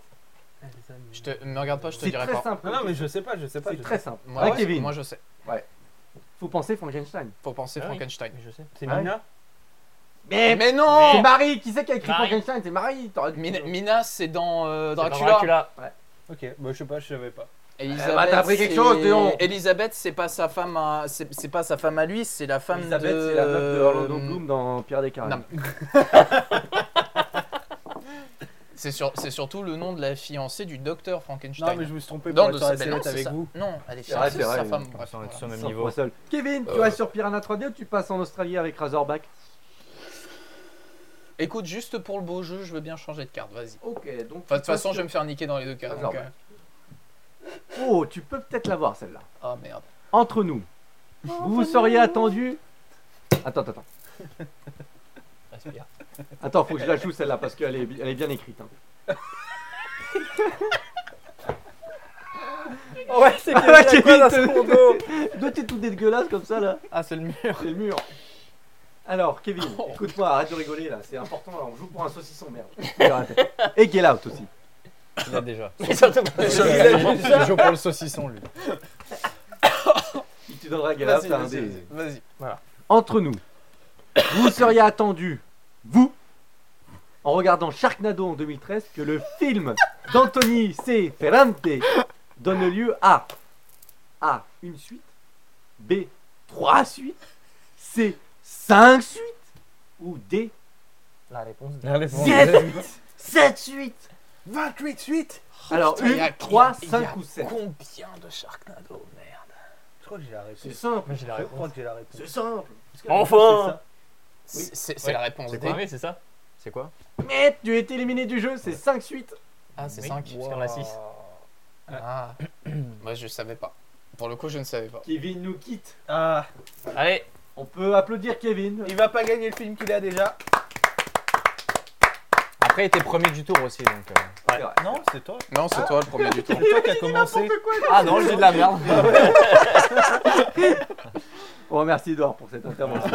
Speaker 7: Je te, me regarde pas, je te
Speaker 5: C'est
Speaker 7: dirai
Speaker 5: très
Speaker 7: pas.
Speaker 5: simple.
Speaker 8: Non, non, mais je sais pas, je sais pas.
Speaker 5: C'est
Speaker 8: je
Speaker 5: très
Speaker 8: sais
Speaker 5: simple.
Speaker 7: Moi,
Speaker 5: Ah,
Speaker 7: ouais,
Speaker 5: Kevin,
Speaker 7: moi je sais.
Speaker 5: faut penser Frankenstein.
Speaker 7: Faut penser
Speaker 6: Ah oui.
Speaker 7: Frankenstein.
Speaker 6: Je sais.
Speaker 8: pas. C'est
Speaker 5: Ah ouais.
Speaker 8: Mina
Speaker 5: Mais,
Speaker 7: Mais non
Speaker 5: c'est Marie, qui c'est qui a écrit
Speaker 6: Marie.
Speaker 5: Frankenstein C'est Marie. t'aurais dû-
Speaker 7: Mina, Mina, c'est dans euh,
Speaker 6: C'est dans
Speaker 7: Dracula.
Speaker 6: Dracula.
Speaker 8: Ok, bah je sais pas, je savais pas.
Speaker 7: Elisabeth,
Speaker 5: bah, t'as appris quelque
Speaker 7: c'est-
Speaker 5: chose, dis donc.
Speaker 7: Elisabeth, c'est pas sa femme, à... c'est c'est pas sa femme à lui, c'est la femme
Speaker 5: Elisabeth,
Speaker 7: de. Euh, Hmm.
Speaker 5: c'est la meuf de Orlando Bloom dans Pierre des Caraïbes.
Speaker 7: Non. c'est sur- c'est surtout le nom de la fiancée du docteur Frankenstein.
Speaker 8: Non, mais je me suis trompé
Speaker 7: Non,
Speaker 8: pour
Speaker 7: de
Speaker 8: être sur la
Speaker 7: sa- ben non,
Speaker 8: sellette
Speaker 7: c'est
Speaker 8: avec
Speaker 7: ça.
Speaker 8: vous.
Speaker 7: Non, elle est
Speaker 5: C'est vrai,
Speaker 7: fiancée,
Speaker 5: c'est
Speaker 7: c'est sa
Speaker 5: vrai,
Speaker 7: femme.
Speaker 1: Comme
Speaker 7: bref,
Speaker 1: ça, on est
Speaker 7: voilà.
Speaker 1: tous au même
Speaker 5: Sans
Speaker 1: niveau.
Speaker 5: toi seul. Kevin, tu
Speaker 7: Euh.
Speaker 5: vas sur Piranha 3D ou tu passes en Australie avec Razorback
Speaker 7: Écoute, juste pour le beau jeu, je veux bien changer de carte, vas-y.
Speaker 5: Ok, donc.
Speaker 7: Enfin, de toute façon, je vais me faire niquer dans les deux cas. donc,
Speaker 5: Razorback.
Speaker 7: euh,
Speaker 5: Oh, tu peux peut-être l'avoir celle-là.
Speaker 7: Ah merde.
Speaker 5: Entre nous, vous vous seriez attendu. Attends, attends, attends.
Speaker 6: Respire.
Speaker 5: Attends, faut que je la joue celle-là parce qu'elle est, bi- elle est bien écrite. hein.
Speaker 6: Ouais, c'est
Speaker 5: Ah,
Speaker 6: qu'il
Speaker 5: Kevin,
Speaker 6: y a
Speaker 5: te-
Speaker 6: son dos.
Speaker 5: Toi, t'es tout dégueulasse comme ça là.
Speaker 1: Ah, c'est le mur.
Speaker 5: C'est le mur. Alors, Kevin,
Speaker 6: Oh.
Speaker 5: écoute-moi, arrête de rigoler là, c'est important, là, on joue pour un saucisson, merde. Et Get Out aussi.
Speaker 1: Il l'a déjà.
Speaker 6: Mais surtout pas-
Speaker 1: Il joue pour le saucisson, lui.
Speaker 5: Il te donnera Get Out,
Speaker 7: Vas-y,
Speaker 5: t'as un
Speaker 7: vas-y,
Speaker 5: des-
Speaker 7: vas-y.
Speaker 5: Entre nous, vous seriez attendu, vous, en regardant Sharknado en 2013, que le film d'Anthony C. Ferrante donne lieu à A. Une suite, B. Trois suites, C. Cinq suites, ou D.
Speaker 6: La réponse.
Speaker 5: Yes 7 suites
Speaker 8: 28 suite
Speaker 5: Alors,
Speaker 7: Putain, y a-
Speaker 5: 1, 3,
Speaker 7: y a-
Speaker 5: 5 ou 7
Speaker 7: Combien de Sharknado, merde.
Speaker 8: Je crois que j'ai la
Speaker 5: C'est
Speaker 8: réponse.
Speaker 5: simple,
Speaker 6: Moi j'ai la
Speaker 8: Je crois
Speaker 6: réponse.
Speaker 8: que j'ai la réponse.
Speaker 5: c'est simple.
Speaker 6: Enfin
Speaker 7: C'est c'est
Speaker 6: Ouais.
Speaker 7: la réponse
Speaker 6: C'est
Speaker 7: D.
Speaker 6: quoi Oui, c'est ça.
Speaker 1: C'est quoi
Speaker 5: Mais tu es éliminé du jeu, c'est 5 suites.
Speaker 7: Ah, c'est
Speaker 6: Oui.
Speaker 7: 5.
Speaker 6: Parce qu'on a 6.
Speaker 7: Ah. Moi, je savais pas. Pour le coup, je ne savais pas.
Speaker 5: Kevin nous quitte.
Speaker 8: Ah,
Speaker 6: Allez,
Speaker 5: On peut applaudir Kevin.
Speaker 8: il va pas gagner le film qu'il a déjà.
Speaker 1: Après, il était premier du tour aussi, donc. euh.
Speaker 5: C'est vrai.
Speaker 8: Non, c'est toi.
Speaker 7: Non, c'est toi le premier du tour.
Speaker 5: Ah
Speaker 8: C'est toi qui a commencé.
Speaker 1: Ah non, j'ai de la merde.
Speaker 5: On remercie Edouard pour cette intervention.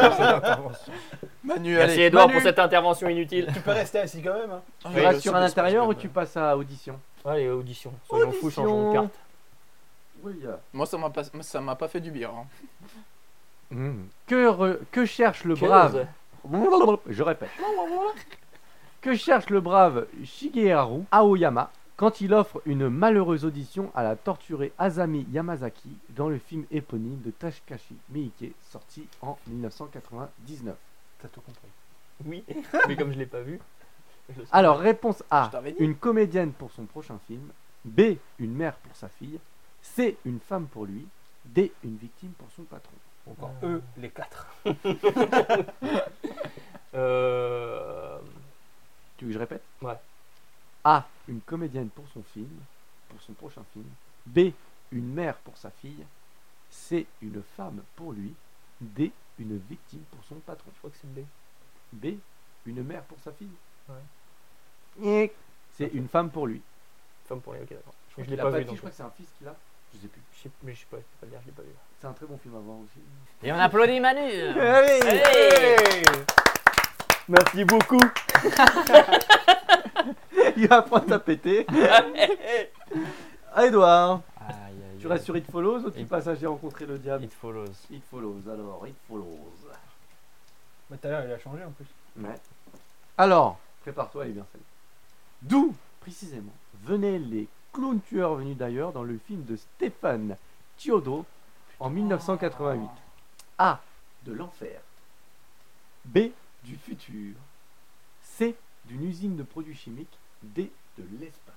Speaker 11: Manu,
Speaker 1: Merci
Speaker 11: allez.
Speaker 1: Edouard
Speaker 11: Manu.
Speaker 1: pour cette intervention inutile.
Speaker 8: Tu peux rester assis quand même. Hein.
Speaker 11: Ah,
Speaker 5: tu
Speaker 11: oui,
Speaker 5: restes
Speaker 11: le
Speaker 5: sur
Speaker 11: son
Speaker 5: un
Speaker 11: de ce
Speaker 5: intérieur ou
Speaker 11: podcast,
Speaker 5: tu
Speaker 11: ouais.
Speaker 5: passes à audition
Speaker 1: Allez, audition. Soyons fous, changeons de
Speaker 5: Audition.
Speaker 1: carte.
Speaker 5: Oui. euh,
Speaker 11: Moi, ça m'a pas, moi, ça m'a pas fait du bien. hein.
Speaker 5: Que, re- que cherche le brave Je répète. Que cherche le brave Shigeharu Aoyama quand il offre une malheureuse audition à la torturée Azami Yamazaki dans le film éponyme de Takashi Miike sorti en 1999
Speaker 8: T'as tout compris.
Speaker 1: Oui, mais comme je l'ai pas vu. je sais
Speaker 5: Alors, réponse
Speaker 11: Je
Speaker 5: A
Speaker 11: t'avais dit.
Speaker 5: une comédienne pour son prochain film, B une mère pour sa fille, C une femme pour lui, D une victime pour son patron.
Speaker 8: Encore
Speaker 6: Euh.
Speaker 8: eux, les quatre.
Speaker 1: pas. Euh...
Speaker 5: Tu veux que je répète
Speaker 1: Ouais.
Speaker 5: A. Une comédienne pour son film, pour son prochain film. B. Une mère pour sa fille. C. Une femme pour lui. D. Une victime pour son patron.
Speaker 1: Je crois que c'est B.
Speaker 5: B. Une mère pour sa fille.
Speaker 1: Ouais.
Speaker 5: Nyeh. C'est une femme pour lui.
Speaker 1: Femme pour les. Ok, d'accord. crois
Speaker 5: Je crois
Speaker 1: que je
Speaker 5: qu'il
Speaker 1: l'ai
Speaker 5: a
Speaker 1: pas vu.
Speaker 5: dit,
Speaker 1: donc-
Speaker 5: je crois que c'est un fils qu'il a. Je sais plus.
Speaker 1: Je sais- Mais je sais pas, je peux pas dire, je l'ai pas vu.
Speaker 6: Ah,
Speaker 5: C'est un très bon film à voir aussi.
Speaker 1: Et on applaudit Manu
Speaker 8: Allez,
Speaker 1: Allez
Speaker 8: Merci beaucoup.
Speaker 5: Il va prendre ta pété. Ah, Edouard,
Speaker 1: Aïe, aïe,
Speaker 5: tu restes sur It Follows ou tu
Speaker 1: It-
Speaker 5: passes à J'ai rencontré le diable
Speaker 1: It follows.
Speaker 5: It Follows, alors, It Follows.
Speaker 8: Mais Bah, tout à l'heure, il a changé en plus.
Speaker 5: Ouais. Alors, prépare-toi, elle est bien celle D'où, précisément, venaient les clowns tueurs venus d'ailleurs dans le film de Stéphane Chiodo en 1988 A. De l'enfer. Ah. B. Du futur. C. D'une usine de produits chimiques. D. De l'espace.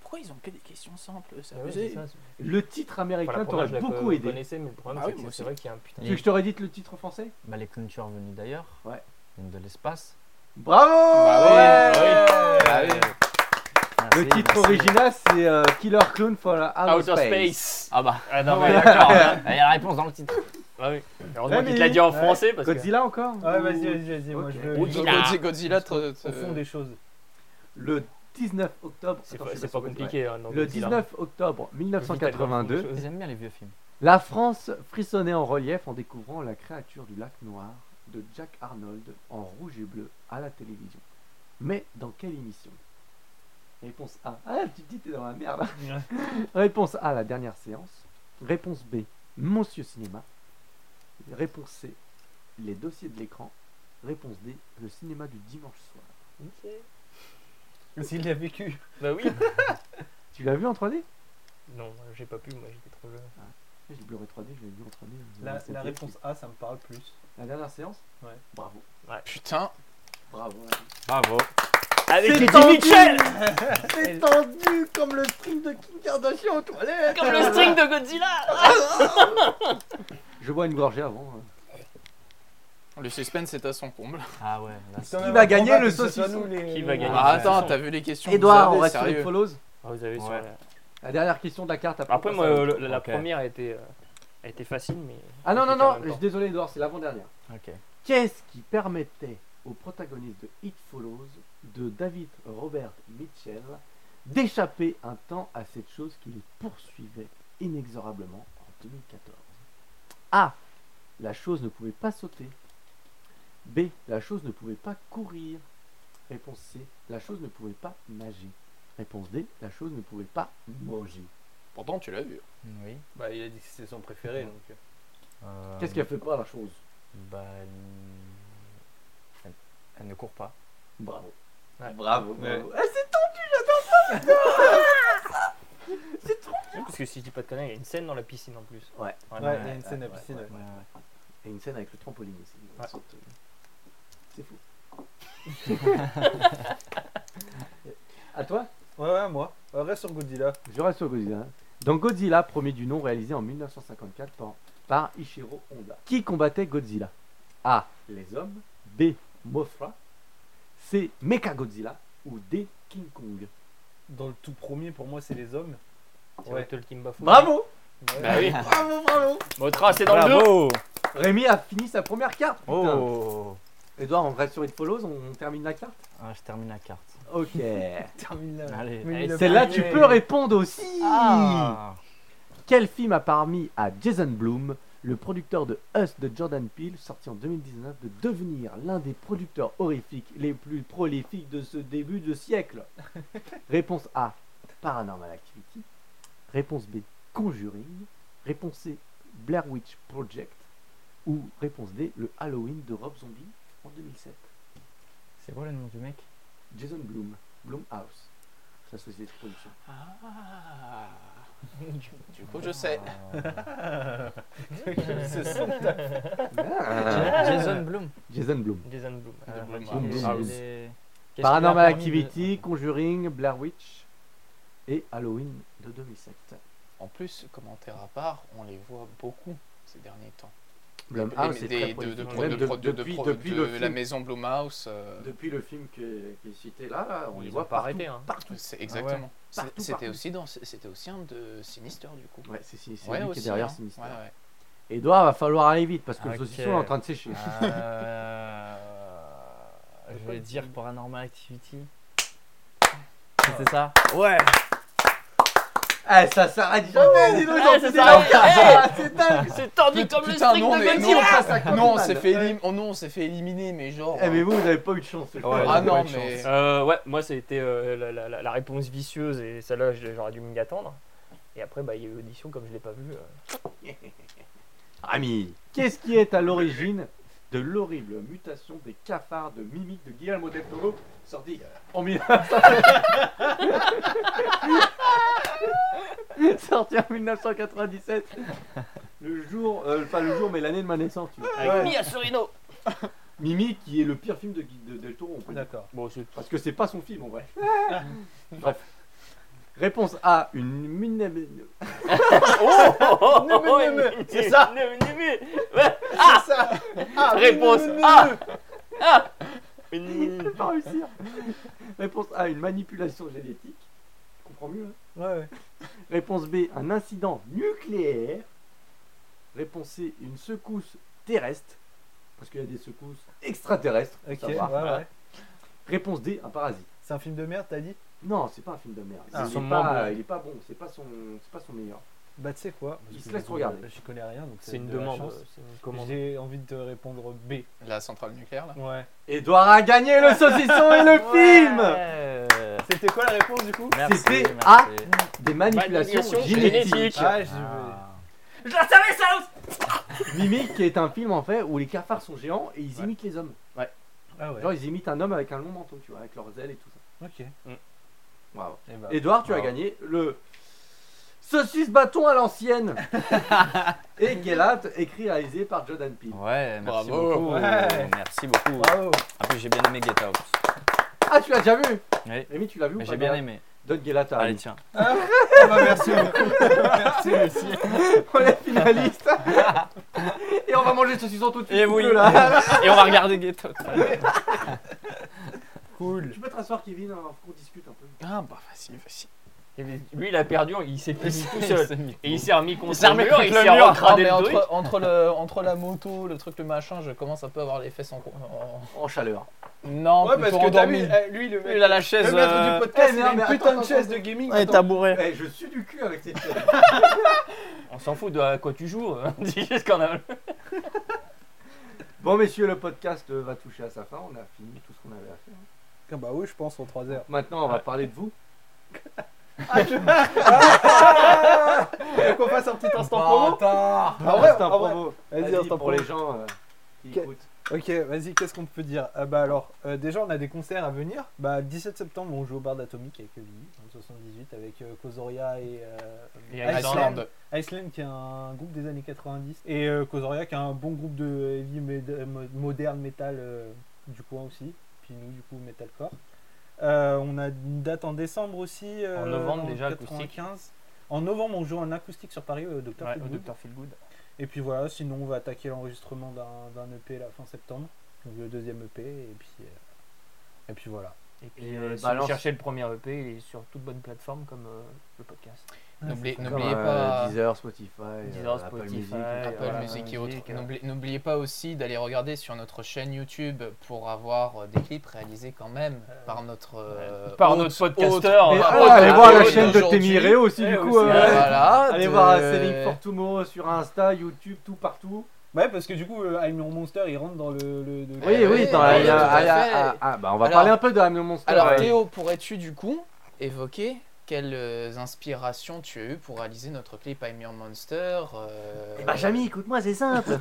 Speaker 11: Pourquoi ils ont que des questions simples C'est
Speaker 6: Ah ouais,
Speaker 11: abusé.
Speaker 6: c'est ça, c'est-
Speaker 5: Le titre
Speaker 6: Enfin,
Speaker 5: américain
Speaker 6: la première,
Speaker 5: t'aurait
Speaker 6: je la
Speaker 5: beaucoup
Speaker 6: co-
Speaker 5: aidé.
Speaker 6: connaissais, mais le problème,
Speaker 11: Ah
Speaker 6: c'est
Speaker 11: oui,
Speaker 6: que
Speaker 11: moi aussi.
Speaker 6: c'est vrai qu'il y a un putain
Speaker 5: Tu veux que je t'aurais dit le titre en français
Speaker 1: Bah, les clowns tueurs venus d'ailleurs.
Speaker 5: Ouais.
Speaker 1: Viennent de l'espace.
Speaker 5: Bravo
Speaker 11: Bah oui,
Speaker 5: Ouais
Speaker 11: Ah oui.
Speaker 5: Le titre original, c'est euh, Killer Clown for Outer,
Speaker 1: Outer
Speaker 5: Space.
Speaker 1: Space. Ah bah, ah non, mais d'accord.
Speaker 6: hein.
Speaker 1: Il y a la réponse dans le titre. Ah oui. Heureusement
Speaker 5: Ouais,
Speaker 1: qu'il
Speaker 5: mais-
Speaker 1: te l'a dit en
Speaker 8: ouais.
Speaker 1: français parce que.
Speaker 5: Godzilla encore
Speaker 8: Ouais, vas-y, vas-y, vas-y. Moi,
Speaker 5: Ok.
Speaker 8: je veux.
Speaker 1: Oui,
Speaker 8: je veux
Speaker 1: il a-
Speaker 11: Godzilla, Godzilla te- te-
Speaker 8: Au fond des choses.
Speaker 5: Le 19 octobre.
Speaker 6: C'est
Speaker 5: Attends,
Speaker 6: pas,
Speaker 5: je sais
Speaker 6: c'est
Speaker 5: si
Speaker 6: pas
Speaker 5: on peut-
Speaker 6: compliqué. hein, non,
Speaker 5: ouais. Le
Speaker 6: Godzilla.
Speaker 5: 19 octobre
Speaker 6: Vite,
Speaker 5: 1982,
Speaker 6: elle
Speaker 1: Ils aiment bien les vieux films.
Speaker 5: la France frissonnait en relief en découvrant la créature du lac noir de Jack Arnold en rouge et bleu à la télévision. Mais dans quelle émission Réponse A. Ah, tu te dis t'es dans la merde. hein. Réponse A, la dernière séance. Réponse B, Monsieur Cinéma. Réponse C, les dossiers de l'écran. Réponse D, le cinéma du dimanche soir.
Speaker 8: S'il l'a vécu.
Speaker 6: Bah oui.
Speaker 5: Tu l'as vu en 3D
Speaker 6: non, j'ai pas pu. Moi, j'étais trop jeune.
Speaker 5: J'ai pleuré 3D, je l'ai vu en hein. 3D.
Speaker 8: La,
Speaker 5: C'est
Speaker 8: la
Speaker 5: bien.
Speaker 8: réponse A, ça me parle plus.
Speaker 5: La dernière séance
Speaker 8: Ouais.
Speaker 5: Bravo.
Speaker 11: Putain.
Speaker 5: Bravo.
Speaker 1: Bravo. Avec
Speaker 5: C'est
Speaker 1: Eddie
Speaker 5: tendu.
Speaker 1: Mitchell
Speaker 5: C'est tendu comme le stream de Kim Kardashian aux toilettes
Speaker 1: Comme le string de Godzilla
Speaker 5: Je bois une gorgée avant.
Speaker 11: Le suspense est à son comble.
Speaker 1: Ah ouais, là c'est.
Speaker 5: va gagner le saucisson
Speaker 1: Qui va gagner
Speaker 11: Ah,
Speaker 1: ouais.
Speaker 11: attends, t'as vu les questions que
Speaker 5: Edouard,
Speaker 11: vous avez,
Speaker 5: on reste sur les
Speaker 11: sérieux.
Speaker 5: follows.
Speaker 6: Ah, vous avez vu sur
Speaker 1: Ouais.
Speaker 6: la-
Speaker 5: La dernière question de la carte. Après,
Speaker 6: Après,
Speaker 5: on
Speaker 6: moi,
Speaker 5: passe à
Speaker 6: le- le- la
Speaker 1: Ok.
Speaker 6: première a été, euh, a été facile, mais.
Speaker 5: Ah non, non, non,
Speaker 6: En même
Speaker 5: je
Speaker 6: temps.
Speaker 5: suis désolé Edouard, c'est l'avant-dernière.
Speaker 1: Ok.
Speaker 5: Qu'est-ce qui permettait au protagoniste de It Follows, de David Robert Mitchell, d'échapper un temps à cette chose qui le poursuivait inexorablement en 2014 A. La chose ne pouvait pas sauter. B. La chose ne pouvait pas courir. Réponse C. La chose ne pouvait pas nager. Réponse D. La chose ne pouvait pas manger.
Speaker 11: Pourtant, tu l'as vu.
Speaker 1: Oui.
Speaker 8: Bah, il a dit que c'était son préféré. Donc...
Speaker 1: Euh,
Speaker 5: Qu'est-ce qu'elle fait pas la chose
Speaker 1: Bah. elle- Elle, elle ne court pas.
Speaker 5: Bravo.
Speaker 6: Ouais.
Speaker 5: Bravo.
Speaker 8: Ouais.
Speaker 5: bravo. Ah, c'est
Speaker 6: Ouais, Parce que si je dis pas de conneries, il y a une scène dans la piscine en plus.
Speaker 5: Ouais.
Speaker 6: Ouais,
Speaker 8: Ouais,
Speaker 6: ouais.
Speaker 8: il y a une scène à
Speaker 5: ouais,
Speaker 8: piscine.
Speaker 5: ouais.
Speaker 1: Ouais, ouais.
Speaker 5: Et une scène avec le trampoline aussi. On
Speaker 6: Ouais.
Speaker 5: saute, euh, C'est fou. à toi
Speaker 8: Ouais, ouais, moi. Ouais, reste sur Godzilla.
Speaker 5: Je reste sur Godzilla. Dans Godzilla, premier du nom, réalisé en 1954 par, par Ishiro Honda. Qui combattait Godzilla A. Les hommes. B. Mothra. C. Mechagodzilla. Ou D. King Kong.
Speaker 8: Dans le tout premier, pour moi, c'est les hommes.
Speaker 6: C'est
Speaker 8: Ouais.
Speaker 6: Rattle King Bafou.
Speaker 5: Bravo
Speaker 8: Ouais.
Speaker 6: Bah oui.
Speaker 5: Bravo, bravo
Speaker 6: Motra, c'est dans le dos.
Speaker 5: Rémi a fini sa première carte. putain.
Speaker 1: Oh
Speaker 5: Edouard, on reste sur It Follows, on on termine la carte
Speaker 1: ah, Je termine la carte.
Speaker 5: Ok.
Speaker 8: Termine là.
Speaker 1: Allez,
Speaker 8: Mais
Speaker 1: allez,
Speaker 8: il a-
Speaker 5: Celle-là, tu peux répondre aussi
Speaker 1: Ah
Speaker 5: Quel film a permis à Jason Blum le producteur de Us de Jordan Peele, sorti en 2019, de devenir l'un des producteurs horrifiques les plus prolifiques de ce début de siècle Réponse A, Paranormal Activity. Réponse B, Conjuring. Réponse C, Blair Witch Project. Ou réponse D, le Halloween de Rob Zombie en 2007.
Speaker 1: C'est quoi le nom du mec
Speaker 5: Jason Bloom, Bloom House, sa société de production.
Speaker 11: Ah. Du coup, je sais.
Speaker 6: Ah.
Speaker 1: Jason Bloom.
Speaker 5: Jason
Speaker 6: Jason
Speaker 5: Bloom.
Speaker 6: Bloom.
Speaker 11: Jason
Speaker 1: Euh,
Speaker 11: Bloom,
Speaker 1: qui-
Speaker 11: ah,
Speaker 1: qui-
Speaker 5: Bloom.
Speaker 1: qui-
Speaker 5: Ah,
Speaker 1: les-
Speaker 5: oui.
Speaker 1: qu'est-ce qui l'a
Speaker 5: Paranormal
Speaker 1: permis de-
Speaker 5: Activity, Conjuring, Blair Witch et Halloween de 2007.
Speaker 11: En plus, commentaire à part, on les voit beaucoup ces derniers temps.
Speaker 5: Blumhouse
Speaker 11: Les-
Speaker 5: est
Speaker 11: des- de- de-
Speaker 5: Ah, très prolifique.
Speaker 11: de-
Speaker 5: Même
Speaker 11: de-
Speaker 5: de-
Speaker 11: de-
Speaker 5: depuis-
Speaker 11: de-
Speaker 5: depuis
Speaker 11: de-
Speaker 5: le
Speaker 11: de
Speaker 5: film.
Speaker 11: la maison Blumhouse. euh,
Speaker 5: Depuis le film que- qui est cité là, là, on
Speaker 8: Ils
Speaker 5: les
Speaker 8: ont
Speaker 5: voit
Speaker 8: pas
Speaker 5: partout.
Speaker 8: arrêté, hein.
Speaker 5: Partout.
Speaker 11: C'est exactement. C'est-
Speaker 5: Partout,
Speaker 11: C'était
Speaker 5: partout.
Speaker 11: aussi dans, c'était aussi un de Sinister du coup.
Speaker 5: Ouais, c'est c'est- c'est
Speaker 11: Ouais,
Speaker 5: lui
Speaker 11: aussi,
Speaker 5: qui est derrière
Speaker 11: hein.
Speaker 5: ce mystère.
Speaker 11: Ouais, ouais.
Speaker 5: Edouard, va falloir aller vite parce que
Speaker 1: Ok.
Speaker 5: le saucisson est en train de sécher.
Speaker 1: Euh, je vais dire Paranormal Activity. C'était ça
Speaker 5: Ouais. Ah, ça s'arrête jamais, dis donc, j'en fais des
Speaker 1: s'arrête.
Speaker 5: longues. C'est dingue.
Speaker 1: C'est tendu
Speaker 11: Putain,
Speaker 1: comme le string
Speaker 11: non,
Speaker 1: de
Speaker 11: mais
Speaker 1: Godzilla.
Speaker 11: non,
Speaker 5: passe
Speaker 11: non,
Speaker 5: à
Speaker 11: on
Speaker 5: Candyman.
Speaker 11: s'est fait, élim- oh, non, on s'est fait éliminer, mais genre.
Speaker 5: Eh, mais vous, vous n'avez pas eu de chance.
Speaker 6: Ouais,
Speaker 11: ah
Speaker 6: j'ai
Speaker 11: non,
Speaker 6: pas eu de
Speaker 11: mais
Speaker 6: chance. Euh, ouais, moi c'était euh, la, la- la- la réponse vicieuse et celle-là je- j'aurais dû m'y attendre. Et après, bah, il y a eu l'audition, comme je l'ai pas vu. euh,
Speaker 5: Ami, qu'est-ce qui est à l'origine de l'horrible mutation des cafards de mimique de Guillermo del Toro, sorti euh, en 1900 sorti en 1997, le jour, euh, pas le jour, mais l'année de ma naissance, tu vois. Ouais.
Speaker 1: Mia Sorino.
Speaker 5: Mimi, qui est le pire film de, Gui- de del Toro, on peut dire.
Speaker 8: D'accord.
Speaker 1: Bon, c'est Ah.
Speaker 5: Parce que c'est pas son film en vrai. Bref. Réponse A, une mine-
Speaker 1: c'est ça Réponse
Speaker 8: Ah
Speaker 1: A
Speaker 11: euh,
Speaker 1: Une-
Speaker 5: pas réussir. Réponse A, une manipulation génétique. Je comprends mieux. hein.
Speaker 8: Ouais, ouais.
Speaker 5: Réponse B, un incident nucléaire. Réponse C, une secousse terrestre. Parce qu'il y a des secousses extraterrestres. faut
Speaker 8: Ok, ouais,
Speaker 5: savoir.
Speaker 8: ouais.
Speaker 5: Réponse D, un parasite.
Speaker 8: C'est un film de merde, t'as dit
Speaker 5: Non, c'est pas un film de merde.
Speaker 8: Ah,
Speaker 5: il,
Speaker 6: son
Speaker 5: est pas,
Speaker 6: membre.
Speaker 5: il est pas bon, c'est pas son, c'est pas son meilleur.
Speaker 8: Bah, tu sais quoi
Speaker 5: Il se laisse regarder.
Speaker 8: Je connais rien, donc
Speaker 6: C'est une
Speaker 8: de la
Speaker 6: demande.
Speaker 8: chance.
Speaker 6: euh, C'est une commande.
Speaker 8: J'ai envie de te répondre B.
Speaker 11: la centrale nucléaire là.
Speaker 8: Ouais.
Speaker 5: Edouard a gagné le saucisson et le film
Speaker 8: C'était quoi la réponse du coup
Speaker 1: Merci,
Speaker 5: C'était
Speaker 1: merci.
Speaker 5: A. Des manipulations génétiques.
Speaker 8: Ah, je
Speaker 1: Ah.
Speaker 5: Mimic est un film en fait où les cafards sont géants et ils imitent les hommes.
Speaker 8: Ah ouais.
Speaker 5: Genre ils imitent un homme avec un long manteau, tu vois, avec leurs ailes et tout ça.
Speaker 8: Ok.
Speaker 1: Mm.
Speaker 5: Bravo.
Speaker 8: Et bah.
Speaker 5: Edouard, tu as gagné le saucisse bâton à l'ancienne. et Gellat, écrit et réalisé par Jordan Peele.
Speaker 1: Ouais, merci
Speaker 11: Bravo.
Speaker 1: beaucoup.
Speaker 8: Ouais.
Speaker 1: Oh, Merci beaucoup.
Speaker 8: Bravo.
Speaker 1: En plus, j'ai bien aimé Get Out.
Speaker 5: Ah, tu l'as déjà vu
Speaker 1: Oui.
Speaker 5: Rémi, tu l'as vu ou
Speaker 1: Mais
Speaker 5: pas
Speaker 1: j'ai bien
Speaker 5: Gellat
Speaker 1: aimé.
Speaker 5: Donne Gellat à
Speaker 1: Allez,
Speaker 5: Rémi.
Speaker 1: tiens.
Speaker 8: Ah bah, merci beaucoup. merci aussi.
Speaker 5: On est finaliste. et on va manger le saucisson tout de suite.
Speaker 1: Et
Speaker 5: tout
Speaker 1: Eh oui.
Speaker 5: bleu, là.
Speaker 1: Et on va regarder Get Out.
Speaker 5: tu peux te rasseoir, Kevin, alors qu'on discute un peu.
Speaker 11: Ah bah vas-y, vas-y.
Speaker 6: Lui, il a perdu, il s'est mis tout seul.
Speaker 1: C'est mis.
Speaker 6: Et il s'est remis contre
Speaker 11: s'est
Speaker 6: le
Speaker 11: remis
Speaker 6: mur,
Speaker 11: contre
Speaker 6: il
Speaker 11: le
Speaker 6: s'est
Speaker 11: mur.
Speaker 6: recradé
Speaker 11: Ah, mais
Speaker 6: le
Speaker 11: entre-
Speaker 6: truc.
Speaker 7: Entre, entre le, entre la moto, le truc, le machin, je commence un peu à avoir les fesses en. en-
Speaker 5: En chaleur.
Speaker 7: Non,
Speaker 8: Ouais, parce
Speaker 7: plutôt
Speaker 8: que t'as vu,
Speaker 7: endormi.
Speaker 8: eh, lui, le mec.
Speaker 1: Il a la
Speaker 8: Le
Speaker 1: chaise.
Speaker 8: maître
Speaker 1: euh,
Speaker 8: du podcast,
Speaker 5: eh,
Speaker 8: il
Speaker 5: non,
Speaker 8: a une
Speaker 5: mais
Speaker 8: putain
Speaker 5: attends,
Speaker 8: de chaise
Speaker 5: attends,
Speaker 8: de gaming.
Speaker 1: Ouais, tabouret.
Speaker 5: Eh, je suis du cul avec cette chaîne.
Speaker 6: On s'en fout de à quoi tu joues, euh, dis juste qu'on a.
Speaker 5: Bon, messieurs, le podcast euh, va toucher à sa fin. On a fini tout ce qu'on avait à faire.
Speaker 8: Ah bah oui, je pense en 3 heures.
Speaker 5: Maintenant, on va parler de vous.
Speaker 8: Et Ah, qu'on fasse un petit instant promo
Speaker 5: Bâtard
Speaker 8: Ah ouais,
Speaker 5: C'est un
Speaker 8: ah ouais.
Speaker 5: Bah, promo.
Speaker 8: Vas-y,
Speaker 5: Vas-y,
Speaker 8: instant
Speaker 5: pour
Speaker 8: promo.
Speaker 5: les gens euh, qui
Speaker 8: Que-
Speaker 5: écoutent.
Speaker 8: Ok, vas-y, qu'est-ce qu'on peut dire Ah bah alors, euh, déjà on a des concerts à venir. Bah le 17 septembre, on joue au bar d'Atomique avec euh, Evie, dans le 78, avec euh, Kozoria et, euh,
Speaker 6: Et
Speaker 11: Islande.
Speaker 8: Iceland qui est un groupe des années 90. Et euh, Kozoria qui est un bon groupe de heavy med- mo- moderne metal euh, du coin aussi. Puis nous du coup metalcore. Euh, on a une date en décembre aussi. euh,
Speaker 6: En novembre,
Speaker 8: dans le
Speaker 6: déjà,
Speaker 8: 95. En novembre on joue en acoustique sur Paris euh, au Dr.
Speaker 6: Ouais, au
Speaker 8: Feel Good.
Speaker 6: Dr. Feelgood.
Speaker 8: Et puis voilà, sinon on va attaquer l'enregistrement d'un d'un EP la fin septembre, donc le deuxième EP, et puis, euh, et puis voilà.
Speaker 6: Et puis,
Speaker 5: Et,
Speaker 6: euh,
Speaker 5: euh,
Speaker 6: si E
Speaker 5: balance.
Speaker 6: vous cherchez le premier EP, il est sur toute bonne plateforme comme euh, le podcast.
Speaker 7: N'oubliez
Speaker 5: Comme
Speaker 7: n'oubliez
Speaker 5: euh,
Speaker 7: pas.
Speaker 5: Deezer, Spotify,
Speaker 12: Deezer,
Speaker 5: euh, Apple
Speaker 12: Spotify,
Speaker 5: Music,
Speaker 12: Apple
Speaker 7: Apple
Speaker 5: voilà.
Speaker 7: Music et autres.
Speaker 5: Music, euh.
Speaker 7: N'oublie- N'oubliez pas aussi d'aller regarder sur notre chaîne YouTube pour avoir euh, des clips réalisés quand même par notre euh,
Speaker 12: Par
Speaker 7: hôte-
Speaker 12: notre
Speaker 7: hôte-
Speaker 12: podcasteur.
Speaker 7: hôte-
Speaker 5: Mais,
Speaker 12: euh,
Speaker 5: ah,
Speaker 7: hôte-
Speaker 5: allez
Speaker 7: hôte
Speaker 5: voir la
Speaker 7: d'aujourd'hui.
Speaker 5: chaîne de Témiré aussi,
Speaker 8: Eh,
Speaker 5: du
Speaker 8: aussi,
Speaker 5: coup. euh,
Speaker 8: ouais.
Speaker 7: Voilà,
Speaker 5: Allez
Speaker 7: de-
Speaker 5: voir Selling for Tomorrow sur Insta, YouTube, tout partout.
Speaker 8: Ouais, parce que du coup, euh, I'm Your Monster, il rentre dans le. le- le-
Speaker 5: Oui,
Speaker 7: Eh
Speaker 5: oui,
Speaker 7: oui,
Speaker 5: dans la-
Speaker 7: oui,
Speaker 5: la-
Speaker 7: tout à
Speaker 5: la-
Speaker 7: fait.
Speaker 5: ah, ah, bah, on va
Speaker 7: Alors-
Speaker 5: parler un peu de Amiens Monster.
Speaker 7: Alors
Speaker 5: ouais.
Speaker 7: Théo, pourrais-tu du coup évoquer quelles euh, inspirations tu as eues pour réaliser notre clip I'm Your Monster euh,
Speaker 5: Eh ben, Jamy, écoute-moi, c'est simple.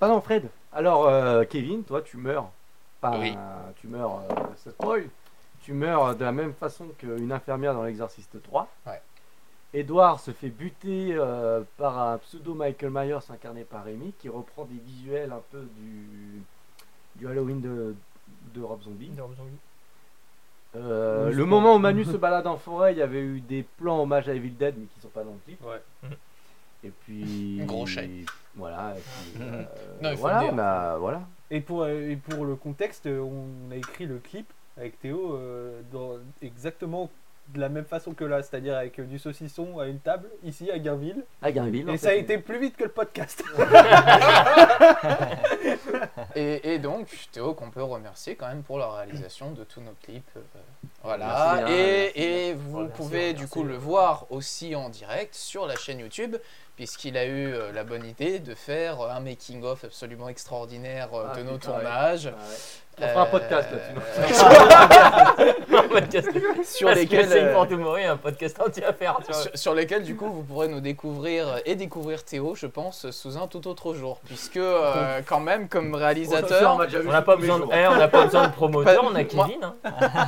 Speaker 5: Pardon, Fred. Alors, euh, Kevin, toi, tu meurs. Enfin,
Speaker 11: Oui.
Speaker 5: tu meurs, euh, c'est spoil. Tu meurs euh, de la même façon qu'une infirmière dans l'exorciste 3.
Speaker 7: Ouais.
Speaker 5: Edouard se fait buter euh, par un pseudo Michael Myers incarné par Rémi qui reprend des visuels un peu du, du Halloween de, de Rob Zombie.
Speaker 6: Dans Zombie.
Speaker 5: Euh,
Speaker 8: Oui,
Speaker 5: le
Speaker 8: je
Speaker 5: moment
Speaker 8: pense.
Speaker 5: où Manu se balade en forêt, il y avait eu des plans hommage à Evil Dead, mais qui sont pas dans le clip.
Speaker 8: Ouais.
Speaker 5: Et puis.
Speaker 7: Gros chèque.
Speaker 5: Voilà. et puis, euh,
Speaker 7: Non, il faut
Speaker 5: voilà,
Speaker 7: le dire.
Speaker 5: on a- voilà.
Speaker 8: Et, pour, euh, et pour le contexte, euh, on a écrit le clip avec Théo euh, dans, exactement de la même façon que là, c'est-à-dire avec euh, du saucisson à une table, ici à Gainville.
Speaker 5: À Gainville. en
Speaker 8: et ça a
Speaker 5: fait.
Speaker 8: été plus vite que le podcast.
Speaker 7: et, et donc Théo qu'on peut remercier quand même pour la réalisation de tous nos clips. euh,
Speaker 5: Merci,
Speaker 7: voilà.
Speaker 5: hein,
Speaker 7: et,
Speaker 5: merci.
Speaker 7: et vous
Speaker 6: Merci,
Speaker 7: pouvez du
Speaker 6: merci.
Speaker 7: coup le voir aussi en direct sur la chaîne YouTube puisqu'il a eu euh, la bonne idée de faire euh, un making-of absolument extraordinaire euh,
Speaker 5: Ah,
Speaker 7: de nos
Speaker 5: putain, ouais.
Speaker 7: tournages.
Speaker 5: Ah ouais. On fera un
Speaker 7: Euh,
Speaker 5: podcast là-dessus.
Speaker 6: Un podcast
Speaker 7: sur lesquels
Speaker 6: c'est
Speaker 7: euh,
Speaker 6: pour tout mourir, un podcast entier à faire, tu vois.
Speaker 7: sur, sur lesquels du coup vous pourrez nous découvrir euh, et découvrir Théo je pense sous un tout autre jour puisque euh, quand même comme réalisateur
Speaker 6: On n'a pas besoin de, eh, on n'a pas besoin de promoteur,
Speaker 7: Pas-
Speaker 6: on a
Speaker 7: moi-
Speaker 6: Kevin. hein.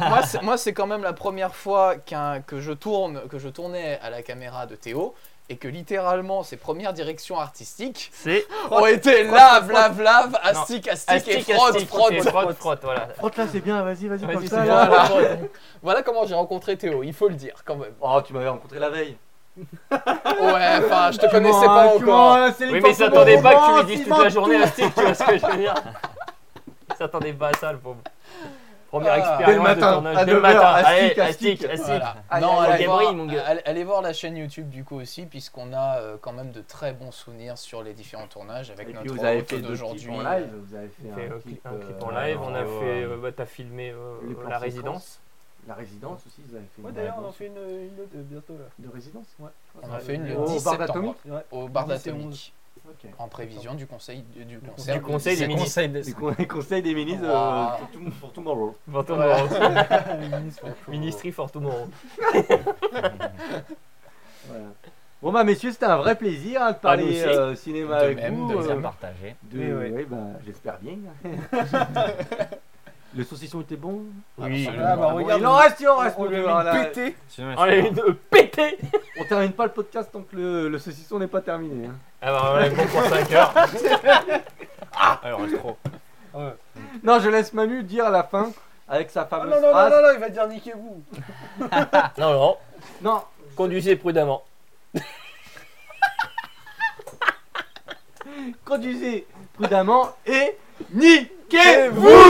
Speaker 7: moi c'est, moi, c'est quand même la première fois qu'un, que je tourne que je tournais à la caméra de Théo et que littéralement ses premières directions artistiques
Speaker 12: C'est
Speaker 7: ont été lave
Speaker 6: frotte.
Speaker 7: lave lave
Speaker 6: Non.
Speaker 7: astic astic et
Speaker 6: Astic,
Speaker 7: frotte
Speaker 6: astic,
Speaker 7: frotte
Speaker 6: et frotte, frotte, voilà.
Speaker 5: Frotte là, c'est bien, vas-y, vas-y, comme
Speaker 6: Vas-y,
Speaker 5: ça
Speaker 6: c'est
Speaker 5: là.
Speaker 6: bon, frotte.
Speaker 7: voilà comment j'ai rencontré Théo il faut le dire quand même
Speaker 5: Oh, tu m'avais rencontré la veille. Ah.
Speaker 7: ouais enfin je te connaissais pas encore
Speaker 6: Oui, mais il s'attendait pas que tu lui dises toute la journée à Steve, tu vois ce que je veux dire Il s'attendait pas à ça, le pauvre. Première
Speaker 7: Ah.
Speaker 6: expérience
Speaker 5: Dès le
Speaker 6: de
Speaker 5: matin,
Speaker 6: tournage,
Speaker 5: à
Speaker 6: dès le
Speaker 5: 9 heures,
Speaker 6: matin.
Speaker 5: astic,
Speaker 6: Allez, astic,
Speaker 5: astic.
Speaker 6: astic.
Speaker 7: Voilà.
Speaker 5: Allez,
Speaker 7: Non,
Speaker 5: allez,
Speaker 7: allez,
Speaker 6: allez,
Speaker 7: voir,
Speaker 6: brille, mon gars.
Speaker 7: allez- allez voir la chaîne YouTube du coup aussi, puisqu'on a euh, quand même de très bons souvenirs sur les différents tournages avec
Speaker 5: Et puis
Speaker 7: notre
Speaker 5: vous avez
Speaker 7: hôte
Speaker 5: fait deux
Speaker 7: d'aujourd'hui. euh,
Speaker 5: clips en live, vous avez fait,
Speaker 6: On fait,
Speaker 5: un,
Speaker 6: euh,
Speaker 5: clip,
Speaker 6: un clip en
Speaker 5: euh,
Speaker 6: live, on a
Speaker 5: vidéo,
Speaker 6: fait,
Speaker 5: euh,
Speaker 6: euh, bah, t'as filmé euh,
Speaker 5: les plans
Speaker 6: la
Speaker 5: séquences.
Speaker 6: résidence.
Speaker 5: la résidence aussi, vous avez fait
Speaker 8: Ouais,
Speaker 5: une
Speaker 8: d'ailleurs, on en
Speaker 5: résidence
Speaker 8: fait une, une autre euh, bientôt là.
Speaker 5: de résidence. Ouais.
Speaker 7: On en fait une le
Speaker 5: Au
Speaker 7: 10
Speaker 5: bar
Speaker 7: septembre
Speaker 5: d'Atomique
Speaker 8: Ouais.
Speaker 7: au bar
Speaker 8: 10 et
Speaker 7: d'Atomique,
Speaker 5: Ok.
Speaker 7: en prévision du conseil du, du concert.
Speaker 6: Du
Speaker 7: de
Speaker 6: conseil des
Speaker 7: 17.
Speaker 6: ministres.
Speaker 5: Les con- les conseils des ministres euh,
Speaker 7: Wow.
Speaker 5: pour, tout- pour Tomorrow.
Speaker 6: Pour
Speaker 7: Voilà.
Speaker 6: tomorrow.
Speaker 7: Pour-
Speaker 6: Ministry for tomorrow.
Speaker 5: Voilà. Bon bah messieurs, c'était un vrai plaisir hein, de parler
Speaker 6: aussi.
Speaker 5: euh, cinéma
Speaker 7: De
Speaker 5: avec
Speaker 7: même,
Speaker 5: vous.
Speaker 7: de
Speaker 5: euh,
Speaker 7: même.
Speaker 12: partagé.
Speaker 5: de-
Speaker 8: Oui, oui.
Speaker 5: oui, bah, j'espère bien. Le saucisson était bon.
Speaker 6: Oui.
Speaker 8: Ah, bah,
Speaker 5: Ah bon,
Speaker 8: regarde,
Speaker 5: il en reste, il en
Speaker 8: on-
Speaker 5: reste.
Speaker 8: on
Speaker 5: mon
Speaker 8: lui a
Speaker 5: Dieu,
Speaker 8: mis
Speaker 5: voilà.
Speaker 8: pété.
Speaker 12: Sinon,
Speaker 6: On est de péter
Speaker 5: On termine pas le podcast tant que le, le saucisson n'est pas terminé. hein.
Speaker 6: Ah bah, on est bon pour 5 heures.
Speaker 12: Alors, reste trop.
Speaker 8: Ouais.
Speaker 5: Non, je laisse Manu dire la fin avec sa
Speaker 8: Ah,
Speaker 5: fameuse
Speaker 8: non, non, non,
Speaker 5: phrase.
Speaker 8: non, non, il va dire niquez-vous.
Speaker 6: Non, non,
Speaker 5: Non,
Speaker 6: conduisez prudemment.
Speaker 5: conduisez prudemment et niquez-vous